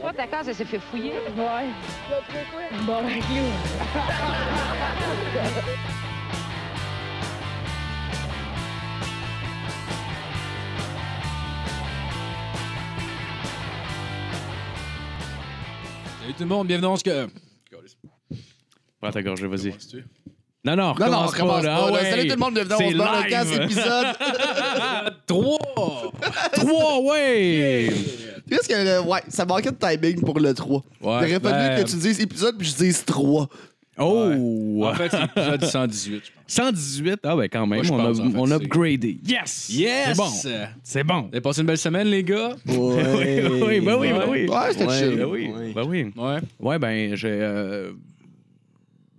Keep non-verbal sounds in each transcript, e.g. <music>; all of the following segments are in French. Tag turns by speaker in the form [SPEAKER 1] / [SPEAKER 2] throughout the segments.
[SPEAKER 1] Toi, ta case, elle s'est fait fouiller.
[SPEAKER 2] Ouais. Bon, avec nous.
[SPEAKER 3] Salut tout le monde, bienvenue dans ce que.
[SPEAKER 4] Prends ta gorgée, vas-y.
[SPEAKER 3] Vas-y.
[SPEAKER 4] Non, non,
[SPEAKER 5] Non,
[SPEAKER 4] recommence
[SPEAKER 5] non, on
[SPEAKER 4] pas,
[SPEAKER 5] recommence
[SPEAKER 4] là.
[SPEAKER 5] pas.
[SPEAKER 4] Ah
[SPEAKER 5] là.
[SPEAKER 4] ouais.
[SPEAKER 5] Salut tout le monde, bienvenue dans
[SPEAKER 4] C'est
[SPEAKER 5] On se barre le
[SPEAKER 4] live. <laughs>
[SPEAKER 5] casse épisode.
[SPEAKER 3] Trois!
[SPEAKER 4] Trois, ouais!
[SPEAKER 5] Tu sais que, euh, ouais, ça manquait de timing pour le 3.
[SPEAKER 3] Ouais,
[SPEAKER 5] T'aurais fallu
[SPEAKER 4] ben-
[SPEAKER 5] que tu dises épisode puis je dise 3.
[SPEAKER 4] Oh!
[SPEAKER 3] En fait, c'est l'épisode 118, je pense.
[SPEAKER 4] 118, ah ouais, quand
[SPEAKER 3] Moi,
[SPEAKER 4] même,
[SPEAKER 3] je
[SPEAKER 4] on,
[SPEAKER 3] pense,
[SPEAKER 4] a,
[SPEAKER 3] en fait,
[SPEAKER 4] on a
[SPEAKER 3] c'est-
[SPEAKER 4] upgradé. Yes!
[SPEAKER 3] Yes!
[SPEAKER 4] C'est bon.
[SPEAKER 3] Vous
[SPEAKER 4] C'est bon.
[SPEAKER 3] avez passé une belle semaine, les gars?
[SPEAKER 4] Oui, oui, ben oui, ben oui.
[SPEAKER 5] Ouais, c'était chill.
[SPEAKER 4] Ben oui, ben oui.
[SPEAKER 3] Ouais.
[SPEAKER 4] Ouais, ben, j'ai. euh,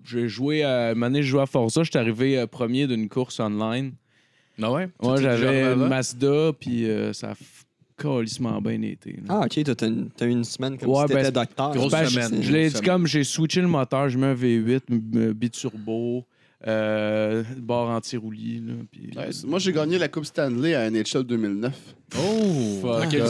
[SPEAKER 4] J'ai joué à. Une année, je jouais à Forza. J'étais arrivé euh, premier d'une course online.
[SPEAKER 3] Non, Ah ouais?
[SPEAKER 4] Moi,
[SPEAKER 3] Ça, t'es déjà
[SPEAKER 4] j'avais
[SPEAKER 3] arrivé
[SPEAKER 4] une
[SPEAKER 3] avant?
[SPEAKER 4] Mazda, puis euh, ça a f- calissement bien été. là.
[SPEAKER 6] Ah, ok, t'as- t'as une, t'as eu une semaine comme
[SPEAKER 4] Ouais,
[SPEAKER 6] si
[SPEAKER 4] ben,
[SPEAKER 6] t'étais
[SPEAKER 4] c'est-
[SPEAKER 6] docteur.
[SPEAKER 3] grosse
[SPEAKER 4] Ben, je-
[SPEAKER 3] semaine.
[SPEAKER 4] Je l'ai
[SPEAKER 3] Grosse
[SPEAKER 4] dit
[SPEAKER 3] semaine.
[SPEAKER 4] comme j'ai switché le moteur, je mets un V8, m- m- biturbo, euh, barre anti-roulis. là, puis-
[SPEAKER 5] Ouais, c'est- Moi, j'ai gagné la Coupe Stanley à NHL 2009.
[SPEAKER 3] Oh! Fuck. Quelle
[SPEAKER 4] Euh,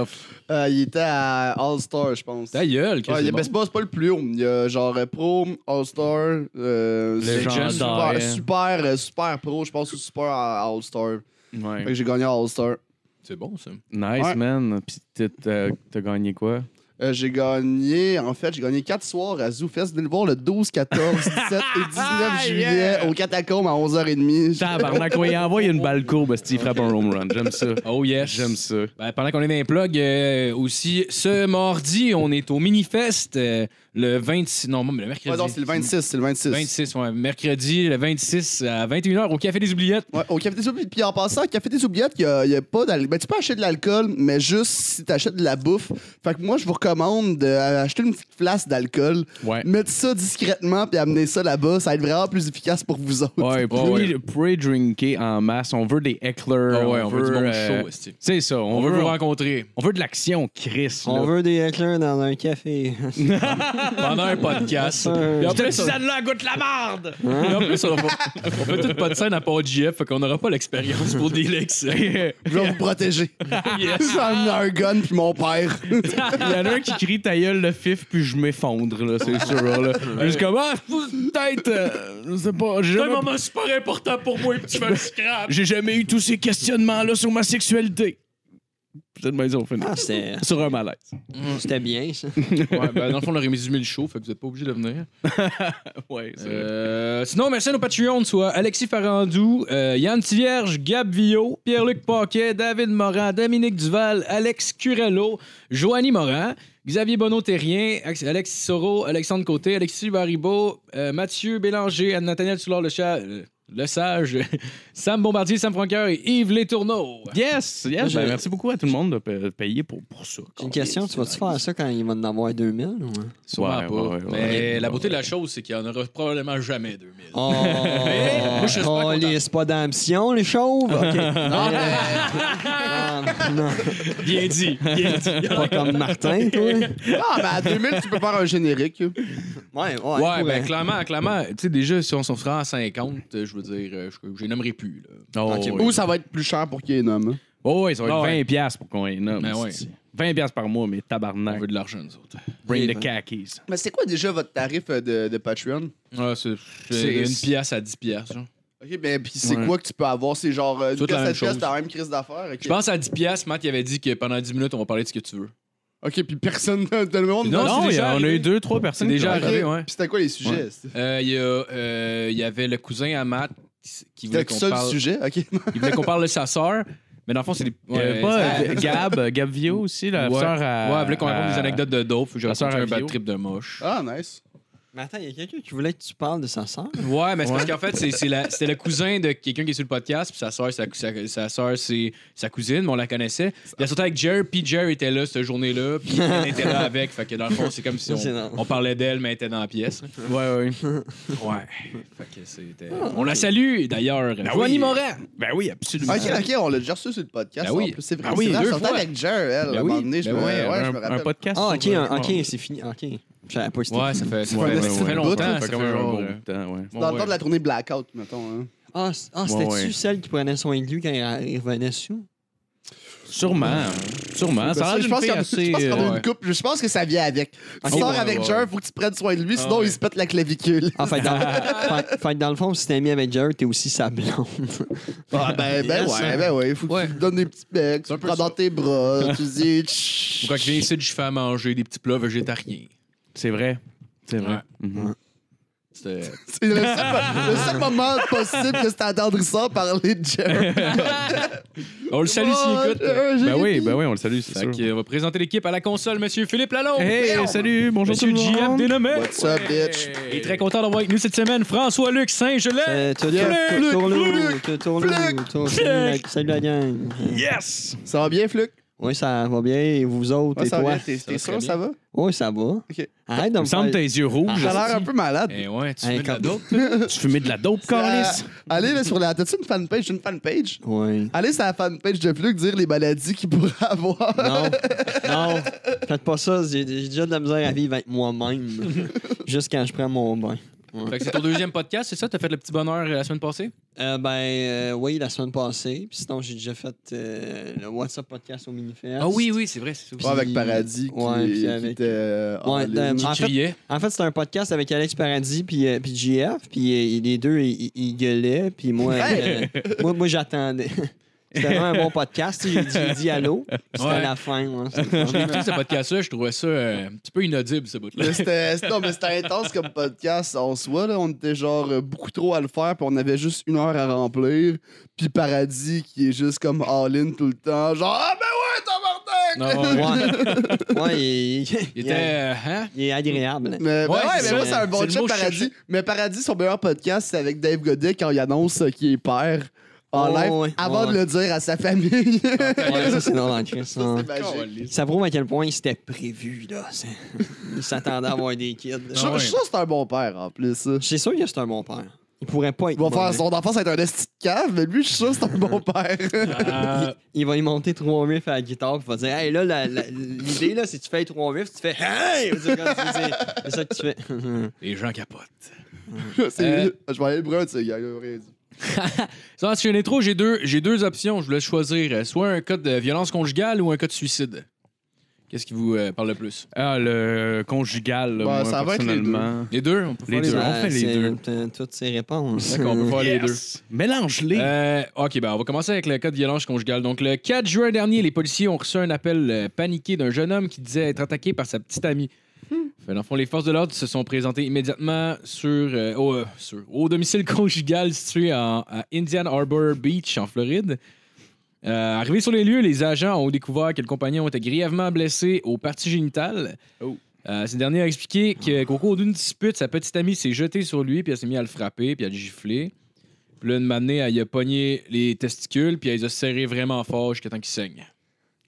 [SPEAKER 3] difficulté?
[SPEAKER 5] Euh, il était à All-Star, je pense.
[SPEAKER 3] Ta gueule,
[SPEAKER 5] Ouais,
[SPEAKER 3] qu'est-ce
[SPEAKER 5] il y
[SPEAKER 3] que
[SPEAKER 5] a- ben, c'est pas, c'est pas le plus haut. Il y a genre euh, Pro, All-Star, euh,
[SPEAKER 4] Légendaire.
[SPEAKER 5] super, super, euh, super Pro, je pense, ou Super euh, All-Star. Fait que
[SPEAKER 4] ouais.
[SPEAKER 5] j'ai gagné à All-Star.
[SPEAKER 3] C'est bon, ça.
[SPEAKER 4] Nice,
[SPEAKER 5] Ouais.
[SPEAKER 4] man. Puis t'es- t'as t'as gagné quoi?
[SPEAKER 5] Euh, j'ai gagné, en fait, j'ai gagné 4 soirs à ZooFest. Venez le voir le 12, 14,
[SPEAKER 4] <laughs>
[SPEAKER 5] 17 et
[SPEAKER 4] Ah,
[SPEAKER 5] 19 juillet au Catacombe à 11h30.
[SPEAKER 4] Tabarnak, quand il envoie une balle courbe, Steve frappe un home run. J'aime ça.
[SPEAKER 3] Oh yes.
[SPEAKER 4] J'aime ça.
[SPEAKER 3] Ben, pendant qu'on est dans les plugs, euh, aussi, ce mardi, on est au Minifest euh, le 26... Non, mais le mercredi.
[SPEAKER 5] Ouais, non, c'est le 26, c'est le 26.
[SPEAKER 3] 26, ouais. Mercredi, le 26 à 21h au Café des Oubliettes.
[SPEAKER 5] Ouais, au Café des Oubliettes. Puis en passant, au Café des Oubliettes, il n'y a, il y a pas d'alcool. Ben, tu peux acheter de l'alcool, mais juste si tu achètes de la bouffe. Fait que moi, je vous recommande d'acheter une petite flasque d'alcool,
[SPEAKER 4] Ouais.
[SPEAKER 5] mettre ça discrètement, puis amener ça là-bas. Ça va être vraiment plus efficace pour vous autres.
[SPEAKER 4] Ouais,
[SPEAKER 3] Oh, ouais.
[SPEAKER 4] pre- pre-drinker en masse. On veut des hecklers.
[SPEAKER 3] Ah ouais, on veut du bon
[SPEAKER 4] euh,
[SPEAKER 3] show, esti.
[SPEAKER 4] C'est ça. On,
[SPEAKER 3] On veut
[SPEAKER 4] veut,
[SPEAKER 3] vous rencontrer
[SPEAKER 4] on veut de l'action, Chris. là.
[SPEAKER 6] On veut des éclairs dans un café. <laughs>
[SPEAKER 3] pendant un podcast.
[SPEAKER 6] Euh,
[SPEAKER 3] Et en
[SPEAKER 4] Cette
[SPEAKER 3] plus, on-
[SPEAKER 4] tisane-là goûte la marde!
[SPEAKER 3] et en plus, on a pas- on fait toute pas de scène à part JF, fait qu'on n'aura pas l'expérience pour Delex.
[SPEAKER 4] <laughs>
[SPEAKER 3] yes.
[SPEAKER 5] Je vais vous protéger. J'ai amené un gun, puis
[SPEAKER 4] <laughs>
[SPEAKER 5] mon père.
[SPEAKER 4] Il y en a un qui crie ta gueule le fif, puis je m'effondre, là, c'est sûr.
[SPEAKER 6] <laughs>
[SPEAKER 4] Là. Juste comme, ah, peut-être, euh, je sais pas, j'ai
[SPEAKER 3] C'est un
[SPEAKER 4] jamais,
[SPEAKER 3] moment super important pour moi, petit peu scrap.
[SPEAKER 4] j'ai jamais eu tous ces questionnements-là sur ma sexualité. Peut-être mais ils ont fini.
[SPEAKER 6] Ah, c'était
[SPEAKER 4] Sur un malaise.
[SPEAKER 6] c'était bien, ça.
[SPEAKER 3] Ouais, ben, dans le fond, on aurait résumé le show, fait que vous n'êtes pas obligé de venir.
[SPEAKER 4] Ouais, c'est
[SPEAKER 3] Euh, sinon, merci à nos Patreons, soit Alexis Farandou, euh, Yann Tivierge, Gab Villot, Pierre-Luc Paquet, David Morin, Dominique Duval, Alex Curello, Joanie Morin, Xavier Bonneau-Terrien, Ax- Alexis Soro, Alexandre Côté, Alexis Baribeau, euh, Mathieu Bélanger, Anne-Nathaniel Soulard-Le Sage, <laughs> Sam Bombardier, Sam Franqueur et Yves Létourneau.
[SPEAKER 4] Yes, yes.
[SPEAKER 6] Je-
[SPEAKER 4] ben, merci beaucoup à tout le monde de pa- payer pour, pour ça.
[SPEAKER 6] J'ai une question, tu vas-tu faire ça quand il va en avoir 2000? Ou... hein?
[SPEAKER 3] Sûrement
[SPEAKER 4] Ouais,
[SPEAKER 3] pas.
[SPEAKER 4] ouais, ouais, ouais.
[SPEAKER 3] Mais la beauté de la chose, c'est qu'il n'y en aura probablement jamais 2000.
[SPEAKER 6] Oh,
[SPEAKER 3] moi, je serais super
[SPEAKER 6] oh, les- c'est pas d'ambition, les chauves?
[SPEAKER 3] <laughs>
[SPEAKER 6] OK. <laughs> non, mais- non,
[SPEAKER 3] Ah! Bien dit, bien dit.
[SPEAKER 6] pas comme Martin, toi. Ouais,
[SPEAKER 5] Ah, mais à 2000, tu peux faire un générique.
[SPEAKER 6] ouais.
[SPEAKER 3] Ouais, ben
[SPEAKER 6] ouais.
[SPEAKER 3] clairement, clairement, tu sais, déjà, si on s'en fera à 50, euh, je veux dire, euh, je, je les nommerai plus. Là.
[SPEAKER 4] Oh,
[SPEAKER 6] Ok,
[SPEAKER 4] ouais.
[SPEAKER 5] Ou ça va être plus cher pour qu'il y ait un homme. hein.
[SPEAKER 4] Oh, ouais, ça va être
[SPEAKER 3] Ah, ouais.
[SPEAKER 4] 20$ piastres pour qu'on les nomme.
[SPEAKER 3] Ben ouais.
[SPEAKER 4] c'est-tu. 20$ piastres par mois, mais
[SPEAKER 3] On
[SPEAKER 4] tabarnak.
[SPEAKER 3] veut de l'argent, nous autres.
[SPEAKER 4] Bring the
[SPEAKER 6] Ouais.
[SPEAKER 4] khakis.
[SPEAKER 5] Mais c'est quoi déjà votre tarif euh, de, de Patreon?
[SPEAKER 3] Ah, c'est
[SPEAKER 5] c'est-
[SPEAKER 3] c'est une pièce à 10 pièces.
[SPEAKER 5] OK, ben, puis c'est
[SPEAKER 4] Ouais.
[SPEAKER 5] quoi que tu peux avoir? C'est genre euh, une
[SPEAKER 3] Toute la
[SPEAKER 5] pièce à
[SPEAKER 3] même
[SPEAKER 5] pièce,
[SPEAKER 3] chose.
[SPEAKER 5] t'as la même crise d'affaires. ok.
[SPEAKER 3] Je pense à 10 pièces, Matt, il avait dit que pendant 10 minutes, on va parler de ce que tu veux.
[SPEAKER 5] OK, puis personne <laughs> dans le monde...
[SPEAKER 3] Non,
[SPEAKER 4] Non,
[SPEAKER 3] c'est
[SPEAKER 4] il y
[SPEAKER 3] déjà
[SPEAKER 4] a- on a
[SPEAKER 3] arrivé.
[SPEAKER 4] eu deux, trois personnes
[SPEAKER 3] C'est
[SPEAKER 4] qui
[SPEAKER 3] déjà
[SPEAKER 4] l'ont
[SPEAKER 3] arrivé.
[SPEAKER 4] fait.
[SPEAKER 3] arrivé, ouais.
[SPEAKER 5] Puis c'était quoi les sujets? c'était-
[SPEAKER 3] Euh, Il y, a, euh, il y avait le cousin à Matt qui voulait
[SPEAKER 5] C'était
[SPEAKER 3] qu'on
[SPEAKER 5] ça le
[SPEAKER 3] parle,
[SPEAKER 5] sujet?
[SPEAKER 3] <laughs>
[SPEAKER 5] OK.
[SPEAKER 3] il voulait qu'on parle de sa sœur, mais dans le fond, c'est des.
[SPEAKER 4] Il y avait
[SPEAKER 3] ouais,
[SPEAKER 4] pas
[SPEAKER 3] c'est-
[SPEAKER 4] euh, Gab, euh, Gab Vio aussi, la
[SPEAKER 3] ouais,
[SPEAKER 4] sœur
[SPEAKER 3] ouais,
[SPEAKER 4] à.
[SPEAKER 3] elle voulait qu'on raconte des anecdotes de dope. J'ai
[SPEAKER 4] la sœur
[SPEAKER 3] raconté
[SPEAKER 4] à
[SPEAKER 3] un bad
[SPEAKER 4] Vio.
[SPEAKER 3] trip de moche.
[SPEAKER 5] Ah, nice.
[SPEAKER 6] Mais attends, il y a quelqu'un qui voulait que tu parles de sa sœur?
[SPEAKER 3] Ouais, mais c'est parce qu'en fait, c'est- c'est la- c'était le cousin de quelqu'un qui est sur le podcast, puis sa soeur, sa, sa- sa sœur, c'est sa cousine, mais on la connaissait. Il a sauté avec Jerry, puis Jerry était là cette journée-là, puis elle était là avec. Fait que dans le fond, c'est comme si
[SPEAKER 6] Ça, c'est drôle.
[SPEAKER 3] on, on parlait d'elle, mais elle était dans la pièce. là.
[SPEAKER 4] Ouais, ouais.
[SPEAKER 3] Ouais. Fait que c'était. On la salue, d'ailleurs. Joanie Morin.
[SPEAKER 4] Ben oui, absolument.
[SPEAKER 5] OK, OK, on l'a déjà reçu sur le podcast.
[SPEAKER 3] Ah oui.
[SPEAKER 5] en plus. C'est vrai.
[SPEAKER 3] Ah oui,
[SPEAKER 5] c'est vrai,
[SPEAKER 3] deux
[SPEAKER 5] je sortais
[SPEAKER 3] fois.
[SPEAKER 5] avec Jer, elle,
[SPEAKER 3] Ben
[SPEAKER 5] à un
[SPEAKER 3] oui,
[SPEAKER 5] moment donné. Je
[SPEAKER 3] ben
[SPEAKER 5] me-
[SPEAKER 3] oui,
[SPEAKER 5] ouais, je me
[SPEAKER 4] un, un
[SPEAKER 5] rappelle.
[SPEAKER 4] podcast.
[SPEAKER 6] Ah,
[SPEAKER 4] sur
[SPEAKER 6] ok,
[SPEAKER 4] le-
[SPEAKER 6] un- ok, c'est fini. Ok. Je savais pas c'était
[SPEAKER 3] Ouais,
[SPEAKER 6] qui.
[SPEAKER 3] ça fait, ça fait,
[SPEAKER 5] un
[SPEAKER 3] ça
[SPEAKER 5] esti de
[SPEAKER 3] fait
[SPEAKER 5] bout,
[SPEAKER 3] longtemps.
[SPEAKER 5] hein,
[SPEAKER 3] Ça fait
[SPEAKER 4] comme un
[SPEAKER 3] genre,
[SPEAKER 4] bon bout
[SPEAKER 3] euh,
[SPEAKER 4] de temps, ouais.
[SPEAKER 5] Dans le temps
[SPEAKER 3] ouais.
[SPEAKER 5] de la tournée Blackout, mettons. hein.
[SPEAKER 6] Ah, c- ah, c'était-tu
[SPEAKER 4] ouais.
[SPEAKER 6] celle qui prenait soin de lui quand il il revenait sous?
[SPEAKER 4] Sûrement.
[SPEAKER 3] Ah,
[SPEAKER 4] Sûrement. Ça a l'air
[SPEAKER 5] Ben je
[SPEAKER 4] d'une fille
[SPEAKER 5] pense qu'il y en a-
[SPEAKER 4] assez,
[SPEAKER 5] je pense qu'il y en a
[SPEAKER 4] euh,
[SPEAKER 5] une couple. Je pense que ça vient avec.
[SPEAKER 3] Ah,
[SPEAKER 5] Tu
[SPEAKER 4] Ok.
[SPEAKER 5] sors
[SPEAKER 4] Ouais,
[SPEAKER 5] avec
[SPEAKER 4] ouais,
[SPEAKER 5] Jer, faut que tu prennes soin de lui, sinon
[SPEAKER 4] ouais.
[SPEAKER 5] il se pète la clavicule.
[SPEAKER 6] En Ah, fait, dans, fait- fait que dans le fond, si t'es ami avec Jared, t'es aussi sa blonde.
[SPEAKER 5] Ah, ben, ben
[SPEAKER 4] Yes.
[SPEAKER 5] ouais, ben ouais. Faut que
[SPEAKER 3] Ouais.
[SPEAKER 5] tu lui donnes des petits becs, tu
[SPEAKER 3] un
[SPEAKER 5] le
[SPEAKER 3] peu
[SPEAKER 5] prends dans
[SPEAKER 3] ça.
[SPEAKER 5] tes bras,
[SPEAKER 3] <laughs>
[SPEAKER 5] tu dis. Chut.
[SPEAKER 3] Pourquoi que je viens ici, je fais à manger des petits plats végétariens.
[SPEAKER 4] C'est vrai. C'est vrai. Mhm.
[SPEAKER 3] C'était-
[SPEAKER 5] <laughs> C'est le seul, le seul moment possible que c'était attendrissant parler
[SPEAKER 3] <laughs>
[SPEAKER 5] de Jer.
[SPEAKER 3] On le salue s'il écoute.
[SPEAKER 5] Euh,
[SPEAKER 4] Ben oui, ben oui, on le salue, c'est
[SPEAKER 3] Fait
[SPEAKER 4] sûr.
[SPEAKER 3] que, on va présenter l'équipe à la console, Monsieur Philippe Lalonde.
[SPEAKER 4] Hey, salut, bonjour
[SPEAKER 3] Monsieur
[SPEAKER 4] tout le
[SPEAKER 3] JF
[SPEAKER 4] monde.
[SPEAKER 3] dénommé.
[SPEAKER 5] What's up, bitch?
[SPEAKER 3] Et très content d'avoir avec nous cette semaine François-Luc Saint-Gelais.
[SPEAKER 6] Euh, tu- tu-
[SPEAKER 5] Fluc,
[SPEAKER 6] tu- Tourne-le,
[SPEAKER 5] fluc,
[SPEAKER 6] tu- tourne-le,
[SPEAKER 5] fluc,
[SPEAKER 6] tourne- salut la- salut la gang.
[SPEAKER 4] Yes!
[SPEAKER 5] Ça va bien, Fluc?
[SPEAKER 6] Oui, ça va bien. Et vous autres,
[SPEAKER 5] Ouais,
[SPEAKER 6] et
[SPEAKER 5] ça va
[SPEAKER 6] toi?
[SPEAKER 5] bien, t'es-
[SPEAKER 3] va
[SPEAKER 5] t'es sûr,
[SPEAKER 3] très
[SPEAKER 5] ça va?
[SPEAKER 6] Oui, ça va. Arrête
[SPEAKER 4] Il
[SPEAKER 6] de me
[SPEAKER 4] me semble
[SPEAKER 6] faire...
[SPEAKER 4] que tes yeux rouges.
[SPEAKER 5] J'ai Ah, l'air un peu malade.
[SPEAKER 3] Eh ouais, tu
[SPEAKER 6] Hey,
[SPEAKER 3] fais de la
[SPEAKER 6] quand-
[SPEAKER 3] dope.
[SPEAKER 4] Tu fumais de la dope, Carlis?
[SPEAKER 5] Euh, allez, là, sur la. T'as-tu une fanpage? J'ai une fanpage?
[SPEAKER 6] Oui.
[SPEAKER 5] Allez sur la fanpage de Fluc dire les maladies qu'il pourrait avoir.
[SPEAKER 6] <laughs> Non, non, faites pas ça. J'ai j'ai déjà de la misère à vivre avec <laughs> moi-même. Juste quand je prends mon bain.
[SPEAKER 3] Fait que c'est ton deuxième podcast, c'est ça? T'as fait le petit bonheur euh, la semaine passée?
[SPEAKER 6] Euh, ben euh, oui, la semaine passée. Puis sinon, j'ai déjà fait euh, le WhatsApp podcast au Minifest.
[SPEAKER 3] Ah oui, c'est vrai. c'est ça aussi.
[SPEAKER 5] Ouais, avec Paradis qui,
[SPEAKER 6] Ouais, puis
[SPEAKER 5] qui
[SPEAKER 6] avec-
[SPEAKER 5] était euh, en
[SPEAKER 6] Ouais, ben,
[SPEAKER 5] ligne.
[SPEAKER 6] dans-
[SPEAKER 3] Tu
[SPEAKER 6] en fait-
[SPEAKER 3] criais.
[SPEAKER 6] En fait, c'était un podcast avec Alex Paradis puis euh, puis JF. Puis euh, les deux, ils, ils- ils gueulaient. Puis moi,
[SPEAKER 5] Hey!
[SPEAKER 6] euh, moi,
[SPEAKER 5] <laughs>
[SPEAKER 6] moi j'attendais. C'était vraiment un bon podcast. tu sais, J'ai dit, j'ai dit allô. puis C'était
[SPEAKER 3] Ouais.
[SPEAKER 6] à la fin. ouais,
[SPEAKER 5] <laughs>
[SPEAKER 3] J'ai
[SPEAKER 6] c'était fun.
[SPEAKER 3] écouté ce podcast-là, je trouvais ça euh, un petit peu inaudible, ce bout-là.
[SPEAKER 5] Mais c'était c'était- non, mais c'était intense comme podcast en soi. Là. On était genre euh, beaucoup trop à le faire, puis on avait juste une heure à remplir. Puis Paradis qui est juste comme all-in tout le temps. Genre, ah ben ouais, t'as
[SPEAKER 3] Non,
[SPEAKER 6] Ouais. Ouais, il, il-
[SPEAKER 3] Il était. euh, hein?
[SPEAKER 6] il est
[SPEAKER 5] <laughs>
[SPEAKER 6] agréable.
[SPEAKER 5] Mais, ben
[SPEAKER 3] Ouais,
[SPEAKER 5] ouais,
[SPEAKER 3] c'est
[SPEAKER 5] mais
[SPEAKER 3] ça.
[SPEAKER 5] moi, c'est un
[SPEAKER 3] C'est
[SPEAKER 5] bon
[SPEAKER 3] le
[SPEAKER 5] chat,
[SPEAKER 3] mot que je
[SPEAKER 5] Paradis.
[SPEAKER 3] cherchais.
[SPEAKER 5] Mais Paradis, son meilleur podcast, c'est avec Dave Godet quand il annonce euh, qu'il est père en
[SPEAKER 6] Ouais,
[SPEAKER 5] live
[SPEAKER 6] ouais,
[SPEAKER 5] avant
[SPEAKER 6] ouais.
[SPEAKER 5] de le dire à sa famille. <laughs>
[SPEAKER 6] Ouais, ça, c'est normal, Chris.
[SPEAKER 5] Ça,
[SPEAKER 6] ouais.
[SPEAKER 5] c'est magique.
[SPEAKER 6] <laughs>
[SPEAKER 3] Caliste.
[SPEAKER 6] Ça prouve à quel point c'était prévu, là. C'est- Il s'attendait à avoir des kids.
[SPEAKER 5] Je
[SPEAKER 3] Ah ouais.
[SPEAKER 5] je suis sûr que c'est un bon père en plus. ça.
[SPEAKER 6] Je suis sûr que c'est un bon père. Il pourrait pas être.
[SPEAKER 5] Il va faire
[SPEAKER 6] mauvais.
[SPEAKER 5] son enfant, ça va être un esti de cave, mais lui, je suis sûr que c'est
[SPEAKER 3] <laughs>
[SPEAKER 5] un bon père.
[SPEAKER 3] Euh,
[SPEAKER 6] Il va y monter trois riffs à la guitare puis il va dire Hey là, la- la- l'idée là, c'est que tu fais trois riffs, tu fais Hey! C'est c'est ça que tu fais.
[SPEAKER 3] les gens capotent.
[SPEAKER 5] <laughs> C'est-
[SPEAKER 3] Euh.
[SPEAKER 5] Je vais aller brun, tu sais, il a rien dit.
[SPEAKER 3] Sans si une intro, j'ai deux, j'ai deux options. Je vous laisse choisir euh, soit un code de violence conjugale ou un code de suicide. Qu'est-ce qui vous euh, parle le plus?
[SPEAKER 4] Ah, le conjugal, là,
[SPEAKER 5] Bah,
[SPEAKER 4] moi,
[SPEAKER 5] ça va être les
[SPEAKER 4] personnellement.
[SPEAKER 3] Les deux? On peut faire
[SPEAKER 4] Les
[SPEAKER 3] les
[SPEAKER 4] deux.
[SPEAKER 3] deux.
[SPEAKER 4] on fait les
[SPEAKER 6] C'est-
[SPEAKER 4] deux.
[SPEAKER 6] t'as Toutes ces réponses.
[SPEAKER 3] D'accord, on peut faire les deux.
[SPEAKER 4] Yes! Mélange-les.
[SPEAKER 3] Euh, ok, ben on va commencer avec le cas de violence conjugale. Donc, le 4 juin dernier, les policiers ont reçu un appel euh, paniqué d'un jeune homme qui disait être attaqué par sa petite amie. Fait, dans le fond, les forces de l'ordre se sont présentées immédiatement sur, euh, au, euh, sur- au domicile <laughs> conjugal situé en- à Indian Harbor Beach, en Floride. Euh, arrivés sur les lieux, les agents ont découvert que le compagnon était grièvement blessé aux parties génitales.
[SPEAKER 4] Oh.
[SPEAKER 3] Euh, ce dernier a expliqué que- qu'au cours d'une dispute, sa petite amie s'est jetée sur lui, puis elle s'est mise à le frapper, puis à le gifler. Puis là, une matinée, elle y a pogné les testicules, puis elle les a serrés vraiment fort jusqu'à temps qu'ils saignent.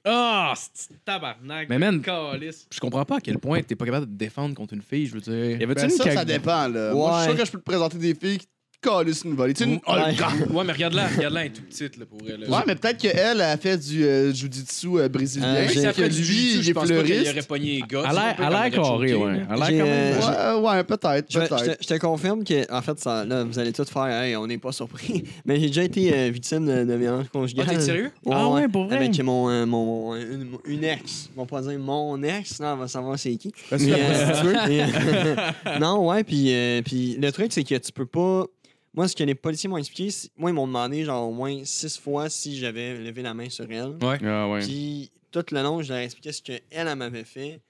[SPEAKER 4] Ah, c'est tabarnak.
[SPEAKER 3] Mais man,
[SPEAKER 4] Calice.
[SPEAKER 3] je comprends pas à quel point t'es pas capable de te défendre contre une fille, je veux
[SPEAKER 4] Y
[SPEAKER 3] dire.
[SPEAKER 4] avait-tu une
[SPEAKER 5] Ben, ça,
[SPEAKER 4] cag-
[SPEAKER 5] ça dépend, là. Moi, je suis
[SPEAKER 6] Ouais.
[SPEAKER 5] sûr que je peux te présenter des filles qui te calissent une volée. Tu sais, une
[SPEAKER 6] Ouais.
[SPEAKER 5] Olga.
[SPEAKER 3] Ouais, mais regarde-la, regarde-la, elle est toute petite, là, pour elle. là.
[SPEAKER 5] Ouais, mais peut-être qu'elle a fait du euh, jujitsu euh, brésilien.
[SPEAKER 6] Euh,
[SPEAKER 5] Euh,
[SPEAKER 3] Même si
[SPEAKER 6] j'ai-
[SPEAKER 3] elle fait
[SPEAKER 5] que
[SPEAKER 3] du
[SPEAKER 5] lui,
[SPEAKER 3] jiu-jitsu,
[SPEAKER 5] il
[SPEAKER 3] je
[SPEAKER 5] est
[SPEAKER 3] pense pas qu'elle y
[SPEAKER 5] fleuriste.
[SPEAKER 3] aurait pogné les gars.
[SPEAKER 4] À l'air,
[SPEAKER 3] c'est un peu
[SPEAKER 4] à l'air
[SPEAKER 3] comme
[SPEAKER 4] carré,
[SPEAKER 3] choqué,
[SPEAKER 4] ouais.
[SPEAKER 3] là.
[SPEAKER 4] À l'air
[SPEAKER 6] J'ai,
[SPEAKER 4] quand même.
[SPEAKER 6] euh,
[SPEAKER 5] Ouais, ouais, peut-être,
[SPEAKER 6] Je, je
[SPEAKER 5] peut-être.
[SPEAKER 6] te, je te confirme que, en fait, ça, là, vous allez tous faire, hey, on n'est pas surpris. <laughs> Mais j'ai déjà été euh, victime de, de violence conjugale.
[SPEAKER 3] Ah, t'es sérieux?
[SPEAKER 4] Ah ouais, pour vrai?
[SPEAKER 6] Avec mon, euh, mon, mon- une, une ex. On va pas dire mon ex, non, on va savoir c'est qui.
[SPEAKER 5] Parce que
[SPEAKER 6] Mais,
[SPEAKER 5] Ben, la
[SPEAKER 6] euh, <laughs> mais, euh, non, ouais, puis, euh, puis le truc, c'est que tu peux pas. Moi, ce que les policiers m'ont expliqué, c'est- moi, ils m'ont demandé genre au moins six fois si j'avais levé la main sur elle.
[SPEAKER 4] Ah ouais.
[SPEAKER 6] Puis tout le long, je leur expliquais ce qu'elle, elle m'avait fait.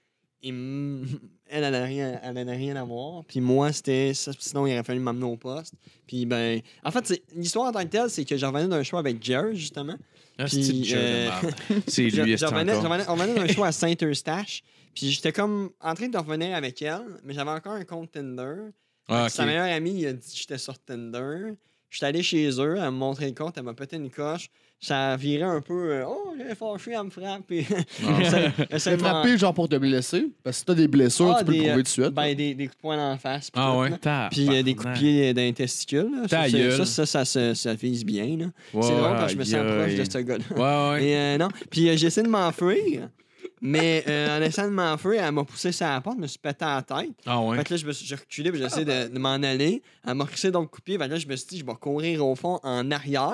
[SPEAKER 6] Et mm, <laughs> elle, elle n'a rien, elle en a rien à voir. Puis moi, c'était ça. Sinon, il aurait fallu m'amener au poste. Puis ben. En fait, c'est- l'histoire en tant que telle, c'est que je revenais d'un show avec Jared, justement.
[SPEAKER 3] Ah,
[SPEAKER 6] Puis,
[SPEAKER 3] c'est une joke de
[SPEAKER 6] euh, <laughs>
[SPEAKER 3] merde.
[SPEAKER 4] C'est
[SPEAKER 6] Je-
[SPEAKER 4] lui,
[SPEAKER 6] je
[SPEAKER 4] c'est
[SPEAKER 6] revenais- je
[SPEAKER 4] encore.
[SPEAKER 6] revenais- On revenait d'un show à Saint-Eustache. Puis j'étais comme en train de revenir avec elle, mais j'avais encore un compte Tinder.
[SPEAKER 3] Ah, ok.
[SPEAKER 6] Sa meilleure amie, il a dit que j'étais sur Tinder. J'étais allé chez eux, elle me montrait le compte, elle m'a pété une coche. Ça virait un peu. euh, oh, j'ai fâché, elle me frappe. Puis
[SPEAKER 3] <laughs> Ah.
[SPEAKER 6] elle s'est- elle
[SPEAKER 5] T'es
[SPEAKER 6] s'est
[SPEAKER 5] frappé, genre, pour te blesser. Parce que si t'as des blessures,
[SPEAKER 6] Ah,
[SPEAKER 5] tu peux le
[SPEAKER 6] des,
[SPEAKER 5] prouver
[SPEAKER 6] euh,
[SPEAKER 5] tout de suite.
[SPEAKER 6] Ben, des, des coups de poing dans la face. puis
[SPEAKER 3] Ah
[SPEAKER 6] tout,
[SPEAKER 3] ouais?
[SPEAKER 6] là.
[SPEAKER 4] Tabarnak.
[SPEAKER 6] Puis euh, des coups de pied dans les testicules. là.
[SPEAKER 3] Ta
[SPEAKER 6] Ça, c'est-
[SPEAKER 3] gueule.
[SPEAKER 6] ça, ça, ça, se- ça vise bien. là.
[SPEAKER 4] Ouais,
[SPEAKER 6] c'est drôle parce que je me sens
[SPEAKER 4] aïe,
[SPEAKER 6] proche de
[SPEAKER 4] aïe.
[SPEAKER 6] ce gars-là.
[SPEAKER 3] Ouais, ouais.
[SPEAKER 6] Et euh, non. Puis euh, j'essaie de m'enfuir. Mais euh, en essayant de m'enfuir, elle m'a poussé sur la porte, je me suis pété à la tête.
[SPEAKER 3] Ah ouais.
[SPEAKER 6] Fait que là, je me suis j'ai reculé, puis j'ai essayé de, de m'en aller. Elle m'a crissé dans le coupier. Fait que là, je me suis dit, je vais courir au fond en arrière.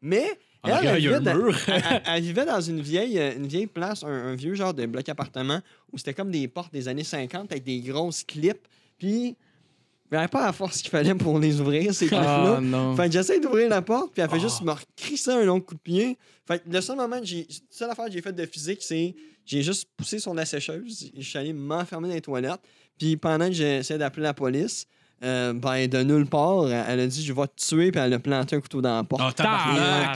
[SPEAKER 6] Mais
[SPEAKER 3] En arrière, il y a un
[SPEAKER 6] vivait dans-
[SPEAKER 3] mur.
[SPEAKER 6] elle-
[SPEAKER 3] <laughs>
[SPEAKER 6] elle- elle vivait dans une vieille, euh, une vieille place, un, un vieux genre de bloc appartement où c'était comme des portes des années 50 avec des grosses clips. Puis, elle n'avait pas la force qu'il fallait pour les ouvrir, ces
[SPEAKER 3] Ah,
[SPEAKER 6] clips-là.
[SPEAKER 4] Ah, non.
[SPEAKER 6] Fait que j'essaie d'ouvrir la porte, puis elle fait juste me recrisser un long coup de pied. Fait que le seul moment que j'ai. La seule affaire que j'ai faite de physique, c'est. J'ai juste poussé sur la sécheuse. Je suis allé m'enfermer dans les toilettes. Puis pendant que j'essayais d'appeler la police, euh, ben, de nulle part, elle elle a dit Je vais te tuer, puis elle a planté un couteau dans la porte.
[SPEAKER 3] Ah,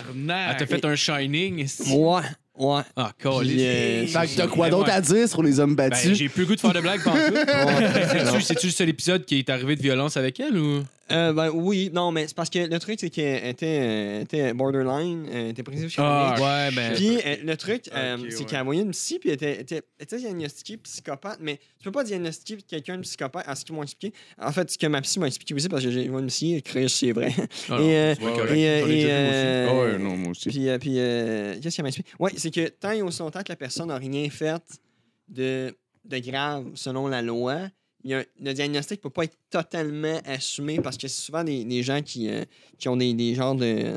[SPEAKER 3] tabarnak. Elle t'a fait un Shining. esti.
[SPEAKER 6] Ouais, ouais.
[SPEAKER 3] Ah,
[SPEAKER 6] Puis,
[SPEAKER 3] calé.
[SPEAKER 6] euh,
[SPEAKER 5] Fait que t'as quoi d'autre à dire sur les hommes
[SPEAKER 3] Ben,
[SPEAKER 5] battus?
[SPEAKER 3] j'ai plus le goût de faire de blagues
[SPEAKER 6] <laughs>
[SPEAKER 3] pendant <laughs> tout.
[SPEAKER 6] ouais.
[SPEAKER 3] C'est-tu- C'est-tu le seul épisode qui est arrivé de violence avec elle ou.
[SPEAKER 6] Euh, ben oui, non, mais c'est parce que le truc, c'est qu'elle était, euh, était borderline, euh, était précis
[SPEAKER 3] ouais, ben.
[SPEAKER 6] Puis euh, le truc, euh,
[SPEAKER 4] Ok,
[SPEAKER 6] c'est
[SPEAKER 4] ouais.
[SPEAKER 6] qu'elle voyait une psy, puis elle était, était, était diagnostiquée psychopathe, mais tu peux pas diagnostiquer quelqu'un de psychopathe à ce qu'ils m'ont expliqué. En fait, ce que ma psy m'a expliqué aussi, parce que j'ai vu une psy, elle crée, c'est vrai.
[SPEAKER 3] Ah,
[SPEAKER 6] et, euh,
[SPEAKER 3] c'est pas correct.
[SPEAKER 6] et, euh,
[SPEAKER 4] On l'a déjà vu,
[SPEAKER 6] et,
[SPEAKER 4] moi aussi.
[SPEAKER 6] euh,
[SPEAKER 4] Ah ouais, non, moi aussi.
[SPEAKER 6] Puis, euh, puis euh, qu'est-ce qu'elle m'a expliqué? Oui, c'est que tant et aussi longtemps que la personne n'a rien fait de, de grave selon la loi, il y a- le diagnostic ne peut pas être totalement assumé parce que c'est souvent des, des gens qui, euh, qui ont des, des genres de,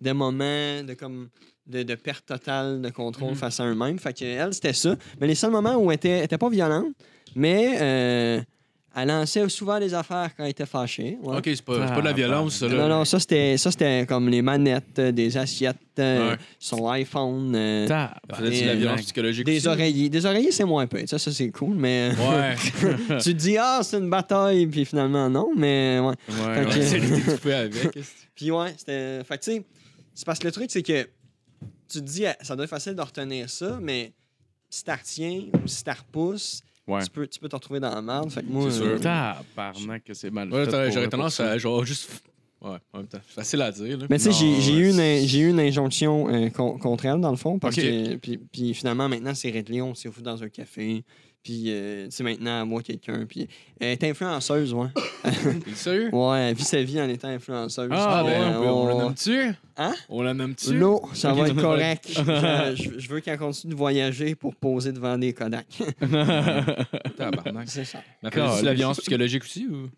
[SPEAKER 6] de moments de comme de, de perte totale de contrôle
[SPEAKER 3] Mhm.
[SPEAKER 6] face à eux-mêmes. Fait que elle, c'était ça. Mais les seuls moments où elle était, elle était pas violente, mais euh, elle lançait souvent les affaires quand elle était fâchée. ouais.
[SPEAKER 3] Ok, c'est pas, c'est pas de la
[SPEAKER 4] Ah,
[SPEAKER 3] violence, ça, là.
[SPEAKER 6] Non, non, ça c'était, ça, c'était comme les manettes, euh, des assiettes, euh,
[SPEAKER 3] Ouais.
[SPEAKER 6] son iPhone, euh,
[SPEAKER 3] C'est de la
[SPEAKER 6] Et-
[SPEAKER 3] violence psychologique.
[SPEAKER 6] des
[SPEAKER 3] aussi.
[SPEAKER 6] oreillers. Des oreillers, c'est moins peu. Ça, ça c'est cool, mais <laughs>
[SPEAKER 3] Ouais.
[SPEAKER 6] tu te dis, ah, c'est une bataille, puis finalement, non, mais ouais.
[SPEAKER 4] Ouais,
[SPEAKER 6] Ok.
[SPEAKER 3] <laughs> Ouais, C'est lui qui te fait avec. esti.
[SPEAKER 6] Puis ouais, c'était. Fait que tu sais, c'est parce que le truc, c'est que tu te dis, ah, ça doit être facile de retenir ça, mais si t'as retiens ou si t'as repousses,
[SPEAKER 4] Ouais.
[SPEAKER 6] tu, peux, tu peux te retrouver dans la merde. Fait que moi,
[SPEAKER 3] C'est
[SPEAKER 6] euh,
[SPEAKER 3] sûr.
[SPEAKER 4] Tabarnak, que c'est mal.
[SPEAKER 3] Ouais,
[SPEAKER 4] fait
[SPEAKER 3] t'aurais-
[SPEAKER 4] pour-
[SPEAKER 3] j'aurais
[SPEAKER 4] pour
[SPEAKER 3] tendance
[SPEAKER 4] ça.
[SPEAKER 3] à genre juste. Ouais, en même temps. C'est facile à dire, là.
[SPEAKER 6] Mais tu sais, j'ai-
[SPEAKER 4] Non,
[SPEAKER 6] j'ai eu,
[SPEAKER 4] ouais,
[SPEAKER 6] une- j'ai eu une injonction euh, con- contre elle, dans le fond, parce
[SPEAKER 3] Ok.
[SPEAKER 6] que. Puis, puis finalement, maintenant, c'est réglé, on s'est foutu dans un café. Puis, euh, tu sais, maintenant, moi, quelqu'un. Puis, elle est influenceuse, ouais.
[SPEAKER 3] T'es sérieux?
[SPEAKER 6] Ouais, elle vit sa vie en étant influenceuse.
[SPEAKER 3] Ah, ben,
[SPEAKER 6] Ouais,
[SPEAKER 3] on, peut- on
[SPEAKER 6] ouais,
[SPEAKER 3] la
[SPEAKER 6] ouais.
[SPEAKER 3] nomme-tu?
[SPEAKER 6] Hein?
[SPEAKER 3] On la nomme-tu?
[SPEAKER 6] Non, ça
[SPEAKER 3] Ok, <laughs>
[SPEAKER 6] va
[SPEAKER 3] ça
[SPEAKER 6] être
[SPEAKER 3] va
[SPEAKER 6] correct.
[SPEAKER 3] <laughs>
[SPEAKER 6] je, je- je veux qu'elle continue de voyager pour poser devant des Kodak.
[SPEAKER 3] Tabarnak.
[SPEAKER 6] c'est ça.
[SPEAKER 3] Mais après, c'est de la
[SPEAKER 4] Calme.
[SPEAKER 3] violence psychologique aussi ou?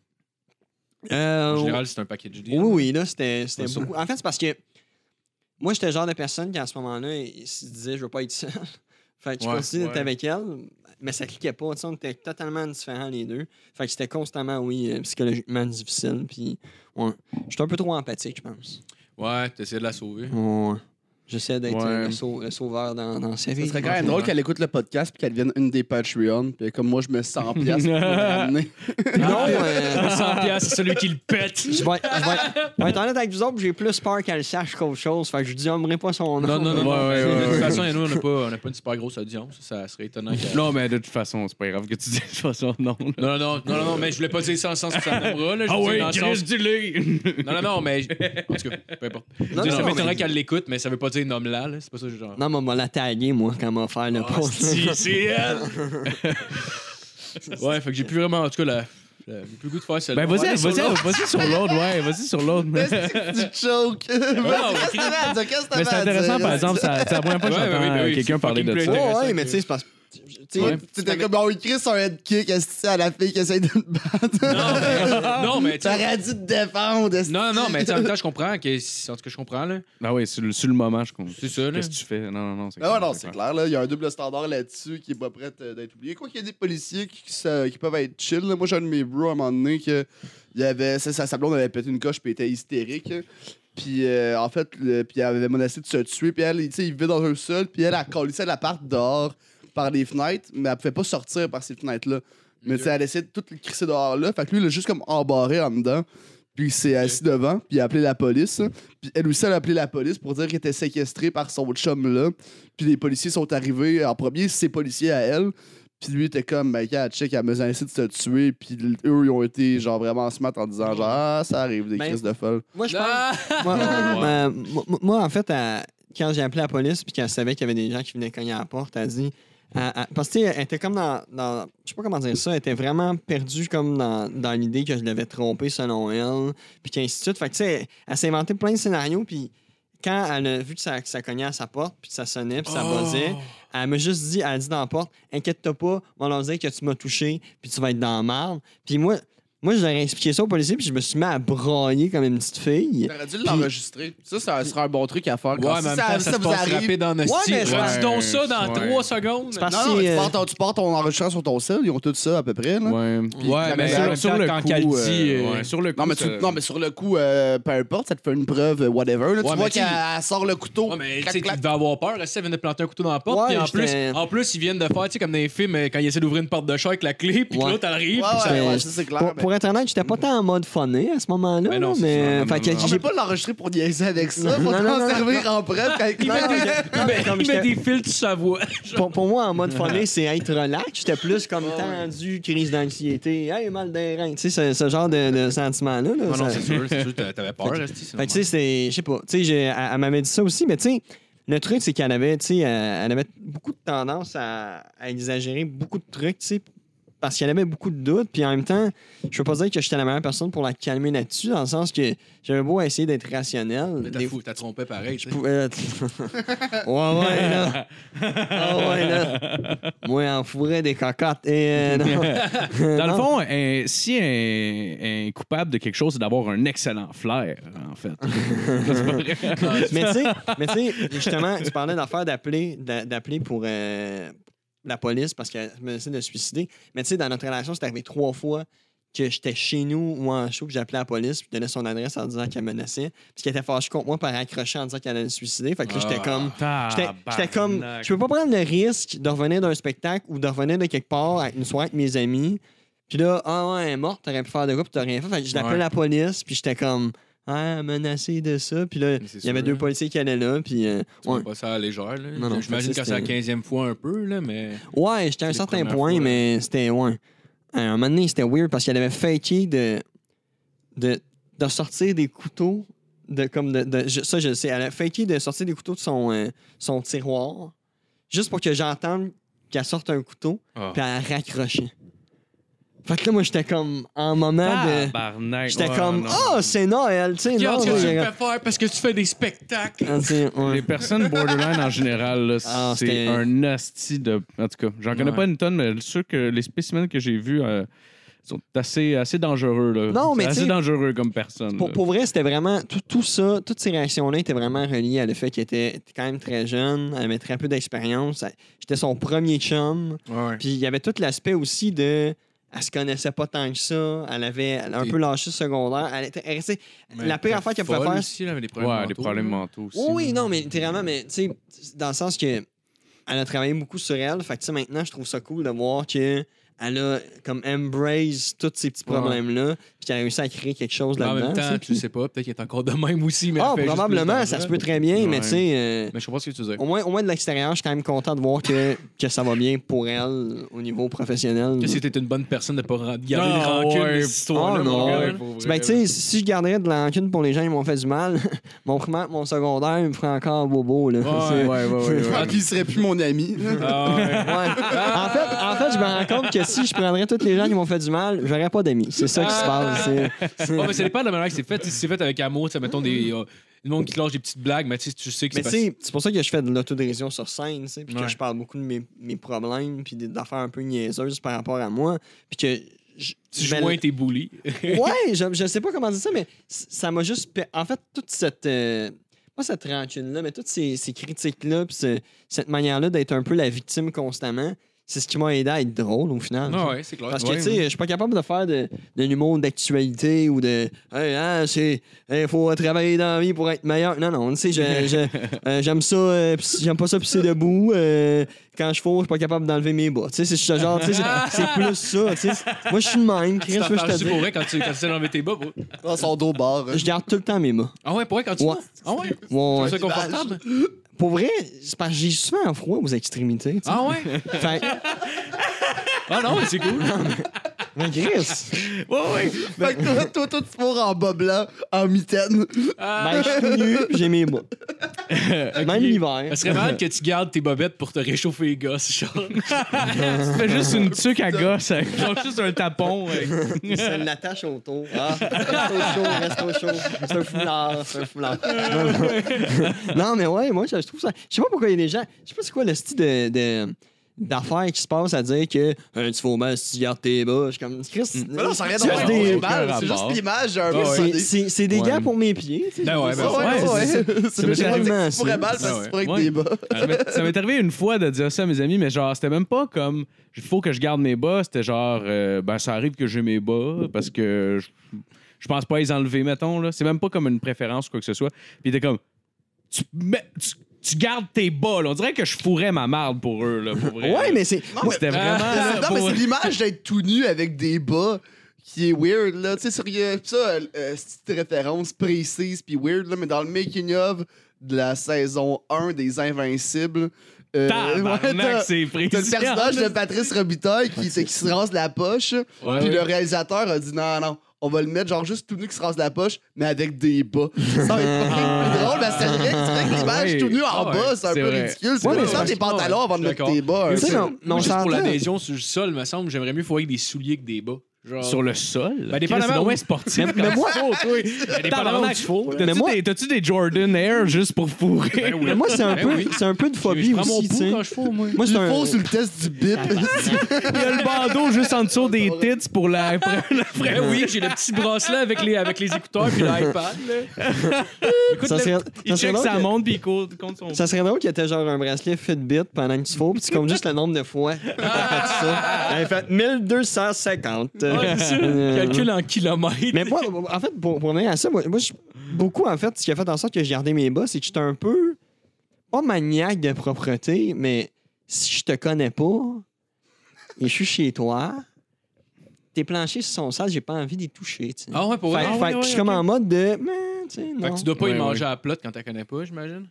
[SPEAKER 6] Euh,
[SPEAKER 3] En général, c'est un package
[SPEAKER 6] Oui,
[SPEAKER 3] deal.
[SPEAKER 6] oui, là, c'était c'était
[SPEAKER 3] Ouais, ça.
[SPEAKER 6] beaucoup. En fait, c'est parce que moi, j'étais le genre de personne qui, à ce moment-là, il- il se disait, je veux pas être seul. <laughs> fait que je
[SPEAKER 3] Ouais,
[SPEAKER 6] continue d'être
[SPEAKER 4] ouais.
[SPEAKER 6] avec elle, mais ça cliquait pas. Tu sais, on était totalement différents, les deux. Fait que c'était constamment, oui, euh, psychologiquement difficile. Puis, ouais. J'étais un peu trop empathique, je pense.
[SPEAKER 3] Ouais, t'essayes de la sauver.
[SPEAKER 6] Ouais. J'essaie d'être
[SPEAKER 4] Ouais.
[SPEAKER 6] euh, le, sau- le sauveur dans, dans
[SPEAKER 5] Ce
[SPEAKER 6] sa vie.
[SPEAKER 5] serait quand même drôle qu'elle écoute le podcast puis qu'elle devienne une des Patreons. Puis comme moi, je mets 100 piastres pour me ramener.
[SPEAKER 6] Non, euh,
[SPEAKER 3] 100$, piastres, c'est celui qui le pète.
[SPEAKER 6] je vais être- je vais être- je vais être honnête avec vous autres, j'ai plus peur qu'elle sache qu'autre chose. Fait que je nommerai pas son nom.
[SPEAKER 3] Non, non, non. non.
[SPEAKER 4] Ouais, ouais,
[SPEAKER 3] de toute
[SPEAKER 4] ouais,
[SPEAKER 3] façon, nous, on n'a pas, on n'a pas une super grosse audience. Ça serait étonnant. qu'elle-
[SPEAKER 4] Non, mais de toute façon, c'est pas grave que tu dises de toute façon non.
[SPEAKER 3] Non, non, non, non, non, non, mais je voulais pas dire ça en sens que ça n'aimera, là. Je
[SPEAKER 4] Ah
[SPEAKER 3] disais
[SPEAKER 4] ouais,
[SPEAKER 3] dans le sens-
[SPEAKER 4] Chris, dis-le!
[SPEAKER 3] Non, non, non, mais. En tout cas, peu importe.
[SPEAKER 6] Non,
[SPEAKER 3] Je
[SPEAKER 6] non,
[SPEAKER 3] dirais,
[SPEAKER 6] mais-
[SPEAKER 3] mais t'aurais qu'elle l'écoute, mais ça veut pas dire nomme-la, là. C'est pas ça, que je- genre.
[SPEAKER 6] Non, mais on m'a la tagué, moi, quand elle m'a offert le
[SPEAKER 3] Ah,
[SPEAKER 6] post.
[SPEAKER 3] si, c'est
[SPEAKER 6] <laughs>
[SPEAKER 3] elle! ouais, fait que j'ai plus vraiment, en tout cas, la. la- J'ai plus le goût de faire celle-là.
[SPEAKER 4] Ben vas-y,
[SPEAKER 3] Ouais,
[SPEAKER 4] vas-y,
[SPEAKER 3] sur l'autre.
[SPEAKER 4] vas-y, sur l'autre, ouais, vas-y sur l'autre. Mais
[SPEAKER 5] Qu'est-ce que tu choke? Qu'est-ce que t'avais à dire? Qu'est-ce que
[SPEAKER 4] c'est
[SPEAKER 5] t'avais à
[SPEAKER 4] intéressant,
[SPEAKER 5] dire?
[SPEAKER 4] par exemple, ça- c'est la première <laughs> fois que
[SPEAKER 3] Ouais,
[SPEAKER 4] j'entends
[SPEAKER 3] ouais, ouais,
[SPEAKER 4] euh,
[SPEAKER 3] ouais,
[SPEAKER 4] quelqu'un
[SPEAKER 3] c'est
[SPEAKER 4] parler de
[SPEAKER 3] fucking
[SPEAKER 4] ça.
[SPEAKER 3] plaisant.
[SPEAKER 5] <laughs>
[SPEAKER 6] Ouais, ouais,
[SPEAKER 3] <laughs>
[SPEAKER 6] mais tu sais, c'est parce que. tu sais,
[SPEAKER 5] Ouais, C'était comme on lui crisse un head kick esti, à la fille qui essaye de te battre.
[SPEAKER 3] Non, mais- Non, mais. tu sais-
[SPEAKER 5] <laughs> T'aurais dû te défendre. esti.
[SPEAKER 3] Non, non, mais tu sais, en même temps, je comprends. Que, en tout cas, je comprends, là.
[SPEAKER 4] Ah ouais, sur le, sur le moment, je comprends.
[SPEAKER 3] C'est ça, là.
[SPEAKER 4] Qu'est-ce que tu fais? Non, non, non, c'est
[SPEAKER 5] Ah ouais, non, c'est clair, là. Il y a un double standard là-dessus qui est pas prêt euh, d'être oublié. Quoi qu'il y ait des policiers qui, qui se- qui peuvent être chill. là. Moi, j'ai un de mes bros à un moment donné que il avait, sa, sa blonde avait pété une coche puis était hystérique. hein. Puis euh, en fait, le- puis elle avait menacé de se tuer. Puis elle, tu sais, il vivait dans un sol. Puis elle, elle collissait l'appart dehors par les fenêtres, mais elle pouvait pas sortir par ces fenêtres-là. Mais tu sais, elle essayait de tout le crisser dehors là. Fait que lui, il l'a juste comme embarré en dedans. Puis il s'est assis devant, puis il a appelé la police. Puis elle aussi, elle a appelé la police pour dire qu'elle était séquestrée par son chum-là. Puis les policiers sont arrivés en premier, c'est policiers à elle. Puis lui était comme, ben, gars, check, elle me menacé de se tuer. Puis eux, ils ont été, genre, vraiment smart en disant, genre, ah, ça arrive, des
[SPEAKER 6] Ben,
[SPEAKER 5] crises de folle.
[SPEAKER 6] Moi, je pense.
[SPEAKER 3] Ah!
[SPEAKER 6] Moi,
[SPEAKER 4] ouais.
[SPEAKER 6] euh, moi- moi- moi, en fait, elle- quand j'ai appelé la police puis qu'elle savait qu'il y avait des gens qui venaient cogner à la porte, elle a dit. elle- elle- parce que, tu sais, elle était comme dans, dans- Je sais pas comment dire ça. Elle était vraiment perdue comme dans, dans l'idée que je l'avais trompée selon elle. Puis qu'ainsi de suite. Fait que, tu sais, elle, elle s'est inventé plein de scénarios. Puis quand elle a vu que ça, que ça cognait à sa porte, puis que ça sonnait, puis ça
[SPEAKER 3] Oh!
[SPEAKER 6] buzzait, elle m'a juste dit, elle a dit dans la porte, inquiète-toi pas, on va leur dire que tu m'as touché, puis tu vas être dans la merde. Puis moi, Moi, je leur ai expliqué ça au policier, puis je me suis mis à brailler comme une petite fille.
[SPEAKER 5] T'aurais dû l'enregistrer. Ça, ça serait un bon truc à faire.
[SPEAKER 3] Ouais,
[SPEAKER 5] Quand
[SPEAKER 3] mais en même
[SPEAKER 5] ça,
[SPEAKER 3] temps, ça,
[SPEAKER 5] ça
[SPEAKER 3] se
[SPEAKER 5] vous
[SPEAKER 3] passe
[SPEAKER 5] arrive-
[SPEAKER 3] rapide en esti.
[SPEAKER 6] Ouais, mais c'est
[SPEAKER 3] Ouais,
[SPEAKER 6] parce-
[SPEAKER 3] dis donc ça dans
[SPEAKER 4] Ouais.
[SPEAKER 3] trois secondes.
[SPEAKER 6] C'est parce
[SPEAKER 5] Non, non, mais
[SPEAKER 6] que,
[SPEAKER 5] tu
[SPEAKER 6] euh,
[SPEAKER 5] pars ton- tu pars ton enregistrement sur ton sel, ils ont tout ça à peu près. Là.
[SPEAKER 4] Ouais.
[SPEAKER 3] Ouais, mais
[SPEAKER 5] mais
[SPEAKER 3] en
[SPEAKER 5] sur-
[SPEAKER 3] même
[SPEAKER 4] sur
[SPEAKER 3] temps,
[SPEAKER 4] le
[SPEAKER 3] quand
[SPEAKER 4] coup,
[SPEAKER 3] qu'elle dit,
[SPEAKER 4] euh,
[SPEAKER 3] euh,
[SPEAKER 4] ouais, sur le coup,
[SPEAKER 5] Non mais, tu-
[SPEAKER 4] ça-
[SPEAKER 5] non, mais sur le coup, euh, peu importe, ça te fait une preuve, euh, whatever.
[SPEAKER 3] Ouais,
[SPEAKER 5] là. tu
[SPEAKER 3] mais
[SPEAKER 5] vois
[SPEAKER 3] tu-
[SPEAKER 5] qu'elle elle sort le couteau.
[SPEAKER 3] Ouais, mais tu
[SPEAKER 5] clac,
[SPEAKER 3] sais,
[SPEAKER 5] clac.
[SPEAKER 3] il devait avoir peur. Esti, elle vient de planter un couteau dans la porte.
[SPEAKER 6] Ouais,
[SPEAKER 3] puis en plus,
[SPEAKER 6] j'étais-
[SPEAKER 3] en plus, ils viennent de faire, tu sais, comme dans les films, euh, quand ils essaient d'ouvrir une porte de chat avec la clé, puis que
[SPEAKER 6] Ouais.
[SPEAKER 3] l'autre arrive.
[SPEAKER 5] Ouais,
[SPEAKER 3] puis ça-
[SPEAKER 5] ouais,
[SPEAKER 6] ça-
[SPEAKER 5] ouais, ça, c'est clair.
[SPEAKER 6] Pour,
[SPEAKER 5] mais-
[SPEAKER 6] pour être honnête, j'étais pas tant en mode funné à ce moment-là.
[SPEAKER 3] Mais
[SPEAKER 6] Mais,
[SPEAKER 3] non,
[SPEAKER 6] non,
[SPEAKER 3] c'est
[SPEAKER 4] ça,
[SPEAKER 6] mais...
[SPEAKER 4] non,
[SPEAKER 6] fait que
[SPEAKER 4] non, non.
[SPEAKER 5] On
[SPEAKER 6] j'ai-
[SPEAKER 5] peut pas l'enregistrer pour niaiser avec ça.
[SPEAKER 6] Non,
[SPEAKER 5] Faut
[SPEAKER 6] non, non,
[SPEAKER 5] t'en
[SPEAKER 6] non.
[SPEAKER 5] servir en preuve quand il
[SPEAKER 3] Il met des-
[SPEAKER 5] <laughs>
[SPEAKER 3] il met-
[SPEAKER 6] comme
[SPEAKER 3] il met
[SPEAKER 6] j'étais-
[SPEAKER 3] des fils sur sa voix.
[SPEAKER 6] pour, pour moi, en mode funné, c'est être relax. J'étais plus comme tendu, crise d'anxiété, hey, mal des reins. Tu sais, ce, ce genre de, de sentiment-là. là, ça-
[SPEAKER 3] sûr, c'est sûr, t'avais peur, Esti.
[SPEAKER 6] Fait que, tu sais, c'est. Je sais pas. Tu sais, j'ai- elle, elle m'avait dit ça aussi, mais tu sais, le truc, c'est qu'elle avait, tu sais, euh, elle avait beaucoup de tendance à, à exagérer beaucoup de trucs, tu sais, parce qu'elle avait beaucoup de doutes. Puis en même temps, je veux pas dire que j'étais la meilleure personne pour la calmer là-dessus, dans le sens que j'avais beau essayer d'être rationnel.
[SPEAKER 3] Mais
[SPEAKER 6] des-
[SPEAKER 3] T'as fou, t'as trompé pareil.
[SPEAKER 6] je pouvais- <laughs> ouais, ouais, là. Ah, ouais, là. Moi, en fourrais des cocottes. Et, euh, non.
[SPEAKER 4] Dans le
[SPEAKER 6] <laughs> Non.
[SPEAKER 4] fond, un- si un, un coupable de quelque chose, c'est d'avoir un excellent flair, en
[SPEAKER 5] <laughs>
[SPEAKER 4] fait.
[SPEAKER 6] mais tu sais, mais tu sais, justement, tu parlais d'affaire d'appeler, d'a- d'appeler pour euh, la police parce qu'elle me menaçait de se suicider. Mais tu sais, dans notre relation, c'est arrivé trois fois que j'étais chez nous ou en show, que j'appelais la police, puis je donnais son adresse en disant qu'elle menaçait, puis qu'elle était fâchée contre moi par accrocher en disant qu'elle allait se suicider. Fait que là, j'étais
[SPEAKER 3] Ah.
[SPEAKER 6] comme. J'étais j'étais comme. Je peux pas prendre le risque de revenir d'un spectacle ou de revenir de quelque part à une soirée avec mes amis. Puis là, ah ouais, elle est morte, t'aurais pu faire de quoi, puis t'as rien fait. Fait que je l'appelais
[SPEAKER 4] Ouais.
[SPEAKER 6] la police, puis j'étais comme. Ah, menacé de ça. Puis là,
[SPEAKER 3] Mais c'est
[SPEAKER 6] il y avait
[SPEAKER 3] sûr,
[SPEAKER 6] deux
[SPEAKER 3] hein.
[SPEAKER 6] policiers qui allaient là. Puis euh,
[SPEAKER 3] Tu
[SPEAKER 6] ouais,
[SPEAKER 3] vois pas ça à légère, là.
[SPEAKER 6] Non, non,
[SPEAKER 3] J'imagine
[SPEAKER 6] ça,
[SPEAKER 3] que c'est la
[SPEAKER 6] c'était-
[SPEAKER 3] 15e fois un peu, là, mais.
[SPEAKER 6] ouais j'étais à un
[SPEAKER 3] les
[SPEAKER 6] certain
[SPEAKER 3] premières
[SPEAKER 6] point,
[SPEAKER 3] fois, là.
[SPEAKER 6] mais c'était. Ouais. Euh, À un moment donné, c'était weird parce qu'elle avait faké de, de, de sortir des couteaux. De, comme de, de- je- ça, je le sais. Elle a faké de sortir des couteaux de son, euh, son tiroir juste pour que j'entende qu'elle sorte un couteau.
[SPEAKER 3] Ah.
[SPEAKER 6] puis elle raccrochait. Fait que là, moi, j'étais comme en moment de.
[SPEAKER 4] Tabarnak.
[SPEAKER 6] J'étais
[SPEAKER 4] Ouais,
[SPEAKER 6] comme,
[SPEAKER 4] non.
[SPEAKER 5] oh,
[SPEAKER 6] ah, c'est Noël, tu sais.
[SPEAKER 3] Regarde
[SPEAKER 6] Non,
[SPEAKER 3] ce que tu
[SPEAKER 6] j'ai-
[SPEAKER 3] me fais faire parce que tu fais des spectacles.
[SPEAKER 6] Ah, tu sais,
[SPEAKER 4] Les
[SPEAKER 6] hein. ouais.
[SPEAKER 4] personnes borderline en général, là,
[SPEAKER 6] Ah,
[SPEAKER 4] c'est
[SPEAKER 6] c'était-
[SPEAKER 4] un asti de. En tout cas, j'en connais
[SPEAKER 3] Ouais.
[SPEAKER 4] pas une tonne, mais sûr que les spécimens que j'ai vus euh, sont assez, assez dangereux. Là.
[SPEAKER 6] Non, mais
[SPEAKER 4] C'est
[SPEAKER 6] tu
[SPEAKER 4] assez
[SPEAKER 6] sais-
[SPEAKER 4] dangereux comme personne.
[SPEAKER 6] pour,
[SPEAKER 4] là.
[SPEAKER 6] pour vrai, c'était vraiment. Tout, tout ça, toutes ces réactions-là étaient vraiment reliées à le fait qu'elle était était quand même très jeune, elle avait très peu d'expérience. elle- J'étais son premier chum.
[SPEAKER 3] Ouais.
[SPEAKER 6] Puis il y avait tout l'aspect aussi de. Elle se connaissait pas tant que ça. Elle avait elle a un
[SPEAKER 3] T'es-
[SPEAKER 6] peu lâché le secondaire. Elle était elle restait- la pire affaire qu'elle pouvait faire,
[SPEAKER 3] Aussi, là, avec les problèmes
[SPEAKER 4] Ouais, les
[SPEAKER 3] mentaux,
[SPEAKER 4] problèmes
[SPEAKER 3] là.
[SPEAKER 4] mentaux aussi.
[SPEAKER 6] Oui, oui, non, mais littéralement, mais tu sais, dans le sens que elle a travaillé beaucoup sur elle. Fait que tu sais, maintenant, je trouve ça cool de voir que elle a comme embrace tous ces petits
[SPEAKER 3] Ouais.
[SPEAKER 6] problèmes-là, puis qu'elle a réussi à créer quelque chose
[SPEAKER 3] Mais En
[SPEAKER 6] là-dedans.
[SPEAKER 3] même
[SPEAKER 6] tu sais,
[SPEAKER 3] temps, tu
[SPEAKER 6] puis-
[SPEAKER 3] sais pas, peut-être qu'il est encore de même aussi, mais.
[SPEAKER 6] Ah,
[SPEAKER 3] elle fait juste plus
[SPEAKER 6] probablement,
[SPEAKER 3] d'argent.
[SPEAKER 6] ça se peut très bien,
[SPEAKER 4] Ouais.
[SPEAKER 6] mais tu sais, euh,
[SPEAKER 3] Mais je sais pas ce que tu veux dire.
[SPEAKER 6] au, moins, au moins de l'extérieur, je suis quand même content de voir que, que ça va bien pour elle au niveau professionnel.
[SPEAKER 3] Que si t'es une bonne personne de pas ra- garder les
[SPEAKER 4] Ah,
[SPEAKER 3] rancunes
[SPEAKER 4] ouais.
[SPEAKER 3] de cette histoire-là,
[SPEAKER 6] Mmh. Ah,
[SPEAKER 3] mon
[SPEAKER 6] non.
[SPEAKER 3] gars,
[SPEAKER 6] Ouais.
[SPEAKER 3] là.
[SPEAKER 4] pour
[SPEAKER 6] Ben, tu sais, si je garderais de l'encune pour les gens qui m'ont fait du mal, <laughs> mon primaire, mon secondaire, il me ferait encore bobo. Là.
[SPEAKER 4] Ouais, ouais, ouais, ouais, ouais.
[SPEAKER 6] <laughs>
[SPEAKER 5] Ah, puis il serait plus mon ami.
[SPEAKER 3] Ah, ouais.
[SPEAKER 6] Ouais. En fait, en fait, je me rends compte que si je prendrais tous les gens qui m'ont fait du mal, j'aurais pas d'amis. C'est ça qui se passe. c'est-
[SPEAKER 3] Ah.
[SPEAKER 6] c'est-
[SPEAKER 3] Ouais, mais ça dépend de la manière que c'est fait. Tu sais, Si c'est fait avec amour, tu sais, mettons des. euh, Le monde qui te lâche des petites blagues, mais tu sais, tu sais que
[SPEAKER 6] Mais
[SPEAKER 3] c'est
[SPEAKER 6] tu
[SPEAKER 3] parce-
[SPEAKER 6] sais, c'est pour ça que je fais de l'autodérision sur scène, tu sais, puis
[SPEAKER 3] Ouais.
[SPEAKER 6] que je parle beaucoup de mes, mes problèmes, puis des- d'affaires un peu niaiseuses par rapport à moi, puis que je, ben,
[SPEAKER 3] Tu
[SPEAKER 6] je mets-
[SPEAKER 3] joins tes
[SPEAKER 6] <laughs>
[SPEAKER 3] bullies. <laughs>
[SPEAKER 6] Ouais, je, je sais pas comment dire ça, mais c- ça m'a juste. pe- En fait, toute cette. euh, pas cette rancune-là, mais toutes ces, ces critiques-là, puis ce- cette manière-là d'être un peu la victime constamment, c'est ce qui m'a aidé à être drôle au final. tu sais.
[SPEAKER 3] Non, Ah ouais, c'est clair.
[SPEAKER 6] Parce que,
[SPEAKER 3] Ouais,
[SPEAKER 6] tu sais, je suis pas capable de faire de, de l'humour d'actualité ou de. Hey, hein, c'est. hey, faut travailler dans la vie pour être meilleur. Non, non,
[SPEAKER 3] <laughs>
[SPEAKER 6] tu sais, je- je- euh, j'aime ça. euh, pis- j'aime pas ça pisser debout. euh, quand je fous, je suis pas capable d'enlever mes bas. Tu sais, c'est ce genre. tu sais, c'est- C'est plus ça. tu sais. Moi, je suis le même. Chris,
[SPEAKER 3] Tu t'en
[SPEAKER 6] moi, je
[SPEAKER 3] parles
[SPEAKER 6] te
[SPEAKER 3] pour
[SPEAKER 6] dis.
[SPEAKER 3] vrai quand tu quand tu sais enlever tes bas. bro.
[SPEAKER 5] Dans son dos hein. bar.
[SPEAKER 6] Je garde tout le temps mes bas.
[SPEAKER 3] Ah ouais, pour vrai quand tu.
[SPEAKER 6] Ouais.
[SPEAKER 3] Ah ouais. Tu
[SPEAKER 6] Ouais, ouais.
[SPEAKER 3] trouves ça confortable?
[SPEAKER 6] Pour vrai, c'est parce que j'ai souvent froid aux extrémités. tu sais.
[SPEAKER 3] Ah ouais.
[SPEAKER 6] Fait-
[SPEAKER 3] Ah non, mais c'est cool.
[SPEAKER 6] mais Chris,
[SPEAKER 5] Fait que toi, toi, toi, tu fourres en bas blanc, en mitaine. Ah.
[SPEAKER 6] ben, je suis tout nu, j'ai mes
[SPEAKER 5] <laughs>
[SPEAKER 6] bas. Même l'hiver.
[SPEAKER 3] Ça serait malade que tu gardes tes bobettes pour te réchauffer les gosses, genre.
[SPEAKER 4] tu fais juste une tuque à gosse, avec- genre juste un tapon. avec-
[SPEAKER 6] <laughs> Ça l'attache autour. Ah, <laughs> reste au chaud, reste au chaud. C'est un foulard, c'est un foulard. <laughs> Non, mais ouais, moi, je je trouve ça. Je sais pas pourquoi il y a des gens. Je sais pas c'est quoi le style de. de d'affaires qui se passent à dire que euh, tu fais mal si tu gardes tes bas. Je suis comme, Chris,
[SPEAKER 5] Mm. Mais non, ça n'a rien
[SPEAKER 6] c'est
[SPEAKER 5] à voir
[SPEAKER 6] des-
[SPEAKER 5] avec
[SPEAKER 4] aucun
[SPEAKER 5] mal, C'est
[SPEAKER 4] rapport.
[SPEAKER 5] juste l'image d'un
[SPEAKER 3] Ah ouais.
[SPEAKER 6] c'est-
[SPEAKER 5] personnage.
[SPEAKER 6] c'est c'est des
[SPEAKER 4] Ouais.
[SPEAKER 6] gants pour mes pieds. tu sais.
[SPEAKER 3] Ben ouais,
[SPEAKER 5] Ouais,
[SPEAKER 3] ben
[SPEAKER 5] Ah ouais,
[SPEAKER 3] ouais, c'est-
[SPEAKER 5] ouais.
[SPEAKER 3] c'est-
[SPEAKER 5] C'est
[SPEAKER 6] m'est
[SPEAKER 5] vraiment
[SPEAKER 6] arrivé,
[SPEAKER 5] que tu pourrais
[SPEAKER 6] ça.
[SPEAKER 5] mal,
[SPEAKER 3] Ah
[SPEAKER 5] parce que
[SPEAKER 3] ouais.
[SPEAKER 5] tu pourrais avec
[SPEAKER 4] Ouais.
[SPEAKER 5] des bas.
[SPEAKER 4] Ça m'est- ça m'est arrivé une fois de dire ça à mes amis, mais genre, c'était même pas comme il faut que je garde mes bas. C'était genre, euh, ben, ça arrive que j'ai mes bas parce que je, je pense pas les enlever, mettons. là. C'est même pas comme une préférence ou quoi que ce soit. Puis t'es comme, tu, mets- tu, tu gardes tes bas. là. On dirait que je fourrais ma marde pour eux, là, pour vrai.
[SPEAKER 6] Ouais, mais c'est.
[SPEAKER 5] Non, mais- <laughs>
[SPEAKER 4] c'était vraiment. là,
[SPEAKER 5] Non, mais
[SPEAKER 4] pour-
[SPEAKER 5] c'est l'image d'être tout nu avec des bas qui est weird, là. Tu sais, sur euh, pis ça, euh, euh, c'est une référence précise puis weird, là, mais dans le making-of de la saison 1 des Invincibles. euh, ouais,
[SPEAKER 4] Tabarnak,
[SPEAKER 5] t'as-
[SPEAKER 4] c'est précis.
[SPEAKER 5] T'as le personnage de Patrice Robitaille qui, qui se rase la poche,
[SPEAKER 3] Ouais,
[SPEAKER 5] puis
[SPEAKER 3] ouais.
[SPEAKER 5] le réalisateur a dit non, non, on va le mettre genre juste tout nu qui se rase la poche, mais avec des bas. Ça va
[SPEAKER 6] <laughs>
[SPEAKER 5] être fucking plus drôle, mais c'est vrai que tu fais que l'image
[SPEAKER 4] Ouais.
[SPEAKER 5] tout nu en
[SPEAKER 4] Ah ouais,
[SPEAKER 5] bas, c'est un
[SPEAKER 4] c'est
[SPEAKER 5] peu
[SPEAKER 4] vrai.
[SPEAKER 5] ridicule. C'est
[SPEAKER 6] Ouais,
[SPEAKER 5] ouais,
[SPEAKER 6] mais
[SPEAKER 5] comme ça,
[SPEAKER 3] c'est-
[SPEAKER 5] tes pantalons avant de
[SPEAKER 3] je suis
[SPEAKER 5] mettre tes bas. un
[SPEAKER 6] Tu sais,
[SPEAKER 5] peu.
[SPEAKER 6] non, <laughs> non,
[SPEAKER 3] Moi, juste pour
[SPEAKER 6] s'entend.
[SPEAKER 3] l'adhésion sur le sol, me semble, j'aimerais mieux foyer des souliers que des bas. Genre...
[SPEAKER 4] Sur le sol.
[SPEAKER 3] Ben, dépendamment
[SPEAKER 4] Chris,
[SPEAKER 3] où-
[SPEAKER 4] c'est donc bien sportif.
[SPEAKER 6] Mais-
[SPEAKER 4] quand
[SPEAKER 6] mais moi-
[SPEAKER 4] tu fous, toi. Ben, dépendamment où
[SPEAKER 3] Tabarnak.
[SPEAKER 4] tu fous.
[SPEAKER 6] Mais
[SPEAKER 4] T'as-tu
[SPEAKER 6] moi-
[SPEAKER 4] des- T'as-tu des Jordan Air juste pour fourrer?
[SPEAKER 3] Ben oui.
[SPEAKER 6] Mais moi, c'est un,
[SPEAKER 3] Ben
[SPEAKER 6] peu,
[SPEAKER 3] oui.
[SPEAKER 6] c'est un peu de phobie
[SPEAKER 3] je prends
[SPEAKER 6] aussi,
[SPEAKER 3] mon
[SPEAKER 6] tu
[SPEAKER 3] pouls
[SPEAKER 6] sais.
[SPEAKER 3] quand je fous,
[SPEAKER 6] <laughs>
[SPEAKER 3] moi.
[SPEAKER 6] Moi,
[SPEAKER 5] Il
[SPEAKER 6] c'est un.
[SPEAKER 5] faut sur le test du bip.
[SPEAKER 4] Il y a le bandeau juste en dessous des tits pour la, <laughs> la
[SPEAKER 3] Ben oui,
[SPEAKER 6] <laughs>
[SPEAKER 3] j'ai le petit bracelet avec les, avec les écouteurs puis l'iPad. là. Écoute,
[SPEAKER 6] Ça
[SPEAKER 3] le-
[SPEAKER 6] serait,
[SPEAKER 4] Il
[SPEAKER 6] ça serait
[SPEAKER 4] check
[SPEAKER 6] drôle
[SPEAKER 4] sa
[SPEAKER 6] que-
[SPEAKER 4] montre puis il court- compte son.
[SPEAKER 6] ça serait drôle qu'il y était genre un bracelet Fitbit pendant que tu fous, puis tu comptes juste le nombre de fois que t'as fait ça. Elle a fait 1250.
[SPEAKER 3] Ah! Ouais, c'est ça.
[SPEAKER 6] Euh,
[SPEAKER 3] Calcul en kilomètres.
[SPEAKER 6] Mais moi, en fait, pour, pour venir à ça, moi, moi, je- beaucoup, en fait, ce qui a fait en sorte que je gardais mes bas, c'est que j'étais un peu, pas maniaque de propreté, mais si je te connais pas et je suis chez toi, tes planchers sont sales, j'ai pas envie d'y toucher. tu sais.
[SPEAKER 3] Ah ouais, pour
[SPEAKER 6] fait
[SPEAKER 3] vrai.
[SPEAKER 6] fait que je suis comme en mode de. Mais, tu sais,
[SPEAKER 3] Fait
[SPEAKER 6] non.
[SPEAKER 3] que tu dois pas y
[SPEAKER 4] Ouais,
[SPEAKER 3] manger à la plotte quand t'as connais pas, <laughs> j'imagine.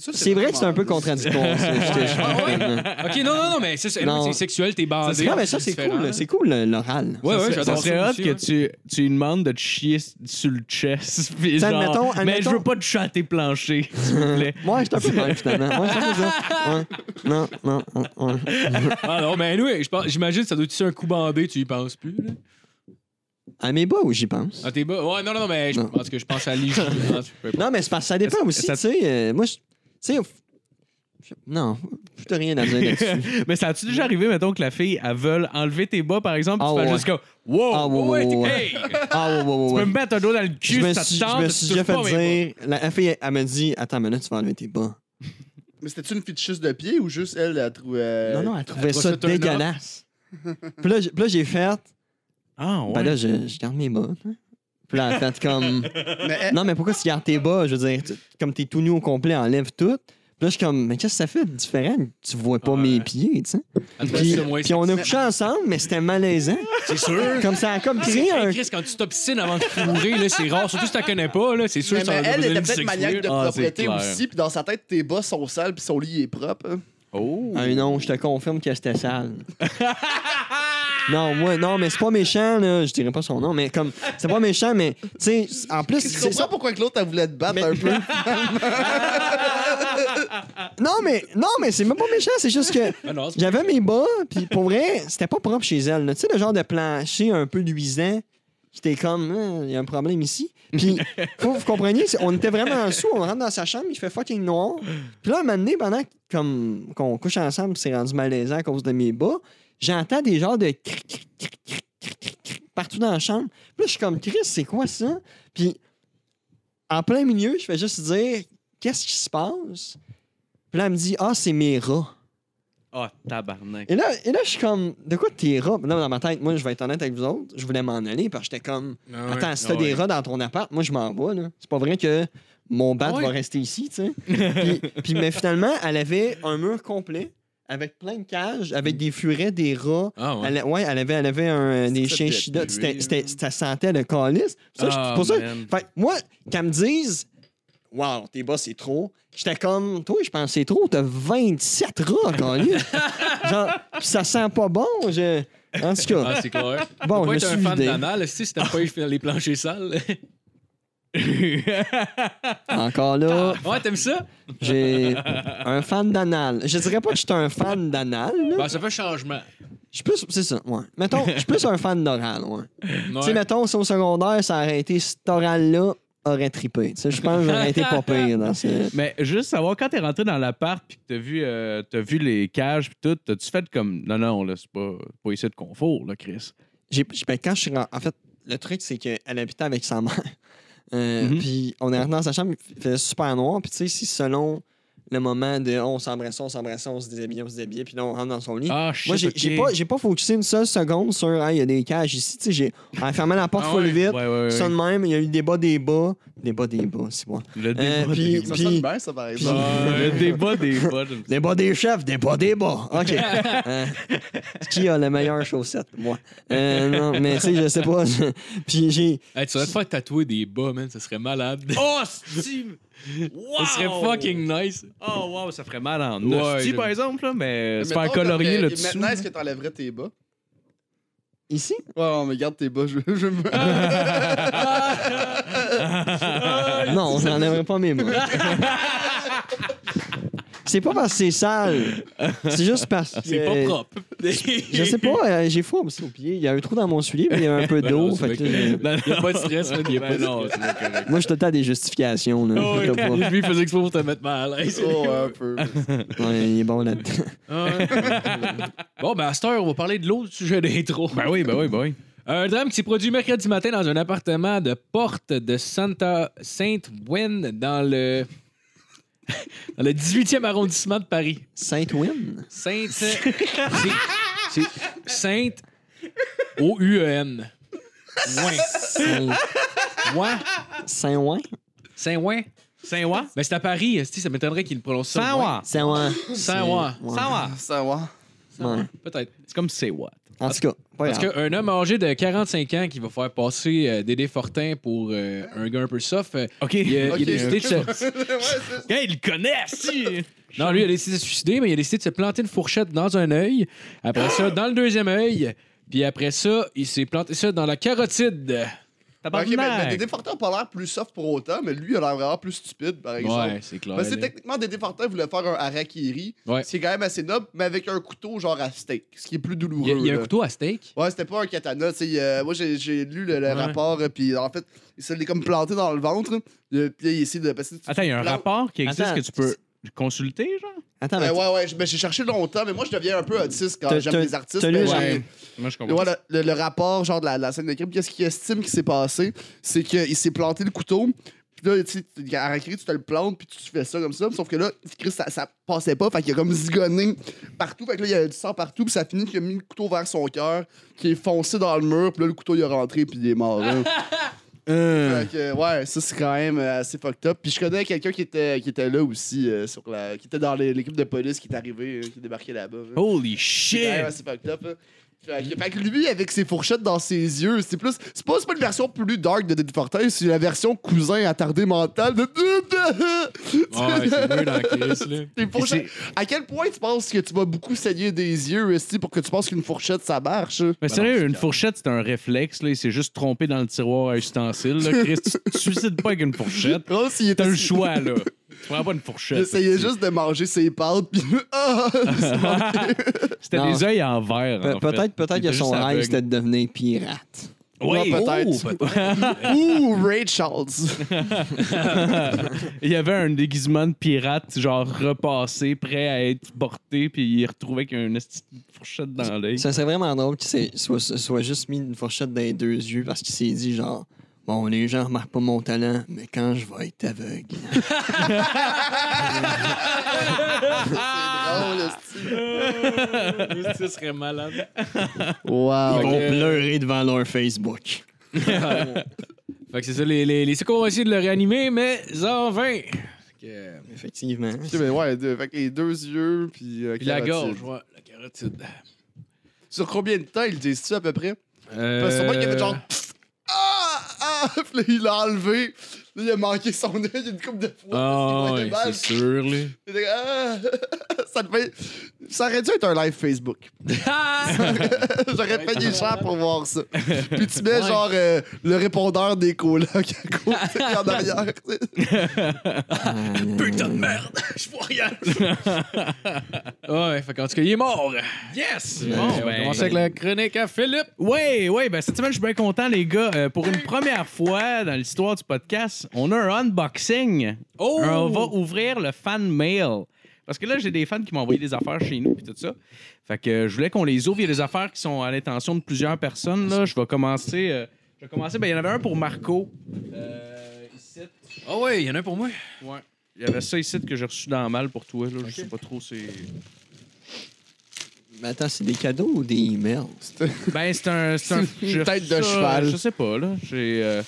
[SPEAKER 5] Ça,
[SPEAKER 6] C'est vrai que c'est un peu contradictoire. ça, je te- je te-
[SPEAKER 3] Ah <laughs> Ok, non, non, non, mais c'est ça.
[SPEAKER 6] Non.
[SPEAKER 3] C'est sexuel, t'es bandé.
[SPEAKER 6] Non, mais ça, c'est
[SPEAKER 3] différent,
[SPEAKER 6] cool.
[SPEAKER 3] là.
[SPEAKER 6] là. C'est cool, le- l'oral.
[SPEAKER 3] Ouais, ouais,
[SPEAKER 4] Ça- ça
[SPEAKER 3] j'adore
[SPEAKER 4] serait hot
[SPEAKER 3] aussi,
[SPEAKER 4] que
[SPEAKER 3] ouais.
[SPEAKER 4] tu, tu lui demandes de te chier s- sur le chest. <laughs> puis
[SPEAKER 6] Ça,
[SPEAKER 4] genre,
[SPEAKER 6] admettons-
[SPEAKER 4] mais je
[SPEAKER 6] admettons-
[SPEAKER 4] veux pas te chanter plancher, s'il vous plaît.
[SPEAKER 6] <laughs> Moi, j'étais un peu mal, finalement. Ouais, c'est un peu ça. Ouais. Non, non, ouais, ouais.
[SPEAKER 3] Ah non, mais anyway, je pense- j'imagine que ça doit être un coup bandé, tu y penses plus. Là.
[SPEAKER 6] À mes bas, où j'y pense.
[SPEAKER 3] Ah, t'es bas. Ouais, non, non, non, mais je
[SPEAKER 6] Non.
[SPEAKER 3] pense que je pense à l'hygiène. hein, tu peux pas.
[SPEAKER 6] Non, mais c'est parce que ça dépend aussi,
[SPEAKER 4] ça-
[SPEAKER 6] tu sais. euh, moi, je. Tu sais. f- je- Non, je t'ai rien à dire
[SPEAKER 4] <laughs>
[SPEAKER 6] là-dessus.
[SPEAKER 4] mais ça a-tu déjà arrivé, mettons, que la fille, elle veut enlever tes bas, par exemple, puis
[SPEAKER 6] Ah
[SPEAKER 4] tu fais
[SPEAKER 6] ouais.
[SPEAKER 4] juste comme Wow!
[SPEAKER 6] Ah ouais,
[SPEAKER 4] ouais,
[SPEAKER 6] ouais,
[SPEAKER 4] t'es-
[SPEAKER 6] ouais.
[SPEAKER 4] hey!
[SPEAKER 6] Ah, ouais, ouais, ouais.
[SPEAKER 4] Tu
[SPEAKER 6] ouais.
[SPEAKER 4] peux me mettre un doigt dans le
[SPEAKER 6] Je
[SPEAKER 4] cul
[SPEAKER 6] me
[SPEAKER 4] si ça
[SPEAKER 6] suis,
[SPEAKER 4] te
[SPEAKER 6] je
[SPEAKER 4] tente.
[SPEAKER 6] me
[SPEAKER 4] tu
[SPEAKER 6] suis
[SPEAKER 4] touches
[SPEAKER 6] déjà
[SPEAKER 4] pas mes bas.
[SPEAKER 6] fait dire. La, la fille, elle, elle me dit Attends, mais là, tu vas enlever tes bas.
[SPEAKER 5] Mais c'était-tu une fétichiste de pied ou juste elle, euh, elle
[SPEAKER 4] Euh,
[SPEAKER 5] trouvait.
[SPEAKER 6] non, non, elle trouvait
[SPEAKER 3] trouve
[SPEAKER 6] ça
[SPEAKER 3] ça turn off.
[SPEAKER 6] dégueulasse. puis là, j'ai- puis là, j'ai fait
[SPEAKER 4] Ah, ouais.
[SPEAKER 6] Ben là, je, je garde mes bas. hein. Puis là, elle fait comme.
[SPEAKER 4] <laughs>
[SPEAKER 5] Mais elle-
[SPEAKER 6] Non, mais pourquoi tu gardes tes bas? Je veux dire, tu- comme t'es tout nu au complet, enlève tout. Puis là, je suis comme, mais qu'est-ce que ça fait de différent? Tu vois pas
[SPEAKER 3] Ouais.
[SPEAKER 6] mes pieds, tu sais.
[SPEAKER 3] Ah, tu vois,
[SPEAKER 6] Puis,
[SPEAKER 3] c'est moins
[SPEAKER 6] puis on a couché ensemble, mais c'était malaisant.
[SPEAKER 3] C'est sûr.
[SPEAKER 6] Comme ça a comme
[SPEAKER 3] Hey,
[SPEAKER 6] créé un.
[SPEAKER 3] Chris, quand tu t'obstines avant de fourrer, là, c'est rare. Surtout si t'en connais pas, là, c'est sûr
[SPEAKER 5] Mais,
[SPEAKER 3] que ça va
[SPEAKER 5] elle
[SPEAKER 3] donner
[SPEAKER 5] était
[SPEAKER 3] du
[SPEAKER 5] peut-être
[SPEAKER 3] sex
[SPEAKER 5] maniaque
[SPEAKER 3] weird.
[SPEAKER 5] de
[SPEAKER 4] Ah,
[SPEAKER 5] propreté
[SPEAKER 4] c'est clair.
[SPEAKER 5] aussi, puis dans sa tête, tes bas sont sales, puis son lit est propre. hein.
[SPEAKER 4] Oh!
[SPEAKER 6] Ah non, je te confirme que c'était sale. non, moi, non, mais c'est pas méchant, là. Je dirais pas son nom, mais comme. C'est pas méchant, mais. Tu sais, en plus,
[SPEAKER 5] Je
[SPEAKER 6] c'est
[SPEAKER 5] comprends pourquoi que l'autre, elle voulait te battre
[SPEAKER 6] Mais-
[SPEAKER 5] un peu.
[SPEAKER 6] <laughs> Non, mais, non, mais c'est même pas méchant, c'est juste que.
[SPEAKER 3] Ah non, c'est-
[SPEAKER 6] J'avais mes bas, puis pour vrai, c'était pas propre chez elle. là. Tu sais, le genre de plancher un peu luisant, j'étais comme, Hein, il y a un problème ici. Puis, faut que vous compreniez, c'est- on était vraiment sous, on rentre dans sa chambre, il fait fucking noir. Puis là, un moment donné, pendant que- comme, qu'on couche ensemble, puis c'est rendu malaisant à cause de mes bas, j'entends des genres de cric, cric, cric, cric, cric, cric, cric partout dans la chambre. Puis là, je suis comme, Chris, c'est quoi ça? Puis, en plein milieu, je fais juste dire, qu'est-ce qui se passe? Puis là, elle me dit, ah, c'est mes rats.
[SPEAKER 4] Ah, tabarnak.
[SPEAKER 6] Et là, et là, je suis comme, de quoi tes rats? Là, dans ma tête, moi, je vais être honnête avec vous autres, je voulais m'en aller parce que j'étais comme,
[SPEAKER 3] Ah ouais.
[SPEAKER 6] attends, si
[SPEAKER 3] Ah
[SPEAKER 6] t'as
[SPEAKER 3] ouais.
[SPEAKER 6] des rats dans ton appart, moi, je m'en vais, là. C'est pas vrai que mon bat
[SPEAKER 3] Ah ouais.
[SPEAKER 6] va rester ici, tu
[SPEAKER 3] <laughs>
[SPEAKER 6] sais. puis, puis, mais finalement, elle avait un mur complet avec plein de cages, avec des furets, des rats.
[SPEAKER 3] Ah ouais.
[SPEAKER 6] Elle, a- ouais, elle avait, elle avait un, des
[SPEAKER 5] Ça
[SPEAKER 6] chiens
[SPEAKER 5] devait
[SPEAKER 6] chidas.
[SPEAKER 5] puer,
[SPEAKER 6] C'était-
[SPEAKER 5] là.
[SPEAKER 6] c'était- Ça sentait le calice. Ça, je-
[SPEAKER 4] Ah,
[SPEAKER 6] pour ça,
[SPEAKER 4] man.
[SPEAKER 6] fait, que moi, qu'elle me dise, wow, tes bas, c'est trop. J'étais comme, toi, je pense, c'est trop. T'as 27 rats,
[SPEAKER 4] <laughs>
[SPEAKER 6] calice. Genre, pis ça sent pas bon. Je... En tout cas,
[SPEAKER 3] Ah, c'est clair. Faut
[SPEAKER 6] Bon,
[SPEAKER 3] pas
[SPEAKER 6] je me
[SPEAKER 3] être un
[SPEAKER 6] suis
[SPEAKER 3] fan
[SPEAKER 6] vidé.
[SPEAKER 3] d'anal, si si t'as pas eu les planchers sales.
[SPEAKER 6] <laughs> encore là,
[SPEAKER 3] ouais, t'aimes ça?
[SPEAKER 6] j'ai un fan d'anal. Je dirais pas que je suis un fan d'anal. là.
[SPEAKER 4] Bah.
[SPEAKER 3] Ben, ça fait changement.
[SPEAKER 6] Je suis plus. C'est ça, ouais. Mettons, je suis plus un fan d'oral, ouais.
[SPEAKER 3] Ouais.
[SPEAKER 6] Tu sais, mettons, si au secondaire, ça aurait été cet oral-là. aurait trippé. Tu sais, je pense que j'aurais été pas pire dans
[SPEAKER 4] <laughs>
[SPEAKER 6] ce.
[SPEAKER 4] Mais juste savoir, quand t'es rentré dans l'appart puis que t'as vu, euh, t'as vu les cages puis tout, t'as-tu fait comme. Non, non, là, c'est pas, pas ici de confort, là, Chris.
[SPEAKER 6] J'ai- j'ai- ben, quand je suis ren- En fait, le truc, c'est qu'elle habitait avec sa mère. Euh,
[SPEAKER 4] Mhm.
[SPEAKER 6] Puis on est rentré dans sa chambre, il faisait super noir. Puis tu sais, si selon le moment de oh, on s'embrassait, on s'embrassait, on se déshabillait, on se déshabillait, puis là, on rentre dans son lit.
[SPEAKER 4] Ah, shit.
[SPEAKER 6] Moi, j'ai
[SPEAKER 4] ok.
[SPEAKER 6] j'ai pas, j'ai pas focusé une seule seconde sur Ah, il y a des cages ici. Tu sais, j'ai- en fermant la porte
[SPEAKER 4] Ah
[SPEAKER 6] full
[SPEAKER 4] ouais,
[SPEAKER 6] vite,
[SPEAKER 4] ouais, ouais, ouais.
[SPEAKER 6] ça de même, il y a eu des bas, des bas. Des bas, des bas, c'est moi.
[SPEAKER 4] Le débat
[SPEAKER 6] Euh,
[SPEAKER 4] des
[SPEAKER 6] puis-
[SPEAKER 4] bas.
[SPEAKER 5] Ça sonne bien, ça, par exemple.
[SPEAKER 4] <laughs> Ah, le débat des bas. j'aime ça.
[SPEAKER 6] Des bas des chefs, des bas des bas.
[SPEAKER 3] <laughs>
[SPEAKER 6] OK. Euh, qui a la meilleure chaussette? Moi. Euh, non, mais tu sais, je sais pas. <laughs> Puis j'ai.
[SPEAKER 3] Hey, tu devrais te faire tatouer des bas, man. Ça serait malade.
[SPEAKER 4] Oh, Steve! <laughs> Wow!
[SPEAKER 3] <laughs> Ça serait fucking nice.
[SPEAKER 4] Oh, wow, ça ferait mal en
[SPEAKER 3] Ouais,
[SPEAKER 4] hostie,
[SPEAKER 3] je-
[SPEAKER 4] par exemple, là, mais se
[SPEAKER 5] Mettons,
[SPEAKER 4] faire colorier
[SPEAKER 5] t'aurais-
[SPEAKER 4] le dessous.
[SPEAKER 5] Maintenant, est-ce que t'enlèverais tes bas?
[SPEAKER 6] Ici?
[SPEAKER 5] Ouais, mais garde tes bas, je, je me.
[SPEAKER 6] <laughs>
[SPEAKER 3] Euh,
[SPEAKER 6] Non, j'en aimerait pas
[SPEAKER 3] <laughs>
[SPEAKER 6] mes mains. C'est pas parce que c'est sale. C'est juste parce que.
[SPEAKER 3] C'est pas propre.
[SPEAKER 6] Je sais pas, euh, j'ai froid aussi au pied. Il y a un trou dans mon soulier, mais il y a
[SPEAKER 3] <laughs>
[SPEAKER 6] un
[SPEAKER 3] Ben
[SPEAKER 6] peu d'eau. fait que là,
[SPEAKER 3] Il n'y a pas de stress, man. Il n'y a pas
[SPEAKER 4] Ben
[SPEAKER 3] de
[SPEAKER 4] non, c'est
[SPEAKER 3] stress.
[SPEAKER 4] bien correct.
[SPEAKER 6] moi, je suis tout le temps à des justifications. Là.
[SPEAKER 3] Oh, <laughs>
[SPEAKER 6] Fais-toi pas.
[SPEAKER 3] lui, il faisait exprès pour te mettre mal hein. à l'aise.
[SPEAKER 5] Oh, un
[SPEAKER 6] <laughs>
[SPEAKER 5] peu.
[SPEAKER 6] Ouais, il est bon là-dedans.
[SPEAKER 3] bon, ben à cette heure, on va parler de l'autre sujet d'intro.
[SPEAKER 4] Ben oui, ben oui, ben oui.
[SPEAKER 3] Un drame qui s'est produit mercredi matin dans un appartement de porte de Santa Sainte-Wynne dans le... dans le 18e arrondissement de Paris.
[SPEAKER 6] Saint-Win?
[SPEAKER 3] Sainte... <laughs> C'est... c'est Sainte... E O-U-E-N. Ouin.
[SPEAKER 6] Saint-Ouin?
[SPEAKER 3] Saint-Ouin.
[SPEAKER 4] Saint-Ouen?
[SPEAKER 3] Ben c'est à Paris, esti, ça m'étonnerait qu'il prononce ça.
[SPEAKER 4] Saint-Ouen.
[SPEAKER 6] Saint-Ouin.
[SPEAKER 3] Saint-Ouin.
[SPEAKER 6] Ouais.
[SPEAKER 4] Saint-Ouen.
[SPEAKER 5] Ça va.
[SPEAKER 6] Ouais.
[SPEAKER 3] Peut-être.
[SPEAKER 4] C'est comme c'est what?
[SPEAKER 6] En tout cas, pas
[SPEAKER 3] Parce
[SPEAKER 6] grave.
[SPEAKER 3] qu'un homme âgé de 45 ans qui va faire passer euh, Dédé Fortin pour euh, un gars un peu soft, euh,
[SPEAKER 4] OK.
[SPEAKER 3] il, a, il a
[SPEAKER 5] Ok.
[SPEAKER 3] décidé de se...
[SPEAKER 5] ouais, c'est
[SPEAKER 4] Hey, il le connaît, <laughs> si!
[SPEAKER 3] Non, lui, il a décidé de se suicider, mais il a décidé de se planter une fourchette dans un œil. Après ça, dans le deuxième œil. Puis après ça, il s'est planté ça dans la carotide.
[SPEAKER 5] Ok, mais, mais
[SPEAKER 4] Tabarnak!
[SPEAKER 5] Dédé Fortin a pas l'air plus soft pour autant, mais lui, il a l'air vraiment plus stupide, par exemple.
[SPEAKER 3] Ouais, c'est clair.
[SPEAKER 5] Parce que
[SPEAKER 3] là.
[SPEAKER 5] techniquement, Dédé Fortin voulait faire un harakiri.
[SPEAKER 3] Ouais.
[SPEAKER 5] C'est quand même assez noble, mais avec un couteau genre à steak, ce qui est plus douloureux.
[SPEAKER 3] Il y a, il y a un
[SPEAKER 5] là.
[SPEAKER 3] couteau à steak.
[SPEAKER 5] Ouais, c'était pas un katana, tu sais. euh, moi, j'ai, j'ai lu le, le
[SPEAKER 3] Ouais.
[SPEAKER 5] rapport, euh, puis en fait, il se l'est comme planté dans le ventre. hein, euh, Puis là, il essaie de passer.
[SPEAKER 4] Attends, il y a un
[SPEAKER 5] Plan-
[SPEAKER 4] rapport qui existe
[SPEAKER 6] Attends,
[SPEAKER 4] que tu peux consulter, genre?
[SPEAKER 6] Attends, mais
[SPEAKER 5] Euh, ouais, ouais, je- ben, j'ai cherché longtemps, mais moi, je deviens un peu autiste quand
[SPEAKER 6] T'as-
[SPEAKER 5] j'aime
[SPEAKER 6] t'as-
[SPEAKER 5] les artistes.
[SPEAKER 6] t'as lu
[SPEAKER 5] mais
[SPEAKER 6] le-
[SPEAKER 5] j'en-
[SPEAKER 6] Ouais.
[SPEAKER 4] Moi, je comprends.
[SPEAKER 5] Ouais, le, le- le rapport, genre, de la, la scène de crime, qu'est-ce qu'il estime qui s'est passé? C'est qu'il s'est planté le couteau. Puis là, tu sais, à Harakiri, tu te le plantes, puis tu fais ça comme ça. Sauf que là, Chris, ça, ça passait pas. Fait qu'il a comme zigonné partout. Fait que là, il y a du sang partout. Puis ça finit qu'il a mis le couteau vers son cœur, qui est foncé dans le mur. Puis là, le couteau, il est rentré, puis il est
[SPEAKER 4] <laughs>
[SPEAKER 5] mort. hein.
[SPEAKER 4] Euh.
[SPEAKER 5] Fait que, ouais, ça, c'est quand même euh, assez fucked up. Puis je connais quelqu'un qui était, qui était là aussi, euh, sur la, qui était dans les- l'équipe de police qui est arrivée, euh, qui débarquait là-bas. hein.
[SPEAKER 4] Holy
[SPEAKER 5] C'est quand même
[SPEAKER 4] shit!
[SPEAKER 5] assez fucked up. hein. Fait que, fait que lui, avec ses fourchettes dans ses yeux, c'est plus. C'est pas, c'est pas une version plus dark de Dead Fortin, c'est la version cousin attardé mental de. <laughs>
[SPEAKER 3] Ouais, c'est mieux dans <laughs> la crise, là.
[SPEAKER 5] Tes fourchettes- À quel point tu penses que tu vas beaucoup saigner des yeux, Esti, pour que tu penses qu'une fourchette ça marche? hein?
[SPEAKER 4] Mais
[SPEAKER 3] Ben
[SPEAKER 4] sérieux,
[SPEAKER 3] non,
[SPEAKER 4] une
[SPEAKER 3] c'est
[SPEAKER 4] fourchette, c'est un réflexe. Là. Il s'est juste trompé dans le tiroir à ustensiles. Là. Chris, tu te suicides pas avec une fourchette.
[SPEAKER 5] Rose, il était-
[SPEAKER 4] T'as le
[SPEAKER 5] <laughs>
[SPEAKER 4] choix, là. Tu prends pas une fourchette.
[SPEAKER 5] J'essayais juste de manger ses pâtes, pis. <laughs> Ah!
[SPEAKER 4] C'était
[SPEAKER 6] Non.
[SPEAKER 4] des œils en verre.
[SPEAKER 6] pe-
[SPEAKER 4] en fait.
[SPEAKER 6] peut-être peut-être
[SPEAKER 4] Il
[SPEAKER 6] que
[SPEAKER 4] était
[SPEAKER 6] son
[SPEAKER 4] juste
[SPEAKER 6] rêve,
[SPEAKER 4] aveugle.
[SPEAKER 6] c'était de devenir pirate.
[SPEAKER 4] Ouais,
[SPEAKER 5] Ouais, peut-être.
[SPEAKER 4] oh, peut-être.
[SPEAKER 5] <laughs> Ouh,
[SPEAKER 4] <laughs>
[SPEAKER 5] Ray Charles!
[SPEAKER 4] Il y avait un déguisement de pirate, genre repassé, prêt à être porté, puis il retrouvait qu'il y a une esti de fourchette dans l'œil.
[SPEAKER 6] Ça serait vraiment drôle qu'il s'est- soit, soit juste mis une fourchette dans les deux yeux parce qu'il s'est dit genre Bon, les gens remarquent pas mon talent, mais quand je vais être aveugle.
[SPEAKER 5] C'est drôle, Esti.
[SPEAKER 3] Ça serait malade.
[SPEAKER 5] Wow!
[SPEAKER 6] Ils vont
[SPEAKER 4] euh,
[SPEAKER 3] Ok.
[SPEAKER 6] pleurer devant leur Facebook.
[SPEAKER 3] Fait que c'est ça, les, les, les secours ont essayé de le réanimer, mais en vain. Fait que- euh,
[SPEAKER 6] Effectivement.
[SPEAKER 5] Ok, mais ouais, deux- fait que les deux yeux, puis. euh,
[SPEAKER 3] Puis la
[SPEAKER 5] carotide.
[SPEAKER 3] gorge, ouais, la carotide.
[SPEAKER 5] Sur combien de temps ils disent-tu à peu près?
[SPEAKER 3] Euh...
[SPEAKER 5] Parce que sûrement qu'il y avait genre. Pfff, Ah! Ah! <laughs> Puis là, il l'a enlevé. Là, il a manqué son œil une coupe de fois.
[SPEAKER 3] Ah,
[SPEAKER 5] parce qu'il
[SPEAKER 3] ouais,
[SPEAKER 5] voyait mal.
[SPEAKER 3] c'est sûr, là.
[SPEAKER 5] Il était comme, Ah! <laughs> Ça devait. Ça aurait dû être un live
[SPEAKER 3] <laughs>
[SPEAKER 5] Facebook. J'aurais payé cher pour
[SPEAKER 3] <laughs>
[SPEAKER 5] voir ça. Puis tu mets genre euh, le répondeur des colocs à côté
[SPEAKER 3] <laughs>
[SPEAKER 5] en arrière.
[SPEAKER 3] Putain de merde, <laughs> je vois rien. ouais, fait qu'en tout cas, il est mort. Yes!
[SPEAKER 6] Euh,
[SPEAKER 3] Bon,
[SPEAKER 4] Ouais,
[SPEAKER 3] on
[SPEAKER 4] ben-
[SPEAKER 3] va commencer avec la chronique à Philippe.
[SPEAKER 4] Oui, oui, ben cette semaine, je suis bien content, les gars. Euh, pour une première fois dans l'histoire du podcast, on a un unboxing.
[SPEAKER 3] Oh!
[SPEAKER 4] Euh, On va ouvrir le fan mail. Parce que là, j'ai des fans qui m'ont envoyé des affaires chez nous et tout ça. Fait que euh, je voulais qu'on les ouvre. Il y a des affaires qui sont à l'intention de plusieurs personnes. Là. Je vais commencer. euh, je vais commencer. Ben, il y en avait un pour Marco. Euh, ici.
[SPEAKER 3] Oh ouais, il y en a un pour moi.
[SPEAKER 4] Ouais. Il y avait ça ici que j'ai reçu dans mal pour toi. Là. Je sais pas trop c'est.
[SPEAKER 6] Mais attends, c'est des cadeaux ou des emails?
[SPEAKER 4] Ben, c'est un. C'est un-
[SPEAKER 5] <laughs> Une
[SPEAKER 4] j'ai
[SPEAKER 5] tête
[SPEAKER 4] reçu
[SPEAKER 5] de
[SPEAKER 4] ça,
[SPEAKER 5] cheval. Oh,
[SPEAKER 4] Je sais pas, là. J'ai. euh,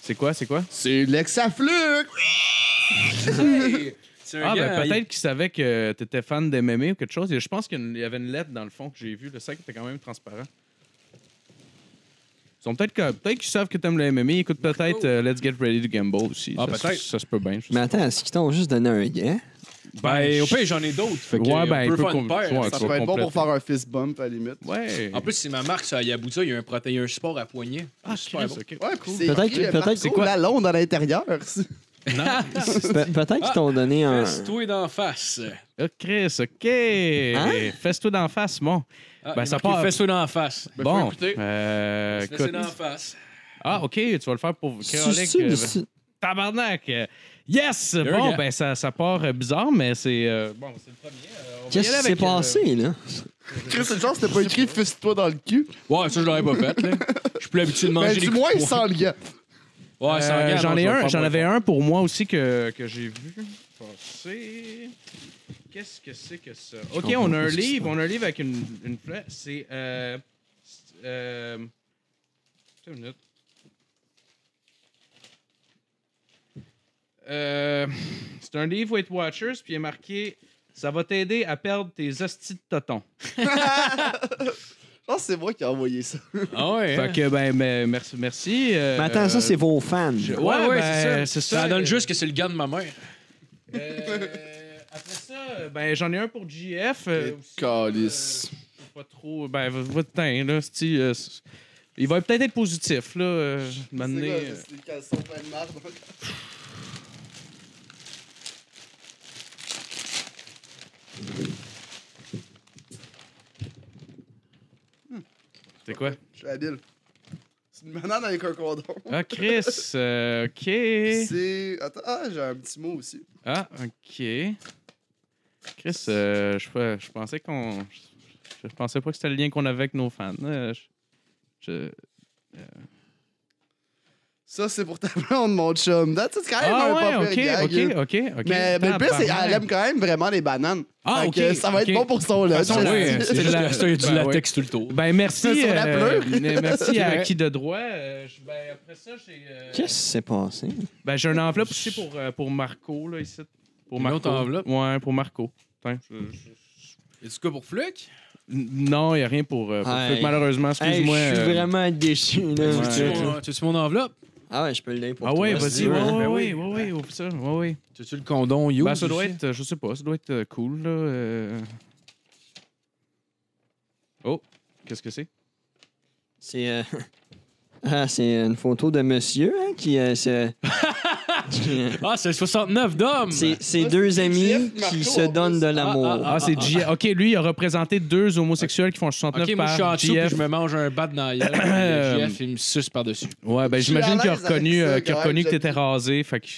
[SPEAKER 4] C'est quoi, c'est quoi?
[SPEAKER 5] C'est l'exafluc!
[SPEAKER 3] C'est
[SPEAKER 4] Ah, ben
[SPEAKER 3] gars,
[SPEAKER 4] peut-être qu'il savait que t'étais fan de MMA ou quelque chose. Je pense qu'il y avait une lettre dans le fond que j'ai vue. Le sac était quand même transparent. Ils sont peut-être que- peut-être qu'ils savent que t'aimes le MMA. Ils écoutent peut-être euh, Let's Get Ready to Gamble aussi.
[SPEAKER 3] Ah,
[SPEAKER 4] Ça se-
[SPEAKER 3] peut-être.
[SPEAKER 4] Ça se peut bien. je sais.
[SPEAKER 6] Mais attends, est-ce qu'ils t'ont juste donné un
[SPEAKER 4] <laughs>
[SPEAKER 6] gain?
[SPEAKER 3] Ben, au pire, j'en ai d'autres. Fait que euh,
[SPEAKER 4] Ouais,
[SPEAKER 3] on
[SPEAKER 4] ben, il
[SPEAKER 3] peut
[SPEAKER 4] peut
[SPEAKER 3] faire une
[SPEAKER 4] com-
[SPEAKER 3] paire.
[SPEAKER 4] ouais,
[SPEAKER 5] Ça
[SPEAKER 4] tu
[SPEAKER 5] peut
[SPEAKER 4] vas
[SPEAKER 5] être bon pour
[SPEAKER 4] compléter.
[SPEAKER 5] faire un fist bump à la limite.
[SPEAKER 4] Ouais.
[SPEAKER 3] En plus, c'est ma marque, ça, Yabusa, il y a un protéin, un sport à poignet.
[SPEAKER 4] ah,
[SPEAKER 3] super
[SPEAKER 4] Chris,
[SPEAKER 3] bon.
[SPEAKER 4] ok.
[SPEAKER 5] Ouais, puis c'est
[SPEAKER 6] Peut-être
[SPEAKER 5] écrit,
[SPEAKER 6] que-
[SPEAKER 5] euh,
[SPEAKER 6] peut-être
[SPEAKER 5] Marco
[SPEAKER 6] c'est quoi?
[SPEAKER 5] Lalonde à l'intérieur. <laughs>
[SPEAKER 6] Pe- Peut-être qu'ils t'ont donné un.
[SPEAKER 3] Fesse-toi d'en face.
[SPEAKER 4] Ah, Chris, ok.
[SPEAKER 6] Hein?
[SPEAKER 4] Fesse-toi d'en face, mon.
[SPEAKER 3] Ah,
[SPEAKER 4] Ben,
[SPEAKER 3] il y a
[SPEAKER 4] ça
[SPEAKER 3] marqué
[SPEAKER 4] part-
[SPEAKER 3] Fesse-toi d'en face. Ben,
[SPEAKER 4] bon.
[SPEAKER 5] écouter.
[SPEAKER 4] euh,
[SPEAKER 3] Fesse-toi
[SPEAKER 4] écoute.
[SPEAKER 3] d'en face.
[SPEAKER 4] Ah, ok. Tu vas le faire pour Caroline,
[SPEAKER 6] C'est-
[SPEAKER 4] euh,
[SPEAKER 6] c'est-
[SPEAKER 4] Tabarnak! Euh, Yes!
[SPEAKER 3] un
[SPEAKER 4] Bon,
[SPEAKER 3] gars.
[SPEAKER 4] ben ça, ça part euh, bizarre, mais c'est. euh, bon, c'est le premier. Euh, on va y
[SPEAKER 6] Qu'est-ce
[SPEAKER 4] aller
[SPEAKER 6] qui s'est
[SPEAKER 4] avec, euh,
[SPEAKER 6] passé, là?
[SPEAKER 5] Chris, c'est genre, c'était pas écrit fist-toi dans le cul.
[SPEAKER 3] Ouais, ça, je l'aurais pas fait, là. Je suis plus habitué de manger
[SPEAKER 5] Ben,
[SPEAKER 3] des
[SPEAKER 5] du
[SPEAKER 3] coups de
[SPEAKER 5] moins,
[SPEAKER 3] poing.
[SPEAKER 5] sans le gars.
[SPEAKER 3] Ouais, sans
[SPEAKER 4] euh,
[SPEAKER 3] gants,
[SPEAKER 4] J'en
[SPEAKER 3] non,
[SPEAKER 4] ai
[SPEAKER 3] je vais
[SPEAKER 4] un,
[SPEAKER 3] pas
[SPEAKER 4] j'en
[SPEAKER 3] moi.
[SPEAKER 4] avais un pour moi aussi que, que j'ai vu passer. Qu'est-ce que c'est que ça? Ok,
[SPEAKER 6] comprends
[SPEAKER 4] on a un
[SPEAKER 6] pas ce qui se
[SPEAKER 4] livre, on a un livre avec une, une flèche. C'est. Euh, c'est, euh, attends une minute. Euh, c'est un livre Weight Watchers, puis il est marqué Ça va t'aider à perdre tes hosties de totons.
[SPEAKER 5] Je pense que c'est moi qui ai envoyé ça.
[SPEAKER 3] Ah ouais. hein?
[SPEAKER 4] Fait que, ben, ben, merci. merci euh,
[SPEAKER 6] Mais attends, ça, c'est vos fans.
[SPEAKER 4] je-
[SPEAKER 3] Ouais, ouais,
[SPEAKER 4] Ouais,
[SPEAKER 3] c'est
[SPEAKER 4] ben,
[SPEAKER 3] ça.
[SPEAKER 4] c'est
[SPEAKER 3] Ça
[SPEAKER 4] ça.
[SPEAKER 3] donne juste que c'est le gars de ma mère.
[SPEAKER 4] Euh, après ça, ben, j'en ai un pour JF.
[SPEAKER 5] Et
[SPEAKER 4] Euh, aussi,
[SPEAKER 5] calice.
[SPEAKER 4] euh, c'est pas trop. Ben, va- va t'en, là. c'ti, euh, c'est- il va peut-être être positif, là. Euh, m'amener, euh,
[SPEAKER 5] C'est des caleçons plein de marde. hein?
[SPEAKER 4] c'est quoi?
[SPEAKER 5] Je suis habile. C'est une banane avec un condom.
[SPEAKER 4] Ah, Chris, euh, OK.
[SPEAKER 5] C'est. Attends, ah, j'ai un petit mot aussi.
[SPEAKER 4] Ah, OK. Chris, euh, je pe- je pensais qu'on... Je je pensais pas que c'était le lien qu'on avait avec nos fans. Euh, je- je-
[SPEAKER 5] Ça, c'est pour ta blonde, mon chum. That's it, c'est quand même
[SPEAKER 4] Ah
[SPEAKER 5] un
[SPEAKER 4] ouais,
[SPEAKER 5] pas pire
[SPEAKER 4] OK,
[SPEAKER 5] gag,
[SPEAKER 4] OK,
[SPEAKER 5] là.
[SPEAKER 4] OK, OK.
[SPEAKER 5] Mais, mais le pire, c'est qu'elle
[SPEAKER 4] Tabarnak.
[SPEAKER 5] aime quand même vraiment les bananes.
[SPEAKER 4] Ah,
[SPEAKER 5] Fait
[SPEAKER 4] ok,
[SPEAKER 5] que ça va
[SPEAKER 4] ok.
[SPEAKER 5] être bon pour son lunch.
[SPEAKER 4] façon, oui,
[SPEAKER 5] esti.
[SPEAKER 4] Ben, c'est
[SPEAKER 3] C'est
[SPEAKER 4] juste
[SPEAKER 3] la-
[SPEAKER 4] que-
[SPEAKER 3] ça, il y a du
[SPEAKER 4] Ben,
[SPEAKER 3] latex tout le tour.
[SPEAKER 4] Ben merci.
[SPEAKER 5] C'est sur la
[SPEAKER 4] euh, <laughs>
[SPEAKER 5] pleure.
[SPEAKER 4] mais merci
[SPEAKER 3] C'est
[SPEAKER 4] à
[SPEAKER 3] vrai.
[SPEAKER 4] qui de droit. Euh, je- ben, après ça, j'ai. euh,
[SPEAKER 6] Qu'est-ce qui s'est passé?
[SPEAKER 4] ben, j'ai une enveloppe aussi pour, euh, pour Marco, là, ici. Pour
[SPEAKER 3] Une
[SPEAKER 4] Marco.
[SPEAKER 3] autre enveloppe?
[SPEAKER 4] Ouais, pour Marco. Attends, je- je-
[SPEAKER 3] Et du coup, pour Fluck?
[SPEAKER 4] N- Non, il n'y a rien pour. euh, pour
[SPEAKER 6] Hey.
[SPEAKER 4] Fluke, Malheureusement,
[SPEAKER 6] Hey, je
[SPEAKER 4] excuse-moi.
[SPEAKER 6] suis
[SPEAKER 4] euh,
[SPEAKER 6] vraiment déçu, là.
[SPEAKER 4] Ouais.
[SPEAKER 3] Tu veux mon- Tu veux mon enveloppe?
[SPEAKER 6] Ah ouais, je peux le donner pour
[SPEAKER 4] Ah
[SPEAKER 6] toi.
[SPEAKER 4] ouais,
[SPEAKER 3] Toi,
[SPEAKER 4] vas-y,
[SPEAKER 3] si tu
[SPEAKER 4] ouais,
[SPEAKER 3] veux.
[SPEAKER 4] ouais,
[SPEAKER 3] Ben
[SPEAKER 4] ouais,
[SPEAKER 3] oui.
[SPEAKER 4] ouais, ouais, ouvre ça, ouais, ouais.
[SPEAKER 3] Tu veux le condom You?
[SPEAKER 4] Ben, ça doit être, euh, je sais pas, ça doit être euh, cool, là. euh. Oh, qu'est-ce que c'est?
[SPEAKER 6] C'est. euh, <laughs> Ah, c'est une photo de monsieur hein, qui.
[SPEAKER 4] <laughs>
[SPEAKER 6] euh, se- qui, euh,
[SPEAKER 3] Ah, c'est le 69 d'hommes!
[SPEAKER 6] c'est c'est
[SPEAKER 5] Ouais,
[SPEAKER 6] deux
[SPEAKER 5] c'est
[SPEAKER 6] amis
[SPEAKER 5] Jeff Marco,
[SPEAKER 6] qui se
[SPEAKER 5] en
[SPEAKER 6] donnent
[SPEAKER 5] plus.
[SPEAKER 6] de
[SPEAKER 3] Ah,
[SPEAKER 6] l'amour.
[SPEAKER 4] Hmm. Ah, c'est J. Ok, lui, il a représenté deux homosexuels qui font 69
[SPEAKER 3] Ok, moi je suis en
[SPEAKER 4] par
[SPEAKER 3] dessous puis
[SPEAKER 4] JF.
[SPEAKER 3] je me mange un bat dans la gueule. puis le JF, il me suce par-dessus.
[SPEAKER 4] Ouais, ben
[SPEAKER 5] Je suis
[SPEAKER 4] j'imagine
[SPEAKER 5] à
[SPEAKER 4] qu'il a
[SPEAKER 5] l'aise avec
[SPEAKER 4] reconnu,
[SPEAKER 5] ça,
[SPEAKER 4] euh, qu'il a
[SPEAKER 5] quand
[SPEAKER 4] reconnu
[SPEAKER 5] même,
[SPEAKER 4] que t'étais rasé. Fait que. je-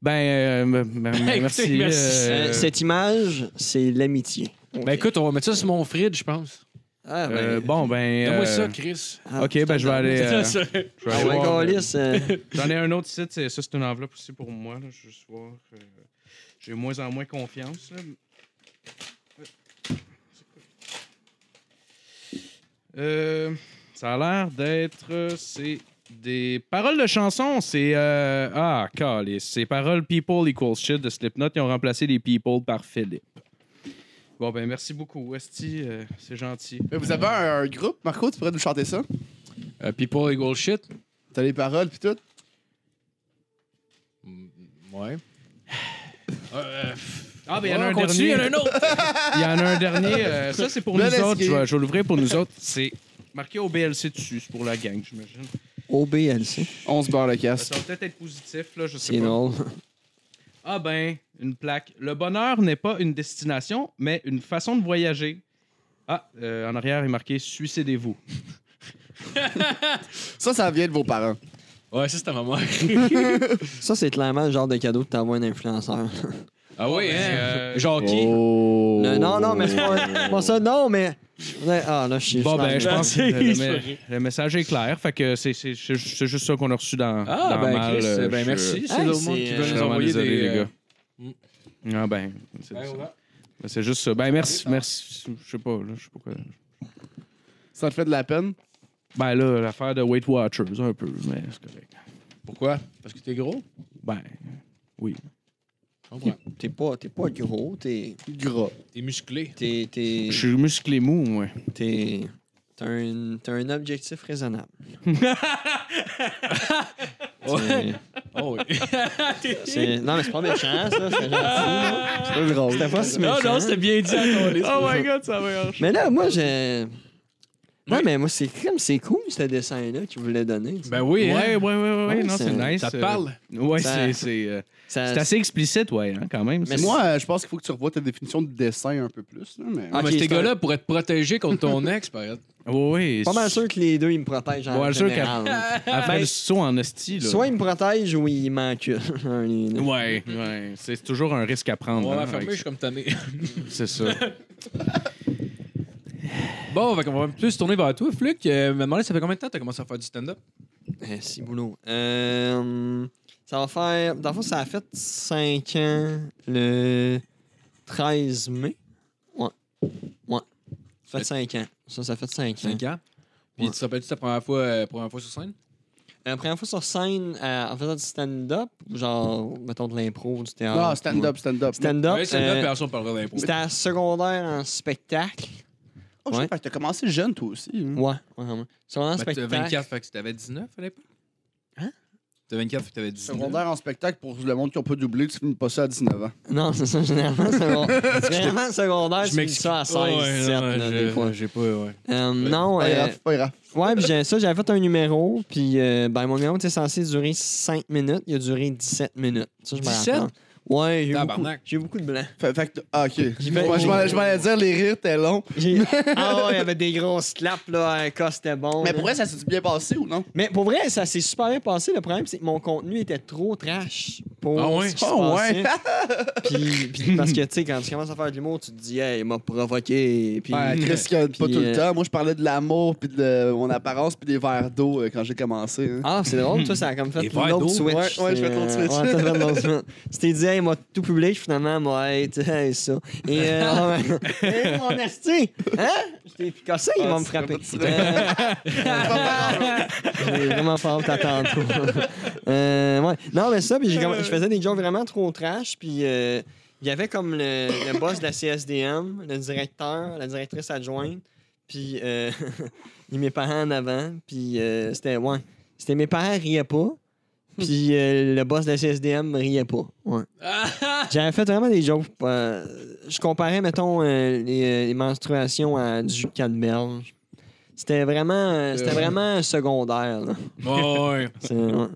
[SPEAKER 4] Ben, euh, m- m-
[SPEAKER 3] Écoutez,
[SPEAKER 4] merci.
[SPEAKER 3] merci.
[SPEAKER 4] euh,
[SPEAKER 6] Euh, cette image, c'est l'amitié.
[SPEAKER 3] Ben écoute, on va mettre ça sur mon fridge, je pense.
[SPEAKER 6] Ah, ben,
[SPEAKER 4] euh, bon, ben.
[SPEAKER 3] Donne-moi
[SPEAKER 4] euh,
[SPEAKER 3] ça, Chris.
[SPEAKER 6] ah,
[SPEAKER 4] ok, ben je vais aller. euh,
[SPEAKER 3] Ça,
[SPEAKER 4] je vais
[SPEAKER 6] Ah
[SPEAKER 4] aller
[SPEAKER 6] ouais,
[SPEAKER 4] voir, euh,
[SPEAKER 6] câlisse, euh,
[SPEAKER 4] <laughs> J'en ai un autre site, c'est- ça c'est une enveloppe aussi pour moi. Là, je vais juste voir. euh, J'ai de moins en moins confiance. là. Euh, ça a l'air d'être. euh, C'est des paroles de chansons. C'est. euh, ah, calé. C'est paroles People Equals Shit de Slipknot. Ils ont remplacé les People par Philippe. Bon, ben, merci beaucoup, Westy. euh, c'est gentil.
[SPEAKER 5] <laughs> Mais Vous avez un, un groupe, Marco, tu pourrais nous chanter ça?
[SPEAKER 3] Euh, people equal shit.
[SPEAKER 5] T'as les paroles pis tout?
[SPEAKER 3] Mm, Ouais. Euh, euh, pff,
[SPEAKER 4] Ah, ben, il y en a
[SPEAKER 3] On
[SPEAKER 4] un
[SPEAKER 3] continue, il y en a un
[SPEAKER 4] dernier.
[SPEAKER 3] autre.
[SPEAKER 4] Il y en a un dernier. <laughs> euh, ça, c'est pour
[SPEAKER 5] Bel
[SPEAKER 4] nous autres.
[SPEAKER 5] escape.
[SPEAKER 4] Je vais, je vais l'ouvrir pour nous autres. <laughs> C'est marqué au BLC dessus. C'est pour la gang, j'imagine.
[SPEAKER 6] OBLC.
[SPEAKER 5] On se barre le casque.
[SPEAKER 4] Ça va peut-être être positif, là, je sais
[SPEAKER 6] C'est
[SPEAKER 4] pas.
[SPEAKER 6] drôle.
[SPEAKER 4] Ah ben, une plaque. Le bonheur n'est pas une destination, mais une façon de voyager. Ah, euh, en arrière est marqué Suicidez-vous.
[SPEAKER 5] Ça, ça vient de vos parents.
[SPEAKER 3] Ouais, ça, c'est ta maman.
[SPEAKER 6] Ça, c'est clairement le genre de cadeau que t'envoies à un influenceur.
[SPEAKER 3] <laughs>
[SPEAKER 4] Oh.
[SPEAKER 3] Ah oui, hein?
[SPEAKER 4] Euh,
[SPEAKER 3] Genre qui?
[SPEAKER 5] Oh.
[SPEAKER 6] Le- non, non, mais c'est pas, pas ça. Non, mais. Ouais, Ah, là, je suis.
[SPEAKER 4] Bon, ben, je pense que <laughs> le,
[SPEAKER 3] c'est
[SPEAKER 4] le- le message est clair. Fait que c'est c'est- c'est- c'est juste ça qu'on a reçu dans,
[SPEAKER 3] Ah,
[SPEAKER 4] dans
[SPEAKER 3] ben,
[SPEAKER 4] Mal,
[SPEAKER 3] Chris,
[SPEAKER 4] euh,
[SPEAKER 3] ben
[SPEAKER 4] je-
[SPEAKER 3] merci. C'est
[SPEAKER 6] Hey,
[SPEAKER 3] le monde
[SPEAKER 6] c'est,
[SPEAKER 3] qui veut
[SPEAKER 6] euh,
[SPEAKER 4] Je
[SPEAKER 3] nous
[SPEAKER 4] suis vraiment
[SPEAKER 3] envoyer
[SPEAKER 4] désolé,
[SPEAKER 3] des...
[SPEAKER 4] les gars.
[SPEAKER 3] Mm.
[SPEAKER 4] Ah ben, c'est
[SPEAKER 3] euh,
[SPEAKER 4] ça.
[SPEAKER 3] ouais.
[SPEAKER 4] Ben, c'est juste ça. Ben, merci, merci. Je sais pas, là, je sais pas quoi.
[SPEAKER 5] Ça te fait de la peine?
[SPEAKER 4] Ben là, l'affaire de Weight Watchers, un peu, mais c'est correct.
[SPEAKER 3] Pourquoi? Parce que t'es gros?
[SPEAKER 4] Ben,
[SPEAKER 3] Je comprends.
[SPEAKER 6] T'es pas, t'es pas gros, t'es.
[SPEAKER 5] Gras.
[SPEAKER 3] T'es musclé.
[SPEAKER 6] T'es. T'es.
[SPEAKER 4] je suis musclé mou, moi.
[SPEAKER 6] T'es. T'as un, t'as un objectif raisonnable.
[SPEAKER 3] Ouais. <laughs> Oh oui.
[SPEAKER 6] C'est- c'est- non, mais c'est pas méchant, ça. C'est gentil. là.
[SPEAKER 5] C'est pas drôle.
[SPEAKER 6] C'était pas si méchant.
[SPEAKER 3] Non, Ah non, c'était bien dit à ton liste.
[SPEAKER 4] my god, ça va
[SPEAKER 6] Mais là, moi, j'ai. Non, mais moi, c'est comme c'est cool ce dessin-là qu'ils voulaient donner. tu sais.
[SPEAKER 3] Ben oui,
[SPEAKER 4] Ouais,
[SPEAKER 3] hein?
[SPEAKER 4] ouais, ouais, ouais, ouais,
[SPEAKER 6] Ouais,
[SPEAKER 4] non, c'est
[SPEAKER 6] ça-
[SPEAKER 4] nice.
[SPEAKER 3] Ça te
[SPEAKER 4] euh,
[SPEAKER 3] parle?
[SPEAKER 4] Ouais,
[SPEAKER 6] Ça-
[SPEAKER 4] c'est- c'est euh,
[SPEAKER 6] Ça-
[SPEAKER 4] c'est assez explicite, ouais, hein, quand même.
[SPEAKER 6] Mais
[SPEAKER 4] C'est-
[SPEAKER 5] Moi, euh, je pense qu'il faut que tu revois ta définition de dessin un peu plus. là, mais...
[SPEAKER 6] Ah,
[SPEAKER 3] mais
[SPEAKER 6] ok,
[SPEAKER 3] ces
[SPEAKER 6] c'est un-
[SPEAKER 3] gars-là pourraient te protéger contre <laughs> ton ex, par exemple.
[SPEAKER 4] Ouais, ouais.
[SPEAKER 6] Pas mal sûr que les deux, ils me protègent en
[SPEAKER 4] Ouais, sûr
[SPEAKER 6] général. là.
[SPEAKER 4] Elle fait
[SPEAKER 6] Ben,
[SPEAKER 4] le saut en esti, là.
[SPEAKER 6] Soit ils me protègent ou ils m'enculent. <laughs> Un des deux.
[SPEAKER 4] Ouais, ouais. C'est toujours un risque à prendre.
[SPEAKER 3] On va
[SPEAKER 4] hein,
[SPEAKER 3] la fermer, je
[SPEAKER 4] avec
[SPEAKER 3] suis comme tanné.
[SPEAKER 4] ça. C'est ça.
[SPEAKER 3] <laughs> Bon, fait on va plus se tourner vers toi, Fluc. Euh, me demander, ça fait combien de temps que t'as commencé à faire du stand-up?
[SPEAKER 6] Eh, C'est boulot. Euh, ça va faire... Dans le fond, ça a fait 5 ans le 13 mai. Ouais. Ouais. Ça fait 5 ans. Ça, ça fait 5 ans.
[SPEAKER 3] 5 ans. Puis
[SPEAKER 6] Hein? Ouais.
[SPEAKER 3] tu te rappelles-tu ta première fois, euh, première fois sur scène?
[SPEAKER 6] La première fois sur scène, euh, en faisant du stand-up, genre, mettons de l'impro, du théâtre.
[SPEAKER 5] Ah, stand-up, stand-up.
[SPEAKER 6] Stand-up.
[SPEAKER 3] Ouais, stand-up,
[SPEAKER 6] euh,
[SPEAKER 3] personne ne parlera d'impro.
[SPEAKER 6] C'était en secondaire en spectacle.
[SPEAKER 5] Oh, je
[SPEAKER 6] Ouais.
[SPEAKER 5] sais pas, t'as commencé jeune, toi aussi. hein.
[SPEAKER 6] Ouais, ouais, vraiment. Secondaire en
[SPEAKER 3] Ben, t'as
[SPEAKER 6] spectacle.
[SPEAKER 3] 24, fait que t'avais 19 à l'époque?
[SPEAKER 6] Hein?
[SPEAKER 3] T'as 24, fait que t'avais 19.
[SPEAKER 5] Secondaire en spectacle pour le monde qui n'a pas doublé, tu finis pas ça à 19 ans.
[SPEAKER 6] Non, c'est ça,
[SPEAKER 3] <laughs>
[SPEAKER 6] généralement, secondaire. généralement, secondaire, je mets
[SPEAKER 3] m'excuse.
[SPEAKER 6] ça à 16,
[SPEAKER 3] Ouais, ouais,
[SPEAKER 6] 17,
[SPEAKER 3] ouais,
[SPEAKER 6] là,
[SPEAKER 3] je-
[SPEAKER 6] des fois.
[SPEAKER 3] J'ai pas,
[SPEAKER 6] <laughs>
[SPEAKER 3] ouais.
[SPEAKER 6] Euh, non,
[SPEAKER 5] Pas
[SPEAKER 6] euh,
[SPEAKER 5] grave, pas grave.
[SPEAKER 6] ouais, puis j'ai- ça, j'avais fait un numéro, puis euh, ben, mon numéro était censé durer 5 minutes, il a duré 17 minutes. Ça, je me
[SPEAKER 3] 17?
[SPEAKER 6] rappelle. Ouais, j'ai eu beaucoup,
[SPEAKER 3] Tabarnak.
[SPEAKER 6] j'ai eu beaucoup de blanc.
[SPEAKER 5] Fait, fait que, ah, ok.
[SPEAKER 6] <laughs> J'ai fait-
[SPEAKER 5] Moi, je m'en- je m'en allais dire, les rires étaient longs. <laughs>
[SPEAKER 6] J'ai- ah ouais, il y avait des grosses claps, là, un cas, c'était bon.
[SPEAKER 5] Mais
[SPEAKER 6] là.
[SPEAKER 5] pour vrai, ça s'est bien passé ou non?
[SPEAKER 6] Mais pour vrai, ça s'est super bien passé. Le problème, c'est que mon contenu était trop trash pour
[SPEAKER 3] Ah ouais?
[SPEAKER 6] ce qui se
[SPEAKER 5] Ah ouais?
[SPEAKER 6] passait.
[SPEAKER 5] <laughs>
[SPEAKER 6] puis, puis parce que, tu sais, quand tu commences à faire de l'humour, tu te dis « Hey, il m'a provoqué. » Puis
[SPEAKER 5] Ouais, Chris, qui a- pas
[SPEAKER 6] puis,
[SPEAKER 5] tout le
[SPEAKER 6] euh,
[SPEAKER 5] temps. Moi, je parlais de l'amour, puis de mon apparence, puis des verres d'eau euh, quand j'ai commencé. hein.
[SPEAKER 6] Ah, c'est drôle, toi, ça a comme fait
[SPEAKER 3] Les
[SPEAKER 6] une
[SPEAKER 3] verres d'eau.
[SPEAKER 6] autre switch.
[SPEAKER 5] Ouais, ouais, je fais ton
[SPEAKER 6] Euh,
[SPEAKER 5] switch.
[SPEAKER 6] Ouais, t'as
[SPEAKER 5] <laughs>
[SPEAKER 6] fait ton switch. Tu t'es dit, hey, m'a tout publié, finalement, moi, hey, tu sais, hey, ça. Et,
[SPEAKER 5] <laughs>
[SPEAKER 6] euh, <laughs> hey, mon esti! Hein? Je t'ai picassé, il
[SPEAKER 5] Ah,
[SPEAKER 6] va me
[SPEAKER 5] tu
[SPEAKER 6] frapper.
[SPEAKER 5] serais pas
[SPEAKER 6] Euh, J'ai vraiment pas hâte d'attendre. Euh, ouais. Non, mais ça, puis j'ai comme- je faisais des jokes vraiment trop trash, puis euh, il y avait comme le, le boss de la CSDM, le directeur, la directrice adjointe, puis euh, <laughs> il y a mes parents en avant, puis euh, c'était, ouais, c'était mes parents riaient pas, puis euh, le boss de la CSDM riait pas. Ouais. J'avais fait vraiment des jokes. euh, je comparais, mettons, euh, les, les menstruations à du jus de canneberge. C'était vraiment, euh, c'était
[SPEAKER 3] Euh.
[SPEAKER 6] vraiment secondaire. Là.
[SPEAKER 3] Ouais, ouais. <laughs>
[SPEAKER 6] C'est ouais.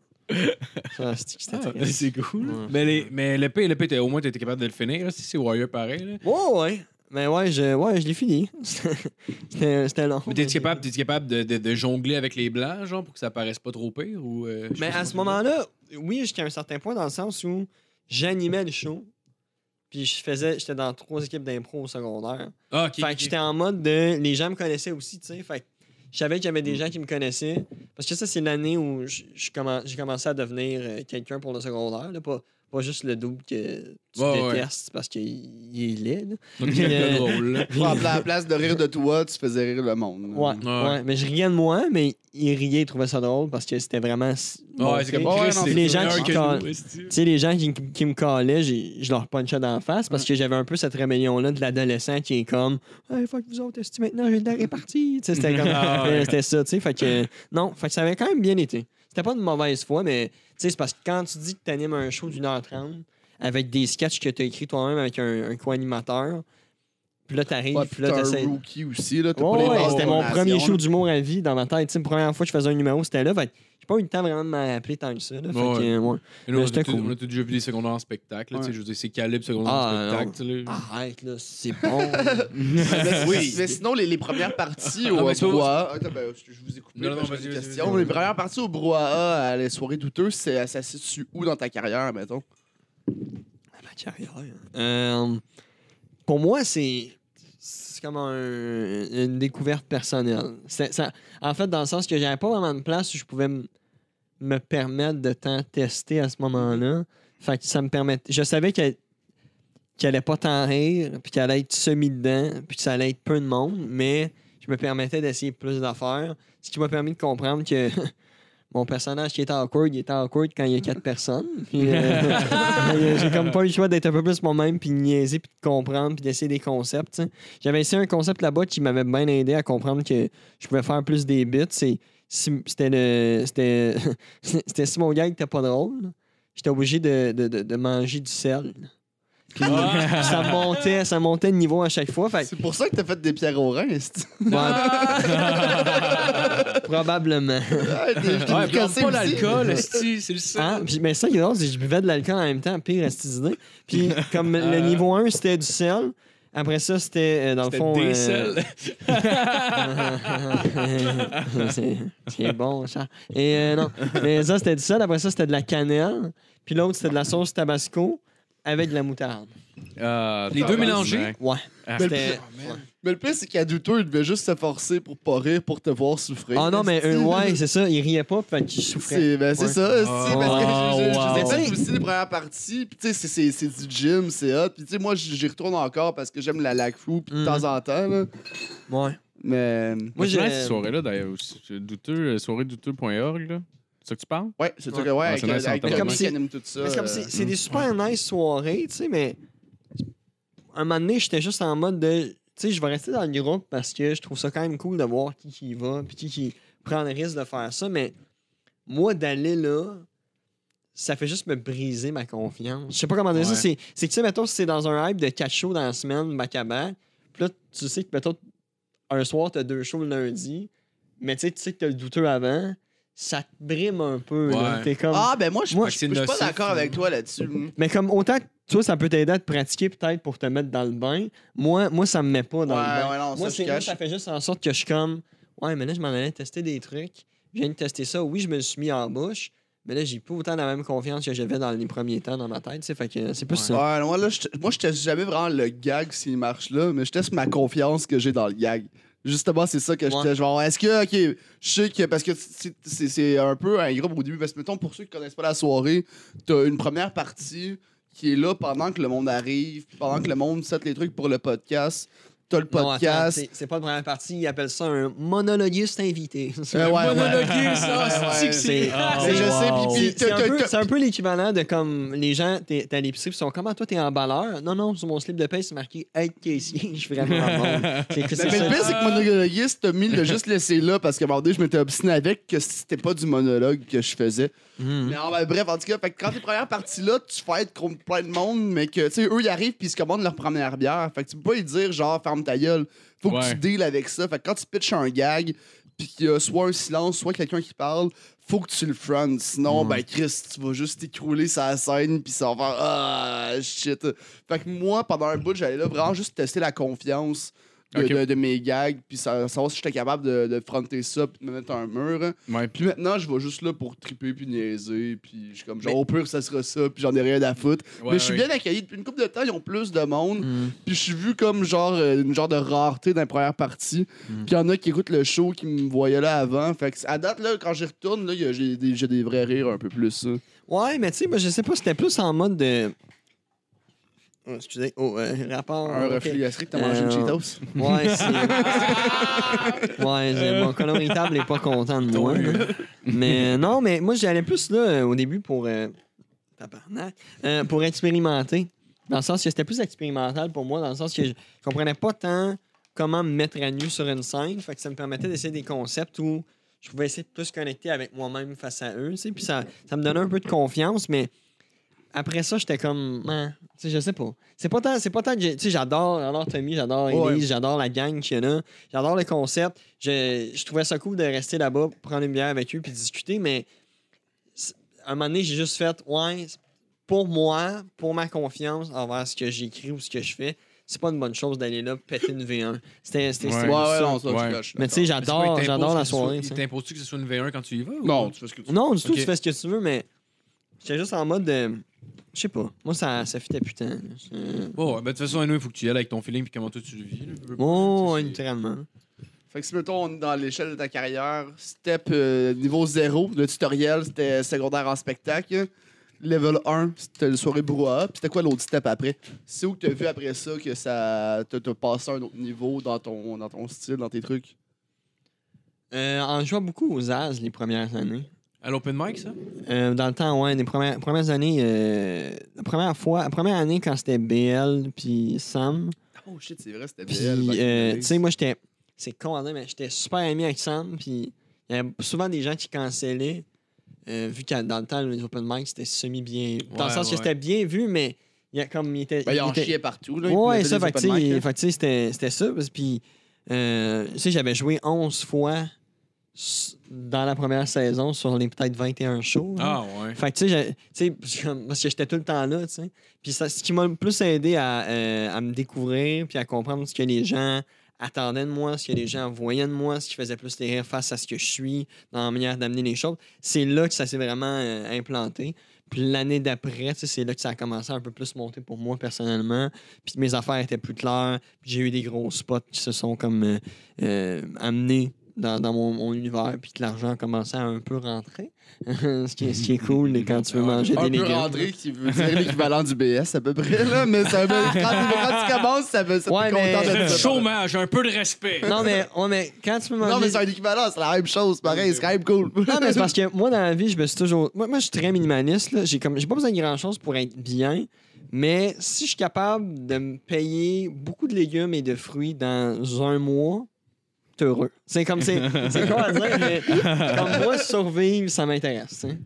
[SPEAKER 6] Ça, c'est- c'était
[SPEAKER 3] Ah,
[SPEAKER 6] triste.
[SPEAKER 3] c'est cool.
[SPEAKER 6] Ouais.
[SPEAKER 3] Mais, les, mais l'épée, l'épée, t'as- au moins, t'étais capable de le finir. là, Si c'est Warrior pareil. Là.
[SPEAKER 6] Ouais, ouais. Mais ouais, je, ouais, je l'ai fini. <laughs> c'était c'était long.
[SPEAKER 3] Mais t'es-tu capable, t'es-tu capable de, de- de jongler avec les blancs, genre, pour que ça paraisse pas trop pire? Ou, euh, je
[SPEAKER 6] Mais
[SPEAKER 3] sais pas
[SPEAKER 6] à
[SPEAKER 3] si
[SPEAKER 6] ce
[SPEAKER 3] on-
[SPEAKER 6] moment-là, oui, jusqu'à un certain point, dans le sens où j'animais le show. Puis je faisais, j'étais dans trois équipes d'impro au secondaire.
[SPEAKER 3] Ah, ok.
[SPEAKER 6] Fait que j'étais en mode de. Les gens me connaissaient aussi, tu sais. Fait que je savais qu'il y avait des gens qui me connaissaient. Parce que ça, c'est l'année où je- je commen- j'ai commencé à devenir euh, quelqu'un pour le secondaire. Là, pas, pas juste le double que tu
[SPEAKER 3] Ouais, ouais.
[SPEAKER 6] détestes parce qu'il il est laid. là.
[SPEAKER 3] Donc, c'est
[SPEAKER 6] Euh,
[SPEAKER 3] un peu drôle.
[SPEAKER 6] <laughs>
[SPEAKER 3] là.
[SPEAKER 5] Pour, à la place de rire de toi, tu faisais rire le monde.
[SPEAKER 6] Ouais,
[SPEAKER 3] Ouais.
[SPEAKER 6] ouais. Mais je riais de moi, mais il riait, il trouvait ça drôle parce que c'était vraiment. s-
[SPEAKER 3] Ouais,
[SPEAKER 6] montré.
[SPEAKER 3] c'est comme
[SPEAKER 5] Ouais,
[SPEAKER 3] Chris,
[SPEAKER 5] non,
[SPEAKER 3] c'est
[SPEAKER 6] les gens
[SPEAKER 3] meilleur
[SPEAKER 6] qui
[SPEAKER 3] que
[SPEAKER 6] callent.
[SPEAKER 3] nous, esti.
[SPEAKER 6] Tu sais, les gens qui, qui me callaient, j'ai- je leur punchais dans la face parce que j'avais un peu cette rébellion-là de l'adolescent qui est comme Hey, fuck vous autres, est-ce que maintenant j'ai de la répartie? Tu sais, C'était comme
[SPEAKER 3] <laughs> Ah ouais.
[SPEAKER 6] euh, c'était ça, tu sais. Fait que, non, fait que ça avait quand même bien été. C'était pas de mauvaise foi, mais tu sais, c'est parce que quand tu dis que t'animes un show d'une heure trente, avec des sketchs que t'as écrits toi-même avec un, un co-animateur. Puis là, t'arrives,
[SPEAKER 5] Ouais,
[SPEAKER 6] puis
[SPEAKER 5] puis
[SPEAKER 6] là,
[SPEAKER 5] t'as
[SPEAKER 6] t'essaies.
[SPEAKER 5] un rookie aussi, là. T'as
[SPEAKER 6] Ouais,
[SPEAKER 5] pas les
[SPEAKER 6] ouais,
[SPEAKER 5] bases
[SPEAKER 6] c'était mon
[SPEAKER 5] d'information,
[SPEAKER 6] premier
[SPEAKER 5] là.
[SPEAKER 6] show d'humour à vie dans ma tête. Tu sais, la première fois que je faisais un numéro, c'était là. Fait que j'ai pas eu le temps vraiment de m'en rappeler tant que ça. là. Fait
[SPEAKER 3] Ouais.
[SPEAKER 6] que, euh, ouais.
[SPEAKER 3] Mais nous, on, a
[SPEAKER 6] c'était
[SPEAKER 3] tout-
[SPEAKER 6] cool.
[SPEAKER 3] on a tout déjà vu des secondaires en spectacle. là, tu sais,
[SPEAKER 5] Ouais.
[SPEAKER 3] Je veux dire, c'est calibre secondaire
[SPEAKER 6] Ah,
[SPEAKER 3] en spectacle. là.
[SPEAKER 6] Arrête, là, c'est bon.
[SPEAKER 5] Mais-
[SPEAKER 6] Oui.
[SPEAKER 5] Mais sinon, les, les premières parties
[SPEAKER 3] Ah,
[SPEAKER 5] au
[SPEAKER 3] mais tu vois-
[SPEAKER 5] brouhaha. Attends, ben, je je vous ai coupé.
[SPEAKER 3] Non, non,
[SPEAKER 5] parce que
[SPEAKER 3] vas-y,
[SPEAKER 5] j'ai une
[SPEAKER 3] vas-y,
[SPEAKER 5] question.
[SPEAKER 3] vas-y.
[SPEAKER 5] Les premières parties au brouhaha à les soirées douteuses, c'est- euh, ça se situe où dans ta carrière, mettons
[SPEAKER 6] Ma carrière. Euh, pour moi, c'est. C'est comme un- une découverte personnelle. C'est- ça- en fait, dans le sens que j'avais pas vraiment de place où je pouvais m- me permettre de tant tester à ce moment-là. Fait que ça me permettait. Je savais qu'elle qu'elle allait pas tant rire, puis qu'elle allait être semi-dedans, puis que ça allait être peu de monde, mais je me permettais d'essayer plus d'affaires. Ce qui m'a permis de comprendre que <laughs> mon personnage qui est awkward, il est awkward quand il y a quatre personnes. Puis, euh, euh, <laughs> j'ai comme pas eu le choix d'être un peu plus moi-même, puis de niaiser, puis de comprendre, puis d'essayer des concepts. tu sais. J'avais essayé un concept là-bas qui m'avait bien aidé à comprendre que je pouvais faire plus des bits. C'est, si- c'était le. C'était, <laughs> c'était si mon gars était pas drôle, j'étais obligé de, de, de- de manger du sel. Puis ça montait, ça montait de niveau à chaque fois. Fait que
[SPEAKER 5] C'est pour ça que t'as fait des pierres au rein,
[SPEAKER 3] <laughs>
[SPEAKER 5] c'est.
[SPEAKER 6] <laughs> probablement.
[SPEAKER 5] Ouais, t'es- t'es
[SPEAKER 3] Ouais, prends
[SPEAKER 5] ah. cassé
[SPEAKER 3] pas
[SPEAKER 5] aussi.
[SPEAKER 3] l'alcool, esti, c'est le sang.
[SPEAKER 6] Hein? Puis, mais ça qui est drôle, c'est que je buvais de l'alcool en même temps, pire à cette idée. Puis comme le niveau 1, c'était du sel. Après ça, c'était euh, dans le fond.
[SPEAKER 3] des
[SPEAKER 6] euh,
[SPEAKER 3] selles.
[SPEAKER 6] <laughs> c'est c'est bon, ça. Et euh, non, mais ça, c'était du sel. Après ça, c'était de la cannelle. Puis l'autre, c'était de la sauce tabasco avec de la moutarde.
[SPEAKER 3] Les deux mélangés. Ben,
[SPEAKER 6] Ouais.
[SPEAKER 4] Euh, Ah.
[SPEAKER 6] C'était.
[SPEAKER 5] Mais le pire, c'est qu'à douteux, il devait juste se forcer pour pas rire, pour te voir souffrir.
[SPEAKER 6] Ah non,
[SPEAKER 5] <laughs>
[SPEAKER 6] mais
[SPEAKER 5] Esti.
[SPEAKER 6] euh, ouais, c'est ça. Il riait pas, fait qu'il souffrait.
[SPEAKER 5] C'est ben, c'est
[SPEAKER 6] Ouais.
[SPEAKER 5] ça, c'est
[SPEAKER 3] Oh,
[SPEAKER 5] parce que je- je-
[SPEAKER 4] wow.
[SPEAKER 5] je faisais aussi les premières parties, puis tu sais, c'est- c'est c'est du gym, c'est hot, puis tu sais, moi, j'y j'y retourne encore parce que j'aime la lac fou, puis de
[SPEAKER 6] Mhm.
[SPEAKER 5] temps en temps, là.
[SPEAKER 6] Ouais.
[SPEAKER 5] Mais.
[SPEAKER 6] Moi,
[SPEAKER 4] Moi, j'ai.
[SPEAKER 6] j'ai-
[SPEAKER 4] Cette soirée-là, d'ailleurs, aussi, c'est douteux, euh, soirée-douteux.org, là. C'est ça que tu parles?
[SPEAKER 5] Ouais, c'est
[SPEAKER 6] Ouais.
[SPEAKER 5] truc, ouais,
[SPEAKER 4] Ouais,
[SPEAKER 5] avec,
[SPEAKER 4] c'est nice,
[SPEAKER 5] avec
[SPEAKER 4] ça,
[SPEAKER 5] le
[SPEAKER 6] comme
[SPEAKER 5] mec
[SPEAKER 6] si-
[SPEAKER 5] qui anime tout ça.
[SPEAKER 6] Mais c'est comme
[SPEAKER 5] euh,
[SPEAKER 6] c'est c'est des super nice soirées, tu sais, mais un moment donné, j'étais juste en mode de. Tu sais, je vais rester dans le groupe parce que je trouve ça quand même cool de voir qui, qui y va, puis qui, qui prend le risque de faire ça, mais moi, d'aller là, ça fait juste me briser ma confiance. Je sais pas comment dire ça.
[SPEAKER 4] Ouais.
[SPEAKER 6] C'est c'est que, tu sais, mettons, si c'est dans un hype de 4 shows dans la semaine, back à back, puis là, tu sais que, mettons, un soir, t'as deux shows le lundi, mais tu sais, tu sais que t'as le douteux avant, ça te brime un peu. là.
[SPEAKER 3] Ouais.
[SPEAKER 6] T'es comme.
[SPEAKER 5] Ah, ben moi, je
[SPEAKER 6] Moi,
[SPEAKER 5] je- je suis pas
[SPEAKER 3] c'est nocif,
[SPEAKER 5] d'accord avec toi là-dessus.
[SPEAKER 6] Mais comme autant que toi, ça peut t'aider à te pratiquer peut-être pour te mettre dans le bain, moi, moi ça me met pas dans
[SPEAKER 5] Ouais,
[SPEAKER 6] le bain.
[SPEAKER 5] ouais, non, ça,
[SPEAKER 6] moi,
[SPEAKER 5] je
[SPEAKER 6] c'est- moi,
[SPEAKER 5] cache.
[SPEAKER 6] ça fait juste en sorte que je suis comme Ouais, mais là, je m'en allais tester des trucs. Je viens de tester ça. Oui, je me le suis mis en bouche, mais là, j'ai pas autant la même confiance que j'avais dans les premiers temps dans ma tête. tu sais, Fait que c'est plus ça.
[SPEAKER 5] Ouais, non, moi, là, je te- moi, je teste jamais vraiment le gag s'il marche là, mais je teste ma confiance que j'ai dans le gag. Justement, c'est ça que je
[SPEAKER 6] Ouais.
[SPEAKER 5] teste. Genre, est-ce que, ok, je sais que, parce que c'est- c'est c'est un peu un groupe au début, parce que mettons, pour ceux qui connaissent pas la soirée, t'as une première partie qui est là pendant que le monde arrive, puis pendant que le monde set les trucs pour le podcast. T'as le
[SPEAKER 6] Non, attends,
[SPEAKER 5] podcast.
[SPEAKER 6] c'est- c'est pas la première partie. Ils appellent ça un monologuiste invité.
[SPEAKER 5] Euh, ouais, ouais.
[SPEAKER 3] Monologué, ça,
[SPEAKER 5] Ouais,
[SPEAKER 3] c'est que c'est.
[SPEAKER 6] <laughs> c'est-
[SPEAKER 3] Ah,
[SPEAKER 5] Mais je
[SPEAKER 3] ouais.
[SPEAKER 5] sais, puis- puis
[SPEAKER 6] C'est c'est
[SPEAKER 5] t'as-
[SPEAKER 6] un
[SPEAKER 5] t'as-
[SPEAKER 6] peu-
[SPEAKER 5] t'as-
[SPEAKER 6] c'est un peu l'équivalent de comme les gens, t'es t'es à l'épicerie, ils sont comment toi, t'es emballeur? Non, non, sur mon slip de paie, c'est marqué être caissier. <laughs> Je suis vraiment bon. C'est que
[SPEAKER 5] Mais,
[SPEAKER 6] c'est
[SPEAKER 5] mais
[SPEAKER 6] ça.
[SPEAKER 5] le pire, c'est que monologuiste, Tommy l'a juste laissé là parce qu'à un moment donné, je m'étais obstiné avec que c'était pas du monologue que je faisais.
[SPEAKER 6] Mhm.
[SPEAKER 4] Mm.
[SPEAKER 5] Mais non, ben, bref, en tout cas, fait que quand t'es première partie là, tu fais être contre plein de monde, mais que, tu sais, eux, ils arrivent puis ils se commandent leur première bière. Fait que tu peux pas y dire, genre, ferme ta gueule. Faut que
[SPEAKER 4] Ouais.
[SPEAKER 5] tu deals avec ça. Fait que quand tu pitches un gag, puis qu'il y a soit un silence, soit quelqu'un qui parle, faut que tu le frontes. Sinon, ben, Chris, tu vas juste t'écrouler sur la scène puis ça va faire Ah, shit. Fait que moi, pendant un bout, j'allais là vraiment juste tester la confiance. De,
[SPEAKER 4] Ok.
[SPEAKER 5] de- de mes gags, puis sa- savoir si j'étais capable de, de fronter ça, puis de me mettre un mur.
[SPEAKER 4] Ouais.
[SPEAKER 5] Puis maintenant, je vais juste là pour triper puis niaiser. Puis je suis comme, genre, au pire, ça sera ça. Puis j'en ai rien à foutre.
[SPEAKER 4] Ouais,
[SPEAKER 5] mais je suis
[SPEAKER 4] ouais.
[SPEAKER 5] bien accueilli. Depuis une couple de temps, ils ont plus de monde.
[SPEAKER 6] Mhm.
[SPEAKER 5] Puis je suis vu comme, genre, euh, une genre de rareté dans la première partie.
[SPEAKER 6] Mm.
[SPEAKER 5] Puis il y en a qui écoutent le show qui me voyaient là avant. Fait que à date, là, quand j'y retourne, là, y a- j'ai des, j'ai des vrais rires un peu plus. hein.
[SPEAKER 6] Ouais, mais tu sais, moi, je sais pas, c'était plus en mode de. Oh, excusez, oh, euh, rapport.
[SPEAKER 5] Un
[SPEAKER 6] ok.
[SPEAKER 5] reflux gastrique, t'as mangé une
[SPEAKER 6] Euh,
[SPEAKER 5] Cheetos?
[SPEAKER 6] Ouais, c'est.
[SPEAKER 5] <laughs>
[SPEAKER 6] ouais, j'ai- mon coloritable est pas content de moi. là. Mais non, mais moi, j'allais plus là euh, au début pour. euh, tabarnak, euh, pour expérimenter. Dans le sens que c'était plus expérimental pour moi, dans le sens que je comprenais pas tant comment me mettre à nu sur une scène. Fait que ça me permettait d'essayer des concepts où je pouvais essayer de plus connecter avec moi-même face à eux. tu sais, Puis ça, ça me donnait un peu de confiance, mais après ça, j'étais comme, man, tu sais, je sais pas. C'est pas tant, c'est pas tant que j'ai- tu sais, j'adore, j'adore Tommy, j'adore
[SPEAKER 5] Ouais.
[SPEAKER 6] Elise, j'adore la gang qu'il y a là, j'adore le concept. Je, je trouvais ça cool de rester là-bas, prendre une bière avec eux puis discuter, mais c'est- à un moment donné, j'ai juste fait, ouais, c'est- pour moi, pour ma confiance envers ce que j'écris ou ce que je fais, c'est pas une bonne chose d'aller là péter une V1. C'était, c'était,
[SPEAKER 4] Ouais.
[SPEAKER 5] Ouais,
[SPEAKER 6] c'était
[SPEAKER 5] ouais,
[SPEAKER 6] ça.
[SPEAKER 5] non, ça,
[SPEAKER 4] Ouais.
[SPEAKER 5] je coche.
[SPEAKER 6] Mais tu sais,
[SPEAKER 3] Mais c'est quoi, il
[SPEAKER 6] j'adore,
[SPEAKER 3] t'impose
[SPEAKER 6] j'adore
[SPEAKER 3] que
[SPEAKER 6] la
[SPEAKER 3] ce soit-
[SPEAKER 6] soirée.
[SPEAKER 3] il
[SPEAKER 6] tu sais.
[SPEAKER 3] T'imposes-tu que ce soit une V1 quand tu y vas? ou-
[SPEAKER 5] Non, tu fais ce que tu veux.
[SPEAKER 6] Non, du tout,
[SPEAKER 3] Ok.
[SPEAKER 6] tu fais ce que tu veux, mais j'étais juste en mode de. Je sais pas. Moi, ça, ça fitait putain.
[SPEAKER 3] Oh, ouais, ben, de toute façon, il faut que tu y ailles avec ton feeling puis comment toi tu le vis. là. Tu veux pas-
[SPEAKER 6] Oh,
[SPEAKER 3] c'est-
[SPEAKER 6] littéralement.
[SPEAKER 5] Fait que si, mettons, on est dans l'échelle de ta carrière, step euh, niveau 0, le tutoriel, c'était secondaire en spectacle. Level 1, c'était le soirée brouhaha. Puis c'était quoi l'autre step après? C'est où que t'as vu après ça que ça t'a t'a passé à un autre niveau dans ton, dans ton style, dans tes trucs?
[SPEAKER 6] Euh, on jouait beaucoup aux As les premières années.
[SPEAKER 3] À l'open mic, ça?
[SPEAKER 6] Euh, dans le temps, ouais, les premières, premières années, euh, la première fois, la première année quand c'était BL puis Sam,
[SPEAKER 5] Oh shit, c'est vrai, c'était
[SPEAKER 6] Puis,
[SPEAKER 5] BL, back in the
[SPEAKER 6] euh,
[SPEAKER 5] days.
[SPEAKER 6] tu sais, moi, j'étais. C'est con à dire, mais j'étais super ami avec Sam. Puis, il y avait souvent des gens qui cancellaient. euh, vu que dans le temps, les open mic, c'était semi-bien. Dans le
[SPEAKER 3] Ouais,
[SPEAKER 6] sens que
[SPEAKER 3] ouais.
[SPEAKER 6] c'était bien vu, mais il y a comme. Il était.
[SPEAKER 5] Ben, ils
[SPEAKER 6] il
[SPEAKER 5] en
[SPEAKER 6] était-
[SPEAKER 5] chiaient partout. Là, ils
[SPEAKER 6] Ouais,
[SPEAKER 5] faisaient
[SPEAKER 6] ça,
[SPEAKER 5] des
[SPEAKER 6] fait que, tu
[SPEAKER 5] open mic,
[SPEAKER 6] sais,
[SPEAKER 5] là.
[SPEAKER 6] fait que, tu sais, c'était c'était ça. parce- Puis, euh, tu sais, j'avais joué 11 fois s- dans la première saison sur les peut-être 21 shows. là.
[SPEAKER 3] Ah, ouais.
[SPEAKER 6] Fait que, tu sais, j'ai- tu sais, <laughs> comme- parce que j'étais tout le temps là, tu sais. Puis ça, ce qui m'a le plus aidé à, euh, à me découvrir, puis à comprendre ce que les gens attendaient de moi, ce que les gens voyaient de moi, ce qui faisait plus rires face à ce que je suis, dans la manière d'amener les choses, c'est là que ça s'est vraiment euh, implanté. Puis l'année d'après, tu sais, c'est là que ça a commencé à un peu plus monter pour moi personnellement. Puis mes affaires étaient plus claires. Puis j'ai eu des gros spots qui se sont comme euh, euh, amenés dans, dans mon, mon univers. Puis que l'argent a commencé à un peu rentrer. <laughs> ce, qui est, ce qui est cool quand tu veux
[SPEAKER 5] <laughs>
[SPEAKER 6] manger
[SPEAKER 5] un
[SPEAKER 6] des
[SPEAKER 5] peu
[SPEAKER 6] légumes.
[SPEAKER 5] rentré qui veut dire l'équivalent du BS à peu près, là, mais ça veut, quand, quand tu commences, ça veut ça
[SPEAKER 6] Ouais,
[SPEAKER 5] t'es
[SPEAKER 6] mais-
[SPEAKER 5] content de
[SPEAKER 3] Le chômage, un peu de respect.
[SPEAKER 6] Non, mais, ouais, mais quand tu veux manger.
[SPEAKER 5] Non, mais c'est un équivalent, c'est la même chose, pareil, c'est quand même cool.
[SPEAKER 6] Non, mais c'est parce que moi, dans la vie, je me suis toujours. Moi, moi, je suis très minimaliste. là. J'ai comme... j'ai pas besoin de grand-chose pour être bien. Mais si je suis capable de me payer beaucoup de légumes et de fruits dans un mois, t'es heureux. C'est comme. C'est c'est quoi à dire, mais comme moi, survivre, ça m'intéresse. tu sais.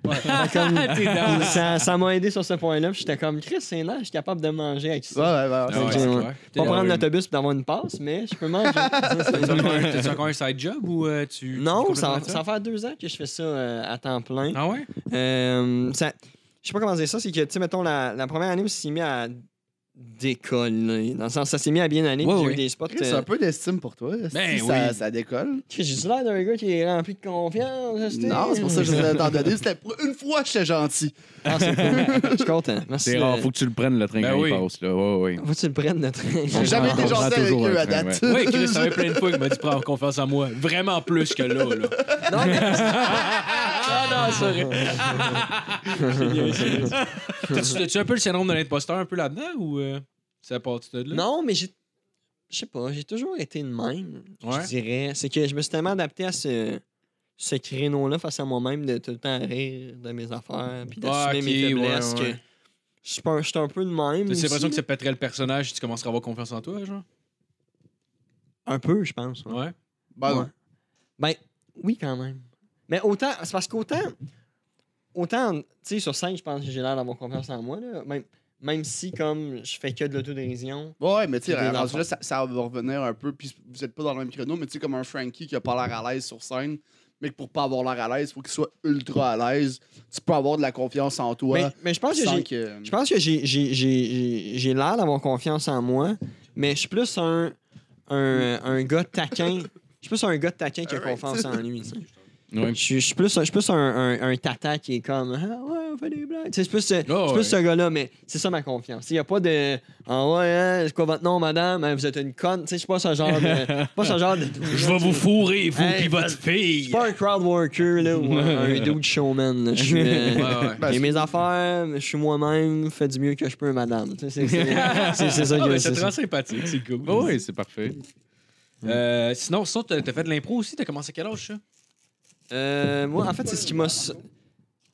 [SPEAKER 6] Comme-
[SPEAKER 3] T'es down.
[SPEAKER 6] ça ça m'a aidé sur ce point-là. puis J'étais comme, Chris, c'est nice, je suis capable de manger avec
[SPEAKER 5] Ouais,
[SPEAKER 6] ça.
[SPEAKER 5] ouais, ouais.
[SPEAKER 3] Ah ouais,
[SPEAKER 6] Ok,
[SPEAKER 3] c'est
[SPEAKER 6] ouais.
[SPEAKER 3] clair.
[SPEAKER 6] Pas
[SPEAKER 3] T'es-
[SPEAKER 6] prendre
[SPEAKER 3] ouais.
[SPEAKER 6] l'autobus pour avoir une passe, mais je peux manger.
[SPEAKER 3] T'as-tu encore un- T'as-tu encore un side job ou euh, tu.
[SPEAKER 6] non,
[SPEAKER 3] tu
[SPEAKER 6] ça,
[SPEAKER 3] complètes
[SPEAKER 6] ça va faire deux ans que je fais ça euh, à temps plein.
[SPEAKER 3] Ah ouais?
[SPEAKER 6] Euh, ça- je sais pas comment dire ça, c'est que, tu sais, mettons, la, la première année, on s'est mis à décoller. Dans le sens, ça s'est mis à bien aller,
[SPEAKER 3] Ouais,
[SPEAKER 6] puis j'ai
[SPEAKER 3] ouais.
[SPEAKER 6] eu des spots.
[SPEAKER 5] C'est
[SPEAKER 6] euh,
[SPEAKER 5] un peu d'estime pour toi.
[SPEAKER 3] Ben
[SPEAKER 5] si ça,
[SPEAKER 3] oui.
[SPEAKER 5] ça décolle.
[SPEAKER 6] J'ai du l'air d'un gars qui est rempli de confiance. je sais.
[SPEAKER 5] Non, c'est pour ça que je voulais t'en donner. C'était pour une fois que j'étais gentil.
[SPEAKER 6] Ah, c'est cool. Je suis content. Merci.
[SPEAKER 4] C'est
[SPEAKER 6] de-
[SPEAKER 4] rare, faut que tu le prennes le train
[SPEAKER 3] Ben
[SPEAKER 4] quand
[SPEAKER 3] oui.
[SPEAKER 4] il passe. Là. Ouais, ouais.
[SPEAKER 6] Faut que tu le prennes, notre.
[SPEAKER 5] J'ai
[SPEAKER 6] <laughs>
[SPEAKER 5] jamais
[SPEAKER 4] On
[SPEAKER 5] été
[SPEAKER 4] prend
[SPEAKER 5] gentil avec
[SPEAKER 4] toujours un
[SPEAKER 5] eux à
[SPEAKER 4] train,
[SPEAKER 5] date.
[SPEAKER 3] Oui, Chris, ça fait plein de fois qu'il m'a dit prendre confiance en moi. Vraiment plus que là, là.
[SPEAKER 6] Non, mais-
[SPEAKER 3] Ah non, sorry. <laughs> T'as-tu t'as-tu un peu le syndrome de l'imposteur un peu là-dedans ou euh, ça part de là?
[SPEAKER 6] non, mais j'ai. Je sais pas, j'ai toujours été de même.
[SPEAKER 3] Ouais.
[SPEAKER 6] Je dirais. C'est que je me suis tellement adapté à ce, ce créneau-là face à moi-même de tout le temps rire de mes affaires puis d'assumer
[SPEAKER 3] Ah, ok,
[SPEAKER 6] mes faiblesses
[SPEAKER 3] ouais, ouais.
[SPEAKER 6] que je suis pas- je suis un peu de même.
[SPEAKER 3] T'as
[SPEAKER 6] aussi,
[SPEAKER 3] l'impression que
[SPEAKER 6] là.
[SPEAKER 3] ça pèterait le personnage si tu commencerais à avoir confiance en toi, genre?
[SPEAKER 6] Un peu, je pense. ouais.
[SPEAKER 3] Ouais.
[SPEAKER 5] Ben <laughs> non.
[SPEAKER 6] Ouais. Ben, oui, quand même. Mais autant, c'est parce qu'autant, autant, tu sais, sur scène, je pense que j'ai l'air d'avoir confiance en moi, là. Même, même si, comme, je fais que de l'autodérision.
[SPEAKER 5] Ouais, mais tu sais,
[SPEAKER 6] Des
[SPEAKER 5] rendu
[SPEAKER 6] enfants.
[SPEAKER 5] là, ça, ça va revenir un peu. Puis vous êtes pas dans le même créneau, mais tu sais, comme un Frankie qui a pas l'air à l'aise sur scène, mais que pour pas avoir l'air à l'aise, faut qu'il soit ultra à l'aise. Tu peux avoir de la confiance en toi.
[SPEAKER 6] Mais, mais je pense que
[SPEAKER 5] sans
[SPEAKER 6] j'ai.
[SPEAKER 5] que.
[SPEAKER 6] Je pense que j'ai- j'ai- j'ai j'ai- j'ai l'air d'avoir confiance en moi, mais je suis plus un, un, un gars taquin. Je suis plus un gars taquin qui a
[SPEAKER 5] Alright.
[SPEAKER 6] confiance en lui. tu sais.
[SPEAKER 4] Ouais.
[SPEAKER 6] Je suis- je suis plus, un- je suis plus un, un, un tata qui est comme Ah ouais, on fait des blagues. Tu sais, Je suis plus, ce- je suis
[SPEAKER 3] Ah ouais.
[SPEAKER 6] plus ce gars-là, mais c'est ça ma confiance. Il n'y a pas de Ah ouais, hein, c'est quoi votre nom, madame Hein, Vous êtes une conne. Tu sais, Je suis pas ce genre de. pas ce genre de
[SPEAKER 3] <laughs> Je vais vous fourrer, vous
[SPEAKER 6] Hey,
[SPEAKER 3] pis votre
[SPEAKER 6] je
[SPEAKER 3] fille!
[SPEAKER 6] suis pas un crowd worker là, ou un, un dude showman. là. Je suis, euh,
[SPEAKER 3] Ah, Ouais,
[SPEAKER 6] <laughs>
[SPEAKER 3] ouais.
[SPEAKER 5] Ben,
[SPEAKER 6] j'ai
[SPEAKER 5] c'est-
[SPEAKER 6] mes affaires, je suis moi-même, fais du mieux que je peux, madame. Tu sais, C'est c'est-
[SPEAKER 3] <laughs>
[SPEAKER 6] c'est- c'est ça
[SPEAKER 3] Ah,
[SPEAKER 6] que Oh
[SPEAKER 3] ben, c'est
[SPEAKER 6] c'est
[SPEAKER 3] très
[SPEAKER 6] ça.
[SPEAKER 3] sympathique, Ben c'est cool.
[SPEAKER 4] Ouais, ouais, c'est parfait.
[SPEAKER 3] Euh, sinon, sinon, t'as t'as fait de l'impro aussi, t'as commencé à quel âge ça?
[SPEAKER 6] Euh, moi, en fait, c'est ce qui m'a. s-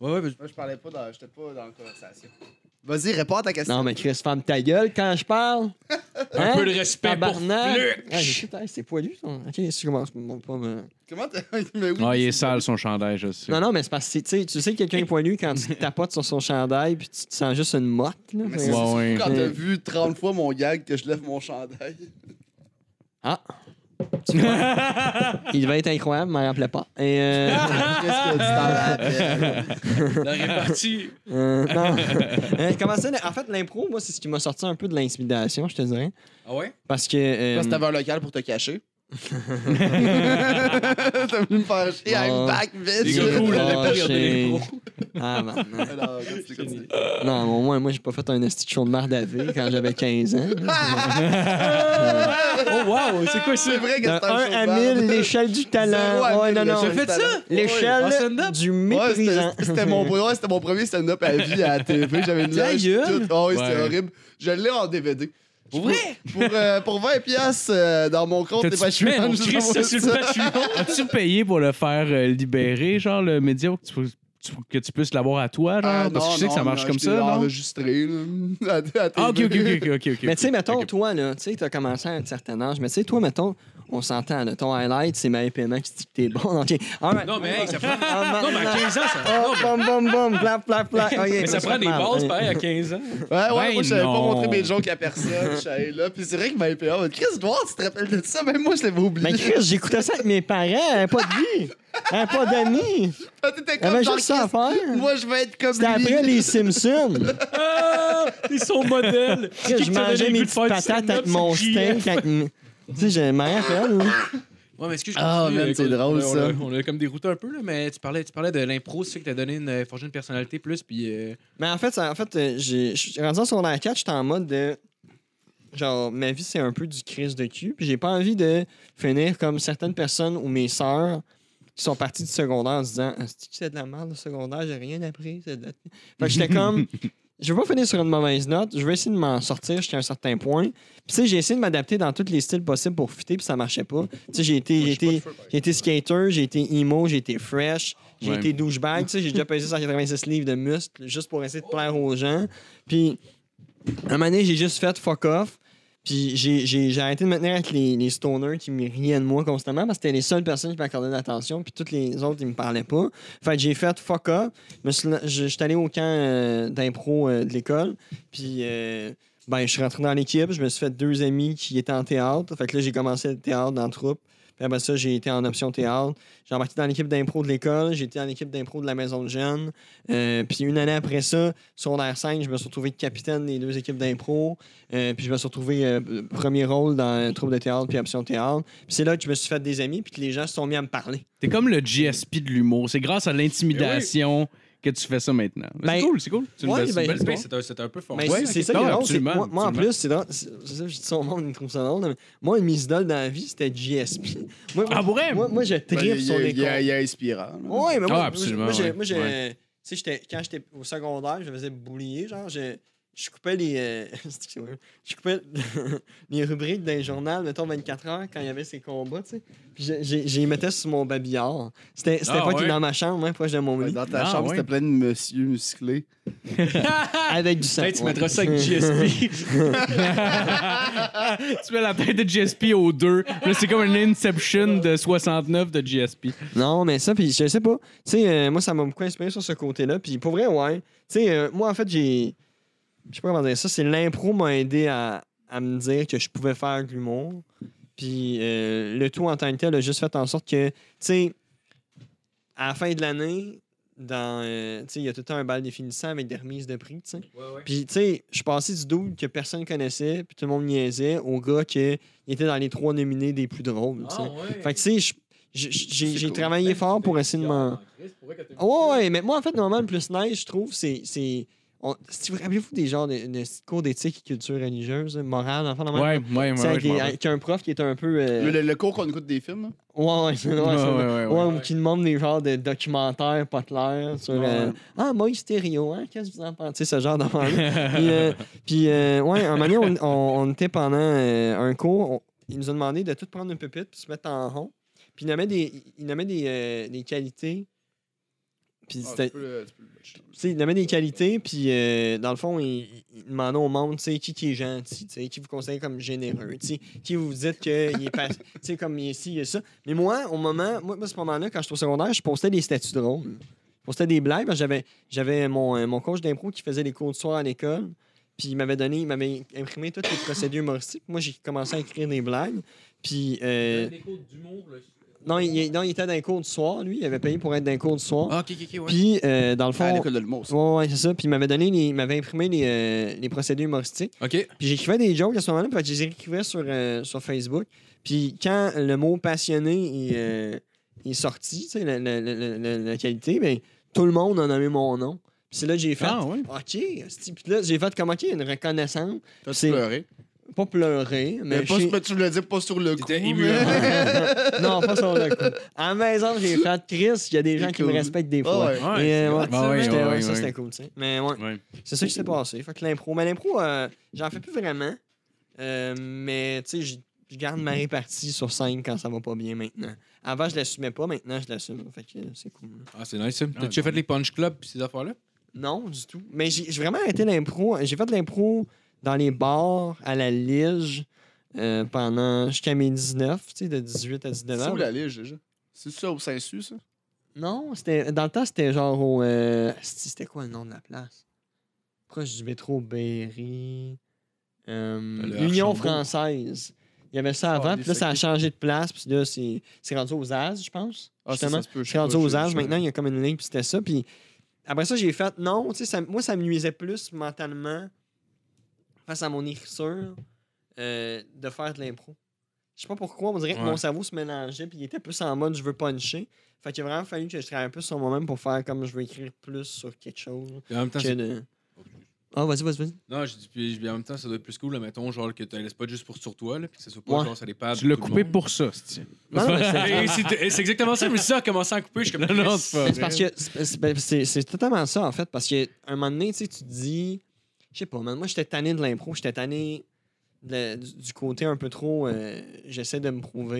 [SPEAKER 3] Ouais, ben, ouais, mais-
[SPEAKER 5] Moi, je parlais pas dans. J'étais pas dans la conversation. Vas-y, réponds à ta question.
[SPEAKER 6] Non, mais Chris, ferme ta gueule quand je parle. Hein?
[SPEAKER 3] <laughs> un peu de respect pour
[SPEAKER 6] Tabarnak.
[SPEAKER 3] Fluc.
[SPEAKER 6] Ah, j'ai- putain, c'est poilu, ça. Ok, si je commence bon, pas me-
[SPEAKER 5] Comment t'as. <laughs> mais oui,
[SPEAKER 4] Ah, il est
[SPEAKER 5] c'est-
[SPEAKER 4] sale son chandail, je sais.
[SPEAKER 6] Non, non, mais c'est parce que c'est- tu sais, tu sais que quelqu'un est poilu quand tu tapotes sur son chandail puis tu te sens juste une motte. Là,
[SPEAKER 5] <laughs> Mais
[SPEAKER 6] Fait-
[SPEAKER 5] c'est
[SPEAKER 4] Ouais, ouais.
[SPEAKER 5] surtout quand t'as vu 30 fois mon gag que je lève mon chandail.
[SPEAKER 6] Ah! Tu vois? Il devait être incroyable, mais m'en rappelait pas.
[SPEAKER 3] <laughs>
[SPEAKER 6] Et euh,
[SPEAKER 5] <laughs> Qu'est-ce que tu t'en rappelles?
[SPEAKER 3] la répartie.
[SPEAKER 6] euh, non. Euh, comment ça, en fait, l'impro, moi, c'est ce qui m'a sorti un peu de l'intimidation, je te dirais.
[SPEAKER 3] Ah ouais?
[SPEAKER 6] Parce que. euh,
[SPEAKER 5] Parce que t'avais un local pour te cacher. T'as voulu me faire chier. I'm
[SPEAKER 6] Non.
[SPEAKER 5] back,
[SPEAKER 3] Les
[SPEAKER 5] bitch.
[SPEAKER 3] gars cool,
[SPEAKER 6] Ah,
[SPEAKER 3] la période de
[SPEAKER 6] j'ai-
[SPEAKER 3] l'impro.
[SPEAKER 6] ah, maintenant.
[SPEAKER 5] Alors, continue, continue.
[SPEAKER 6] Non, mais au moins, moi, j'ai pas fait un esti de show de merde à vie quand j'avais 15
[SPEAKER 3] <laughs>
[SPEAKER 6] ans.
[SPEAKER 3] Oh, wow, c'est quoi ça?
[SPEAKER 5] C'est vrai que
[SPEAKER 6] De
[SPEAKER 5] c'est un
[SPEAKER 6] 1
[SPEAKER 5] show
[SPEAKER 6] à
[SPEAKER 5] de merde.
[SPEAKER 6] 1000, l'échelle du
[SPEAKER 5] Zéro
[SPEAKER 6] talent.
[SPEAKER 5] à
[SPEAKER 6] Ouais,
[SPEAKER 5] mille,
[SPEAKER 6] non,
[SPEAKER 5] le
[SPEAKER 6] non.
[SPEAKER 5] chef
[SPEAKER 3] J'ai fait
[SPEAKER 5] de
[SPEAKER 3] ça?
[SPEAKER 5] talent.
[SPEAKER 6] L'échelle
[SPEAKER 3] En stand-up?
[SPEAKER 6] du
[SPEAKER 5] Ouais,
[SPEAKER 6] méprisant.
[SPEAKER 5] c'était- c'était mon, ouais, c'était mon premier stand-up à vie à la TV. J'avais une
[SPEAKER 3] Ta
[SPEAKER 5] loge
[SPEAKER 3] gueule!
[SPEAKER 5] toute. Oh, oui, c'était
[SPEAKER 4] Ouais.
[SPEAKER 5] horrible. Je l'ai en DVD.
[SPEAKER 3] Pour
[SPEAKER 5] Pour-
[SPEAKER 3] vrai?
[SPEAKER 5] Pour, euh, pour 20 piastres euh, dans mon compte,
[SPEAKER 4] T'as-tu
[SPEAKER 5] t'es pas
[SPEAKER 3] Mais
[SPEAKER 5] chiant.
[SPEAKER 3] on
[SPEAKER 5] je vous
[SPEAKER 3] crie ça
[SPEAKER 5] envoie
[SPEAKER 3] sur le
[SPEAKER 5] ça.
[SPEAKER 3] Patreon.
[SPEAKER 4] As-tu payé pour le faire euh, libérer, genre le média, que tu, peux- tu- que tu puisses l'avoir à toi, genre?
[SPEAKER 5] Ah,
[SPEAKER 4] parce que
[SPEAKER 5] non,
[SPEAKER 4] je sais que ça
[SPEAKER 5] non,
[SPEAKER 4] marche
[SPEAKER 5] mais
[SPEAKER 4] comme
[SPEAKER 5] je
[SPEAKER 4] ça,
[SPEAKER 5] l'ai
[SPEAKER 4] non?
[SPEAKER 5] enregistré, là, <laughs> à- à
[SPEAKER 4] Ah, ok, ok,
[SPEAKER 5] TV.
[SPEAKER 4] ok, ok, ok.
[SPEAKER 6] Mais tu sais, mettons,
[SPEAKER 4] Ok.
[SPEAKER 6] toi, là, tu sais, t'as commencé à un certain âge, mais tu sais, toi, mettons, on s'entend, là, ton highlight, c'est ma paiement qui dit que t'es bon. OK. All right.
[SPEAKER 3] Non, mais hey, ça prend.
[SPEAKER 6] Ah,
[SPEAKER 3] Non, mais à 15 ans, ça.
[SPEAKER 6] Oh, bum, bum, bum, plac, plac, plac. OK,
[SPEAKER 3] <laughs> Mais ça
[SPEAKER 6] je
[SPEAKER 3] prend des
[SPEAKER 6] parle.
[SPEAKER 3] bases, pareil, à 15 ans.
[SPEAKER 5] Ouais, ouais,
[SPEAKER 4] Ben
[SPEAKER 5] moi, je savais pas
[SPEAKER 4] non.
[SPEAKER 5] montré mes jokes à personne. Je suis allé là. Puis c'est vrai que ma IPA m'a dit Ah, Chris, Edouard, tu te rappelles de ça? Même moi, je l'avais oublié.
[SPEAKER 6] Mais Ben, Chris, j'écoutais ça avec mes parents, hein, pas de vie, hein, pas d'amis.
[SPEAKER 5] Quand Ah, t'étais
[SPEAKER 6] Il y avait
[SPEAKER 5] comme genre,
[SPEAKER 6] juste ça à
[SPEAKER 5] Chris,
[SPEAKER 6] faire. hein?
[SPEAKER 5] moi, je vais être comme
[SPEAKER 6] C'était
[SPEAKER 5] lui. Ben,
[SPEAKER 6] après les Simpsons.
[SPEAKER 3] Ah, ils sont modèles.
[SPEAKER 6] Chris, je mangeais mes petites patates avec mon steak. avec mes- Tu sais, j'ai ma rappelle. là.
[SPEAKER 3] Ouais, mais excuse
[SPEAKER 5] Ah,
[SPEAKER 3] continue,
[SPEAKER 5] man,
[SPEAKER 3] euh,
[SPEAKER 5] c'est
[SPEAKER 3] qu'on-
[SPEAKER 5] drôle,
[SPEAKER 3] on
[SPEAKER 5] ça.
[SPEAKER 3] a- On a comme dérouté un peu, là, mais tu parlais, tu parlais de l'impro, c'est ça que t'as donné une, euh, forgé une personnalité plus, puis. euh,
[SPEAKER 6] Mais en fait, ça- en fait euh, j'ai- je suis rendu en secondaire 4, j'étais en mode de. Genre, ma vie, c'est un peu du crise de cul. Puis j'ai pas envie de finir comme certaines personnes ou mes sœurs qui sont parties du secondaire en se disant Ah, c'est-tu que c'est de la merde le secondaire, j'ai rien appris. c'est de la- Fait que j'étais comme. Je veux pas finir sur une mauvaise note, je veux essayer de m'en sortir jusqu'à un certain point. Puis tu sais, j'ai essayé de m'adapter dans tous les styles possibles pour fitter, puis ça marchait pas. Tu sais, j'ai été, j'ai été, j'ai été skater, j'ai été emo, j'ai été fresh, j'ai
[SPEAKER 4] Ouais.
[SPEAKER 6] été douchebag. Tu sais, j'ai déjà pesé 186 livres de muscles juste pour essayer de plaire aux gens. Puis, à un moment donné, j'ai juste fait fuck off. Puis, j'ai- j'ai j'ai arrêté de me tenir avec les, les stoners qui me riaient de moi constamment parce que c'était les seules personnes qui m'accordaient de l'attention. Puis, toutes les autres, ils me parlaient pas. Fait que j'ai fait fuck off. Je me suis la- je- j'étais allé au camp euh, d'impro euh, de l'école. Puis, euh, ben, je suis rentré dans l'équipe. Je me suis fait deux amis qui étaient en théâtre. Fait que là, j'ai commencé le théâtre dans la troupe. Puis après ça, j'ai été en option théâtre. J'ai embarqué dans l'équipe d'impro de l'école. J'ai été dans l'équipe d'impro de la maison de jeunes. Euh, puis une année après ça, sur r 5, je me suis retrouvé capitaine des deux équipes d'impro. Euh, puis je me suis retrouvé euh, premier rôle dans un troupe de théâtre puis option théâtre. Puis c'est là que je me suis fait des amis puis que les gens se sont mis à me parler.
[SPEAKER 4] T'es comme le GSP de l'humour. C'est grâce à l'intimidation que tu fais ça maintenant.
[SPEAKER 6] Ben-
[SPEAKER 4] c'est cool, c'est cool. C'est une
[SPEAKER 6] Ouais,
[SPEAKER 4] belle-
[SPEAKER 6] ben,
[SPEAKER 4] une belle
[SPEAKER 6] c'est
[SPEAKER 4] histoire.
[SPEAKER 3] Space, c'est un- c'est un, peu fort.
[SPEAKER 6] Mais
[SPEAKER 4] Ouais,
[SPEAKER 6] c'est-
[SPEAKER 4] ok.
[SPEAKER 6] c'est ça qui
[SPEAKER 4] Non,
[SPEAKER 6] est drôle. c'est que
[SPEAKER 4] absolument,
[SPEAKER 6] Moi, moi, en
[SPEAKER 4] absolument.
[SPEAKER 6] plus, c'est drôle. C'est c'est ça, je dis ça au monde, ils trouvent ça drôle. mais moi, une mise idole dans la vie, c'était JSP. <laughs> Moi,
[SPEAKER 4] Ah, pour vrai?
[SPEAKER 6] moi, moi, je tripe
[SPEAKER 5] Ben, il-
[SPEAKER 6] sur
[SPEAKER 5] il-
[SPEAKER 6] les Oh,
[SPEAKER 5] il- Il
[SPEAKER 6] cons.
[SPEAKER 5] il est inspirant. là.
[SPEAKER 6] Oui, mais moi,
[SPEAKER 4] Ah, absolument,
[SPEAKER 6] moi, j'ai-
[SPEAKER 4] ouais.
[SPEAKER 6] moi, j'ai-
[SPEAKER 4] Ouais.
[SPEAKER 6] tu sais, j'étais- quand j'étais au secondaire, je faisais boulier, genre, je, je coupais les, euh, <laughs> c'est que c'est horrible. je coupais <laughs> les rubriques d'un journal, mettons 24 heures, quand il y avait ces combats, tu sais, puis je- j'ai- je les mettais sur mon babillard. C'était c'était
[SPEAKER 4] Ah,
[SPEAKER 6] pas qu'il
[SPEAKER 4] ouais.
[SPEAKER 6] est dans ma chambre, hein, proche de mon
[SPEAKER 5] Ouais,
[SPEAKER 6] lit,
[SPEAKER 5] Dans ta
[SPEAKER 4] Ah,
[SPEAKER 5] chambre,
[SPEAKER 4] ouais.
[SPEAKER 5] c'était plein de monsieur musclés.
[SPEAKER 6] avec du sang.
[SPEAKER 3] Hey, tu
[SPEAKER 6] ouais.
[SPEAKER 3] mettras
[SPEAKER 6] <laughs>
[SPEAKER 3] ça avec GSP.
[SPEAKER 4] tu mets la tête de GSP aux deux. Là, c'est comme une Inception de 69 de GSP.
[SPEAKER 6] Non, mais ça, puis je sais pas. Tu sais, euh, moi, ça m'a beaucoup inspiré sur ce côté-là. Puis pour vrai, ouais. Tu sais, euh, moi, en fait, j'ai. Je sais pas comment dire ça. C'est l'impro m'a aidé à, à me dire que je pouvais faire de l'humour. Puis euh, le tout en tant que tel a juste fait en sorte que, tu sais, à la fin de l'année, dans. euh, tu sais, il y a tout le temps un bal définissant avec des remises de prix, tu sais.
[SPEAKER 3] <laughs>
[SPEAKER 6] Puis, tu sais, je passais du double que personne connaissait, puis tout le monde niaisait, au gars qui était dans les trois nominés des plus drôles, tu sais.
[SPEAKER 3] Ah,
[SPEAKER 6] Fait que, tu sais, je- je- j'ai
[SPEAKER 5] C'est
[SPEAKER 6] j'ai
[SPEAKER 5] cool.
[SPEAKER 6] travaillé fort pour essayer de m'en. Ah Ouais, ouais, mais moi, en fait, normalement, le plus nice, je trouve, c'est. c'est- on- Si vous rappelez-vous des genres de, de cours d'éthique et culture religieuse, hein, morale, enfin, normalement.
[SPEAKER 4] Ouais, ouais, ouais.
[SPEAKER 6] C'est
[SPEAKER 4] ouais,
[SPEAKER 6] avec
[SPEAKER 4] je m'en
[SPEAKER 6] des-
[SPEAKER 4] rappelle.
[SPEAKER 6] avec un prof qui est un peu. euh,
[SPEAKER 5] Le, le- le cours qu'on écoute des films. là.
[SPEAKER 6] Ouais, ouais, c'est- ouais,
[SPEAKER 4] Ouais,
[SPEAKER 6] c'est-
[SPEAKER 4] ouais, ouais,
[SPEAKER 6] ouais,
[SPEAKER 4] ouais.
[SPEAKER 6] ou qui demande des genres de documentaires pas clairs sur. euh,
[SPEAKER 5] Ouais.
[SPEAKER 6] Ah, Moïse Stério, hein, qu'est-ce que vous en pensez, ce genre d'affaire
[SPEAKER 4] <laughs>
[SPEAKER 6] puis, euh, puis, euh, ouais, un moment donné, on, on- on était pendant euh, un cours, on- il nous a demandé de tout prendre une pupitre puis se mettre en rond. Puis il nommait des, il nommait des, euh, des qualités Puis
[SPEAKER 5] Ah,
[SPEAKER 6] c'était-
[SPEAKER 5] tu peux, euh, tu peux le matcher.
[SPEAKER 6] tu sais, il avait des qualités, puis euh, dans le fond, il, il demandait au monde, tu sais, qui, qui est gentil, tu sais, qui vous conseille comme généreux, tu sais, qui vous dites qu'il est pas, tu sais, comme il est ci, il est ça. Mais moi, au moment, moi, moi, ce moment-là, quand j'étais au secondaire, je postais des statuts drôles. Je postais des blagues, parce que j'avais, j'avais mon, euh, mon coach d'impro qui faisait des cours de soir à l'école, puis il m'avait donné, il m'avait imprimé tous les procédés humoristiques. Moi, j'ai commencé à écrire des blagues, puis... euh, non, il, non, il était dans les cours du soir, lui. Il avait payé pour être dans les cours du soir.
[SPEAKER 3] Ah, ok, ok, ok, ouais.
[SPEAKER 6] Puis, euh, dans le fond,
[SPEAKER 5] À l'école de l'humour, ça.
[SPEAKER 6] Ouais, ouais, c'est ça. Puis il m'avait donné, les- il m'avait imprimé les, euh, les procédés humoristiques.
[SPEAKER 3] Ok.
[SPEAKER 6] Puis j'écrivais des jokes à ce moment-là, puis je les écrivais sur, euh, sur Facebook. Puis quand le mot passionné est, euh, est sorti, tu sais, la, la- la- la- la- la qualité, ben, tout le monde a nommé mon nom. Puis c'est là que j'ai fait.
[SPEAKER 4] Ah, ouais.
[SPEAKER 6] OK, esti. puis là, j'ai fait comme OK, une reconnaissance.
[SPEAKER 5] T'as
[SPEAKER 6] c'est-
[SPEAKER 5] pleuré.
[SPEAKER 6] Pas pleurer, mais.
[SPEAKER 5] Mais pas,
[SPEAKER 6] j'ai-
[SPEAKER 5] mais tu le dis pas sur le coup.
[SPEAKER 3] T'étais ému,
[SPEAKER 5] mais-
[SPEAKER 3] hein?
[SPEAKER 6] <laughs> non, pas sur le coup. À la maison, j'ai fait Chris, il y a des gens qui me
[SPEAKER 5] cool.
[SPEAKER 6] respectent des
[SPEAKER 5] Ah
[SPEAKER 6] fois.
[SPEAKER 5] ouais.
[SPEAKER 4] Ouais,
[SPEAKER 6] Et, euh, ouais,
[SPEAKER 4] c'est vrai.
[SPEAKER 6] j'étais-
[SPEAKER 4] Ouais,
[SPEAKER 6] ouais,
[SPEAKER 4] ouais,
[SPEAKER 6] ça,
[SPEAKER 4] ouais.
[SPEAKER 6] c'était cool, tu sais. Mais ouais.
[SPEAKER 4] Ouais.
[SPEAKER 6] C'est ça qui s'est passé. Fait que l'impro. Mais l'impro, euh, j'en fais plus vraiment. Euh, mais tu sais, j- je garde ma répartie sur scène quand ça va pas bien maintenant. Avant, je l'assumais pas, maintenant, je l'assume. Fait que euh, c'est cool.
[SPEAKER 3] Ah, c'est nice, ça.
[SPEAKER 4] Ah,
[SPEAKER 3] T'as-tu fait les punch clubs pis ces affaires-là?
[SPEAKER 6] Non, du tout. Mais j'ai j'ai vraiment arrêté l'impro. J'ai fait de l'impro dans les bars, à la Lige, euh, pendant jusqu'à mes 19, tu sais, de 18 à
[SPEAKER 5] C'est
[SPEAKER 6] 19
[SPEAKER 5] où
[SPEAKER 6] ans.
[SPEAKER 5] la lige déjà? C'est ça au Saint-Su, ça?
[SPEAKER 6] Non, c'était dans le temps, c'était genre au. euh, asti, c'était quoi le nom de la place Proche du métro Berry. Euh,
[SPEAKER 3] Le
[SPEAKER 6] L'Union
[SPEAKER 3] Archambault.
[SPEAKER 6] française. Il y avait ça avant,
[SPEAKER 5] Ah,
[SPEAKER 6] puis là, ça a changé de place, puis là, c'est c'est rendu aux As, je pense.
[SPEAKER 5] Ah, ça,
[SPEAKER 6] justement.
[SPEAKER 5] ça se peut, je
[SPEAKER 6] Je
[SPEAKER 5] sais
[SPEAKER 6] suis rendu
[SPEAKER 5] pas,
[SPEAKER 6] aux
[SPEAKER 5] je-
[SPEAKER 6] âges
[SPEAKER 5] je-
[SPEAKER 6] maintenant, il y a comme une ligne, puis c'était ça. Puis après ça, j'ai fait non, tu sais, ça- moi, ça me nuisait plus mentalement, face à mon écriture, euh, de faire de l'impro. Je sais pas pourquoi, on dirait que
[SPEAKER 3] Ouais.
[SPEAKER 6] mon cerveau se mélangeait, puis il était plus en mode je veux puncher. Fait qu'il a vraiment fallu que je travaille plus sur moi-même pour faire comme je veux écrire plus sur quelque chose.
[SPEAKER 3] En même temps,
[SPEAKER 6] Que
[SPEAKER 3] c'est-
[SPEAKER 6] de... Ah, vas-y, vas-y, vas-y.
[SPEAKER 3] Non, je dis, puis, je dis, en même temps, ça doit être plus cool, là, mettons, genre, que tu laisses pas juste pour sur toi, là, puis que ça soit pas
[SPEAKER 6] Ouais.
[SPEAKER 3] genre, ça les pads.
[SPEAKER 4] Tu l'as coupé pour ça, c'est
[SPEAKER 6] Non,
[SPEAKER 5] <laughs>
[SPEAKER 6] non, mais c'est-
[SPEAKER 3] <laughs> Et c'est c'est exactement ça, mais si ça a commencé à couper, je suis comme.
[SPEAKER 4] Non, non, c'est pas
[SPEAKER 6] Mais C'est parce que c'est- c'est- ben, c'est c'est totalement ça, en fait. Parce qu'à un moment donné, tu sais, tu te dis, je sais pas, man, moi, j'étais tanné de l'impro, j'étais tanné de- du, du côté un peu trop, euh, j'essaie de me prouver.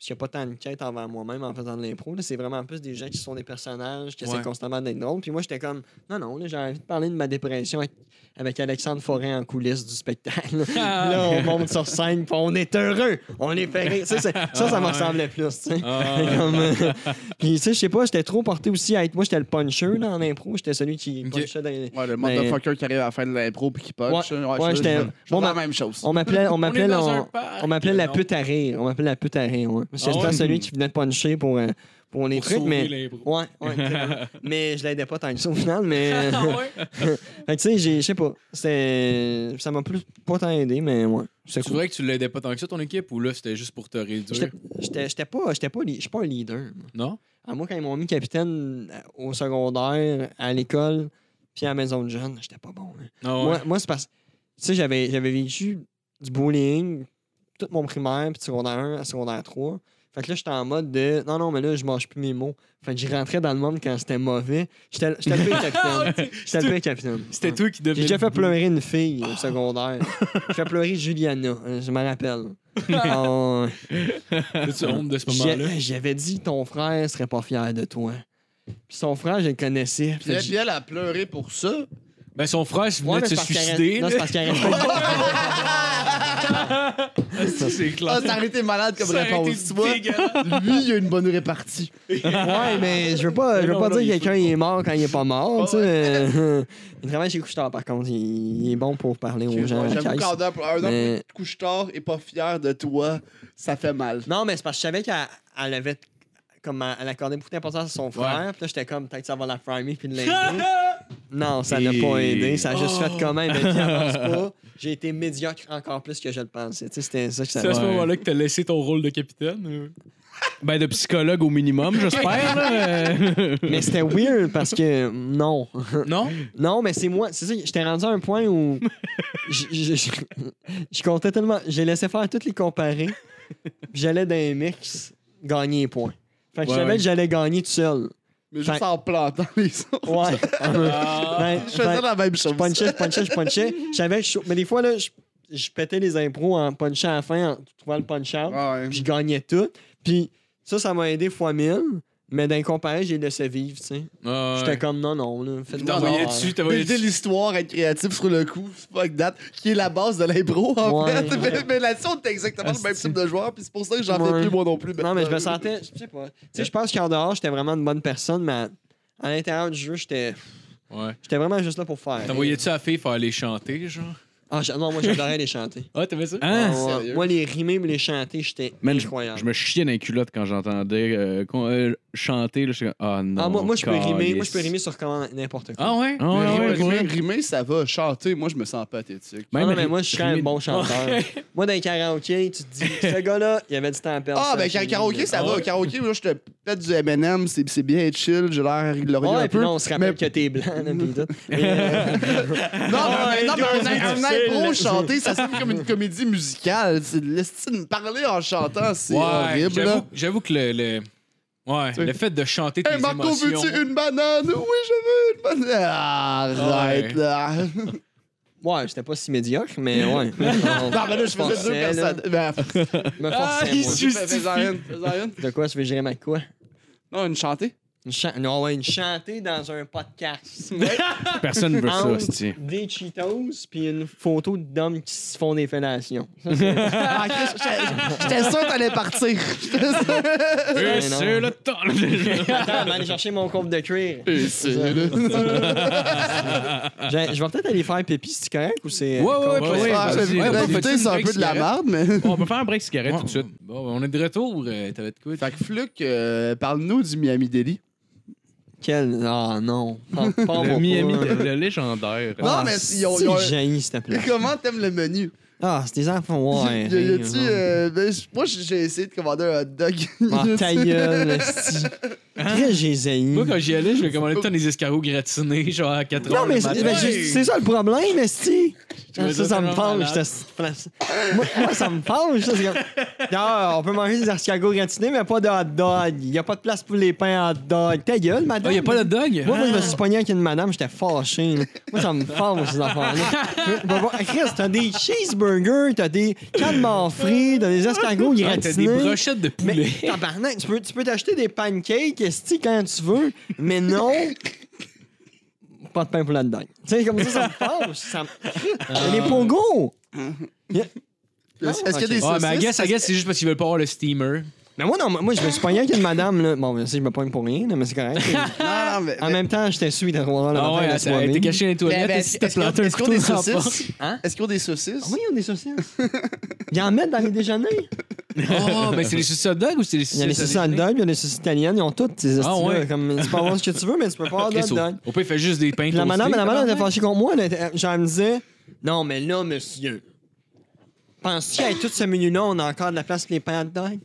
[SPEAKER 6] Parce qu'il n'y a pas tant de quête envers moi-même en faisant de l'impro. là. C'est vraiment plus des gens qui sont des personnages, qui
[SPEAKER 3] Ouais.
[SPEAKER 6] essaient constamment d'être drôles. Puis moi, j'étais comme, non, non, là, j'ai envie de parler de ma dépression avec, avec Alexandre Forêt en coulisses du spectacle. là, on monte sur scène, puis on est heureux, on est ferré. Ça, ça, ça me ressemblait plus, tu sais.
[SPEAKER 3] Ah,
[SPEAKER 6] <laughs> Comme, euh, Puis, tu sais, je sais pas, j'étais trop porté aussi à être. Moi, j'étais le puncher là, en impro. J'étais celui qui
[SPEAKER 3] Ok.
[SPEAKER 6] punchait dans les-
[SPEAKER 5] Ouais, le
[SPEAKER 6] Mais-
[SPEAKER 5] motherfucker qui arrive à faire de l'impro puis qui punch.
[SPEAKER 6] Ouais,
[SPEAKER 5] Ouais,
[SPEAKER 6] ouais, j'étais-
[SPEAKER 5] j'étais.
[SPEAKER 6] Bon,
[SPEAKER 5] la
[SPEAKER 6] ma-
[SPEAKER 5] même chose.
[SPEAKER 6] On m'appelait, on
[SPEAKER 3] est
[SPEAKER 6] m'appelait,
[SPEAKER 3] dans un
[SPEAKER 6] on,
[SPEAKER 3] parc.
[SPEAKER 6] on m'appelait la
[SPEAKER 3] Non.
[SPEAKER 6] pute à rire. On m'appelait la pute à rire. Ouais. J'étais
[SPEAKER 3] Ah ouais?
[SPEAKER 6] celui qui venait de puncher pour, euh, pour les
[SPEAKER 3] Pour
[SPEAKER 6] trucs,
[SPEAKER 3] sauver
[SPEAKER 6] mais.
[SPEAKER 3] l'impro.
[SPEAKER 6] Ouais, ouais, exactement.
[SPEAKER 3] <laughs>
[SPEAKER 6] mais je l'aidais pas tant que ça au final, mais.
[SPEAKER 3] Ah, ouais?
[SPEAKER 6] <laughs> fait que, tu sais, j'ai- je sais pas. C'est- Ça m'a plus pas tant aidé, mais ouais. C'est
[SPEAKER 3] C'est
[SPEAKER 6] cool.
[SPEAKER 3] vrai que tu l'aidais pas tant que ça, ton équipe, ou là, c'était juste pour te réduire?
[SPEAKER 6] J'étais j'étais- j'étais pas, j'étais pas, li- je suis pas un leader. moi.
[SPEAKER 3] Non?
[SPEAKER 6] À moi, quand ils m'ont mis capitaine euh, au secondaire, à l'école, puis à la maison de jeunes, j'étais pas bon. hein.
[SPEAKER 3] Non, ouais.
[SPEAKER 6] Moi, moi, c'est parce que, tu sais, j'avais, j'avais vécu du bullying tout mon primaire, puis secondaire 1 à secondaire 3. Fait que là, j'étais en mode de non, non, mais là, je mange plus mes mots. Fait que j'y rentrais dans le monde quand c'était mauvais. J'étais j'étais le
[SPEAKER 3] <laughs>
[SPEAKER 6] pire capitaine. J'étais le pire capitaine.
[SPEAKER 3] C'était
[SPEAKER 6] Ouais.
[SPEAKER 3] toi qui
[SPEAKER 6] J'ai
[SPEAKER 3] devenais.
[SPEAKER 6] déjà fait pleurer une fille au secondaire. J'ai fait pleurer Juliana, euh, je me
[SPEAKER 3] <laughs>
[SPEAKER 6] rappelle. Ah, ouais.
[SPEAKER 3] T'as-tu honte de ce moment-là?
[SPEAKER 6] J'ai- J'avais dit ton frère serait pas fier de toi. Puis son frère, je le connaissais.
[SPEAKER 5] Puis
[SPEAKER 6] Fait que
[SPEAKER 5] elle- puis elle a pleuré pour ça.
[SPEAKER 3] Ben, son frère se venait
[SPEAKER 6] Ouais,
[SPEAKER 3] de
[SPEAKER 6] mais
[SPEAKER 3] se
[SPEAKER 6] c'est parce qu'elle-
[SPEAKER 3] suicider.
[SPEAKER 6] Non,
[SPEAKER 3] là.
[SPEAKER 6] c'est parce qu'elle respecte.
[SPEAKER 4] C'est
[SPEAKER 5] Ah,
[SPEAKER 4] clair.
[SPEAKER 5] ça aurait été malade comme
[SPEAKER 3] Ça aurait
[SPEAKER 5] réponse.
[SPEAKER 3] été
[SPEAKER 5] Tu vois, <laughs> lui, il a une bonne répartie.
[SPEAKER 6] ouais, mais je veux pas, je veux
[SPEAKER 3] Non,
[SPEAKER 6] pas
[SPEAKER 3] non,
[SPEAKER 6] dire
[SPEAKER 3] il
[SPEAKER 6] que quelqu'un il est mort quand il est pas mort. tu sais.
[SPEAKER 5] Ouais.
[SPEAKER 6] euh, <laughs> il travaille chez Couchetard, par contre. Il, il est bon pour parler aux gens. à la
[SPEAKER 5] J'avoue
[SPEAKER 6] caisse.
[SPEAKER 5] qu'en dehors, pour un an,
[SPEAKER 6] Mais-
[SPEAKER 5] tu couches tard et pas fier de toi, ça fait mal.
[SPEAKER 6] Non, mais c'est parce que je savais qu'elle elle avait. Comme elle elle accordait beaucoup d'importance à son frère, puis là j'étais comme peut-être ça va la primer puis de l'aider. non, ça n'a pas
[SPEAKER 4] Et-
[SPEAKER 6] aidé, ça a juste
[SPEAKER 3] Oh.
[SPEAKER 6] fait quand même, mais avance pas. J'ai été médiocre encore plus que je le pensais. Tu sais, c'était ça que ça
[SPEAKER 3] C'est à ce
[SPEAKER 4] Ouais.
[SPEAKER 3] moment-là que t'as laissé ton rôle de capitaine? ou?
[SPEAKER 4] Ben, de psychologue au minimum, j'espère.
[SPEAKER 3] <laughs>
[SPEAKER 4] là. Euh,
[SPEAKER 6] Mais c'était weird parce que non. <laughs>
[SPEAKER 3] Non?
[SPEAKER 6] Non, mais c'est moi. C'est ça, j'étais rendu à un point où je, je- je- je comptais tellement. J'ai laissé faire toutes les comparés. puis J'allais dans les mix gagner les points. Fait que
[SPEAKER 4] Ouais,
[SPEAKER 6] je savais
[SPEAKER 4] ouais.
[SPEAKER 6] que j'allais gagner tout seul.
[SPEAKER 5] Mais juste
[SPEAKER 6] Fait-
[SPEAKER 5] en plantant les <laughs> sons.
[SPEAKER 6] <laughs> Ouais. Ben,
[SPEAKER 5] Je
[SPEAKER 6] ben,
[SPEAKER 5] faisais la même chose.
[SPEAKER 6] je punchais, je punchais, je punchais. Je savais que je- Mais des fois, là, je, je pétais les impros en punchant à la fin, en trouvant le punch out.
[SPEAKER 5] Ouais.
[SPEAKER 6] Puis je gagnais tout. Puis ça, ça m'a aidé fois 1000. Mais d'incomparé, j'ai laissé vivre, tu sais.
[SPEAKER 3] Ah,
[SPEAKER 6] J'étais
[SPEAKER 3] ouais.
[SPEAKER 6] comme non, non, là.
[SPEAKER 3] Puis
[SPEAKER 6] Faites-moi
[SPEAKER 3] t'envoyais
[SPEAKER 6] dehors.
[SPEAKER 3] dessus, t'envoyais
[SPEAKER 5] Builder
[SPEAKER 3] dessus.
[SPEAKER 5] l'histoire, être créatif sur le coup, fuck that, qui est la base de l'impro, en
[SPEAKER 6] Ouais,
[SPEAKER 5] fait. <laughs>
[SPEAKER 6] ouais.
[SPEAKER 5] Mais, mais là-dessus, on était exactement le même
[SPEAKER 6] Asti.
[SPEAKER 5] type de joueur, puis c'est pour ça que j'en
[SPEAKER 6] Ouais.
[SPEAKER 5] fais plus moi non plus.
[SPEAKER 6] Non, mais je me
[SPEAKER 5] maintenant.
[SPEAKER 6] sentais, je sais pas. Tu sais, je pense qu'en dehors, j'étais vraiment une bonne personne, mais à, à l'intérieur du jeu, j'étais
[SPEAKER 3] Ouais.
[SPEAKER 6] j'étais vraiment juste là pour faire.
[SPEAKER 3] T'envoyais-tu à la fille faire les chanter, genre?
[SPEAKER 6] Ah, j'a- non, moi, j'adorais les chanter.
[SPEAKER 3] Ah, t'avais ça?
[SPEAKER 4] Hein?
[SPEAKER 6] Ah, ouais.
[SPEAKER 5] sérieux?
[SPEAKER 6] Moi, les rimer mais les chanter, j'étais
[SPEAKER 4] Man,
[SPEAKER 6] incroyable.
[SPEAKER 4] Je me chiais dans les culottes quand j'entendais euh, qu'on- euh, chanter. là, je suis comme, ah non.
[SPEAKER 6] ah, moi, moi, je peux rimer, moi,
[SPEAKER 4] calice.
[SPEAKER 6] je peux rimer sur comment n'importe quoi.
[SPEAKER 3] Ah ouais?
[SPEAKER 4] Ah ouais,
[SPEAKER 5] Mais
[SPEAKER 4] ouais,
[SPEAKER 5] rimer,
[SPEAKER 4] ouais.
[SPEAKER 5] rimer, rimer, ça va. Chanter, moi, je me sens pathétique.
[SPEAKER 6] Ah non, mais
[SPEAKER 4] ri-
[SPEAKER 6] moi, je serais un
[SPEAKER 4] rimer-
[SPEAKER 6] bon chanteur. moi, dans les karaokés, tu te dis, ce gars-là, il avait du temps à perdre.
[SPEAKER 5] Ah,
[SPEAKER 6] ça,
[SPEAKER 5] ben,
[SPEAKER 6] chez
[SPEAKER 5] quand
[SPEAKER 6] lui,
[SPEAKER 5] karaoké,
[SPEAKER 6] là.
[SPEAKER 5] ça
[SPEAKER 3] Ah
[SPEAKER 5] va.
[SPEAKER 3] ouais.
[SPEAKER 5] Karaoké, là, je te pète du MM, c'est c'est bien chill, j'ai l'air glorieux
[SPEAKER 6] Ouais,
[SPEAKER 5] un
[SPEAKER 6] et puis
[SPEAKER 5] peu.
[SPEAKER 6] là, on se rappelle
[SPEAKER 5] mais-
[SPEAKER 6] que t'es blanc,
[SPEAKER 5] <laughs>
[SPEAKER 6] là, pis tout. Mais, euh,
[SPEAKER 5] Non,
[SPEAKER 6] Ah,
[SPEAKER 5] mais, non, mais
[SPEAKER 6] les gars,
[SPEAKER 5] un,
[SPEAKER 6] c'est
[SPEAKER 5] un impro
[SPEAKER 6] difficile.
[SPEAKER 5] chanté, ça sonne comme une comédie musicale. C'est- Laisse-tu me parler en chantant, c'est
[SPEAKER 3] Ouais,
[SPEAKER 5] horrible.
[SPEAKER 3] j'avoue-
[SPEAKER 5] là.
[SPEAKER 3] J'avoue que le, le- Ouais,
[SPEAKER 5] Tu sais.
[SPEAKER 3] le fait de chanter tes
[SPEAKER 5] Hey Marco,
[SPEAKER 3] émotions...
[SPEAKER 5] veux-tu une banane? Oui, je veux une banane. Ah,
[SPEAKER 3] Ouais.
[SPEAKER 5] Arrête, là. non,
[SPEAKER 6] ouais, j'étais pas si médiocre, mais
[SPEAKER 5] <laughs>
[SPEAKER 6] ouais. Non, mais
[SPEAKER 5] mais là, je faisais deux personnes. Ben,
[SPEAKER 6] Me
[SPEAKER 3] Ah,
[SPEAKER 6] forçais,
[SPEAKER 3] il
[SPEAKER 6] moi.
[SPEAKER 3] se- justifie.
[SPEAKER 6] De quoi, je vais gérer ma quoi?
[SPEAKER 5] Non, une chantée.
[SPEAKER 6] Une chan- non, ouais, une chantée dans un podcast.
[SPEAKER 4] <laughs> Personne veut ça,
[SPEAKER 6] Entre
[SPEAKER 4] hostie.
[SPEAKER 6] des Cheetos puis une photo d'hommes qui se font
[SPEAKER 5] <laughs>
[SPEAKER 6] des fellations. Ça, c'est-
[SPEAKER 5] Ah, Chris, j'étais- J'étais sûr que t'allais partir. <laughs> J'étais sûr.
[SPEAKER 4] Euh,
[SPEAKER 6] non.
[SPEAKER 4] C'est le temps.
[SPEAKER 6] Attends, je vais aller chercher mon coffre de cuir.
[SPEAKER 5] Et c'est-
[SPEAKER 6] Je je vais peut-être aller faire pipi, si c'est correct ou c'est.
[SPEAKER 3] Ouais, ouais, ouais,
[SPEAKER 4] Ouais, ouais,
[SPEAKER 5] Ah,
[SPEAKER 4] vas-y,
[SPEAKER 5] je
[SPEAKER 4] vas-y,
[SPEAKER 5] voudrais
[SPEAKER 4] vas-y.
[SPEAKER 5] éviter, c'est un peu de la merde, mais.
[SPEAKER 4] On peut faire un break cigarette tout de suite.
[SPEAKER 3] Bon, ben, on est de retour. euh, T'avais de quoi?
[SPEAKER 5] <laughs> Fait que Fluke, euh, parle-nous du Miami Deli.
[SPEAKER 6] Quel. Ah non. Pas, pas
[SPEAKER 4] Le
[SPEAKER 6] mon
[SPEAKER 4] Miami,
[SPEAKER 6] pas.
[SPEAKER 4] le légendaire.
[SPEAKER 5] Non, mais ils ont-
[SPEAKER 6] si,
[SPEAKER 5] ils ont-
[SPEAKER 6] jaillit, s'il te plaît.
[SPEAKER 5] <laughs> Comment t'aimes le menu?
[SPEAKER 6] Ah, c'est des enfants, ouais.
[SPEAKER 5] <laughs> Y a- y a-tu,
[SPEAKER 6] hein,
[SPEAKER 5] euh, ben, j- moi, j'ai essayé de commander un hot dog.
[SPEAKER 6] Ah, ta gueule, si. Après, j'ai zaï.
[SPEAKER 3] Hein? Moi, quand j'y allais, je me commandais tout le temps des escargots gratinés, genre à 4
[SPEAKER 6] Non,
[SPEAKER 3] heures
[SPEAKER 6] mais
[SPEAKER 3] le
[SPEAKER 6] c'est
[SPEAKER 3] matin.
[SPEAKER 6] ben, j'ai- c'est ça le problème, esti.
[SPEAKER 3] Tu veux
[SPEAKER 6] Ça,
[SPEAKER 3] dire
[SPEAKER 6] ça me
[SPEAKER 3] tellement
[SPEAKER 6] penche.
[SPEAKER 3] malade.
[SPEAKER 6] moi, moi, ça me penche. ça, c'est comme- Ah, on peut manger des escargots gratinés, mais pas de hot dog. Il n'y a pas de place pour les pains hot dog. Ta gueule, madame.
[SPEAKER 3] Ah, y a pas de dog? Ah.
[SPEAKER 6] Moi, moi, je me suis pogné avec une madame, j'étais fâché. là. Moi, ça me fâche, ces affaires-là. Ah, Chris, t'as des cheeseburgers, t'as des calmars frits, t'as des escargots
[SPEAKER 3] Ah,
[SPEAKER 6] gratinés.
[SPEAKER 3] T'as des brochettes de poulet.
[SPEAKER 6] Mais tabarnak, tu peux, tu peux t'acheter des pancakes esti quand tu veux, mais non. Pas de pain pour là-dedans. Tu sais, comme ça, ça me fâche. Ça me... Mhm. Il y a des pogos! Il y a-
[SPEAKER 5] Est-ce est-ce qu'il y a des
[SPEAKER 3] Ah,
[SPEAKER 5] saucisses?
[SPEAKER 3] mais à guess, à guess, c'est juste parce qu'ils veulent pas avoir le steamer.
[SPEAKER 6] Mais moi, non, moi, je me suis pogné avec une madame, là. Bon, ben, si je me pogne pour rien, là, mais c'est correct.
[SPEAKER 5] <laughs> Non, non, mais-
[SPEAKER 6] en même temps, j'étais sous de roi le
[SPEAKER 3] Ah
[SPEAKER 6] matin,
[SPEAKER 3] ouais,
[SPEAKER 6] la
[SPEAKER 3] elle
[SPEAKER 6] soirée.
[SPEAKER 3] elle était cachée dans les
[SPEAKER 5] Ben,
[SPEAKER 3] toilettes
[SPEAKER 5] ben,
[SPEAKER 3] et si t'as
[SPEAKER 5] est-ce qu'on-
[SPEAKER 3] planté un
[SPEAKER 5] est-ce qu'on
[SPEAKER 3] couteau
[SPEAKER 5] a des
[SPEAKER 3] dans la porte.
[SPEAKER 5] saucisses?
[SPEAKER 6] Hein?
[SPEAKER 5] Est-ce qu'ils ont des saucisses?
[SPEAKER 6] Ah Oui, ils ont des <laughs> saucisses. Ils en mettent dans les déjeuners. <laughs>
[SPEAKER 3] Oh, mais c'est les saucisses hot dog ou c'est les
[SPEAKER 6] Il
[SPEAKER 3] saucisses
[SPEAKER 6] y a les saucisses hot dog, il y a les saucisses italiennes, ils ont toutes ces
[SPEAKER 3] Ah
[SPEAKER 6] saucisses
[SPEAKER 3] ouais.
[SPEAKER 6] Comme, tu peux avoir ce que tu veux, mais tu peux pas avoir de hot dog.
[SPEAKER 3] On peut faire juste des pains
[SPEAKER 6] Puis la madame,
[SPEAKER 3] toastés,
[SPEAKER 6] la madame
[SPEAKER 3] tabarnak.
[SPEAKER 6] était fâchée contre moi. Elle, était- genre, elle me disait Non, mais là, monsieur, penses-tu qu'avec tout ce menu-là, on a encore de la place pour les pains hot dog?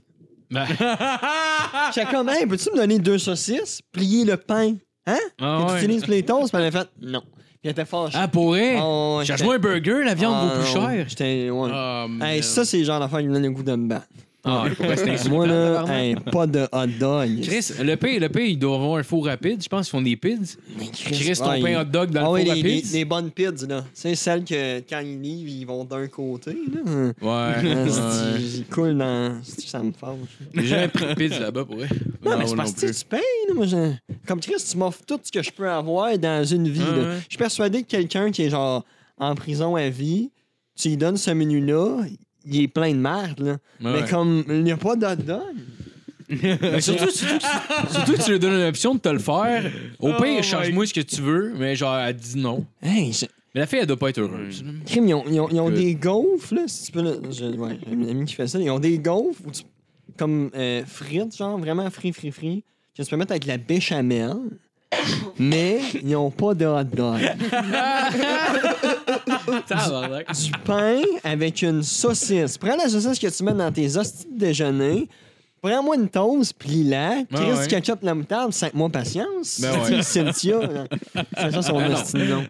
[SPEAKER 3] Ben,
[SPEAKER 6] <laughs> J'étais comme Hey, peux-tu me donner deux saucisses, plier le pain? Hein?
[SPEAKER 3] Ah
[SPEAKER 6] Puis
[SPEAKER 3] ouais.
[SPEAKER 6] tu utilises pour les toasts? Puis elle a fait Non. Puis elle était fâchée.
[SPEAKER 3] Ah, pour vrai?
[SPEAKER 6] Ah ouais,
[SPEAKER 3] Charge-moi un burger, la viande vaut plus
[SPEAKER 6] Ah, non.
[SPEAKER 3] cher. Um,
[SPEAKER 6] J'étais. Ouais.
[SPEAKER 4] Ah,
[SPEAKER 6] hey, ça, c'est le genre d'affaire qui me donne le goût de me battre.
[SPEAKER 3] Ah, ouais, pourquoi c'était
[SPEAKER 6] Moi, là,
[SPEAKER 3] tabarnak.
[SPEAKER 6] hey, pas de hot dog.
[SPEAKER 3] Chris, le pain, le pain, ils doivent avoir un four rapide. Je pense qu'ils font des pids. Chris, ton
[SPEAKER 6] ouais,
[SPEAKER 3] pain hot dog dans le
[SPEAKER 6] Ah
[SPEAKER 3] four
[SPEAKER 6] oui, les, les,
[SPEAKER 3] rapide.
[SPEAKER 6] les bonnes pids, là. Tu sais, celles que quand ils livrent, ils vont d'un côté, là.
[SPEAKER 3] Ouais.
[SPEAKER 6] Ah,
[SPEAKER 3] ouais.
[SPEAKER 6] c'est- J'y coule dans. c'est- Ça me fâche.
[SPEAKER 3] J'ai jamais pris de pids là-bas pour vrai.
[SPEAKER 6] Non, mais
[SPEAKER 4] moi
[SPEAKER 6] c'est
[SPEAKER 4] non
[SPEAKER 6] parce que
[SPEAKER 4] plus.
[SPEAKER 6] tu payes. là, moi, je- Comme Chris, tu m'offres tout ce que je peux avoir dans une vie.
[SPEAKER 3] Ouais,
[SPEAKER 6] là.
[SPEAKER 3] ouais.
[SPEAKER 6] Je suis persuadé que quelqu'un qui est genre en prison à vie, tu lui donnes ce menu-là, il est plein de merde. Là. Mais
[SPEAKER 3] Ouais.
[SPEAKER 6] comme il n'y a pas d'hot dog.
[SPEAKER 3] Mais surtout, surtout, que- surtout que tu lui donnes une option de te le faire. Au
[SPEAKER 4] Oh
[SPEAKER 3] pire,
[SPEAKER 4] my-
[SPEAKER 3] change-moi ce que tu veux, mais genre, elle dit non.
[SPEAKER 6] Hey, je-
[SPEAKER 3] Mais la fille, elle doit pas être heureuse.
[SPEAKER 6] Crime, ils ont, ils ont- ils ont
[SPEAKER 3] Good.
[SPEAKER 6] des gaufres, là, si tu peux. Là, je- ouais, j'ai un ami qui fait ça. Ils ont des gaufres où tu- comme euh, frites, genre vraiment frites, frites, frites, que tu peux mettre avec de la béchamel, mais ils n'ont pas de hot dog.
[SPEAKER 3] Tabarnak.
[SPEAKER 6] Du pain avec une saucisse. Prends la saucisse que tu mets dans tes hosties de déjeuner. Prends-moi une toast, plie-la,
[SPEAKER 3] Ah
[SPEAKER 6] crise
[SPEAKER 3] ouais.
[SPEAKER 6] du ketchup, de la moutarde, 5 mois patience.
[SPEAKER 3] Ben
[SPEAKER 6] C'est-tu
[SPEAKER 3] ouais. Ben
[SPEAKER 6] le <laughs> Cynthia. là? C'est ça son hostie de
[SPEAKER 3] <laughs>
[SPEAKER 6] nom.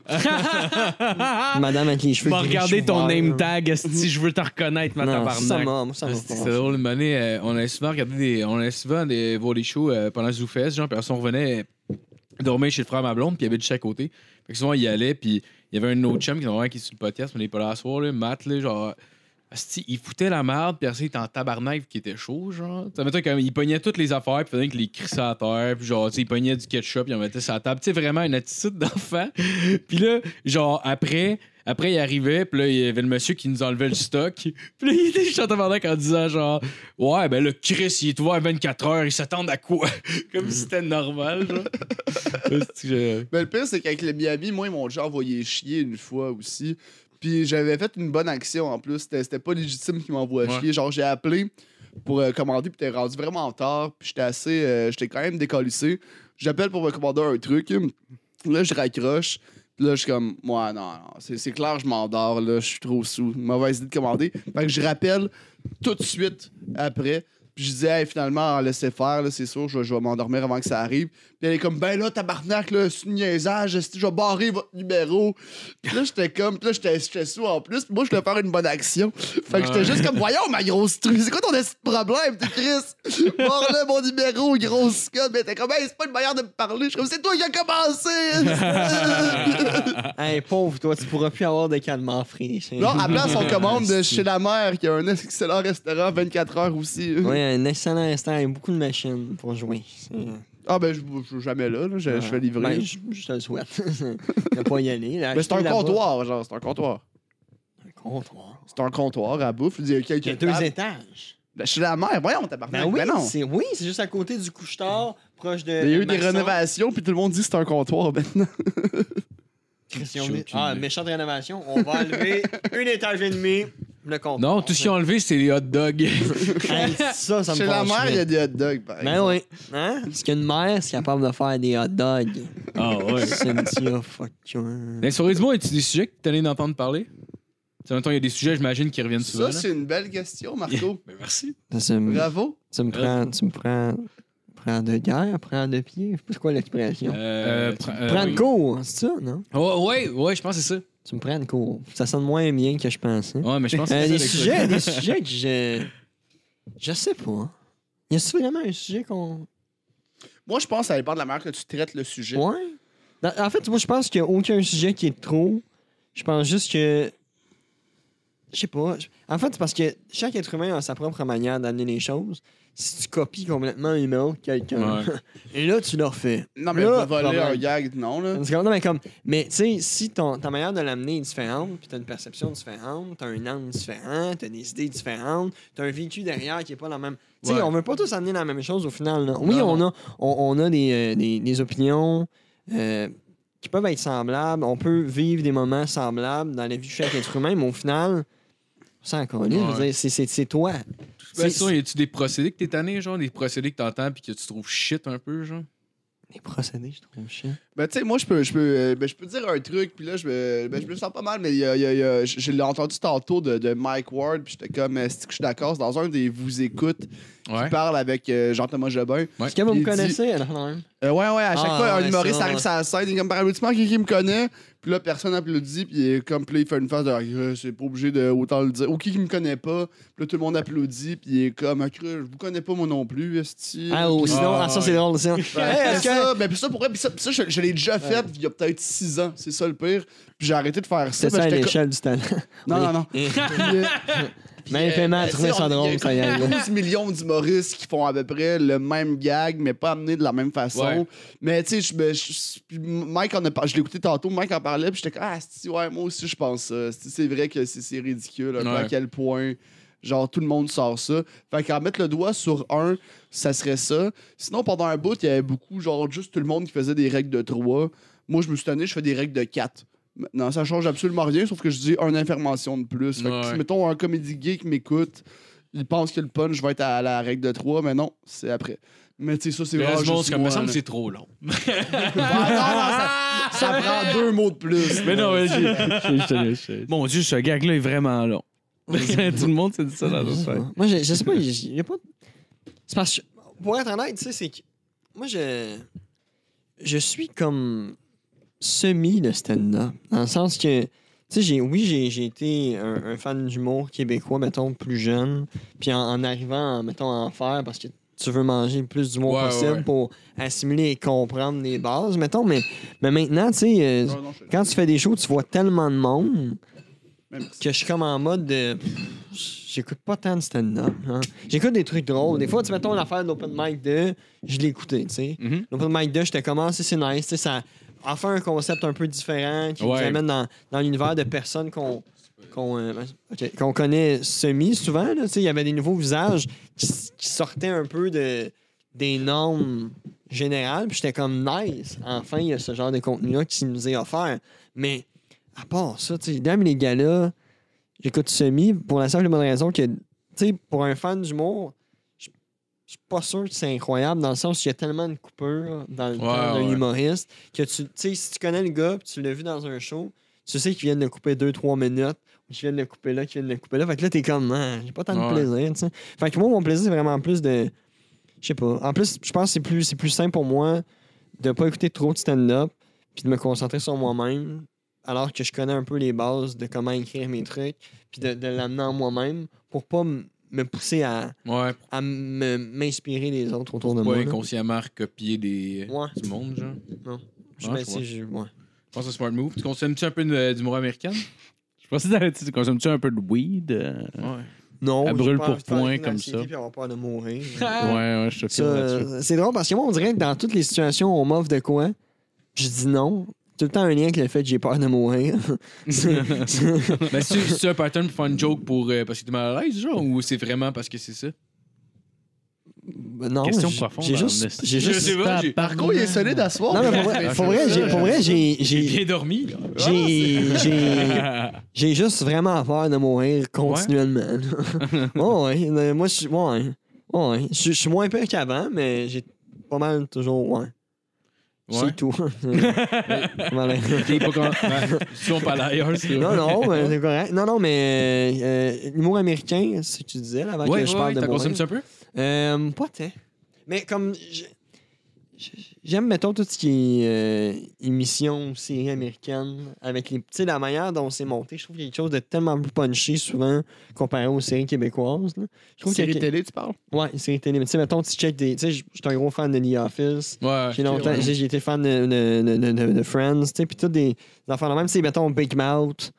[SPEAKER 6] Madame avec les cheveux
[SPEAKER 4] M'a
[SPEAKER 6] gris
[SPEAKER 4] regardé ton
[SPEAKER 6] chou-vert,
[SPEAKER 4] name
[SPEAKER 6] là.
[SPEAKER 4] tag, si je veux te reconnaître, ma
[SPEAKER 6] Non, ça
[SPEAKER 4] tabarnak.
[SPEAKER 6] m'a, moi, ça m'a
[SPEAKER 3] C'était
[SPEAKER 6] pas.
[SPEAKER 3] c'était drôle, une année, euh, on allait souvent regarder des, on allait souvent des, voir des shows euh, pendant Zoufest, genre, puis après ça, on revenait euh, dormir chez le frère à ma blonde, puis il avait de chaque côté. Fait que souvent, il y allait, puis il y avait un autre chum qui normalement qui est sur le podcast, mais il est pas là à soir, là, Matt, là, genre, Asti, il foutait la merde, puis après, il était en tabarnak, qui était chaud, genre. Ça mettait comme, il pognait toutes les affaires, puis faisait que les cris à terre, puis genre, tu sais, il pognait du ketchup, il en mettait sur la table. Tu sais, vraiment une attitude <laughs> d'enfant. puis là, genre, après, après, il arrivait, puis là, il y avait le monsieur qui nous enlevait le stock. Puis là, il était juste en tabarnak en disant, genre, ouais, ben le Chris, il est ouvert à 24 heures, ils s'attendent à quoi? <laughs> comme si c'était normal, genre. Asti, je-
[SPEAKER 5] Mais le pire, c'est qu'avec le Miami, moi, ils m'ont déjà envoyé chier une fois aussi. Puis j'avais fait une bonne action en plus. C'était c'était pas légitime qu'ils m'envoient
[SPEAKER 3] Ouais.
[SPEAKER 5] chier. Genre, j'ai appelé pour euh, commander, puis t'es rendu vraiment tard. Puis j'étais assez. euh, j'étais quand même décalissé. J'appelle pour me commander un truc. Là, je raccroche. Puis là, je suis comme, moi, non, non, c'est c'est clair, je m'endors, là, je suis trop sous. Mauvaise idée de commander. Fait que je rappelle tout de suite après. Puis je dis, hey, finalement, laissez faire, là, c'est sûr, je, vais- je vais m'endormir avant que ça arrive. Puis elle est comme, ben là, tabarnak, là, c'est une niaisage, esti, je vais barrer votre numéro. Puis là, j'étais comme, puis là, j'étais- j'étais sous en plus. Puis moi, je voulais faire une bonne action. Fait que j'étais
[SPEAKER 3] Ouais.
[SPEAKER 5] juste comme, voyons, ma grosse truc, c'est quoi ton esti de problème, t'es Chris? Barre là mon numéro, grosse conne. Mais t'es comme, hey, c'est pas une manière de me parler. Je suis comme, c'est toi qui as
[SPEAKER 6] <laughs>
[SPEAKER 5] commencé! esti.
[SPEAKER 6] Hey, pauvre, toi, tu pourras plus avoir de calmants frais.
[SPEAKER 5] Là, à place, on commande de chez la mère, qui a un excellent restaurant 24 heures aussi.
[SPEAKER 6] Oui, un excellent restaurant avec beaucoup de machines pour jouer. Je
[SPEAKER 5] Ah, ben, je je suis jamais là, là, Je, je fais livrer.
[SPEAKER 6] je je te le souhaite. <laughs> ne pas y aller. là,
[SPEAKER 5] mais c'est un
[SPEAKER 6] acheter là-bas.
[SPEAKER 5] comptoir, genre, c'est un comptoir.
[SPEAKER 6] Un comptoir.
[SPEAKER 5] C'est un comptoir à bouffe. Il y a
[SPEAKER 6] Il y a
[SPEAKER 5] quelques
[SPEAKER 6] deux
[SPEAKER 5] tables.
[SPEAKER 6] étages.
[SPEAKER 5] Ben, Chez la mère, voyons, tabarnak.
[SPEAKER 6] Ben oui,
[SPEAKER 5] Ben non.
[SPEAKER 6] c'est oui, c'est juste à côté du couche-tard, proche de.
[SPEAKER 5] Il y a eu des
[SPEAKER 6] Marsan.
[SPEAKER 5] rénovations, puis tout le monde dit que c'est un comptoir maintenant.
[SPEAKER 6] Christian-
[SPEAKER 3] J'ai aucune
[SPEAKER 6] Ah,
[SPEAKER 3] idée.
[SPEAKER 6] méchante rénovation. On va enlever <laughs> un étage et demi, le comptoir.
[SPEAKER 3] Non, tout ce qu'ils ont enlevé, c'est les hot dogs.
[SPEAKER 6] Hey, ça, ça me
[SPEAKER 5] Chez la
[SPEAKER 6] fâche,
[SPEAKER 5] mère,
[SPEAKER 6] mais-
[SPEAKER 5] il y a des hot dogs, par
[SPEAKER 6] Ben
[SPEAKER 5] exemple.
[SPEAKER 6] oui. Hein? Parce qu'une mère, c'est capable de faire des hot dogs.
[SPEAKER 3] Ah, ouais.
[SPEAKER 6] Cynthia, fuck you. hein.
[SPEAKER 3] Dans les souris du monde, y a des sujets que t'allais d'entendre parler? Tu sais, mettons, il y a des sujets, j'imagine, qui reviennent souvent.
[SPEAKER 5] Ça,
[SPEAKER 3] là.
[SPEAKER 5] c'est une belle question,
[SPEAKER 6] <laughs>
[SPEAKER 5] Marco.
[SPEAKER 3] Ben, merci.
[SPEAKER 6] Tu me
[SPEAKER 5] Bravo.
[SPEAKER 6] tu me prends, tu me prends, prends de guerre, prends de pied. Je sais pas c'est quoi l'expression.
[SPEAKER 3] Euh, pre- euh,
[SPEAKER 6] prends
[SPEAKER 3] oui.
[SPEAKER 6] de cours, c'est ça, non?
[SPEAKER 3] Ouais, ouais, ouais, je pense que c'est ça.
[SPEAKER 6] Tu me prends de cours. Ça sonne moins bien que je pensais.
[SPEAKER 3] Ouais, mais je pense que
[SPEAKER 6] Euh,
[SPEAKER 3] c'est
[SPEAKER 6] des
[SPEAKER 3] ça,
[SPEAKER 6] sujets, des sujets que je. Je sais pas. Y a-tu vraiment un sujet qu'on.
[SPEAKER 5] Moi, je pense que ça dépend de la manière que tu traites le sujet.
[SPEAKER 6] Ouais. Dans- En fait, moi, je pense qu'il n'y a aucun sujet qui est trop. Je pense juste que. Je sais pas. Je- En fait, c'est parce que chaque être humain a sa propre manière d'amener les choses. Si tu copies complètement un numéro de quelqu'un,
[SPEAKER 3] Ouais.
[SPEAKER 6] <laughs> et là, tu le refais.
[SPEAKER 5] Non, mais
[SPEAKER 6] Là,
[SPEAKER 5] pas voler
[SPEAKER 6] problème.
[SPEAKER 5] un gag, non, là.
[SPEAKER 6] Une seconde, non, mais comme. Mais tu sais, si ton, ta manière de l'amener est différente, puis t'as une perception différente, t'as un angle différent, t'as des idées différentes, t'as un vécu derrière qui est pas la même. Tu sais,
[SPEAKER 3] Ouais.
[SPEAKER 6] on veut pas tous amener la même chose au final. là. Oui,
[SPEAKER 5] Non,
[SPEAKER 6] on a, on, on a des, euh, des, des opinions euh, qui peuvent être semblables. On peut vivre des moments semblables dans la vie de chaque être humain, mais au final, on s'en calisse, je veux
[SPEAKER 3] Ouais.
[SPEAKER 6] dire, c'est- C'est c'est toi.
[SPEAKER 3] Ben,
[SPEAKER 6] C'est-
[SPEAKER 3] sinon, y a-tu des procédés que t'es tanné, genre, des procédés que t'entends puis que tu trouves shit un peu, genre?
[SPEAKER 6] Les procédés, je trouve chiant.
[SPEAKER 5] Ben, tu sais, moi, je peux, je peux, euh, ben, je peux dire un truc, puis là, je me, ben, je me sens pas mal, mais il y a- il y a- il y a- je je l'ai entendu tantôt de, de Mike Ward, puis j'étais comme, euh, c'est que je suis d'accord, c'est dans un des Vous écoute,
[SPEAKER 3] Ouais.
[SPEAKER 5] qui parle avec euh, Jean-Thomas Jobin.
[SPEAKER 6] Est-ce que vous
[SPEAKER 5] Il
[SPEAKER 6] me
[SPEAKER 5] dit-
[SPEAKER 6] connaissez? Alors, non.
[SPEAKER 5] Euh, ouais, ouais, à chaque
[SPEAKER 6] Ah,
[SPEAKER 5] fois, un
[SPEAKER 6] ouais,
[SPEAKER 5] humoriste
[SPEAKER 6] ça,
[SPEAKER 5] arrive
[SPEAKER 6] ouais.
[SPEAKER 5] sur la scène, il est comme, par applaudissement, qui, qui me connaît, puis là, personne applaudit, puis il est comme, puis là, il fait une face de, Ah, c'est pas obligé de autant le dire, ou qui qui me connaît pas, puis là, tout le monde applaudit, puis il est comme, Ah, je vous connais pas, moi non plus, esti.
[SPEAKER 6] Ah, ou
[SPEAKER 5] Puis-
[SPEAKER 6] sinon,
[SPEAKER 3] Ah,
[SPEAKER 6] ah, ça,
[SPEAKER 3] ouais.
[SPEAKER 6] c'est drôle. ça.
[SPEAKER 5] Ouais,
[SPEAKER 6] Hey, est-ce
[SPEAKER 5] pis
[SPEAKER 6] que-
[SPEAKER 5] ça, ben, pis ça, pour vrai, pis ça, pis ça, je, je l'ai déjà fait il y a peut-être 6 ans, c'est ça le pire. Puis j'ai arrêté de faire ça.
[SPEAKER 6] C'est ça
[SPEAKER 5] ben, j'étais
[SPEAKER 6] l'échelle du talent.
[SPEAKER 5] co- Non, non, non.
[SPEAKER 6] Oui.
[SPEAKER 5] Puis, euh,
[SPEAKER 6] <laughs> Même Paiement a
[SPEAKER 5] euh,
[SPEAKER 6] trouvé
[SPEAKER 5] tu sais,
[SPEAKER 6] ça
[SPEAKER 5] on-
[SPEAKER 6] drôle,
[SPEAKER 5] il y a
[SPEAKER 6] ça y est.
[SPEAKER 5] comme 12 millions d'humoristes qui font à peu près le même gag, mais pas amené de la même façon.
[SPEAKER 3] Ouais.
[SPEAKER 5] Mais tu sais, je me- je- puis Mike en a par- je l'écoutais tantôt, Mike en parlait, puis j'étais comme, ah, si, ouais, moi aussi, je pense ça. C'est c'est vrai que c'est c'est ridicule, un peu à
[SPEAKER 3] Ouais.
[SPEAKER 5] quel point. Genre, tout le monde sort ça. Fait qu'en mettre le doigt sur un, ça serait ça. Sinon, pendant un bout, il y avait beaucoup, genre, juste tout le monde qui faisait des règles de 3. Moi, je me suis tanné, je fais des règles de 4. Maintenant, ça change absolument rien, sauf que je dis une information de plus. Fait que
[SPEAKER 3] Ouais.
[SPEAKER 5] si, mettons, un comédie gay qui m'écoute, il pense que le punch va être à la règle de 3, mais non, c'est après. Mais tu sais, ça, c'est
[SPEAKER 3] Le
[SPEAKER 5] vraiment
[SPEAKER 3] reste du monde,
[SPEAKER 5] juste
[SPEAKER 3] c'est comme, me
[SPEAKER 5] moi,
[SPEAKER 3] semble
[SPEAKER 5] là.
[SPEAKER 3] que c'est trop long.
[SPEAKER 5] Ah, non, non,
[SPEAKER 3] <laughs>
[SPEAKER 5] ça, ça prend deux mots de plus.
[SPEAKER 3] Mais non, mais
[SPEAKER 6] <laughs>
[SPEAKER 3] j'ai-
[SPEAKER 4] Mon Dieu, ce gag-là est vraiment long. <laughs> Tout le monde s'est dit ça dans
[SPEAKER 6] Je
[SPEAKER 4] le
[SPEAKER 6] sais pas.
[SPEAKER 4] scène.
[SPEAKER 6] Moi, je, je sais pas, il y a pas. C'est parce que, pour être honnête, tu sais, c'est que. Moi, je. Je suis comme. semi de stand-up. Dans le sens que. Tu sais, j'ai- oui, j'ai- j'ai été un, un fan d'humour québécois, mettons, plus jeune. Puis en, en arrivant, en, mettons, à en faire, parce que tu veux manger le plus d'humour
[SPEAKER 3] Ouais,
[SPEAKER 6] possible
[SPEAKER 3] ouais.
[SPEAKER 6] pour assimiler et comprendre les bases, mettons. Mais, mais maintenant, tu sais, euh, quand tu fais des shows, tu vois tellement de monde
[SPEAKER 5] Même si-
[SPEAKER 6] que je suis comme en mode de. j'écoute pas tant de stand-up. hein. J'écoute des trucs drôles. Des fois, tu sais, mettons l'affaire d'Open Mic 2, je l'ai écouté, tu sais.
[SPEAKER 4] Mhm.
[SPEAKER 6] L'Open Mic 2, j'étais comment, c'est c'est nice, tu sais, ça en fait un concept un peu différent qui nous
[SPEAKER 4] Ouais.
[SPEAKER 6] amène dans, dans l'univers de personnes qu'on qu'on euh, ok, qu'on connaît semi souvent. là, tu sais, Il y avait des nouveaux visages qui, s- qui sortaient un peu de, des normes générales. Puis j'étais comme nice. Enfin, il y a ce genre de contenu-là qui nous est offert. Mais à part ça, tu sais, dame les gars-là, j'écoute semi pour la simple et bonne raison que, tu sais, pour un fan d'humour, je je suis pas sûr que c'est incroyable dans le sens qu'il y a tellement de coupures dans le
[SPEAKER 3] Ouais,
[SPEAKER 6] temps d'un
[SPEAKER 3] ouais.
[SPEAKER 6] humoriste que tu tu sais, si tu connais le gars puis tu l'as vu dans un show, tu sais qu'il vient de couper 2-3 minutes, ou qu'il vient de le couper là, qu'il vient de le couper là. Fait que là, t'es comme, Ah, j'ai pas tant de
[SPEAKER 3] Ouais.
[SPEAKER 6] plaisir, tu sais. Fait que moi, mon plaisir, c'est vraiment plus de. Je sais pas. En plus, je pense que c'est plus, c'est plus simple pour moi de pas écouter trop de stand-up puis de me concentrer sur moi-même alors que je connais un peu les bases de comment écrire mes trucs puis de, de l'amener en moi-même pour pas m- me pousser à,
[SPEAKER 3] Ouais,
[SPEAKER 6] à me- m'inspirer des autres autour de
[SPEAKER 3] pour
[SPEAKER 6] moi.
[SPEAKER 3] pas
[SPEAKER 6] là.
[SPEAKER 3] inconsciemment recopier des... euh,
[SPEAKER 6] Ouais.
[SPEAKER 3] du monde, genre.
[SPEAKER 6] Je
[SPEAKER 3] Ouais,
[SPEAKER 6] ben,
[SPEAKER 3] je vois.
[SPEAKER 6] si je-
[SPEAKER 3] Je
[SPEAKER 6] ouais.
[SPEAKER 3] pense que c'est un smart move. Tu consommes-tu un peu de- euh, d'humour américain?
[SPEAKER 6] <laughs>
[SPEAKER 4] Je pensais que t'allais- tu consommes-tu un peu de weed? euh?
[SPEAKER 3] Ouais.
[SPEAKER 6] Non,
[SPEAKER 4] Elle
[SPEAKER 6] j'ai
[SPEAKER 4] brûle
[SPEAKER 6] pas
[SPEAKER 4] pour
[SPEAKER 6] envie de faire
[SPEAKER 4] point
[SPEAKER 6] une
[SPEAKER 4] comme
[SPEAKER 6] anxiété
[SPEAKER 4] ça.
[SPEAKER 6] Puis avoir peur de mourir.
[SPEAKER 4] Ouais, ouais, je te
[SPEAKER 6] Ah. Ça,
[SPEAKER 4] filme là-dessus.
[SPEAKER 6] euh, c'est drôle parce que moi, on dirait que dans toutes les situations, on m'offre de quoi. Je dis non. Tout le temps un lien avec le fait que j'ai peur de mourir.
[SPEAKER 3] Mais c'est Ben, c'est un pattern pour faire une joke pour, euh, parce que t'es mal à l'aise, genre, ou c'est vraiment parce que c'est ça?
[SPEAKER 6] Ben non,
[SPEAKER 4] Question
[SPEAKER 6] j'ai-
[SPEAKER 4] profonde,
[SPEAKER 6] J'ai juste.
[SPEAKER 4] Ernest.
[SPEAKER 6] J'ai
[SPEAKER 3] Je
[SPEAKER 6] juste
[SPEAKER 3] sais pas, j'ai-
[SPEAKER 5] Par contre, il est solide à soir.
[SPEAKER 6] non, mais pour vrai, pour vrai, j'ai- pour vrai, j'ai-
[SPEAKER 3] J'ai bien
[SPEAKER 6] j'ai.
[SPEAKER 3] dormi, là.
[SPEAKER 6] J'ai. J'ai. J'ai juste vraiment peur de mourir continuellement. oh, <laughs> ouais. euh, Moi, je suis. Ouais. Ouais. Je je suis moins peur qu'avant, mais j'ai pas mal toujours. Ouais.
[SPEAKER 3] Ouais.
[SPEAKER 6] C'est tout. Voilà.
[SPEAKER 3] T'es pas con- Ouais. Si on parle ailleurs, c'est <laughs>
[SPEAKER 6] Non, non, mais c'est correct. Non, non, mais euh, euh, l'humour américain, c'est ce que tu disais là, avant
[SPEAKER 3] Ouais,
[SPEAKER 6] que je
[SPEAKER 3] ouais,
[SPEAKER 6] parle
[SPEAKER 3] ouais,
[SPEAKER 6] de
[SPEAKER 3] t'as
[SPEAKER 6] mourir.
[SPEAKER 3] consommé ça un peu?
[SPEAKER 6] Euh, pas tant. Mais comme. je- je- J'aime, mettons, tout ce qui est euh, émission ou série américaine. Avec les, tu sais, la manière dont c'est monté, je trouve qu'il y a quelque chose de tellement plus punché souvent comparé aux séries québécoises. là. Je trouve qu'il y
[SPEAKER 5] Série
[SPEAKER 6] a que-
[SPEAKER 5] télé, tu parles?
[SPEAKER 6] Ouais, séries télé. Mais tu sais, mettons, tu check des. Tu sais, je je suis un gros fan de The Office.
[SPEAKER 3] Ouais.
[SPEAKER 6] J'ai longtemps,
[SPEAKER 5] ouais.
[SPEAKER 6] j'ai j'ai été fan de, de, de, de- de Friends, tu sais, puis tous des, des enfants de même, c'est mettons Big Mouth.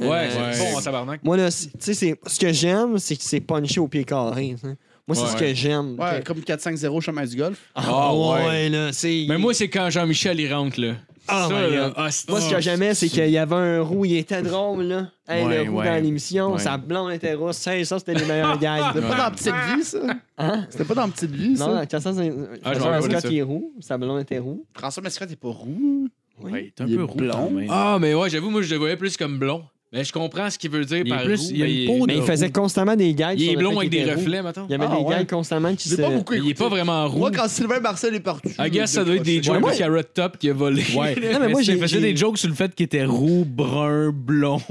[SPEAKER 6] Euh,
[SPEAKER 3] Ouais, c'est
[SPEAKER 4] ouais.
[SPEAKER 3] bon en tabarnak.
[SPEAKER 6] Moi, là, c'est- tu sais, c'est- ce que j'aime, c'est que c'est punché au pied carré. tu sais. Moi, c'est
[SPEAKER 3] Ouais.
[SPEAKER 6] ce que j'aime.
[SPEAKER 5] Ouais,
[SPEAKER 6] Que-
[SPEAKER 5] comme 4-5-0 chemin du golf.
[SPEAKER 6] Ah
[SPEAKER 3] Ah,
[SPEAKER 6] ouais,
[SPEAKER 3] ouais.
[SPEAKER 6] là, c'est.
[SPEAKER 3] Mais moi, c'est quand Jean-Michel, il rentre, là.
[SPEAKER 6] Ah,
[SPEAKER 3] Ça,
[SPEAKER 6] my
[SPEAKER 3] là,
[SPEAKER 6] God.
[SPEAKER 3] ah, c'est-
[SPEAKER 6] Moi, ce
[SPEAKER 3] ah,
[SPEAKER 6] que j'aimais, c'est qu'il y avait un roux, il était drôle, là. Hey,
[SPEAKER 4] Ouais,
[SPEAKER 6] le roux
[SPEAKER 4] ouais.
[SPEAKER 6] dans l'émission,
[SPEAKER 4] Ouais.
[SPEAKER 6] sa blonde était rousse. Hey, ça, c'était les meilleurs
[SPEAKER 5] <laughs>
[SPEAKER 3] Ah,
[SPEAKER 6] gags.
[SPEAKER 5] C'était pas dans Petite Vie, ça?
[SPEAKER 6] Hein?
[SPEAKER 5] C'était pas dans Petite Vie,
[SPEAKER 6] Non,
[SPEAKER 5] ça?
[SPEAKER 6] dans Cassandre, c'est.
[SPEAKER 3] Ah, je
[SPEAKER 6] Cassandre
[SPEAKER 3] m'en rappelle
[SPEAKER 6] Scott,
[SPEAKER 3] ça.
[SPEAKER 6] il est roux, sa blonde était roux.
[SPEAKER 5] François Mascotte est pas roux.
[SPEAKER 4] Ouais, il est un
[SPEAKER 5] Il est
[SPEAKER 4] peu roux.
[SPEAKER 5] blond.
[SPEAKER 4] quand même.
[SPEAKER 3] Ah, mais ouais, j'avoue, moi, je le voyais plus comme blond. Mais je comprends ce qu'il veut dire
[SPEAKER 4] Il est
[SPEAKER 3] par
[SPEAKER 4] plus-
[SPEAKER 3] roux,
[SPEAKER 4] il a
[SPEAKER 3] mais
[SPEAKER 4] une peau de-
[SPEAKER 6] Mais il faisait constamment des gags.
[SPEAKER 3] Il
[SPEAKER 6] sur
[SPEAKER 3] est
[SPEAKER 6] le
[SPEAKER 3] blond
[SPEAKER 6] fait
[SPEAKER 3] avec
[SPEAKER 6] qu'il
[SPEAKER 3] des
[SPEAKER 6] était roux.
[SPEAKER 3] reflets, mettons.
[SPEAKER 6] Il y avait
[SPEAKER 5] Ah,
[SPEAKER 6] des
[SPEAKER 5] ouais.
[SPEAKER 6] gags constamment qui
[SPEAKER 5] J'ai
[SPEAKER 6] se.
[SPEAKER 5] pas beaucoup
[SPEAKER 3] Il est
[SPEAKER 5] écouté.
[SPEAKER 3] pas vraiment roux.
[SPEAKER 5] Moi, quand Sylvain Marcel est partout.
[SPEAKER 3] I guess
[SPEAKER 5] je
[SPEAKER 3] Ah, ça doit être des
[SPEAKER 5] décroche.
[SPEAKER 3] jokes
[SPEAKER 6] moi-
[SPEAKER 3] de Carrot Top qui a volé.
[SPEAKER 4] Ouais.
[SPEAKER 3] <laughs>
[SPEAKER 6] Non, Ah, mais moi,
[SPEAKER 4] c'est-
[SPEAKER 6] j'ai-
[SPEAKER 4] il faisait
[SPEAKER 6] j'ai-
[SPEAKER 4] des jokes sur le fait qu'il était roux, brun,
[SPEAKER 6] <laughs>
[SPEAKER 4] blond.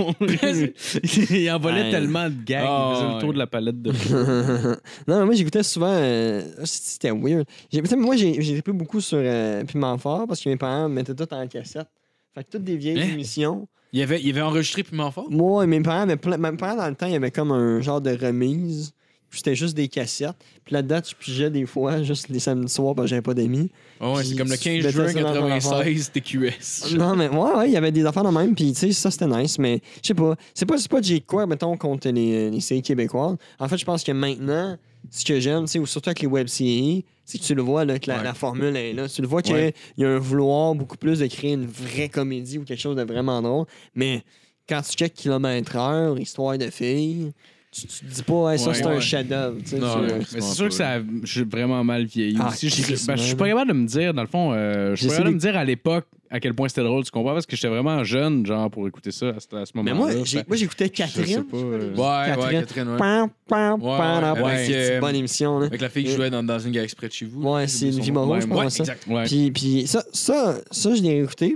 [SPEAKER 4] il envolait
[SPEAKER 6] Ouais.
[SPEAKER 4] tellement de gags.
[SPEAKER 3] Ah,
[SPEAKER 4] il faisait le tour
[SPEAKER 3] ouais.
[SPEAKER 4] de la palette de.
[SPEAKER 6] Ah, <laughs> non, mais moi, j'écoutais souvent. euh, C'était weird. J'ai- tu sais, Moi, j'ai j'ai plus beaucoup sur euh, Piment Fort parce que mes parents me mettaient tout en cassette. Fait que toutes des vieilles
[SPEAKER 3] Hein?
[SPEAKER 6] émissions.
[SPEAKER 3] Il avait, il avait enregistré Piment Fort.
[SPEAKER 6] Moi, et mes parents, avaient plein- mes parents, dans le temps, il y avait comme un genre de remise. Puis c'était juste des cassettes. Puis là-dedans, tu pigeais des fois, <laughs> juste les samedis soirs, parce que j'avais pas d'amis.
[SPEAKER 3] Ah ouais, c'est
[SPEAKER 6] Puis
[SPEAKER 3] comme le
[SPEAKER 6] tu
[SPEAKER 3] 15
[SPEAKER 6] mettais
[SPEAKER 3] juin
[SPEAKER 6] ça dans ton
[SPEAKER 3] 96 TQS.
[SPEAKER 6] Non, mais ouais, ouais, il y avait des affaires de même, puis tu sais, ça c'était nice, mais je sais pas. C'est pas, c'est pas que j'ai quoi, mettons, contre les, les séries québécoises. En fait, je pense que maintenant, ce que j'aime, tu sais, ou surtout avec les web-séries, c'est que tu le vois, là, que la,
[SPEAKER 3] Ouais.
[SPEAKER 6] la formule est là. Tu le vois qu'il
[SPEAKER 3] Ouais.
[SPEAKER 6] y a un vouloir beaucoup plus de créer une vraie comédie ou quelque chose de vraiment drôle, mais quand tu checkes kilomètre-heure, histoire de filles, tu, tu te dis pas, Hey, ça
[SPEAKER 3] Ouais,
[SPEAKER 6] c'est
[SPEAKER 3] ouais.
[SPEAKER 6] un chef-d'œuvre, tu sais.
[SPEAKER 3] Non,
[SPEAKER 6] tu-
[SPEAKER 3] ouais.
[SPEAKER 4] Mais c'est sûr que ça, j'ai vraiment mal vieilli.
[SPEAKER 6] Ah,
[SPEAKER 4] aussi. J'ai-
[SPEAKER 6] Christ,
[SPEAKER 4] ben, je suis
[SPEAKER 6] man.
[SPEAKER 4] pas capable de me dire, dans le fond, euh, je suis pas
[SPEAKER 6] J'essaie
[SPEAKER 4] capable de
[SPEAKER 6] de-
[SPEAKER 4] me dire à l'époque à quel point c'était drôle, tu comprends? Parce que j'étais vraiment jeune, genre, pour écouter ça à ce, à ce
[SPEAKER 6] Mais
[SPEAKER 4] moment-là.
[SPEAKER 6] moi,
[SPEAKER 4] Fait-
[SPEAKER 6] j'ai- moi, j'écoutais
[SPEAKER 4] je sais
[SPEAKER 6] Catherine.
[SPEAKER 4] pas, euh,
[SPEAKER 3] Ouais, ouais,
[SPEAKER 6] Catherine.
[SPEAKER 3] Catherine, ouais.
[SPEAKER 6] Pam, pam,
[SPEAKER 3] Ouais,
[SPEAKER 6] pam,
[SPEAKER 3] ouais,
[SPEAKER 6] pam.
[SPEAKER 3] avec,
[SPEAKER 6] C'est
[SPEAKER 3] euh,
[SPEAKER 6] une bonne émission, là.
[SPEAKER 3] Avec la fille qui jouait dans, dans une galaxie près de chez vous.
[SPEAKER 6] Euh, Ouais, c'est
[SPEAKER 3] J'ai oublié son
[SPEAKER 6] Livy
[SPEAKER 3] nom.
[SPEAKER 6] Moreau, je
[SPEAKER 3] Ouais,
[SPEAKER 6] pense,
[SPEAKER 3] ouais,
[SPEAKER 6] ça.
[SPEAKER 3] exact.
[SPEAKER 4] ouais.
[SPEAKER 6] Puis, puis ça, ça, ça, je l'ai écouté.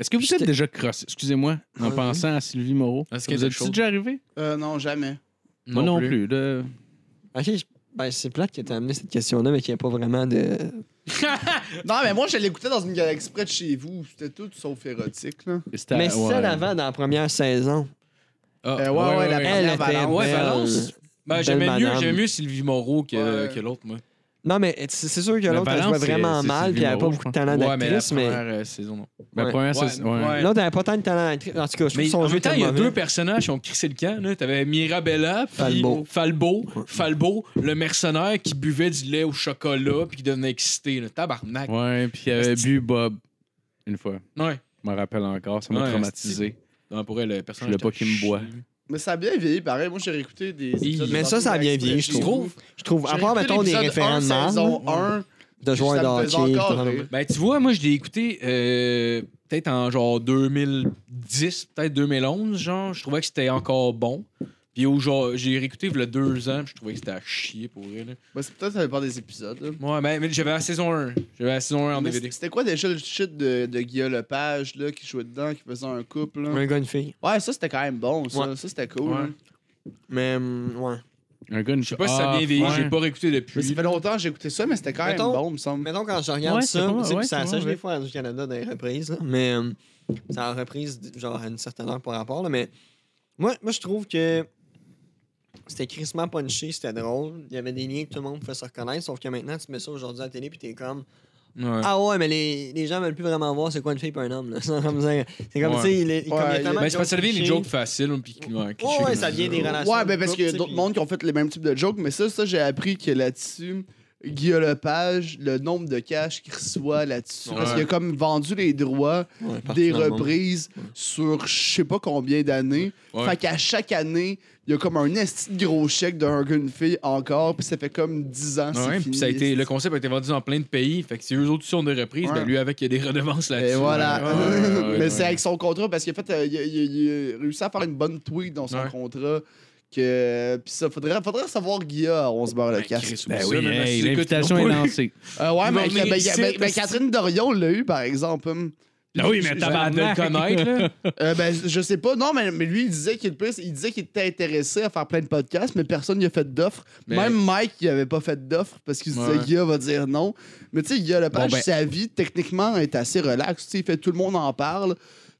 [SPEAKER 4] Est-ce que vous êtes
[SPEAKER 6] j'étais- Ah,
[SPEAKER 4] déjà crossé, excusez-moi, en
[SPEAKER 6] Ouais.
[SPEAKER 4] pensant à Sylvie Moreau?
[SPEAKER 3] Est-ce
[SPEAKER 4] Ça
[SPEAKER 3] qu'il y
[SPEAKER 4] vous
[SPEAKER 3] a
[SPEAKER 4] êtes
[SPEAKER 3] quelque chose?
[SPEAKER 4] déjà arrivé?
[SPEAKER 5] Euh, non, jamais.
[SPEAKER 4] Moi non plus. là.
[SPEAKER 6] Ok, je- ben, c'est plate que tu amené cette question-là, mais qu'il n'y a pas vraiment de.
[SPEAKER 5] Non, mais moi, je l'écoutais dans une galaxie près de chez vous. C'était tout sauf érotique, là.
[SPEAKER 4] C'était-
[SPEAKER 6] mais
[SPEAKER 4] ouais.
[SPEAKER 6] celle avant, dans la première saison,
[SPEAKER 3] Ah,
[SPEAKER 5] Euh, ouais, ouais, la
[SPEAKER 6] elle était
[SPEAKER 5] Valence.
[SPEAKER 6] belle.
[SPEAKER 3] Ouais, Valence. Ben,
[SPEAKER 6] belle
[SPEAKER 3] j'aimais mieux,
[SPEAKER 6] madame.
[SPEAKER 3] j'aimais mieux Sylvie Moreau que,
[SPEAKER 5] Ouais.
[SPEAKER 3] que l'autre, moi.
[SPEAKER 6] Non, mais c'est c'est sûr que
[SPEAKER 4] La
[SPEAKER 6] l'autre, elle
[SPEAKER 4] balance,
[SPEAKER 6] jouait vraiment
[SPEAKER 4] c'est- c'est
[SPEAKER 6] mal, puis elle n'avait pas
[SPEAKER 4] Villemoro,
[SPEAKER 6] beaucoup de talent
[SPEAKER 3] Ouais, mais la
[SPEAKER 6] d'actrice, mais.
[SPEAKER 3] première euh, saison, non.
[SPEAKER 4] La
[SPEAKER 6] Ouais.
[SPEAKER 4] première,
[SPEAKER 3] Ouais,
[SPEAKER 4] Ben, c'est. ouais.
[SPEAKER 3] ouais.
[SPEAKER 6] L'autre, elle n'avait pas tant de talent d'actrice. En tout cas, je trouve
[SPEAKER 3] Mais
[SPEAKER 6] son
[SPEAKER 3] en
[SPEAKER 6] jeu
[SPEAKER 3] même temps,
[SPEAKER 6] était
[SPEAKER 3] il y a
[SPEAKER 6] mauvais.
[SPEAKER 3] deux personnages qui ont crissé le camp. là. T'avais Mirabella, puis
[SPEAKER 6] Falbo.
[SPEAKER 3] Falbo, Falbo, le mercenaire qui buvait du lait au chocolat puis qui devenait excité. Là. Tabarnak.
[SPEAKER 4] Ouais, puis il avait
[SPEAKER 3] Est-ce-
[SPEAKER 4] bu Bob une fois.
[SPEAKER 3] Ouais.
[SPEAKER 4] Je m'en rappelle encore, ça m'a
[SPEAKER 3] Ouais,
[SPEAKER 4] traumatisé.
[SPEAKER 3] Non, pour elle, le personnage.
[SPEAKER 4] Je voulais pas
[SPEAKER 3] était
[SPEAKER 4] qu'il me
[SPEAKER 3] chi-
[SPEAKER 4] boit.
[SPEAKER 5] Mais ça a bien vieilli, pareil. Moi, j'ai réécouté des. épisodes
[SPEAKER 6] Mais
[SPEAKER 5] de
[SPEAKER 6] ça, ça a bien
[SPEAKER 5] Vampire
[SPEAKER 6] vieilli, je
[SPEAKER 5] Express.
[SPEAKER 3] Tu trouves?
[SPEAKER 6] Je trouve, à
[SPEAKER 5] J'ai
[SPEAKER 6] part,
[SPEAKER 5] écouté
[SPEAKER 6] mettons, des
[SPEAKER 5] l'épisode
[SPEAKER 6] référents de
[SPEAKER 5] 1, saison
[SPEAKER 6] marde,
[SPEAKER 5] 1,
[SPEAKER 6] de joueurs
[SPEAKER 5] ça me faisait
[SPEAKER 6] d'hockey.
[SPEAKER 5] encore
[SPEAKER 6] de-
[SPEAKER 5] rire.
[SPEAKER 3] Ben, tu vois, moi, je l'ai écouté euh, peut-être en genre 2010, peut-être 2011, genre. Je trouvais que c'était encore bon. Puis au genre, j'ai réécouté il y a deux ans, puis je trouvais que c'était à chier pour elle.
[SPEAKER 5] Ben, c'est peut-être ça dépend des épisodes. là.
[SPEAKER 3] Ouais, ben, mais j'avais la saison 1. J'avais la saison 1 en
[SPEAKER 5] Mais
[SPEAKER 3] DVD.
[SPEAKER 5] C'était quoi déjà le shit de, de Guillaume Lepage là, qui jouait dedans, qui faisait un couple? là?
[SPEAKER 6] Un gars, une fille.
[SPEAKER 5] Ouais, ça c'était quand même bon, ça. Ça c'était cool.
[SPEAKER 3] Ouais.
[SPEAKER 5] hein.
[SPEAKER 6] Mais, hum, ouais.
[SPEAKER 4] Un gars, une Ah,
[SPEAKER 3] Je sais pas si ça a bien vieilli, j'ai pas réécouté depuis.
[SPEAKER 5] Mais ça fait longtemps que j'ai écouté ça, mais c'était quand même
[SPEAKER 6] Mettons-
[SPEAKER 5] bon, me semble.
[SPEAKER 6] Mettons, quand je regarde
[SPEAKER 4] Ouais, c'est
[SPEAKER 6] ça,
[SPEAKER 4] pas mal,
[SPEAKER 6] c'est
[SPEAKER 4] ouais,
[SPEAKER 6] ça,
[SPEAKER 4] c'est
[SPEAKER 6] ça,
[SPEAKER 4] pas
[SPEAKER 6] je
[SPEAKER 4] mal,
[SPEAKER 6] l'ai fait à du Canada dans les reprises, là, mais euh, c'est en reprise, genre à une certaine heure par rapport, là, mais moi, moi je trouve que c'était crissement punché, c'était drôle, il y avait des liens que tout le monde pouvait se reconnaître, sauf que maintenant, tu mets ça aujourd'hui à la télé, puis t'es comme,
[SPEAKER 3] Ouais.
[SPEAKER 6] ah ouais, mais les, les gens veulent plus vraiment voir c'est quoi une fille et un homme, là, <laughs> c'est comme, ça. C'est comme,
[SPEAKER 3] Ouais.
[SPEAKER 6] tu sais, il est- il- comme il y a
[SPEAKER 5] Ouais,
[SPEAKER 6] tellement
[SPEAKER 3] Ben,
[SPEAKER 6] de
[SPEAKER 3] c'est parce que ça devient des
[SPEAKER 6] clichés.
[SPEAKER 3] jokes faciles, puis hein, qui- ouais, clichés
[SPEAKER 6] Ouais,
[SPEAKER 3] comme
[SPEAKER 6] ça vient des relations.
[SPEAKER 5] Ouais, ben parce
[SPEAKER 6] qu'il
[SPEAKER 5] qu'il y a d'autres mondes qui ont fait les mêmes types de jokes, mais ça, ça j'ai appris que là-dessus, Guillaume Lepage, le nombre de cash qu'il reçoit là-dessus, parce
[SPEAKER 3] Ouais.
[SPEAKER 5] qu'il a comme vendu les droits des reprises sur je sais pas combien d'années.
[SPEAKER 3] Ouais.
[SPEAKER 5] Fait qu'à chaque année, il y a comme un esti de gros chèque d'un gars, une fille encore, puis ça fait comme 10 ans.
[SPEAKER 3] Ah Ouais,
[SPEAKER 5] c'est
[SPEAKER 3] puis
[SPEAKER 5] fini.
[SPEAKER 3] ça a été, le concept a été vendu dans plein de pays. Fait que si eux autres sont des reprises,
[SPEAKER 5] Ouais.
[SPEAKER 3] ben lui avec, il y a des redevances là-dessus.
[SPEAKER 5] Et voilà.
[SPEAKER 3] Ouais, ouais, ouais,
[SPEAKER 5] mais
[SPEAKER 3] ouais.
[SPEAKER 5] c'est avec son contrat parce qu'en fait, euh, il, a- il a- il a réussi à faire une bonne tweet dans son
[SPEAKER 3] Ouais.
[SPEAKER 5] contrat. Que... Puis ça, faudrait, faudrait savoir Guilla, on se barre le casque.
[SPEAKER 3] Chris,
[SPEAKER 4] Ben
[SPEAKER 3] oublie
[SPEAKER 4] oui,
[SPEAKER 3] ça, là,
[SPEAKER 4] hey,
[SPEAKER 3] si écoute,
[SPEAKER 4] l'invitation
[SPEAKER 3] ils
[SPEAKER 4] est
[SPEAKER 3] l'ont pas eu. <laughs>
[SPEAKER 4] lancée. <laughs>
[SPEAKER 5] Euh, ouais,
[SPEAKER 3] Ils
[SPEAKER 5] mais,
[SPEAKER 3] vont venir
[SPEAKER 5] mais-
[SPEAKER 3] ici, Ben
[SPEAKER 5] mais- mais
[SPEAKER 3] aussi.
[SPEAKER 5] ben, Catherine Dorion l'a eu, par exemple. hum.
[SPEAKER 4] Ah oui, mais
[SPEAKER 3] J'ai hâte de le connaître, <laughs> là.
[SPEAKER 5] Euh, ben, je sais pas, non, mais, mais lui, il disait qu'il plus, il disait qu'il était intéressé à faire plein de podcasts, mais personne n'y a fait d'offre.
[SPEAKER 3] Mais-
[SPEAKER 5] Même Mike, il avait pas fait d'offre parce qu'il se disait
[SPEAKER 3] Ouais.
[SPEAKER 5] Guilla va dire non. Mais tu sais, Guilla Lepage,
[SPEAKER 4] Bon, ben-
[SPEAKER 5] sa vie, techniquement, est assez relax. Tu sais, il fait tout le monde en parle.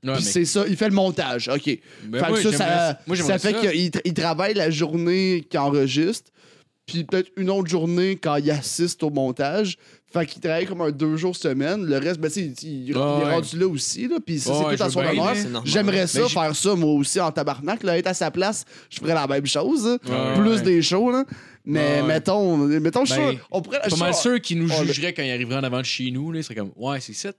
[SPEAKER 3] Ouais,
[SPEAKER 5] puis
[SPEAKER 3] mais-
[SPEAKER 5] c'est ça, il fait le montage. OK.
[SPEAKER 3] ben
[SPEAKER 5] fait que
[SPEAKER 3] oui,
[SPEAKER 5] ça,
[SPEAKER 3] j'aimerais-
[SPEAKER 5] ça,
[SPEAKER 3] moi,
[SPEAKER 5] ça
[SPEAKER 3] j'aimerais
[SPEAKER 5] fait qu'il tra- il travaille la journée qu'il enregistre, puis peut-être une autre journée quand il assiste au montage. Fait qu'il travaille comme un deux jours semaine. Le reste, ben, tu sais, il, il-
[SPEAKER 3] Ah
[SPEAKER 5] il
[SPEAKER 3] ouais.
[SPEAKER 5] est rendu là aussi, là, puis ça,
[SPEAKER 3] Ah ouais,
[SPEAKER 5] c'est tout à
[SPEAKER 3] je
[SPEAKER 5] son
[SPEAKER 3] veux bien,
[SPEAKER 5] honneur.
[SPEAKER 3] mais c'est
[SPEAKER 6] normal.
[SPEAKER 5] J'aimerais ça,
[SPEAKER 3] j'ai-
[SPEAKER 5] faire ça moi aussi en tabarnak, là, être à sa place, je ferais la même chose, hein.
[SPEAKER 3] Ouais,
[SPEAKER 5] plus
[SPEAKER 3] ouais.
[SPEAKER 5] des shows, là.
[SPEAKER 3] Ouais.
[SPEAKER 5] Mais mettons, mettons, je suis
[SPEAKER 3] Ben,
[SPEAKER 5] sûr, on pourrait... je
[SPEAKER 3] Pas
[SPEAKER 5] suis
[SPEAKER 3] mal
[SPEAKER 5] sûr-
[SPEAKER 3] sûr qu'ils nous
[SPEAKER 5] Oh, le-
[SPEAKER 3] jugeraient quand ils arriveraient en avant de chez nous. Là, ils seraient comme, ouais, c'est ça.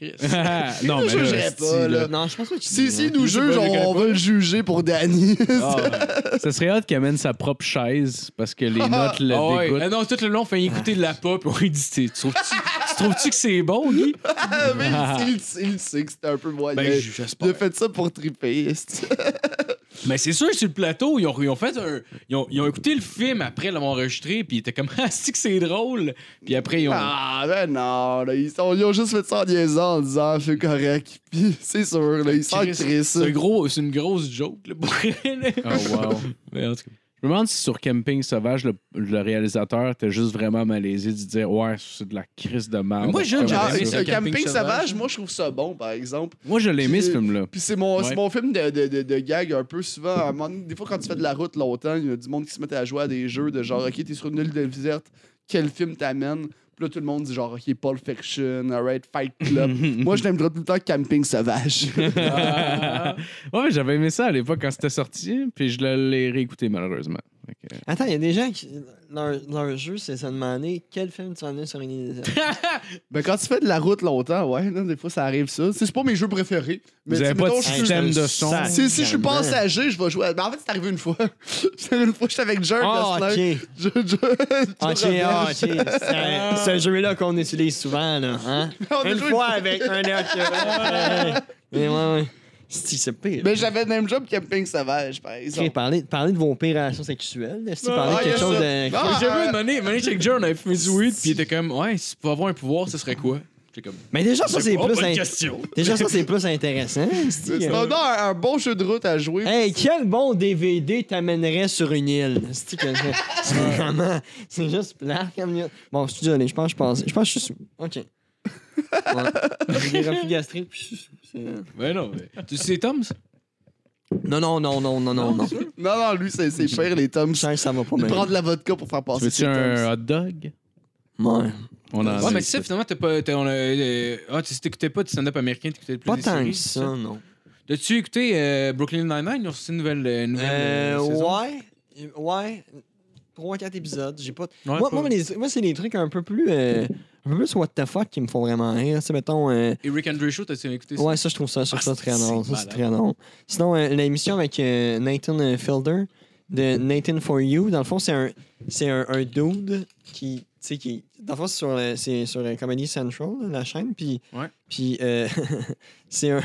[SPEAKER 5] <laughs>
[SPEAKER 3] Chris. Ah
[SPEAKER 4] non, mais
[SPEAKER 5] Je
[SPEAKER 4] là,
[SPEAKER 5] jugerais
[SPEAKER 4] si,
[SPEAKER 5] pas, là.
[SPEAKER 6] Non, je pense pas que tu
[SPEAKER 5] Si,
[SPEAKER 6] dis,
[SPEAKER 5] si,
[SPEAKER 6] hein.
[SPEAKER 5] il nous
[SPEAKER 3] Je sais pas,
[SPEAKER 5] juge,
[SPEAKER 3] je le connais
[SPEAKER 5] on va le juger
[SPEAKER 3] <laughs>
[SPEAKER 5] pour Danny.
[SPEAKER 4] Ce Ah, serait hot qu'il amène sa propre chaise parce que les notes le
[SPEAKER 3] Ah ouais.
[SPEAKER 4] dégoûtent.
[SPEAKER 3] Ah non, tout le long, on fait écouter de la pop. <laughs> On dit, tu trouves-tu tu trouves-tu que c'est bon, Guy?
[SPEAKER 5] Ben, Ah, mais il, il- il sait que c'était un peu moyen.
[SPEAKER 3] Ben,
[SPEAKER 5] Il
[SPEAKER 3] j'espère.
[SPEAKER 5] a fait ça pour triper. esti.
[SPEAKER 3] Mais c'est sûr, sur le plateau, ils ont, ils ont fait un- ils, ont, ils ont écouté le film après l'avoir enregistré, puis ils étaient comme, <laughs> ah, c'est que c'est drôle. Puis après, ils ont.
[SPEAKER 5] Ah, ben non, là, ils, sont- ils ont juste fait ça en niaisant en disant Ah, c'est correct. <laughs> Puis c'est sûr, là, ils sont
[SPEAKER 3] Chris,
[SPEAKER 5] crissent.
[SPEAKER 3] C'est un gros- c'est une grosse joke, là, pour elle.
[SPEAKER 4] Oh, wow.
[SPEAKER 3] Ah, Mais en tout cas.
[SPEAKER 4] Je me demande si sur Camping Sauvage, le, le réalisateur était juste vraiment malaisé de dire Ouais, c'est de la crise de merde.
[SPEAKER 3] Mais moi, jeune,
[SPEAKER 5] Ah,
[SPEAKER 3] j'avais aimé
[SPEAKER 5] euh,
[SPEAKER 3] ça,
[SPEAKER 5] Camping,
[SPEAKER 3] Camping
[SPEAKER 5] sauvage,
[SPEAKER 3] sauvage, hein.
[SPEAKER 5] moi je trouve ça bon par exemple.
[SPEAKER 4] Moi, je l'ai aimé, ce
[SPEAKER 5] Puis-
[SPEAKER 3] <laughs>
[SPEAKER 4] film-là.
[SPEAKER 5] Puis c'est mon, c'est
[SPEAKER 4] Ouais.
[SPEAKER 5] mon film de, de, de, de gag un peu souvent. À un moment donné, des fois quand tu fais de la route longtemps, il y a du monde qui se met à jouer à des jeux de genre ok, t'es sur une île déserte, quel film t'amène Puis là tout le monde dit genre ok, Pulp Fiction, alright, Fight
[SPEAKER 6] <laughs>
[SPEAKER 5] Club. moi je l'aime tout le temps Camping Sauvage.
[SPEAKER 3] Ah.
[SPEAKER 4] ouais, mais j'avais aimé ça à l'époque quand c'était sorti, puis je l'ai réécouté malheureusement. Fait que-
[SPEAKER 6] Attends, il y a des gens qui. Leur, leur jeu, c'est de se demander quel film <laughs> tu vas amener sur une île déserte.
[SPEAKER 5] Ben, quand tu fais de la route longtemps, ouais, là, des fois ça arrive ça. Tu sais, C'est pas mes jeux préférés. Mais
[SPEAKER 4] Vous
[SPEAKER 5] tu sais,
[SPEAKER 4] avez pas
[SPEAKER 5] mettons,
[SPEAKER 4] de
[SPEAKER 5] je suis-
[SPEAKER 4] système de son.
[SPEAKER 6] sac.
[SPEAKER 5] Si, si je suis
[SPEAKER 6] Évidemment.
[SPEAKER 5] passager, je vais jouer. à- Ben, en fait, c'est arrivé une fois. <laughs> c'est une fois, j'étais avec Jerk.
[SPEAKER 6] Ah,
[SPEAKER 5] le
[SPEAKER 6] ok.
[SPEAKER 5] snipe. Je, <laughs> je, je
[SPEAKER 6] Ok,
[SPEAKER 5] reviens.
[SPEAKER 6] ah, ok. C'est un- C'est un jeu-là qu'on utilise souvent, là. Hein?
[SPEAKER 5] <laughs> On a
[SPEAKER 6] Une
[SPEAKER 5] joué
[SPEAKER 6] fois avec un
[SPEAKER 5] <laughs>
[SPEAKER 6] air qui. Mais ouais, ouais. Si, c'est pire.
[SPEAKER 5] Mais j'avais le même job Camping Sauvage, par
[SPEAKER 6] Ok,
[SPEAKER 5] exemple.
[SPEAKER 6] parlez, parlez de vos pires relations sexuelles. Si
[SPEAKER 5] Non,
[SPEAKER 6] parlez
[SPEAKER 5] ah,
[SPEAKER 6] de
[SPEAKER 5] y
[SPEAKER 6] quelque
[SPEAKER 5] a
[SPEAKER 6] chose
[SPEAKER 5] ça.
[SPEAKER 6] de.
[SPEAKER 5] Ah,
[SPEAKER 3] J'ai vu
[SPEAKER 5] euh,
[SPEAKER 3] une année, Money Check Joe, on avait fumé du weed, puis il était comme, ouais, si tu peux avoir un pouvoir, ce serait quoi? J'étais comme,
[SPEAKER 6] Mais déjà, ça, c'est
[SPEAKER 3] pas,
[SPEAKER 6] plus.
[SPEAKER 3] bonne
[SPEAKER 6] in-
[SPEAKER 3] question.
[SPEAKER 6] Déjà, ça, c'est plus intéressant.
[SPEAKER 5] <laughs>
[SPEAKER 6] si,
[SPEAKER 5] C'est
[SPEAKER 6] euh.
[SPEAKER 5] non,
[SPEAKER 6] Hein?
[SPEAKER 5] non, un, un bon jeu de route à jouer.
[SPEAKER 6] Hey, quel bon DVD t'amènerais sur une île? C'est que-
[SPEAKER 3] <laughs>
[SPEAKER 6] c'est vraiment. C'est juste plat comme île. Bon, je suis désolé, je pense que je pense. Je pense que je suis sous. Ok. Ouais. J'ai des reflux gastriques, puis je suis sous.
[SPEAKER 3] Ben non, mais. Tu sais, Tom, ça?
[SPEAKER 6] Non, non, non, non,
[SPEAKER 3] <laughs>
[SPEAKER 6] non, non, non.
[SPEAKER 5] Non, non, lui, c'est c'est cher, les tomes.
[SPEAKER 6] Chance, ça va pas
[SPEAKER 5] Il
[SPEAKER 6] mal.
[SPEAKER 5] prend de la vodka pour faire
[SPEAKER 4] Tu
[SPEAKER 5] passer
[SPEAKER 4] veux-tu
[SPEAKER 5] ses
[SPEAKER 4] un
[SPEAKER 5] tomes.
[SPEAKER 4] hot dog?
[SPEAKER 6] Ouais.
[SPEAKER 4] On en
[SPEAKER 3] Ouais,
[SPEAKER 4] a-
[SPEAKER 3] mais tu sais, finalement, t'as pas. t'as- on a- euh, ah, tu t'écoutais pas du stand-up américain, t'écoutais plus
[SPEAKER 6] Pas
[SPEAKER 3] des
[SPEAKER 6] tant que
[SPEAKER 3] séries, c'est
[SPEAKER 6] ça, non.
[SPEAKER 3] T'as-tu écouté euh, Brooklyn Nine-Nine? Ils ont sorti une nouvelle, euh, nouvelle
[SPEAKER 6] Euh,
[SPEAKER 3] euh, saison.
[SPEAKER 6] ouais. Ouais. 3-4 épisodes. J'ai pas.
[SPEAKER 3] Ouais,
[SPEAKER 6] moi,
[SPEAKER 3] pas-
[SPEAKER 6] moi, les- moi, c'est des trucs un peu plus. euh, un peu plus what the fuck qui me font vraiment rire. C'est mettons. euh,
[SPEAKER 3] Et Rick Andrew Show, t'as-tu écouté ça?
[SPEAKER 6] ouais, ça, je trouve ça, je trouve
[SPEAKER 3] Ah,
[SPEAKER 6] ça
[SPEAKER 3] c'est-
[SPEAKER 6] très
[SPEAKER 3] c'est
[SPEAKER 6] long. Ça, c'est
[SPEAKER 3] malade.
[SPEAKER 6] très long. Sinon, euh, l'émission avec euh, Nathan euh, Fielder de Nathan for You, dans le fond, c'est un, c'est un, un dude qui. Tu sais, qui. Dans le fond, c'est sur, le- c'est sur euh, Comedy Central, là, la chaîne. Puis.
[SPEAKER 3] Ouais.
[SPEAKER 6] Puis, euh, <laughs> c'est un.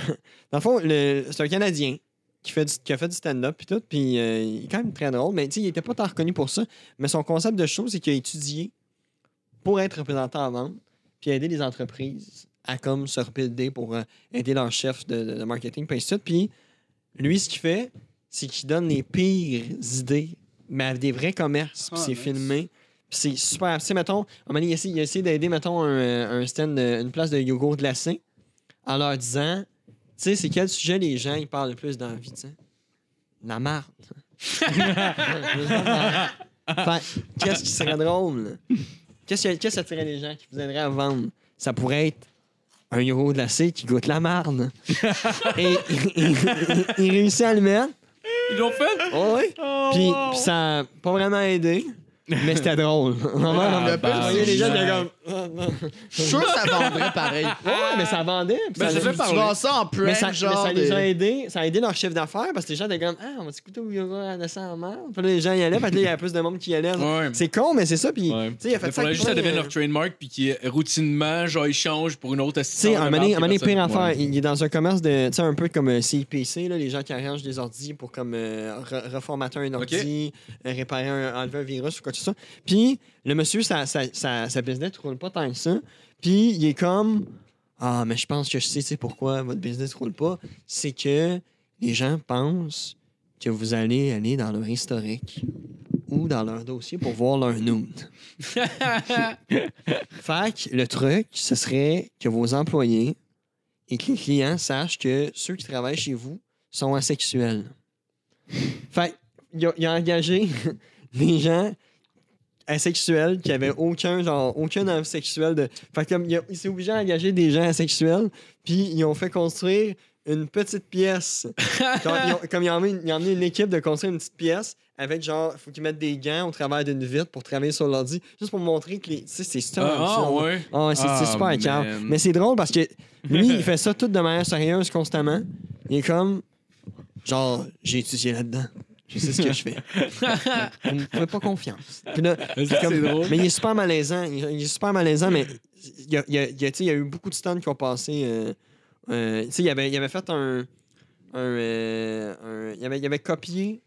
[SPEAKER 6] Dans le fond, le- c'est un Canadien qui, fait du, qui a fait du stand-up puis tout, puis euh, il est quand même très drôle, mais tu sais, il était pas tant reconnu pour ça. Mais son concept de show, c'est qu'il a étudié pour être représentant en vente, puis aider les entreprises à comme se rebuilder pour euh, aider leur chef de, de- de marketing, puis ainsi de suite. Puis lui, ce qu'il fait, c'est qu'il donne les pires idées, mais à des vrais commerces, puis
[SPEAKER 5] Ah,
[SPEAKER 6] c'est
[SPEAKER 5] nice.
[SPEAKER 6] filmé. Puis c'est super. Tu sais, mettons, à un moment donné, il essaie, il essaie d'aider, mettons, un, euh, un stand, de- une place de yogourt glacé en leur disant, tu sais, c'est quel sujet les gens ils parlent le plus dans la vie, tu sais? La marde.
[SPEAKER 5] <laughs>
[SPEAKER 6] Fait, qu'est-ce qui serait drôle? là? Qu'est-ce que- qu'est-ce qui attirait les gens qui vous aideraient à vendre? Ça pourrait être un euro glacé qui goûte la marde. Et il réussit à le mettre.
[SPEAKER 3] Ils l'ont fait?
[SPEAKER 6] Oh oui. Puis, puis ça a pas vraiment aidé, mais c'était drôle. Vraiment,
[SPEAKER 5] Ah,
[SPEAKER 6] le
[SPEAKER 5] bah,
[SPEAKER 6] pire, c'est que les gens
[SPEAKER 5] ouais.
[SPEAKER 6] étaient comme. Ah,
[SPEAKER 5] Je suis sûr que ça vendrait pareil.
[SPEAKER 6] Ouais, mais ça vendait. puis
[SPEAKER 3] Ben, ça
[SPEAKER 6] ça allait-
[SPEAKER 3] fait
[SPEAKER 5] Tu
[SPEAKER 3] parler.
[SPEAKER 5] vends ça en prank,
[SPEAKER 6] mais ça, mais
[SPEAKER 5] genre.
[SPEAKER 6] ça
[SPEAKER 5] des-
[SPEAKER 6] les a aidés, ça a aidé leur chiffre d'affaires parce que les gens étaient comme Ah, on va s'écouter au yoga à descendre en merde. Puis là, les gens y allaient, puis là, il y a plus de monde qui y allait.
[SPEAKER 3] Ouais.
[SPEAKER 6] C'est con, mais c'est ça. Puis,
[SPEAKER 4] Ouais.
[SPEAKER 6] tu sais, il a fait
[SPEAKER 3] Mais
[SPEAKER 6] ça.
[SPEAKER 3] faudrait
[SPEAKER 6] avec
[SPEAKER 3] juste que ça
[SPEAKER 6] plein,
[SPEAKER 3] devienne
[SPEAKER 6] euh,
[SPEAKER 3] leur trademark, puis qu'ils, éroutinement, genre, ils changent pour une autre
[SPEAKER 6] Tu sais,
[SPEAKER 3] assistante.
[SPEAKER 6] à un moment donné, à un moment donné, pire
[SPEAKER 3] affaire.
[SPEAKER 6] affaire, il est dans un commerce de. Tu sais, un peu comme euh, CIPC, là, les gens qui arrangent des ordi pour comme euh, re- reformater un ordi, euh, réparer un, enlever un virus ou quoi que ce soit. Puis, le monsieur, sa, sa, sa, sa business ne roule pas tant que ça. Puis, il est comme Ah, mais je pense que je sais, tu sais pourquoi votre business ne roule pas. C'est que les gens pensent que vous allez aller dans leur historique ou dans leur dossier pour voir leur nude. Fait que le truc, ce serait que vos employés et que les clients sachent que ceux qui travaillent chez vous sont asexuels. Fait qu'il a, il a engagé <laughs> des gens asexuels qui avaient aucun genre aucune envie sexuelle de fait que comme il, a- il s'est obligé à engager des gens asexuels puis ils ont fait construire une petite
[SPEAKER 3] <laughs>
[SPEAKER 6] pièce Genre, ils ont- comme ils ont, emmené une- ils ont emmené une équipe de construire une petite pièce avec genre faut qu'ils mettent des gants au travers d'une vitre pour travailler sur l'ordi juste pour montrer que les tu sais c'est super
[SPEAKER 3] Ah,
[SPEAKER 6] absurde.
[SPEAKER 3] ouais.
[SPEAKER 6] Ah ouais, c'est c'est
[SPEAKER 4] Ah,
[SPEAKER 6] super calme.
[SPEAKER 4] man.
[SPEAKER 6] Mais c'est drôle parce que lui, il fait ça tout de manière sérieuse constamment. Il est comme, genre, j'ai étudié là-dedans. Je sais ce que
[SPEAKER 4] <laughs>
[SPEAKER 6] je fais. Vous ne pouvez pas confiance. Puis là, c'est comme- mais il est super malaisant. Il, il est super malaisant, mais il y a, il y a- il y a- tu sais, il y a eu beaucoup de stands qui ont passé. euh, euh, tu sais, il avait, il avait fait un. un, euh, un- il, avait, il avait copié.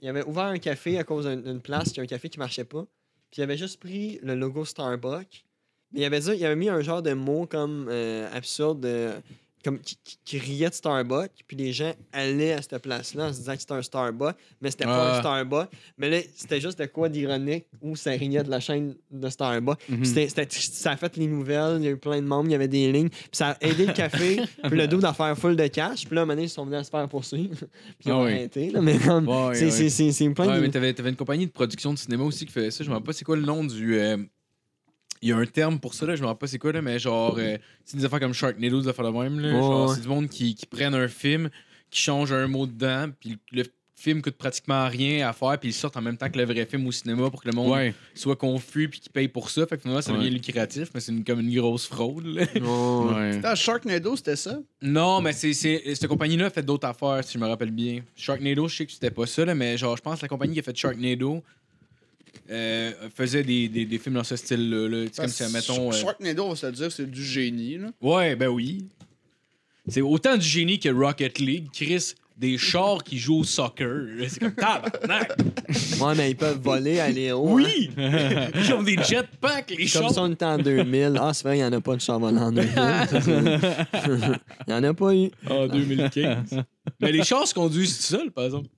[SPEAKER 6] Il avait ouvert un café à cause d'un- d'une place, qui a un café qui marchait pas. Puis il avait juste pris le logo Starbucks. Mais il avait, dit, il avait mis un genre de mot comme euh, absurde, euh, comme qui, qui- qui riait de Starbucks. Puis les gens allaient à cette place-là en se disant que c'était un Starbucks, mais c'était pas
[SPEAKER 3] Ah.
[SPEAKER 6] un Starbucks. Mais là, c'était juste de quoi d'ironique où ça riait de la chaîne de Starbucks. Puis
[SPEAKER 4] Hmm.
[SPEAKER 6] c'était- c'était- Ça a fait les nouvelles, il y a eu plein de monde, il y avait des lignes. Puis ça a aidé le
[SPEAKER 4] <laughs>
[SPEAKER 6] café, puis le dos d'en faire full de cash. Puis là, à un moment donné, ils sont venus à se faire poursuivre. <laughs> puis ils
[SPEAKER 4] Ah
[SPEAKER 6] ont
[SPEAKER 4] oui.
[SPEAKER 6] arrêté. là, mais comme,
[SPEAKER 4] Ouais,
[SPEAKER 6] c'est
[SPEAKER 4] ouais.
[SPEAKER 6] c'est- c'est- c'est plein
[SPEAKER 3] Ouais,
[SPEAKER 6] de.
[SPEAKER 3] mais t'avais, t'avais une compagnie de production de cinéma aussi qui faisait ça. Je me rappelle pas c'est quoi le nom du. euh, Il y a un terme pour ça, là, je me rappelle pas c'est quoi, là, mais genre, euh, c'est des affaires comme Sharknado, des affaires de même. Là,
[SPEAKER 6] Ouais,
[SPEAKER 3] genre,
[SPEAKER 6] ouais.
[SPEAKER 3] c'est du monde qui, qui prennent un film, qui change un mot dedans, puis le le film coûte pratiquement rien à faire, puis ils sortent en même temps que le vrai film au cinéma pour que le monde
[SPEAKER 4] Ouais.
[SPEAKER 3] soit confus puis qu'ils payent pour ça. Fait que finalement, ça
[SPEAKER 4] Ouais.
[SPEAKER 3] devient lucratif, mais c'est une- comme une grosse fraude. là.
[SPEAKER 6] Oh.
[SPEAKER 4] Ouais.
[SPEAKER 5] Attends, Sharknado, c'était ça?
[SPEAKER 3] <laughs> Non, mais c'est, c'est- cette compagnie-là a fait d'autres affaires, si je me rappelle bien. Sharknado, je sais que c'était pas ça, là, mais genre, je pense que la compagnie qui a fait Sharknado euh, faisait des, des, des films dans ce style-là. là. Tu sais, Comme si, mettons. euh,
[SPEAKER 5] Sharknado, on va se le dire, c'est du génie, là.
[SPEAKER 3] Ouais, ben oui. C'est autant du génie que Rocket League. Chris, des chars qui jouent au soccer. là, C'est comme tabarnak. <laughs>
[SPEAKER 6] Ouais, mais ils peuvent voler, aller haut. hein.
[SPEAKER 3] Oui! <laughs> Ils ont des jetpacks, les
[SPEAKER 6] Comme
[SPEAKER 3] chars.
[SPEAKER 6] ça, on était en 2000. Ah, c'est vrai, il n'y en a pas de char volant en 2000. Il n'y en a pas eu.
[SPEAKER 4] <laughs>
[SPEAKER 3] Ah, En 2015. mais les chars se conduisent tout seuls, par exemple.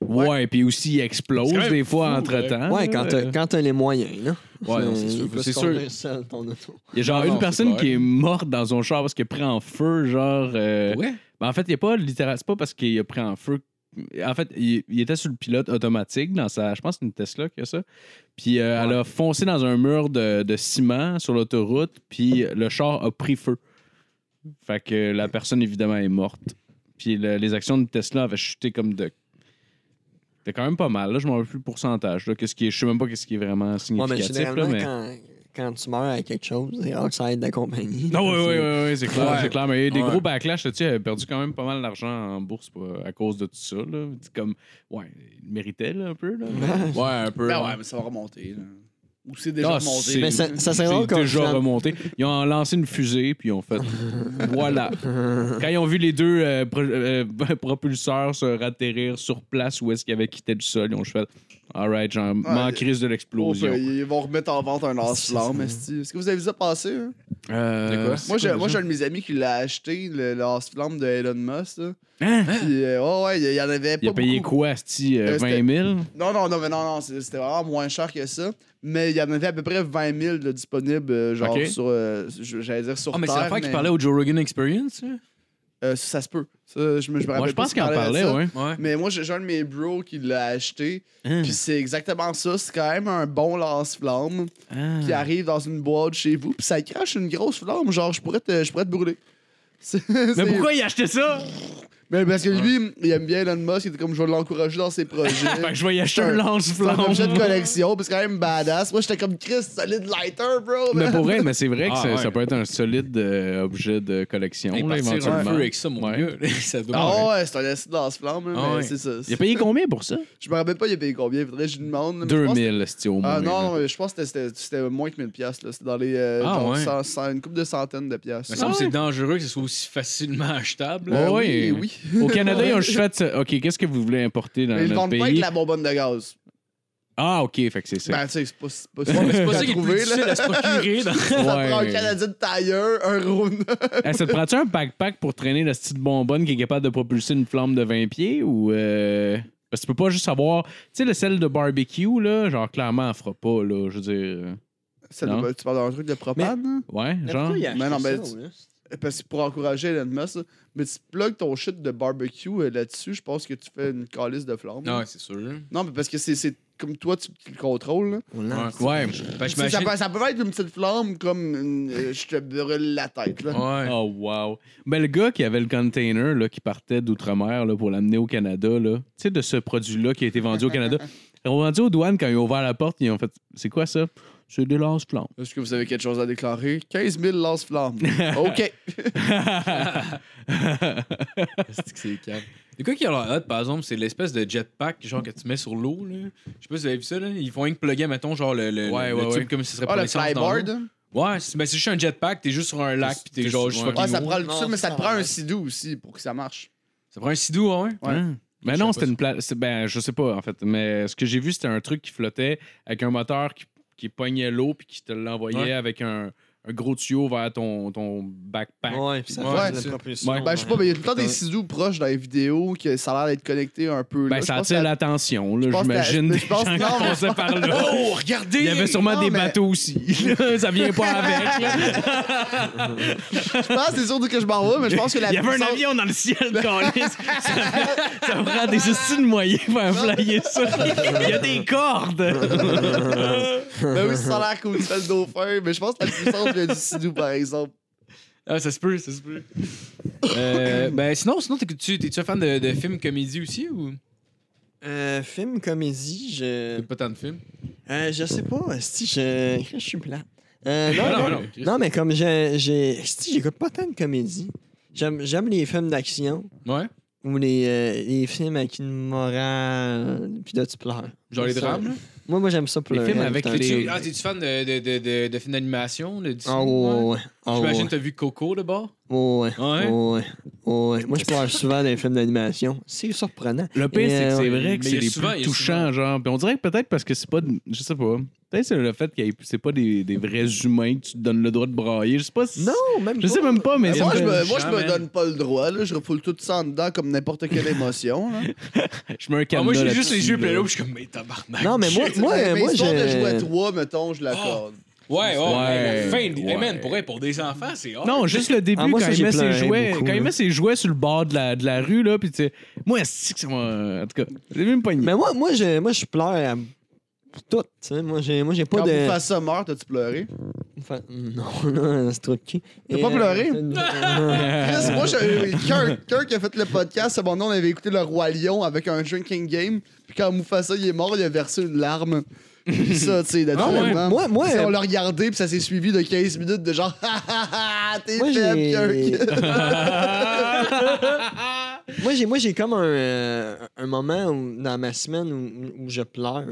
[SPEAKER 4] Ouais, puis aussi, il explose
[SPEAKER 3] C'est quand même
[SPEAKER 4] des fois
[SPEAKER 3] fou,
[SPEAKER 4] entre-temps.
[SPEAKER 6] Ouais, quand t'as,
[SPEAKER 4] Euh,
[SPEAKER 6] quand t'as les moyens, là.
[SPEAKER 4] Ouais, non, c'est sûr.
[SPEAKER 6] il peut
[SPEAKER 4] C'est
[SPEAKER 6] se
[SPEAKER 4] sûr.
[SPEAKER 6] tourner seul, ton auto.
[SPEAKER 4] Il y a genre
[SPEAKER 3] Ah non,
[SPEAKER 4] une
[SPEAKER 3] c'est
[SPEAKER 4] personne
[SPEAKER 3] clair.
[SPEAKER 4] qui est morte dans son char parce qu'elle prend en feu, genre. euh,
[SPEAKER 3] Ouais.
[SPEAKER 4] ben, en fait, il n'y a pas littéralement. C'est pas parce qu'il a pris en feu. En fait, il, il était sur le pilote automatique dans sa. Je pense que c'est une Tesla qui a ça. Puis euh, elle a foncé dans un mur de, de ciment sur l'autoroute, puis le char a pris feu. Fait que la personne, évidemment, est morte. Puis le- les actions de Tesla avaient chuté comme de. C'était quand même pas mal. Là, je m'en rappelle plus le pourcentage. Là, qu'est-ce qui est- Je sais même pas qu'est-ce qui est vraiment
[SPEAKER 6] Ouais, mais
[SPEAKER 4] significatif. là,
[SPEAKER 6] généralement,
[SPEAKER 4] mais-
[SPEAKER 6] Quand, quand tu meurs à quelque chose, c'est rare que ça aide la compagnie.
[SPEAKER 4] Non, oui,
[SPEAKER 6] C'est-
[SPEAKER 4] oui, oui, oui, c'est clair,
[SPEAKER 3] Ouais.
[SPEAKER 4] c'est clair. Mais il y a eu des
[SPEAKER 6] Ouais.
[SPEAKER 4] gros backlash, là, tu sais, elle a perdu quand même pas mal d'argent en bourse pas- à cause de tout ça. Là. C'est Comme, ouais, il méritait là, un peu. Là.
[SPEAKER 3] Ouais, un peu.
[SPEAKER 5] Ben
[SPEAKER 3] ouais.
[SPEAKER 5] ouais, mais ça va remonter. Là. Ou c'est déjà
[SPEAKER 4] Ah,
[SPEAKER 5] remonté.
[SPEAKER 6] Mais ça, ça serait
[SPEAKER 4] C'est
[SPEAKER 6] drôle qu'on
[SPEAKER 4] déjà
[SPEAKER 6] finale-
[SPEAKER 4] remonté. Ils ont lancé une fusée, puis ils ont
[SPEAKER 6] <laughs>
[SPEAKER 4] fait, voilà. Quand ils ont vu les deux euh, pro- euh, <laughs> propulseurs se ratterrir sur place où est-ce qu'ils avaient quitté le sol, ils ont juste fait, all right, genre, m'en crise de
[SPEAKER 5] Oh,
[SPEAKER 4] l'explosion.
[SPEAKER 5] ben, ils vont remettre en vente un lance-flamme. esti. Est-ce que vous avez vu ça passer? hein?
[SPEAKER 4] Euh,
[SPEAKER 3] De quoi?
[SPEAKER 4] c'est
[SPEAKER 5] Moi, j'ai,
[SPEAKER 4] quoi
[SPEAKER 5] moi, j'ai
[SPEAKER 4] déjà?
[SPEAKER 5] un de mes amis qui l'a acheté, le lance-flamme de Elon Musk. là.
[SPEAKER 4] Hein?
[SPEAKER 5] Puis, euh, ouais, ouais, il y en avait pas
[SPEAKER 4] Il a payé
[SPEAKER 5] beaucoup.
[SPEAKER 4] quoi, Asti? euh,
[SPEAKER 5] Euh, c'était-
[SPEAKER 4] 20 000?
[SPEAKER 5] Non, non, non, mais non, non, c'est- c'était vraiment moins cher que ça. Mais il y en avait à peu près 20 000 de disponibles, euh, genre
[SPEAKER 4] Ok.
[SPEAKER 5] sur, euh, je- j'allais dire sur
[SPEAKER 3] Ah, mais c'est
[SPEAKER 5] Terre.
[SPEAKER 3] l'affaire qui
[SPEAKER 5] mais,
[SPEAKER 3] parlait au Joe Rogan Experience, hein?
[SPEAKER 5] euh, ça se peut. Ça, je me, je me rappelle
[SPEAKER 4] Moi, je
[SPEAKER 5] pas
[SPEAKER 4] pense
[SPEAKER 5] s'il
[SPEAKER 4] qu'il en
[SPEAKER 5] de
[SPEAKER 4] parlait,
[SPEAKER 5] ça.
[SPEAKER 4] ouais.
[SPEAKER 3] Ouais.
[SPEAKER 5] Mais moi, j'ai j'ai un de mes bros qui l'a acheté.
[SPEAKER 4] Hein?
[SPEAKER 5] Puis c'est exactement ça. C'est quand même un bon lance-flamme
[SPEAKER 4] Ah.
[SPEAKER 5] qui arrive dans une boîte chez vous. Puis ça crache une grosse flamme. Genre, je pourrais te, je pourrais te brûler. <laughs> C'est-
[SPEAKER 4] Mais
[SPEAKER 5] c'est-
[SPEAKER 4] pourquoi il a acheté ça?
[SPEAKER 5] Mais parce que lui, il aime bien Elon Musk. Il était comme, je vais l'encourager dans ses projets.
[SPEAKER 3] <laughs> Ben,
[SPEAKER 4] Fait que je vais y acheter un
[SPEAKER 5] C'est un objet de
[SPEAKER 4] lance-flamme.
[SPEAKER 5] collection, puis c'est quand même badass. Moi, j'étais comme Chris, solide lighter, bro.
[SPEAKER 4] Mais
[SPEAKER 5] man.
[SPEAKER 4] pour vrai, mais c'est vrai que
[SPEAKER 3] Ah,
[SPEAKER 4] ça,
[SPEAKER 3] ouais.
[SPEAKER 4] ça peut être un solide euh, objet de collection,
[SPEAKER 3] Il
[SPEAKER 4] là,
[SPEAKER 3] partir un
[SPEAKER 4] éventuellement.
[SPEAKER 3] peu avec ça, mon
[SPEAKER 4] Ouais.
[SPEAKER 3] gars. ça doit
[SPEAKER 5] Ah ouais, c'est un acide dans ce flamme,
[SPEAKER 3] Ah
[SPEAKER 5] mais
[SPEAKER 3] ouais.
[SPEAKER 5] c'est ça.
[SPEAKER 4] Il a payé combien pour ça?
[SPEAKER 5] Je me rappelle pas, il a payé combien. Faudrait que je lui demande. là, mais je pense que-
[SPEAKER 4] 2000, c'est au moins.
[SPEAKER 5] Ah non,
[SPEAKER 4] là.
[SPEAKER 5] non, mais je pense que c'était- c'était c'était moins que 1000 piastres. là. C'était dans les. euh,
[SPEAKER 3] Ah
[SPEAKER 5] genre
[SPEAKER 3] ouais.
[SPEAKER 5] cent- cent- une couple de centaines de piastres. Ah
[SPEAKER 3] Il me Ah semble que
[SPEAKER 4] ouais.
[SPEAKER 3] c'est dangereux que ce soit aussi facilement achetable.
[SPEAKER 4] Ouais.
[SPEAKER 5] Euh,
[SPEAKER 4] ouais.
[SPEAKER 5] oui, oui.
[SPEAKER 3] <laughs>
[SPEAKER 4] Au Canada, ils ont juste fait. euh, OK, qu'est-ce que vous voulez importer dans
[SPEAKER 5] Mais ils le
[SPEAKER 4] notre
[SPEAKER 5] vendent pas avec
[SPEAKER 4] pays?
[SPEAKER 5] la bonbonne de gaz.
[SPEAKER 4] Ah, OK, fait que c'est ça.
[SPEAKER 5] Ben, tu sais, c'est pas, c'est pas,
[SPEAKER 3] <laughs> Ouais, mais c'est pas
[SPEAKER 5] à
[SPEAKER 3] ça qui est le plus
[SPEAKER 5] trouver,
[SPEAKER 3] difficile
[SPEAKER 5] là.
[SPEAKER 3] à se procurer. dans-
[SPEAKER 5] Ça
[SPEAKER 4] Ouais.
[SPEAKER 5] prend un Canadien de tailleur, un Rona.
[SPEAKER 4] Eh, ça te prend-tu un backpack pour traîner la petite bonbonne qui est capable de propulser une flamme de 20 pieds ou. euh, Parce que tu peux pas juste avoir. Tu sais, le sel de barbecue, là, genre, clairement, elle fera pas, là. Je veux dire. euh,
[SPEAKER 5] <laughs> Ça
[SPEAKER 4] Non.
[SPEAKER 5] doit- Tu parles d'un truc de propane, hein?
[SPEAKER 4] Ouais,
[SPEAKER 6] Mais
[SPEAKER 4] genre.
[SPEAKER 6] pourquoi il a
[SPEAKER 5] Mais
[SPEAKER 6] acheté
[SPEAKER 5] non, mais
[SPEAKER 6] ça,
[SPEAKER 5] tu-
[SPEAKER 6] au lieu?
[SPEAKER 5] Eh, Parce que pour encourager Elon Musk, là, mais tu plugues ton shit de barbecue euh, là-dessus, je pense que tu fais une calice de
[SPEAKER 3] <laughs>
[SPEAKER 5] flamme.
[SPEAKER 3] Non, c'est sûr. hein.
[SPEAKER 5] Non, mais parce que c'est- c'est comme toi, tu, tu le contrôles. là.
[SPEAKER 6] On lance.
[SPEAKER 4] Ouais.
[SPEAKER 3] Fait que
[SPEAKER 5] Tu sais, Ça
[SPEAKER 3] Ben, j'imagine-
[SPEAKER 5] peut, ça peut être une petite flamme comme une- euh, je te brûle la tête. Là.
[SPEAKER 3] Ouais.
[SPEAKER 4] Oh, wow. Ben, le gars qui avait le container là, qui partait d'outre-mer là, pour l'amener au Canada, là, tu sais, de ce produit-là qui a été vendu au
[SPEAKER 5] <laughs>
[SPEAKER 4] Canada, ils l'ont vendu aux douanes quand ils ont ouvert la porte, ils ont fait C'est quoi ça C'est des lance-plans.
[SPEAKER 5] Est-ce que vous avez quelque chose à déclarer? 15 000
[SPEAKER 4] <laughs>
[SPEAKER 5] lance-flammes. OK.
[SPEAKER 3] C'est que c'est calme. Le quoi qui a l'air hot, par exemple, c'est l'espèce de jetpack genre que tu mets sur l'eau. là. Je sais pas si vous avez vu ça. Là. Ils font rien que plugger, mettons, genre le, le,
[SPEAKER 4] Ouais,
[SPEAKER 3] le
[SPEAKER 4] ouais,
[SPEAKER 3] tube
[SPEAKER 4] ouais.
[SPEAKER 3] comme si ce serait
[SPEAKER 5] Ah,
[SPEAKER 3] pour
[SPEAKER 5] le
[SPEAKER 3] l'essence dans l'eau.
[SPEAKER 5] flyboard. hein?
[SPEAKER 3] Ouais, c'est ben, c'est juste un jetpack, t'es juste sur un lac,
[SPEAKER 4] T'es-
[SPEAKER 3] puis t'es
[SPEAKER 4] t'es
[SPEAKER 3] genre
[SPEAKER 4] sur-
[SPEAKER 3] juste
[SPEAKER 4] ouais.
[SPEAKER 3] fucking
[SPEAKER 5] Ouais, ça
[SPEAKER 3] haut.
[SPEAKER 5] prend le tout
[SPEAKER 6] Non,
[SPEAKER 5] ça, mais ça te
[SPEAKER 6] ça,
[SPEAKER 5] prend un
[SPEAKER 6] ouais.
[SPEAKER 5] sidou aussi pour que ça marche.
[SPEAKER 3] Ça prend un sidou, hein?
[SPEAKER 5] Ouais.
[SPEAKER 4] Hein? Mais
[SPEAKER 3] Je sais
[SPEAKER 4] non,
[SPEAKER 3] pas
[SPEAKER 4] c'était une pla- c'est- Ben, je sais pas, en fait. Mais ce que j'ai vu, c'était un truc qui flottait avec un moteur qui, qui pognait l'eau puis qui te l'envoyait
[SPEAKER 3] Ouais.
[SPEAKER 4] avec un, un gros tuyau vers ton, ton backpack.
[SPEAKER 6] Ouais, puis ça
[SPEAKER 3] Ouais,
[SPEAKER 6] fait de
[SPEAKER 5] c'est-
[SPEAKER 6] la propulsion.
[SPEAKER 4] ben, Ouais.
[SPEAKER 5] Ben, je sais pas, mais il y a tout le temps des sidous proches dans les vidéos que ça a l'air d'être connecté un peu.
[SPEAKER 4] Ben,
[SPEAKER 5] là. Je
[SPEAKER 4] ça
[SPEAKER 5] pense
[SPEAKER 4] attire
[SPEAKER 5] que-
[SPEAKER 4] l'attention, là,
[SPEAKER 5] je pense que la-
[SPEAKER 4] j'imagine.
[SPEAKER 5] je
[SPEAKER 4] des
[SPEAKER 5] pense-
[SPEAKER 4] gens qui
[SPEAKER 5] non, mais-
[SPEAKER 4] passaient par
[SPEAKER 5] <laughs>
[SPEAKER 4] là.
[SPEAKER 3] Oh, regardez!
[SPEAKER 4] Il y avait sûrement
[SPEAKER 5] non,
[SPEAKER 4] des
[SPEAKER 5] mais-
[SPEAKER 4] bateaux aussi. ça vient
[SPEAKER 5] <laughs>
[SPEAKER 4] pas avec. là.
[SPEAKER 5] Je pense, c'est surtout que je m'en vais, mais je pense
[SPEAKER 4] <laughs>
[SPEAKER 5] que la
[SPEAKER 4] Il y avait un
[SPEAKER 5] puissance-
[SPEAKER 4] avion dans le
[SPEAKER 6] <laughs>
[SPEAKER 4] ciel, câlisse. ça, ça prend des systèmes moyens pour faire flyer ça. Il y a des cordes.
[SPEAKER 5] Ben oui,
[SPEAKER 6] <laughs>
[SPEAKER 5] ça a l'air cool, ça le dauphin, mais je pense que la puissance vient du sidou, par exemple.
[SPEAKER 3] Ah, ça se peut, ça se peut. Euh, ben, sinon, sinon t'es-tu t'es-tu un fan de, de films comédie aussi ou
[SPEAKER 6] Euh, film, comédie, je.
[SPEAKER 3] t'es pas tant de films?
[SPEAKER 6] Euh, je sais pas, si je. Je suis plat. Euh, non,
[SPEAKER 3] Ah,
[SPEAKER 6] non,
[SPEAKER 3] non, Chris.
[SPEAKER 6] non, mais comme j'ai. j'ai- esti, j'écoute pas tant de comédie. J'aime j'aime les films d'action
[SPEAKER 3] Ouais.
[SPEAKER 6] ou les, euh, les films avec une morale, puis là tu pleures.
[SPEAKER 3] Genre les
[SPEAKER 6] Ça,
[SPEAKER 3] drames. là?
[SPEAKER 6] Moi, moi j'ames ça pleurer.
[SPEAKER 4] films avec
[SPEAKER 6] putain.
[SPEAKER 4] les-
[SPEAKER 3] Tu- Ah, t'es-tu fan de, de, de, de, de films d'animation? de Disney,
[SPEAKER 6] Ah
[SPEAKER 3] ouais?
[SPEAKER 6] ouais, ouais. Ah ouais.
[SPEAKER 3] J'imagine que t'as vu Coco de bord. Ah,
[SPEAKER 6] Oh, ouais.
[SPEAKER 3] Ouais.
[SPEAKER 6] Oh, ouais. Oh, ouais. Moi, je pleure souvent dans les films d'animation. C'est surprenant.
[SPEAKER 4] Le pire, c'est
[SPEAKER 6] Et,
[SPEAKER 4] que
[SPEAKER 6] euh,
[SPEAKER 4] c'est
[SPEAKER 3] mais
[SPEAKER 4] vrai que
[SPEAKER 3] il y
[SPEAKER 4] c'est
[SPEAKER 3] a
[SPEAKER 4] les
[SPEAKER 3] souvent- il y a
[SPEAKER 4] plus touchants, genre. Puis on dirait que peut-être parce que c'est pas. de- Je sais pas. Peut-être c'est le fait que c'est pas des, des vrais humains que tu te donnes le droit de brailler. Je sais pas si.
[SPEAKER 6] Non, même
[SPEAKER 4] Je sais même pas,
[SPEAKER 3] Ben,
[SPEAKER 4] mais. ça
[SPEAKER 5] Ben, moi,
[SPEAKER 4] me
[SPEAKER 5] je
[SPEAKER 4] fait-
[SPEAKER 5] me, moi, je me
[SPEAKER 3] Jamais.
[SPEAKER 5] donne pas le droit. Là. Je refoule tout ça en dedans comme n'importe quelle émotion.
[SPEAKER 6] <laughs>
[SPEAKER 5] Là.
[SPEAKER 4] je mets un
[SPEAKER 3] Ah,
[SPEAKER 4] cadenas
[SPEAKER 3] moi, j'ai juste
[SPEAKER 4] là-dessus,
[SPEAKER 3] les yeux
[SPEAKER 4] là.
[SPEAKER 3] pleins d'eau, puis je suis comme, mais
[SPEAKER 5] Ah,
[SPEAKER 3] tabarnak.
[SPEAKER 6] Non, mais moi, moi,
[SPEAKER 5] mais
[SPEAKER 6] moi,
[SPEAKER 5] histoire de
[SPEAKER 6] j'ai-
[SPEAKER 5] jouer à trois, mettons, je l'accorde.
[SPEAKER 4] Oh,
[SPEAKER 3] Ouais, ouais.
[SPEAKER 4] Ouais,
[SPEAKER 3] ouais. Fin, de- hey,
[SPEAKER 4] ouais.
[SPEAKER 3] man, pour, hey, pour des enfants, c'est hard.
[SPEAKER 4] Non, juste le début,
[SPEAKER 6] Ah, moi,
[SPEAKER 4] quand,
[SPEAKER 6] ça,
[SPEAKER 4] il
[SPEAKER 6] j'ai
[SPEAKER 4] met ses
[SPEAKER 6] pleuré
[SPEAKER 4] jouets,
[SPEAKER 6] beaucoup,
[SPEAKER 4] quand il
[SPEAKER 6] là.
[SPEAKER 4] met ses jouets sur le bord de la, de la rue, là, puis tu sais, moi, c'est que ça m'a. En tout cas, j'ai même pas
[SPEAKER 6] Mais moi, moi, je, moi, je pleure à tout. tu sais. Moi, j'ai, moi, j'ai pas
[SPEAKER 5] Quand
[SPEAKER 6] de.
[SPEAKER 5] vous faites ça mort, t'as-tu pleuré?
[SPEAKER 4] <laughs>
[SPEAKER 6] Enfin, non, <laughs> non, c'est trop de cul.
[SPEAKER 5] T'as
[SPEAKER 6] Et,
[SPEAKER 5] pas
[SPEAKER 6] euh,
[SPEAKER 5] pleuré? <laughs>
[SPEAKER 6] euh,
[SPEAKER 5] Chris, moi, j'ai- Kirk, Kirk a fait le podcast, à mon nom, on avait écouté Le Roi Lion avec un drinking game. Puis quand Mufasa il est mort, il a versé une larme. Puis ça, tu sais,
[SPEAKER 4] Ah
[SPEAKER 5] naturellement.
[SPEAKER 6] moi, moi,
[SPEAKER 5] Tu sais, on
[SPEAKER 6] euh,
[SPEAKER 5] l'a regardé, puis ça s'est suivi de 15 minutes de genre, <laughs> ha ha ha, t'es
[SPEAKER 6] Moi,
[SPEAKER 4] <laughs>
[SPEAKER 5] faible,
[SPEAKER 6] j'ai-
[SPEAKER 5] Kirk.
[SPEAKER 6] moi, j'ai, moi, j'ai comme un, euh, un moment où- dans ma semaine où, où je pleure.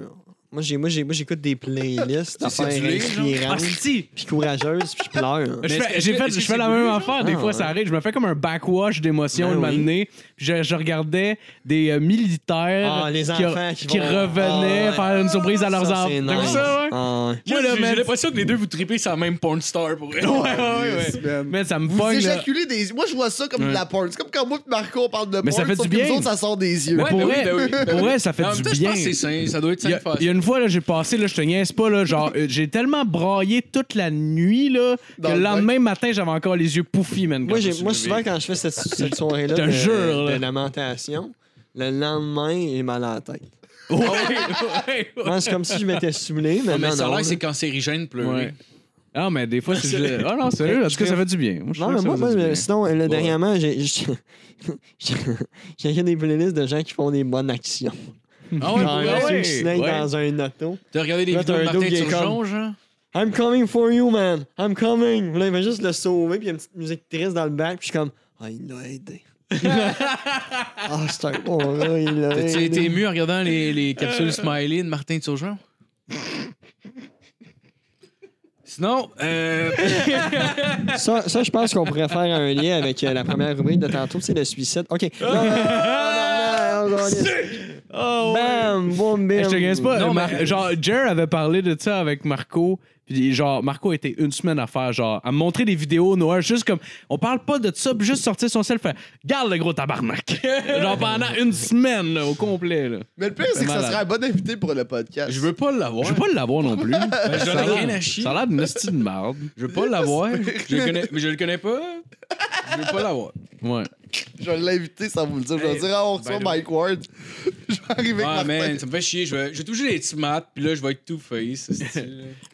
[SPEAKER 6] Moi, j'ai, moi, j'ai, moi, j'écoute des playlists d'affaires
[SPEAKER 3] c'est du livre, genre?
[SPEAKER 4] Ah,
[SPEAKER 6] inspirantes
[SPEAKER 4] si!
[SPEAKER 6] puis courageuses, puis
[SPEAKER 4] <laughs>
[SPEAKER 6] je pleure.
[SPEAKER 4] Je
[SPEAKER 3] Mais est-ce
[SPEAKER 4] fais-
[SPEAKER 3] que-
[SPEAKER 4] J'ai fait,
[SPEAKER 3] est-ce que
[SPEAKER 4] je fais
[SPEAKER 3] c'est
[SPEAKER 4] la même
[SPEAKER 3] bleu,
[SPEAKER 4] affaire. Des
[SPEAKER 6] Ah,
[SPEAKER 4] fois, ça
[SPEAKER 6] ouais.
[SPEAKER 4] arrive. Je me fais comme un backwash d'émotions
[SPEAKER 6] Ben
[SPEAKER 4] le
[SPEAKER 6] oui.
[SPEAKER 4] moment donné. Puis Je, je regardais des euh, militaires
[SPEAKER 6] Ah, les
[SPEAKER 4] qui,
[SPEAKER 6] enfants qui vont-
[SPEAKER 4] revenaient
[SPEAKER 6] Ah, ouais.
[SPEAKER 4] faire une surprise à leurs
[SPEAKER 6] Ça,
[SPEAKER 4] enfants.
[SPEAKER 6] c'est
[SPEAKER 4] T'as vu
[SPEAKER 6] nice.
[SPEAKER 4] ça, ouais?
[SPEAKER 6] Ah, ouais.
[SPEAKER 3] J'ai
[SPEAKER 4] Moi, là,
[SPEAKER 3] j'ai
[SPEAKER 4] man-
[SPEAKER 3] l'impression que les deux vous tripez sur la même porn star pour elle.
[SPEAKER 4] Ouais, ouais, ouais.
[SPEAKER 5] Yes, man.
[SPEAKER 4] Mais ça me
[SPEAKER 5] Vous
[SPEAKER 4] pogne. là.
[SPEAKER 5] éjaculez des. Moi, je vois ça comme de la porn. C'est comme quand moi et Marco, on parle de
[SPEAKER 4] Mais ça
[SPEAKER 5] porn,
[SPEAKER 4] fait
[SPEAKER 5] sauf
[SPEAKER 4] du
[SPEAKER 5] que nous
[SPEAKER 4] bien.
[SPEAKER 5] autres, ça sort des yeux.
[SPEAKER 4] Mais
[SPEAKER 3] Ouais,
[SPEAKER 4] pour
[SPEAKER 3] ben oui,
[SPEAKER 4] vrai,
[SPEAKER 3] ben oui, ben
[SPEAKER 4] pour
[SPEAKER 3] oui.
[SPEAKER 4] vrai, ça fait
[SPEAKER 3] En
[SPEAKER 4] du
[SPEAKER 3] même temps, je
[SPEAKER 4] bien.
[SPEAKER 3] pense que c'est sain, ça doit être
[SPEAKER 4] Il y,
[SPEAKER 3] sain
[SPEAKER 4] a,
[SPEAKER 3] de faire
[SPEAKER 4] il y a une fois, là, j'ai passé, là, je te niaise pas, là, genre, euh, j'ai tellement braillé toute la nuit, là,
[SPEAKER 5] Dans
[SPEAKER 4] que
[SPEAKER 5] le
[SPEAKER 4] le lendemain matin, j'avais encore les yeux pouffis, man. quand
[SPEAKER 6] Moi,
[SPEAKER 4] je
[SPEAKER 6] j'ai,
[SPEAKER 4] me suis
[SPEAKER 6] moi
[SPEAKER 4] levé.
[SPEAKER 6] souvent, quand je fais cette, cette soirée-là
[SPEAKER 4] <laughs> Je te
[SPEAKER 6] de,
[SPEAKER 4] jure,
[SPEAKER 6] de
[SPEAKER 4] là.
[SPEAKER 6] lamentation, le lendemain, j'ai mal à la tête.
[SPEAKER 4] Ouais, ouais, ouais.
[SPEAKER 6] Moi, c'est comme si je m'étais saoulé, mais,
[SPEAKER 3] ça. Mais
[SPEAKER 6] non,
[SPEAKER 3] ça a
[SPEAKER 6] non,
[SPEAKER 3] l'air que
[SPEAKER 6] là.
[SPEAKER 3] c'est cancérigène de pleurer.
[SPEAKER 4] Ouais. Ah, mais des fois,
[SPEAKER 3] <laughs>
[SPEAKER 4] c'est juste. Ah non, sérieux, en tout cas, ça fait du bien. Moi, je
[SPEAKER 6] Non,
[SPEAKER 4] trouve
[SPEAKER 6] mais
[SPEAKER 4] que ça
[SPEAKER 6] moi,
[SPEAKER 4] fait
[SPEAKER 6] moi,
[SPEAKER 4] du bien.
[SPEAKER 6] sinon, euh, là, dernièrement, j'ai <laughs> j'ai- j'ai j'ai des playlists de gens qui font des bonnes actions.
[SPEAKER 3] Ah ouais,
[SPEAKER 6] Genre,
[SPEAKER 3] pour
[SPEAKER 6] un
[SPEAKER 3] vrai, ouais,
[SPEAKER 6] snake
[SPEAKER 4] ouais.
[SPEAKER 6] dans un auto.
[SPEAKER 3] T'as regardé des
[SPEAKER 6] Là,
[SPEAKER 3] vidéos de
[SPEAKER 6] t'as un
[SPEAKER 3] Martin
[SPEAKER 6] double qui est
[SPEAKER 3] Turgeon,
[SPEAKER 6] comme-
[SPEAKER 3] genre?
[SPEAKER 6] I'm coming for you, man. I'm coming. Là, il va juste le sauver, puis il y a une petite musique triste dans le bac, puis je suis comme, ah, il
[SPEAKER 4] <laughs>
[SPEAKER 6] l'a aidé. Ah, c'est un bon gars, il l'a
[SPEAKER 3] T'as-tu
[SPEAKER 6] aidé.
[SPEAKER 3] été ému en regardant les, les capsules Smiley de Martin Turgeon? Sinon, euh,
[SPEAKER 6] Ça, ça, je pense qu'on pourrait faire un lien avec euh, la première rubrique de tantôt, c'est le suicide. OK. Non, non, non, non, non, non, non,
[SPEAKER 4] Oh, Ah! ouais.
[SPEAKER 6] Bam, boum, bim.
[SPEAKER 4] Hey, je te gagne pas.
[SPEAKER 3] Non,
[SPEAKER 4] Mar-
[SPEAKER 3] mais-
[SPEAKER 4] Genre, Jer avait parlé de ça avec Marco. Puis, genre, Marco était une semaine à faire, genre, à me montrer des vidéos noires, juste comme, on parle pas de ça, puis juste sortir son self, faire, garde le
[SPEAKER 3] <laughs>
[SPEAKER 4] gros tabarnak. genre, pendant une semaine, là, au complet, là.
[SPEAKER 5] Mais le pire, c'est que ça
[SPEAKER 4] malade.
[SPEAKER 5] serait un bon invité pour le podcast.
[SPEAKER 3] je veux pas l'avoir.
[SPEAKER 4] Je veux pas l'avoir
[SPEAKER 3] <laughs>
[SPEAKER 4] non plus.
[SPEAKER 3] Ben, j'en ai
[SPEAKER 4] ça a
[SPEAKER 3] rien à
[SPEAKER 4] l'air-
[SPEAKER 3] chier.
[SPEAKER 4] ça a l'air d'une hostie de marde.
[SPEAKER 3] Je veux pas l'avoir. Je le connais, mais je le connais pas. Je veux pas l'avoir.
[SPEAKER 4] Ouais.
[SPEAKER 5] Je vais l'inviter sans vous le dire. Je vais
[SPEAKER 3] Hey,
[SPEAKER 5] dire, ah, on reçoit
[SPEAKER 3] ben
[SPEAKER 5] Mike Ward. <laughs> je vais arriver
[SPEAKER 3] Ah,
[SPEAKER 5] avec Martin.
[SPEAKER 3] man, ça me fait chier. Je vais, je vais toucher les petits maths, puis là, je vais être tout face.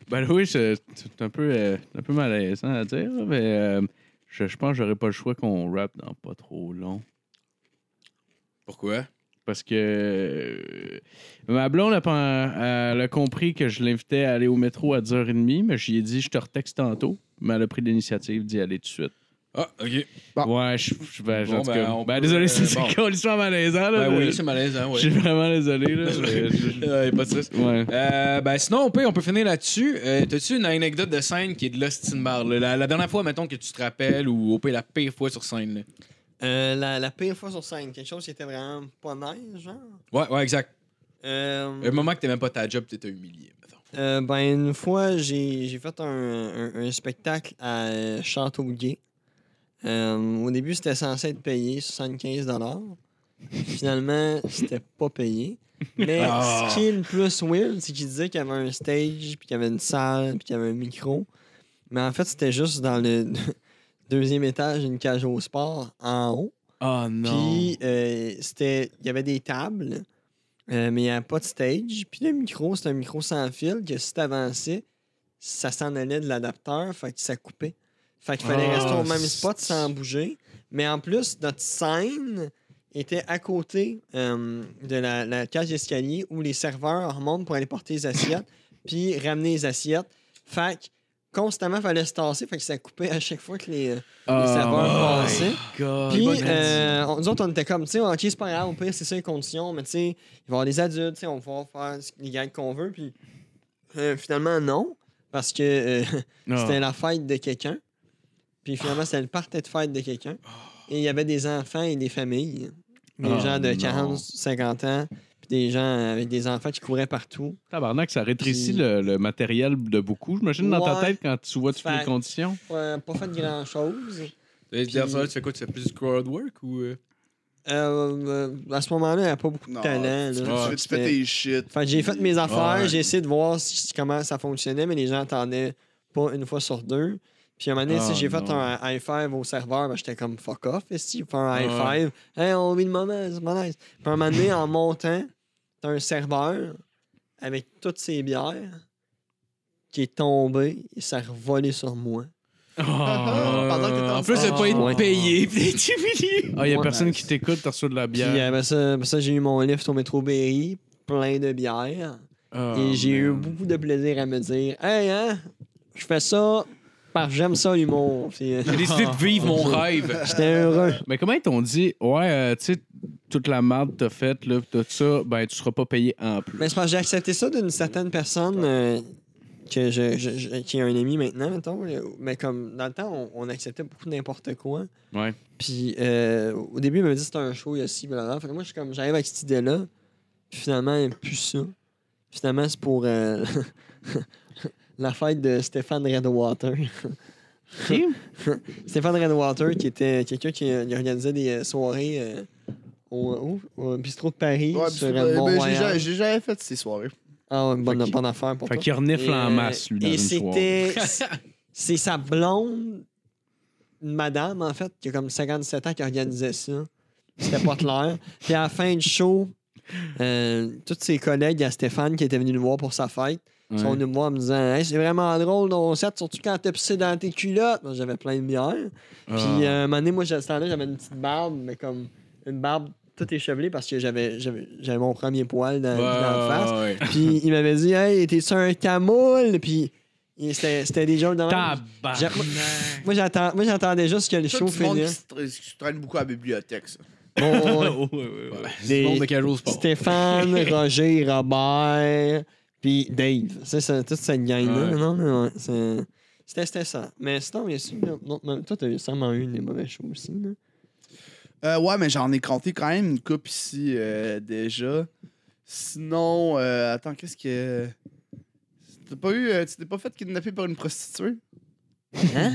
[SPEAKER 4] Ben oui, c'est c'est un peu, euh, un peu malaisant à dire, là, mais euh, je, je pense que j'aurais pas le choix qu'on rappe dans pas trop long.
[SPEAKER 3] Pourquoi?
[SPEAKER 4] Parce que euh, ma blonde a, pas- elle a compris que je l'invitais à aller au métro à 10h30, mais j'y ai dit je te retexte tantôt. Mais elle a pris l'initiative d'y aller tout de suite.
[SPEAKER 3] Ah, OK.
[SPEAKER 4] Ouais, je, je vais.
[SPEAKER 3] Bon,
[SPEAKER 4] en tout
[SPEAKER 3] ben,
[SPEAKER 4] cas,
[SPEAKER 3] on
[SPEAKER 4] ben,
[SPEAKER 3] peut-
[SPEAKER 4] désolé,
[SPEAKER 3] euh,
[SPEAKER 4] c'est
[SPEAKER 3] bon.
[SPEAKER 4] c'est complètement malaisant. Là,
[SPEAKER 3] Ben
[SPEAKER 4] mais-
[SPEAKER 3] oui, c'est malaisant,
[SPEAKER 4] Je
[SPEAKER 3] ouais.
[SPEAKER 4] suis
[SPEAKER 3] <laughs>
[SPEAKER 4] vraiment désolé. Là, mais je-
[SPEAKER 3] Euh, y a pas de stress.
[SPEAKER 4] ouais.
[SPEAKER 3] Euh, ben sinon, on peut, on peut finir là-dessus. Euh, T'as-tu une anecdote de scène qui est de l'hostie de marde, là? La, la dernière fois, mettons, que tu te rappelles, ou au pire, la pire fois sur scène. là.
[SPEAKER 6] Euh, la, la pire fois sur scène, quelque chose qui était vraiment pas nice, genre.
[SPEAKER 3] Ouais, ouais, exact.
[SPEAKER 6] Euh,
[SPEAKER 3] Le moment que t'aimais pas ta job, t'étais humilié, mettons.
[SPEAKER 6] euh, ben, une fois, j'ai j'ai fait un, un- un spectacle à Châteauguay. Euh, au début, c'était censé être payé 75 Finalement, c'était pas payé. Mais
[SPEAKER 3] Ah.
[SPEAKER 6] ce qui est le plus weird, c'est qu'il disait qu'il y avait un stage, puis qu'il y avait une salle, puis qu'il y avait un micro. Mais en fait, c'était juste dans le <laughs> deuxième étage, une cage au sport en haut.
[SPEAKER 4] Oh non.
[SPEAKER 6] Puis, euh, c'était. Il y avait des tables, euh, mais il n'y avait pas de stage. Puis, le micro, c'était un micro sans fil que si tu avançais, ça s'en allait de l'adapteur, fait que ça coupait. Fait qu'il fallait
[SPEAKER 4] Ah,
[SPEAKER 6] rester au même
[SPEAKER 4] c'est-
[SPEAKER 6] spot sans bouger. Mais en plus, notre scène était à côté euh, de la, la
[SPEAKER 4] <coughs>
[SPEAKER 6] cage d'escalier où les serveurs remontent pour aller porter les assiettes, puis ramener les assiettes. Fait que constamment, fallait se tasser. Fait que ça coupait à chaque fois que les, les
[SPEAKER 4] Oh
[SPEAKER 6] saveurs
[SPEAKER 4] my
[SPEAKER 6] passaient.
[SPEAKER 4] God.
[SPEAKER 6] Puis,
[SPEAKER 4] Ah, Bonne
[SPEAKER 6] euh, on- nous autres, on était comme, tu sais, OK, c'est pas grave, au pire, c'est ça les conditions, mais tu sais, il va y avoir des adultes, tu sais, on va faire ce- les gags qu'on veut. Puis, euh, finalement, non, parce que euh, <laughs>
[SPEAKER 4] idée.
[SPEAKER 6] c'était la fête de quelqu'un. Puis, finalement, c'était le party de fête de quelqu'un. Et il y avait des enfants et des familles. Des
[SPEAKER 4] Oh,
[SPEAKER 6] gens de
[SPEAKER 4] non.
[SPEAKER 6] 40, 50 ans, puis des gens avec des enfants qui couraient partout.
[SPEAKER 4] Tabarnak, ça rétrécit
[SPEAKER 6] Puis-
[SPEAKER 4] le, le matériel de beaucoup. J'imagine dans ta
[SPEAKER 6] Ouais.
[SPEAKER 4] tête quand tu vois toutes les
[SPEAKER 6] Fait- <laughs>
[SPEAKER 4] conditions.
[SPEAKER 6] Ouais, pas fait grand-chose.
[SPEAKER 3] Puis...
[SPEAKER 6] Puis-
[SPEAKER 3] Tu fais quoi? Tu fais plus du crowd work ou... euh?
[SPEAKER 6] Euh, euh, à ce moment-là, il n'y a pas beaucoup de
[SPEAKER 5] Non,
[SPEAKER 6] talent. là.
[SPEAKER 5] tu,
[SPEAKER 3] Ouais,
[SPEAKER 5] fais- tu fais
[SPEAKER 6] C'était-
[SPEAKER 5] tes shit.
[SPEAKER 6] Fait que j'ai fait
[SPEAKER 4] Ah,
[SPEAKER 6] mes affaires,
[SPEAKER 3] Ouais.
[SPEAKER 6] j'ai essayé de voir si- comment ça fonctionnait, mais les gens attendaient pas une fois sur deux. Puis à un moment donné,
[SPEAKER 4] Ah,
[SPEAKER 6] si j'ai fait
[SPEAKER 4] non.
[SPEAKER 6] un high five au serveur, ben, j'étais comme fuck off. Si je fais un high
[SPEAKER 3] Ouais.
[SPEAKER 6] five, hey, on vit le moment, c'est malaise. Puis à un moment donné, en montant, t'as un serveur avec toutes ses bières qui est tombé et ça a revolé sur moi.
[SPEAKER 4] Ah,
[SPEAKER 5] Pendant que t'es
[SPEAKER 3] en
[SPEAKER 5] en
[SPEAKER 3] plus,
[SPEAKER 5] train-
[SPEAKER 3] de pas
[SPEAKER 6] Ouais.
[SPEAKER 3] été payé. <laughs> puis d'être humilié.
[SPEAKER 4] Ah, il y a
[SPEAKER 6] Ouais,
[SPEAKER 4] personne
[SPEAKER 6] nice.
[SPEAKER 4] qui t'écoute, t'as reçu de la
[SPEAKER 6] Puis
[SPEAKER 4] bière.
[SPEAKER 6] après ça, après ça, j'ai eu mon lift au métro Berry, plein de bières.
[SPEAKER 4] Ah,
[SPEAKER 6] Et j'ai eu
[SPEAKER 4] man.
[SPEAKER 6] beaucoup de plaisir à me dire Hey, hein, je fais ça parce que j'aime ça, l'humour. Puis, euh,
[SPEAKER 3] J'ai décidé de vivre
[SPEAKER 6] <laughs>
[SPEAKER 3] mon rêve.
[SPEAKER 6] J'étais heureux.
[SPEAKER 4] Mais comment ils t'ont dit, ouais, euh, tu sais, toute la merde t'as faite, là, pis tout ça, ben, tu seras pas payé en plus.
[SPEAKER 6] Mais Ben, c'est parce que j'ai accepté ça d'une certaine personne euh, que je, je- je- qui est un ami maintenant, mettons. euh, Mais comme dans le temps, on, on acceptait beaucoup n'importe quoi.
[SPEAKER 4] Ouais.
[SPEAKER 6] Puis euh, au début, il m'a dit c'était un show, il y a ci, blablabla. Fait que moi, je suis comme, j'arrive avec cette idée-là. Puis finalement, il n'y a plus ça. Finalement, c'est pour euh, <laughs> la fête de Stéphane Redwater.
[SPEAKER 4] Qui?
[SPEAKER 6] <laughs> Stéphane Redwater, qui était quelqu'un qui euh, il organisait des euh, soirées euh, au, au- au bistrot de Paris
[SPEAKER 5] Ouais, puis
[SPEAKER 6] sur
[SPEAKER 5] c'est-
[SPEAKER 6] euh,
[SPEAKER 5] ben, j'ai
[SPEAKER 6] Mont-Royal.
[SPEAKER 5] jamais- j'ai jamais fait ces soirées.
[SPEAKER 6] Ah ouais, bonne,
[SPEAKER 4] Fait qu'il-
[SPEAKER 6] bonne affaire pour
[SPEAKER 4] Fait
[SPEAKER 6] toi.
[SPEAKER 4] qu'il renifle en
[SPEAKER 6] Et,
[SPEAKER 4] masse, lui, dans
[SPEAKER 6] Et
[SPEAKER 4] une soirée. <laughs>
[SPEAKER 6] c'était... C'est sa blonde, une madame, en fait, qui a comme 57 ans, qui organisait ça. C'était
[SPEAKER 4] <laughs>
[SPEAKER 6] pas clair. Puis à la fin du show, euh, tous ses collègues, il y a Stéphane qui était venu nous voir pour sa fête. Ils sont
[SPEAKER 4] Ouais.
[SPEAKER 6] venus me voir en me disant Hey, c'est vraiment drôle ton set, surtout quand t'es pissé dans tes culottes. Moi, J'avais plein de bières.
[SPEAKER 4] Ah.
[SPEAKER 6] Puis euh, un moment donné, moi, à ce temps-là, j'avais une petite barbe, mais comme une barbe toute échevelée parce que j'avais j'avais j'avais mon premier poil dans, dans la face.
[SPEAKER 3] Ouais, ouais.
[SPEAKER 6] Puis il m'avait dit Hey, t'es sur un camoule Puis il- c'était c'était des gens de même. J'ai-
[SPEAKER 4] Tabarnak.
[SPEAKER 6] moi- <laughs> Moi, j'attends- moi, j'attendais juste que le
[SPEAKER 5] Ça,
[SPEAKER 6] show
[SPEAKER 5] du monde qui
[SPEAKER 6] finisse.
[SPEAKER 5] se tra- qui se traîne beaucoup à la bibliothèque, ça.
[SPEAKER 6] Bon,
[SPEAKER 5] <laughs>
[SPEAKER 4] Ouais, ouais, ouais, ouais.
[SPEAKER 3] C'est le monde de casual sport.
[SPEAKER 6] Stéphane, Roger, Robert, puis Dave. C'est ça, toute cette gang-là.
[SPEAKER 3] Ouais.
[SPEAKER 6] Non, mais ouais, c'est- C'était c'était ça. Mais sinon, il y a aussi- non, non, Toi, t'as eu sûrement eu des mauvais shows aussi. Là.
[SPEAKER 5] Euh, ouais, mais j'en ai compté quand même une coupe ici euh, déjà. Sinon, euh, attends, qu'est-ce que. T'as pas eu. euh, tu t'es pas fait kidnapper par une prostituée?
[SPEAKER 6] Hein?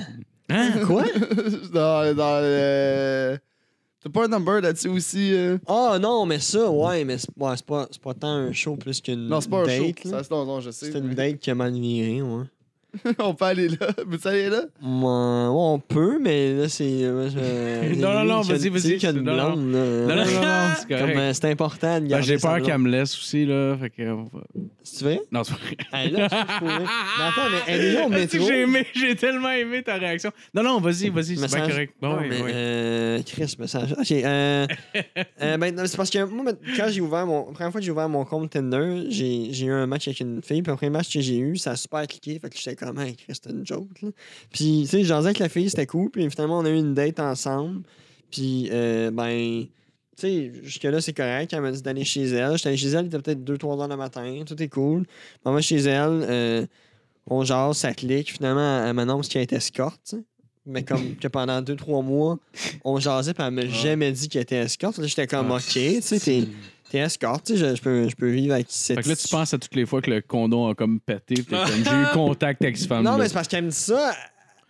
[SPEAKER 6] Hein? <laughs> Quoi?
[SPEAKER 5] <laughs> dans. dans euh, T'as pas un number là-dessus aussi? euh?
[SPEAKER 6] Ah non, mais ça, ouais, mais c'est ouais, c'est pas, c'est pas tant un show plus qu'une
[SPEAKER 5] Non, c'est pas un
[SPEAKER 6] date.
[SPEAKER 5] show.
[SPEAKER 6] là.
[SPEAKER 5] Ça, c'est- non, non, je sais.
[SPEAKER 6] C'est une date qui a mal viré, ouais.
[SPEAKER 5] <laughs> on peut aller là. Veux-tu aller là?
[SPEAKER 6] Moi, ouais, on peut, mais là, c'est. euh, je-
[SPEAKER 4] <laughs> Non, non, non,
[SPEAKER 6] c'est
[SPEAKER 4] vas-y,
[SPEAKER 6] lui qui a-
[SPEAKER 4] vas-y,
[SPEAKER 6] c'est lui qui a une
[SPEAKER 4] non, non.
[SPEAKER 6] blonde, là.
[SPEAKER 4] Non, non, non, non, c'est <laughs>
[SPEAKER 6] Comme,
[SPEAKER 4] correct.
[SPEAKER 6] euh, c'est important de
[SPEAKER 4] Ben,
[SPEAKER 6] garder
[SPEAKER 4] J'ai
[SPEAKER 6] sa
[SPEAKER 4] peur
[SPEAKER 6] blonde.
[SPEAKER 4] qu'elle me laisse aussi, là. Fait que. on va-
[SPEAKER 6] C'est vrai?
[SPEAKER 4] Non, c'est pas vrai.
[SPEAKER 6] Elle est là, je suis fourré. Mais attends, mais elle
[SPEAKER 4] <laughs>
[SPEAKER 6] est là
[SPEAKER 4] Ah,
[SPEAKER 6] au
[SPEAKER 4] tu sais,
[SPEAKER 6] métro.
[SPEAKER 4] J'ai aimé- j'ai tellement aimé ta réaction. Non, non, vas-y, vas-y, c'est bien
[SPEAKER 6] Mais ça-
[SPEAKER 4] correct. Bon,
[SPEAKER 6] Non,
[SPEAKER 4] oui,
[SPEAKER 6] mais,
[SPEAKER 4] oui.
[SPEAKER 6] euh, Chris, mais ça. Ok, euh,
[SPEAKER 4] <laughs>
[SPEAKER 6] euh, ben, non, c'est parce que moi, ben, quand j'ai ouvert mon. La première fois que j'ai ouvert mon compte Tinder, j'ai j'ai eu un match avec une fille. Puis le premier match que j'ai eu, ça a super cliqué. Fait que j'étais comme, hey, Chris, c'était une joke. là. Puis, tu sais, j'en disais avec la fille, c'était cool. Puis finalement, on a eu une date ensemble. Puis, euh, ben. Tu sais, jusque-là, c'est correct. Elle m'a dit d'aller chez elle. J'étais allé chez elle, il était peut-être 2-3 heures le matin. Tout est cool. Maman chez elle, euh, on jase, ça clique. Finalement, elle m'annonce qu'elle est escorte. tu sais. Mais comme que pendant 2-3 mois, on jasait, puis elle m'a jamais dit qu'elle était escorte. Là, J'étais comme,
[SPEAKER 4] Ah.
[SPEAKER 6] OK, tu sais, t'es, t'es escorte. tu sais, Je, je peux, je peux vivre avec cette.
[SPEAKER 4] Fait que là, tu penses à toutes les fois que le condom a comme pété. pis t'es comme, j'ai eu
[SPEAKER 6] <laughs>
[SPEAKER 4] contact avec cette femme-là.
[SPEAKER 6] Non, mais c'est parce qu'elle me dit ça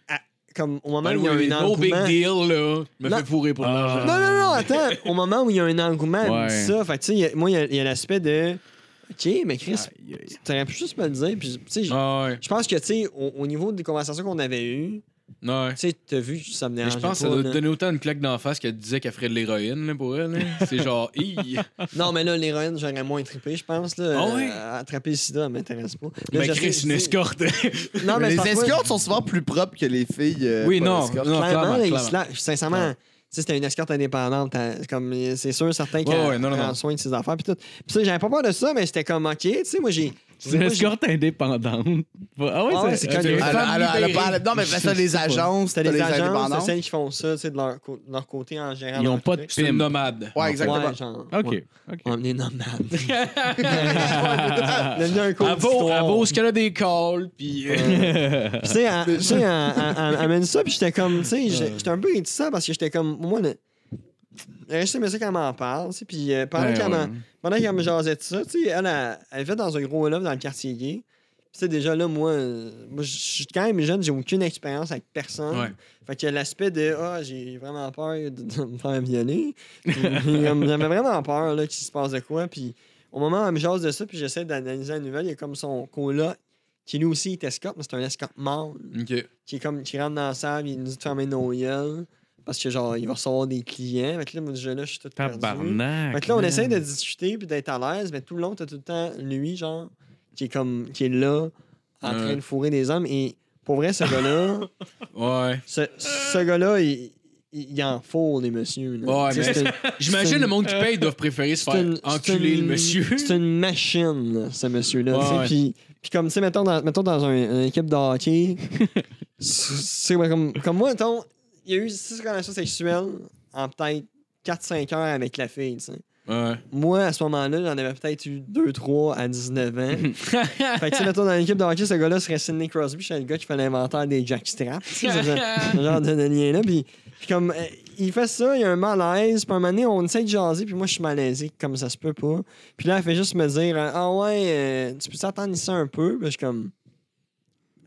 [SPEAKER 6] à- à- comme au moment
[SPEAKER 3] Ben
[SPEAKER 6] où il y a
[SPEAKER 3] oui,
[SPEAKER 6] un
[SPEAKER 3] no big
[SPEAKER 6] engouement.
[SPEAKER 3] deal, là. Je me
[SPEAKER 6] Non.
[SPEAKER 3] fais fourrer pour
[SPEAKER 4] Ah.
[SPEAKER 3] l'argent.
[SPEAKER 6] Non, non, non, attends. Au moment où il y a un engouement, elle me
[SPEAKER 4] Ouais.
[SPEAKER 6] dit ça. Fait que, tu sais, il y a- moi, il y a, il y a l'aspect de. OK, mais Chris,
[SPEAKER 4] Aïe, aïe.
[SPEAKER 6] t'aurais pu juste me le dire. Puis, tu sais, je-
[SPEAKER 3] Ah ouais.
[SPEAKER 6] je pense que, tu sais, au, au niveau des conversations qu'on avait eues,
[SPEAKER 3] Ouais.
[SPEAKER 6] tu sais, t'as vu, ça me
[SPEAKER 3] Mais
[SPEAKER 6] dérangeait
[SPEAKER 3] je pense que ça
[SPEAKER 6] pas,
[SPEAKER 3] doit
[SPEAKER 6] là.
[SPEAKER 3] te donner autant une claque d'en face qu'elle te disait qu'elle ferait de l'héroïne là, pour elle.
[SPEAKER 6] <laughs>
[SPEAKER 3] là. C'est genre, hi.
[SPEAKER 6] Non, mais là, l'héroïne, j'aurais moins trippé, je pense. Là,
[SPEAKER 3] Ah ouais?
[SPEAKER 6] Euh, attraper le sida, elle m'intéresse pas. Là,
[SPEAKER 3] Mais
[SPEAKER 6] je sais-
[SPEAKER 3] Chris,
[SPEAKER 6] je
[SPEAKER 3] une
[SPEAKER 6] sais-
[SPEAKER 3] escorte.
[SPEAKER 6] Non, mais
[SPEAKER 5] les
[SPEAKER 6] c'est parce que-
[SPEAKER 5] escortes sont souvent plus propres que les filles. euh,
[SPEAKER 3] Oui,
[SPEAKER 5] pas
[SPEAKER 3] non,
[SPEAKER 5] escortes.
[SPEAKER 3] non.
[SPEAKER 6] Clairement,
[SPEAKER 3] clairement,
[SPEAKER 6] là, il
[SPEAKER 3] clairement.
[SPEAKER 6] se lâche. sincèrement, tu sais, c'était une escorte indépendante. t'as- Comme, euh, c'est sûr, certain qu'elle
[SPEAKER 3] ouais, non, non,
[SPEAKER 6] prend
[SPEAKER 3] non.
[SPEAKER 6] soin de ses affaires. Puis tout. Puis ça, j'avais pas peur de ça, mais c'était comme, OK, tu sais, moi, j'ai
[SPEAKER 4] C'est l'escorte indépendante. Ah oui,
[SPEAKER 6] Ah ouais, c'est
[SPEAKER 4] ok.
[SPEAKER 6] connu.
[SPEAKER 5] Elle- elle- elle- elle- elle- elle- Non, mais
[SPEAKER 4] Je-
[SPEAKER 5] ça,
[SPEAKER 4] je
[SPEAKER 5] les
[SPEAKER 4] sais pas.
[SPEAKER 5] agences, t'as
[SPEAKER 6] C'était les
[SPEAKER 5] les
[SPEAKER 6] agences, c'est
[SPEAKER 5] indépendantes.
[SPEAKER 6] celles qui font ça, tu sais, de leur, cô- de leur côté en général.
[SPEAKER 4] Ils ont
[SPEAKER 6] leur
[SPEAKER 4] pas de
[SPEAKER 6] truc.
[SPEAKER 3] C'est une nomade.
[SPEAKER 5] Ouais, exactement.
[SPEAKER 6] Ouais, genre.
[SPEAKER 4] OK. OK.
[SPEAKER 6] On
[SPEAKER 3] <laughs>
[SPEAKER 6] est nomades. <laughs>
[SPEAKER 3] Elle
[SPEAKER 6] Devenir un cours
[SPEAKER 3] vaut,
[SPEAKER 6] d'histoire.
[SPEAKER 3] elle vaut ce qu'elle a des calls, puis...
[SPEAKER 6] Tu sais, elle- tu sais, elle- elle- elle- elle amène ça, puis j'étais comme, tu sais, j'ai- j'étais un peu réticent parce que j'étais comme, moi, le... Euh, Je sais, mais ça qu'elle m'en parle, tu sais, puis euh, pendant
[SPEAKER 4] Ouais,
[SPEAKER 6] qu'elle
[SPEAKER 4] ouais.
[SPEAKER 6] m'en- pendant qu'elle me jasait de ça, tu sais, elle, elle, elle vivait dans un gros love dans le quartier gay. Puis, tu sais, déjà là, moi, euh, moi, je suis quand même jeune, j'ai aucune expérience avec personne.
[SPEAKER 3] Ouais.
[SPEAKER 6] Fait que l'aspect de Ah, j'ai vraiment peur de, de me faire violer. Puis, comme, J'avais vraiment peur là, qu'il se passe de quoi. Puis au moment où elle me jase de ça, puis j'essaie d'analyser la nouvelle, il y a comme son cola qui lui aussi est escorte, mais c'est un escorte mâle
[SPEAKER 3] euh, OK.
[SPEAKER 6] qui est comme qui rentre dans la salle, il nous dit de fermer nos gueules parce que genre il va recevoir des clients. Fait que là, moi déjà là, je suis tout perdu.
[SPEAKER 4] Tabarnak.
[SPEAKER 6] Fait que là, on
[SPEAKER 4] man.
[SPEAKER 6] essaie de discuter puis d'être à l'aise, mais tout le long, t'as tout le temps lui, genre, qui est comme qui est là en
[SPEAKER 3] Ouais.
[SPEAKER 6] train de fourrer des hommes. Et pour vrai, ce gars-là.
[SPEAKER 3] Ouais.
[SPEAKER 6] Ce, ce gars-là, il, il, il en faut des messieurs. là.
[SPEAKER 3] Ouais,
[SPEAKER 6] Tu sais,
[SPEAKER 3] mais-
[SPEAKER 6] c'est une-
[SPEAKER 3] J'imagine
[SPEAKER 6] une- euh,
[SPEAKER 3] le monde qui paye doivent préférer se
[SPEAKER 6] c'est
[SPEAKER 3] faire
[SPEAKER 6] une- c'est
[SPEAKER 3] enculer
[SPEAKER 6] une-
[SPEAKER 3] le monsieur.
[SPEAKER 6] <laughs> C'est une machine, là, ce monsieur-là.
[SPEAKER 3] Ouais,
[SPEAKER 6] tu sais,
[SPEAKER 3] ouais.
[SPEAKER 6] Puis, puis comme, tu sais, mettons dans, mettons dans un- une équipe de hockey,
[SPEAKER 3] <laughs>
[SPEAKER 6] c'est- c'est ouais, comme, comme moi, mettons, il y a eu six relations sexuelles en peut-être 4-5 heures avec la fille, tu sais.
[SPEAKER 3] Ouais.
[SPEAKER 6] Moi, à ce moment-là, j'en avais peut-être eu 2-3 à 19 ans.
[SPEAKER 3] <laughs>
[SPEAKER 6] fait que, tu sais, mettons, dans l'équipe de hockey, ce gars-là serait Sidney Crosby, c'est le gars qui fait l'inventaire des jackstraps. tu sais, ce genre- ce genre de, de lien-là. Puis, puis comme, euh, il fait ça, il y a un malaise. Puis, à un moment donné, on essaie de jaser, puis moi, je suis malaisé, comme ça se peut pas. Puis là, elle fait juste me dire euh, Ah ouais, euh, tu peux t'attendre ici un peu Puis, je suis comme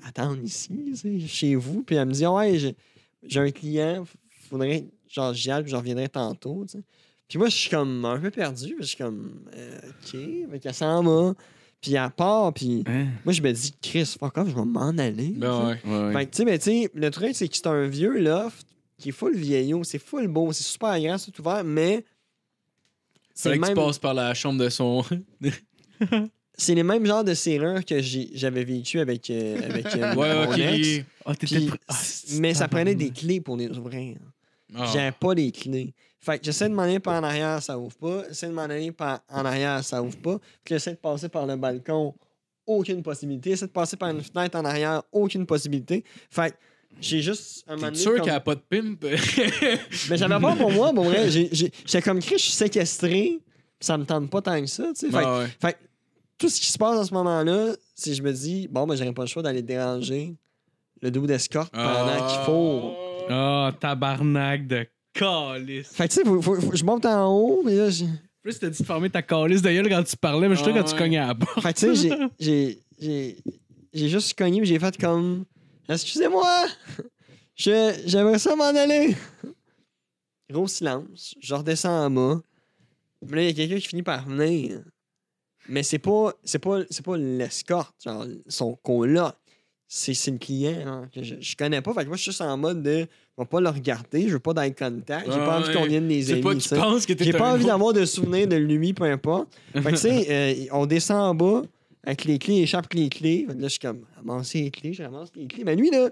[SPEAKER 6] Attendre ici, tu sais, chez vous. Puis, elle me dit Ah ouais, j'ai- j'ai un client, faudrait, genre, j'y aille, puis je reviendrai tantôt, tu sais. Puis moi, je suis comme un peu perdu. puis Je suis comme, euh, OK. Fait qu'elle s'en va. Puis elle part. Puis
[SPEAKER 4] Hein?
[SPEAKER 6] moi, je me dis, Chris, fuck off, je vais m'en aller.
[SPEAKER 3] Ben ouais.
[SPEAKER 4] Ouais.
[SPEAKER 6] Fait que, tu sais, mais tu sais, le truc, c'est que c'est un vieux loft qui est full vieillot. C'est full beau. C'est super grand, c'est tout ouvert. Mais c'est
[SPEAKER 3] Fallait
[SPEAKER 6] le
[SPEAKER 3] que tu
[SPEAKER 6] même-
[SPEAKER 3] passes par la chambre de
[SPEAKER 6] <laughs>
[SPEAKER 3] son. <laughs>
[SPEAKER 6] c'est les mêmes genres de serrures que j'ai- j'avais vécu avec, euh,
[SPEAKER 3] <laughs>
[SPEAKER 6] avec euh,
[SPEAKER 3] Ouais,
[SPEAKER 6] mon ex.
[SPEAKER 3] ok.
[SPEAKER 4] Ah, t'étais
[SPEAKER 6] Puis-
[SPEAKER 4] pr- Ah, c'est-
[SPEAKER 6] mais ça prenait des
[SPEAKER 4] tabarnak.
[SPEAKER 6] clés pour les ouvrir.
[SPEAKER 3] Ah.
[SPEAKER 6] J'avais pas les clés. Fait que j'essaie de m'en aller par en arrière, ça ouvre pas. J'essaie de m'en aller par en arrière, ça ouvre pas. Puis j'essaie de passer par le balcon, aucune possibilité. J'essaie de passer par une fenêtre en arrière, aucune possibilité. Fait que j'ai juste un moment
[SPEAKER 3] T'es
[SPEAKER 6] donné
[SPEAKER 3] sûr
[SPEAKER 6] comme-
[SPEAKER 3] qu'elle a pas de
[SPEAKER 6] <laughs>
[SPEAKER 3] pimp? <laughs>
[SPEAKER 6] Mais j'avais peur pour moi, pour vrai. J'ai- j'ai- J'étais comme Chris, je suis séquestré, puis ça me tente pas tant que ça, tu sais. Fait que
[SPEAKER 3] Ah ouais.
[SPEAKER 6] tout ce qui se passe à ce moment-là, c'est que je me dis, bon, ben j'aurais pas le choix d'aller déranger le double d'escorte pendant
[SPEAKER 3] Ah.
[SPEAKER 6] qu'il faut.
[SPEAKER 4] Ah, tabarnak de calice.
[SPEAKER 6] Fait que tu sais, faut- faut- faut- je monte en haut, mais là, je-
[SPEAKER 4] Plus, t'as dit de fermer ta calice de gueule quand tu parlais, mais je sais
[SPEAKER 3] Ah,
[SPEAKER 4] quand tu
[SPEAKER 3] ouais.
[SPEAKER 4] cognais à la porte.
[SPEAKER 6] Fait que, tu sais, j'ai- j'ai- j'ai j'ai juste cogné, puis j'ai fait comme Excusez-moi, je- j'aimerais ça m'en aller. Gros silence, je redescends en bas. Mais là, il y a quelqu'un qui finit par venir. Mais c'est pas c'est pas c'est pas l'escorte, genre son coloc. C'est c'est le client hein, que je, je connais pas. Fait que moi, je suis juste en mode de je vais pas le regarder, je veux pas d'eye contact, j'ai
[SPEAKER 3] Ah
[SPEAKER 6] pas envie
[SPEAKER 3] ouais.
[SPEAKER 6] qu'on vienne les
[SPEAKER 3] C'est
[SPEAKER 6] aimer.
[SPEAKER 3] pas qui
[SPEAKER 6] tu sais.
[SPEAKER 3] pense que t'es
[SPEAKER 6] J'ai pas
[SPEAKER 3] un
[SPEAKER 6] envie
[SPEAKER 3] autre.
[SPEAKER 6] d'avoir de souvenirs de lui, peu importe. Fait que, tu sais, euh, on descend en bas avec les clés, échappe avec les clés. Fait que là, je suis comme, ramasser les clés, je ramasse les clés. Mais lui, là,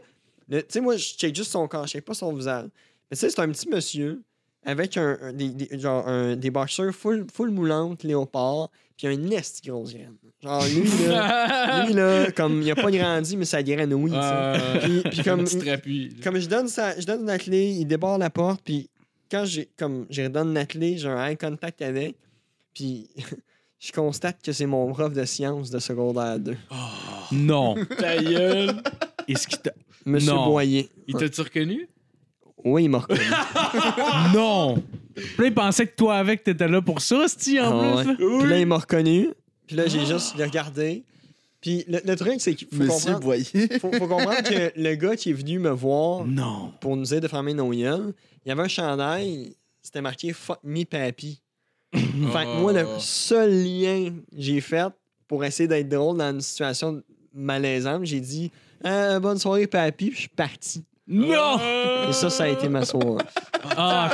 [SPEAKER 6] le- tu sais, moi, je check juste son corps, je check pas son visage. Mais tu sais, c'est un petit monsieur avec un, un- des, des- genre, un- des boxeurs full, full moulantes, léopard, puis un nest grosse graine. Genre, lui,
[SPEAKER 3] <laughs>
[SPEAKER 6] là, lui, là, comme, il a pas grandi, mais sa graine, oui, tu
[SPEAKER 3] <laughs>
[SPEAKER 6] sais.
[SPEAKER 3] Ah,
[SPEAKER 6] <laughs> Puis- puis comme-
[SPEAKER 3] un petit trapuis.
[SPEAKER 6] Comme je donne, sa- je donne la clé, il débarre la porte, puis quand j'ai comme je redonne la clé, j'ai un eye contact avec, puis <laughs> je constate que c'est mon prof de sciences de secondaire 2.
[SPEAKER 4] Non.
[SPEAKER 3] Ta gueule.
[SPEAKER 4] Est-ce qu'il t'a-
[SPEAKER 6] Monsieur
[SPEAKER 4] Non.
[SPEAKER 6] Boyer.
[SPEAKER 3] Il t'a-tu reconnu?
[SPEAKER 6] Oui, il m'a reconnu.
[SPEAKER 4] <laughs>
[SPEAKER 6] Ah
[SPEAKER 4] Non! Ah! Puis là, il pensait que toi avec, t'étais là pour ça, c'ti, en
[SPEAKER 6] Ah
[SPEAKER 4] plus.
[SPEAKER 6] ouais.
[SPEAKER 4] là. Ah.
[SPEAKER 6] Puis là, il m'a reconnu, puis là, j'ai juste regardé. Puis le, le truc, c'est qu'il faut
[SPEAKER 5] Monsieur
[SPEAKER 6] comprendre,
[SPEAKER 5] Boyer.
[SPEAKER 6] faut, faut comprendre que le gars qui est venu me voir
[SPEAKER 4] Non.
[SPEAKER 6] pour nous aider à fermer nos yeux, il y avait un chandail, c'était marqué Fuck me, papy. Fait que moi, le seul lien que j'ai fait pour essayer d'être drôle dans une situation malaisante, j'ai dit Euh, Bonne soirée, papy, puis je suis parti.
[SPEAKER 4] Non!
[SPEAKER 6] Et ça, ça a été ma soirée.
[SPEAKER 4] Ah,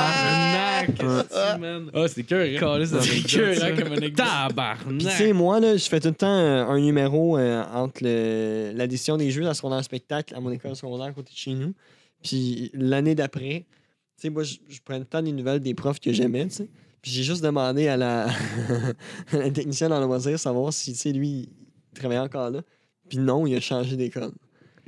[SPEAKER 4] tabarnak! c'ti, man.
[SPEAKER 3] Ah, c'est cœur.
[SPEAKER 4] Calice dans
[SPEAKER 3] C'est
[SPEAKER 4] les
[SPEAKER 3] cœur, hein,
[SPEAKER 4] dents, ça.
[SPEAKER 3] comme anecdote.
[SPEAKER 6] Puis, tu sais,
[SPEAKER 4] Tabarnak!
[SPEAKER 6] moi, là, je fais tout le temps euh, un numéro euh, entre le- la décision des jeux dans ce qu'on a en spectacle à mon école secondaire à côté de chez nous. Puis l'année d'après, tu sais, moi, je je prenais le temps des nouvelles des profs que j'aimais, tu sais. Puis j'ai juste demandé à la, <laughs> à la technicienne en loisir savoir si, tu sais, lui, il travaillait encore là. Puis non, il a changé d'école.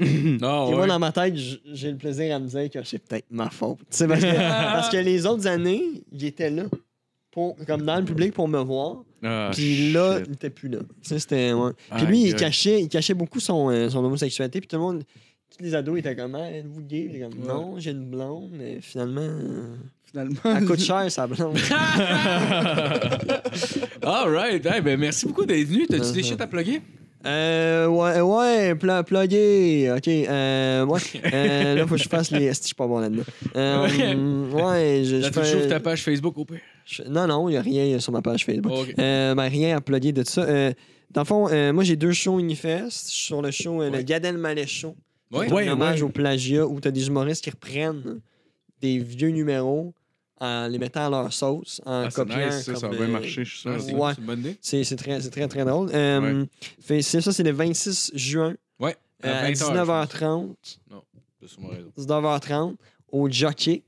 [SPEAKER 3] Non,
[SPEAKER 6] Et moi,
[SPEAKER 3] Ah ouais.
[SPEAKER 6] dans ma tête, j- j'ai le plaisir à me dire que c'est peut-être ma faute. Tu sais, Parce que, parce que les autres années, il était là, pour, comme dans le public, pour me voir.
[SPEAKER 4] Ah,
[SPEAKER 6] Puis là,
[SPEAKER 4] shit.
[SPEAKER 6] il était plus là. Tu sais, c'était. ouais. Puis
[SPEAKER 4] Ah,
[SPEAKER 6] lui, il
[SPEAKER 4] God.
[SPEAKER 6] cachait, il cachait beaucoup son, euh, son homosexualité. Puis tout le monde, tous les ados étaient comme, Ah, êtes-vous gay? Puis comme, non, j'ai une blonde, mais finalement, euh,
[SPEAKER 5] <laughs> Finalement.
[SPEAKER 6] elle coûte cher, sa blonde.
[SPEAKER 3] All right. Hey, ben, merci beaucoup d'être venu.
[SPEAKER 6] Uh-huh.
[SPEAKER 3] T'as-tu des shit à plugger?
[SPEAKER 6] euh, ouais, ouais, pla- plugué. Ok, euh, ouais. Euh, là, faut que je fasse les. Esti, Je suis pas bon là-dedans. Euh, ouais, je.
[SPEAKER 3] Là,
[SPEAKER 6] je
[SPEAKER 3] tu
[SPEAKER 6] fais-
[SPEAKER 3] ouvres ta page Facebook au pire.
[SPEAKER 6] Je- Non, non, il n'y a rien sur ma page Facebook.
[SPEAKER 3] Ok.
[SPEAKER 6] Euh, ben, rien à plugger de ça. Euh, dans le fond, euh, moi, j'ai deux shows Unifest. Je suis sur le show, euh, le
[SPEAKER 3] Ouais.
[SPEAKER 6] Gad Elmaleh Show.
[SPEAKER 3] Ouais.
[SPEAKER 6] C'est un hommage au plagiat où tu as des humoristes qui reprennent des vieux numéros en les mettant à leur sauce, en
[SPEAKER 4] Ah, c'est
[SPEAKER 6] copiant.
[SPEAKER 4] nice, ça, ça va
[SPEAKER 6] comme,
[SPEAKER 4] bien
[SPEAKER 6] euh,
[SPEAKER 4] marcher, je suis sûr.
[SPEAKER 6] ouais.
[SPEAKER 3] C'est cool, c'est une bonne idée.
[SPEAKER 6] C'est c'est très, c'est très, très drôle. Euh, fait- c'est ça, c'est le 26 juin
[SPEAKER 3] Ouais.
[SPEAKER 6] euh, à
[SPEAKER 3] 20 heures,
[SPEAKER 6] 19h30.
[SPEAKER 3] je pense. C'est sur mon réseau.
[SPEAKER 6] 19h30 au Jockey.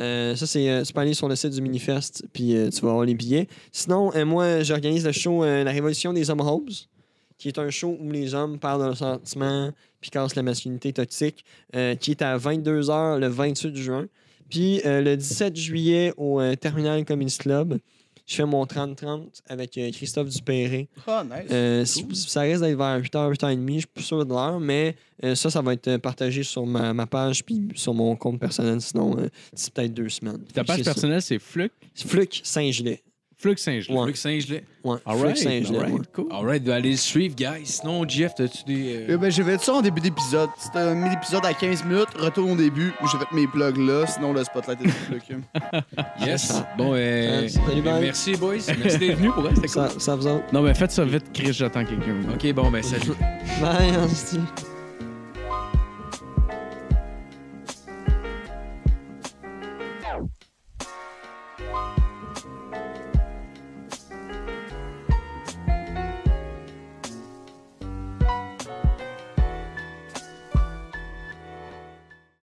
[SPEAKER 6] Euh, ça, c'est, euh, tu peux aller sur le site du Minifest, puis euh, tu vas avoir les billets. Sinon, euh, moi, j'organise le show euh, La Révolution des Hommes Hobbes, qui est un show où les hommes parlent de leurs sentiments, puis cassent la masculinité toxique, euh, qui est à 22h le 28 juin. Puis euh, le 17 juillet au euh, Terminal Communist Club, je fais mon 30-30 avec euh, Christophe Dupéré.
[SPEAKER 5] Ah, nice.
[SPEAKER 6] Euh, si- Ça risque d'être vers 8h, 8h30, je suis plus sûr de l'heure, mais euh, ça, ça va être euh, partagé sur ma, ma page puis sur mon compte personnel, sinon euh, d'ici peut-être deux semaines.
[SPEAKER 4] Ta page
[SPEAKER 6] C'est ça.
[SPEAKER 4] personnelle, c'est Fluc.
[SPEAKER 6] Fluc Saint-Gelais.
[SPEAKER 4] Fluc Saint-Gelais.
[SPEAKER 6] Ouais.
[SPEAKER 3] Luc Saint-Gelais.
[SPEAKER 6] Ouais,
[SPEAKER 4] All
[SPEAKER 6] Fluc
[SPEAKER 4] right,
[SPEAKER 6] Saint-Gelais.
[SPEAKER 4] all right,
[SPEAKER 6] ouais.
[SPEAKER 4] cool.
[SPEAKER 3] All right, ben, allez le suivre, guys. Sinon, Jeff, t'as-tu des.
[SPEAKER 5] Eh
[SPEAKER 3] euh,
[SPEAKER 5] ben, j'ai fait ça en début d'épisode. C'était un mini-épisode à 15 minutes. Retour au début. J'ai fait mes plugs là. Sinon, le <laughs> spotlight est sur Luc.
[SPEAKER 3] Yes. Bon, euh,
[SPEAKER 6] Euh, salut, bye.
[SPEAKER 3] merci, boys. Merci d'être venus pour vrai. C'était cool.
[SPEAKER 6] Ça, ça vous autres?
[SPEAKER 4] Non, mais faites ça vite, Chris, j'attends quelqu'un.
[SPEAKER 3] OK, bon, ben, salut.
[SPEAKER 6] Bye, <laughs> hostie.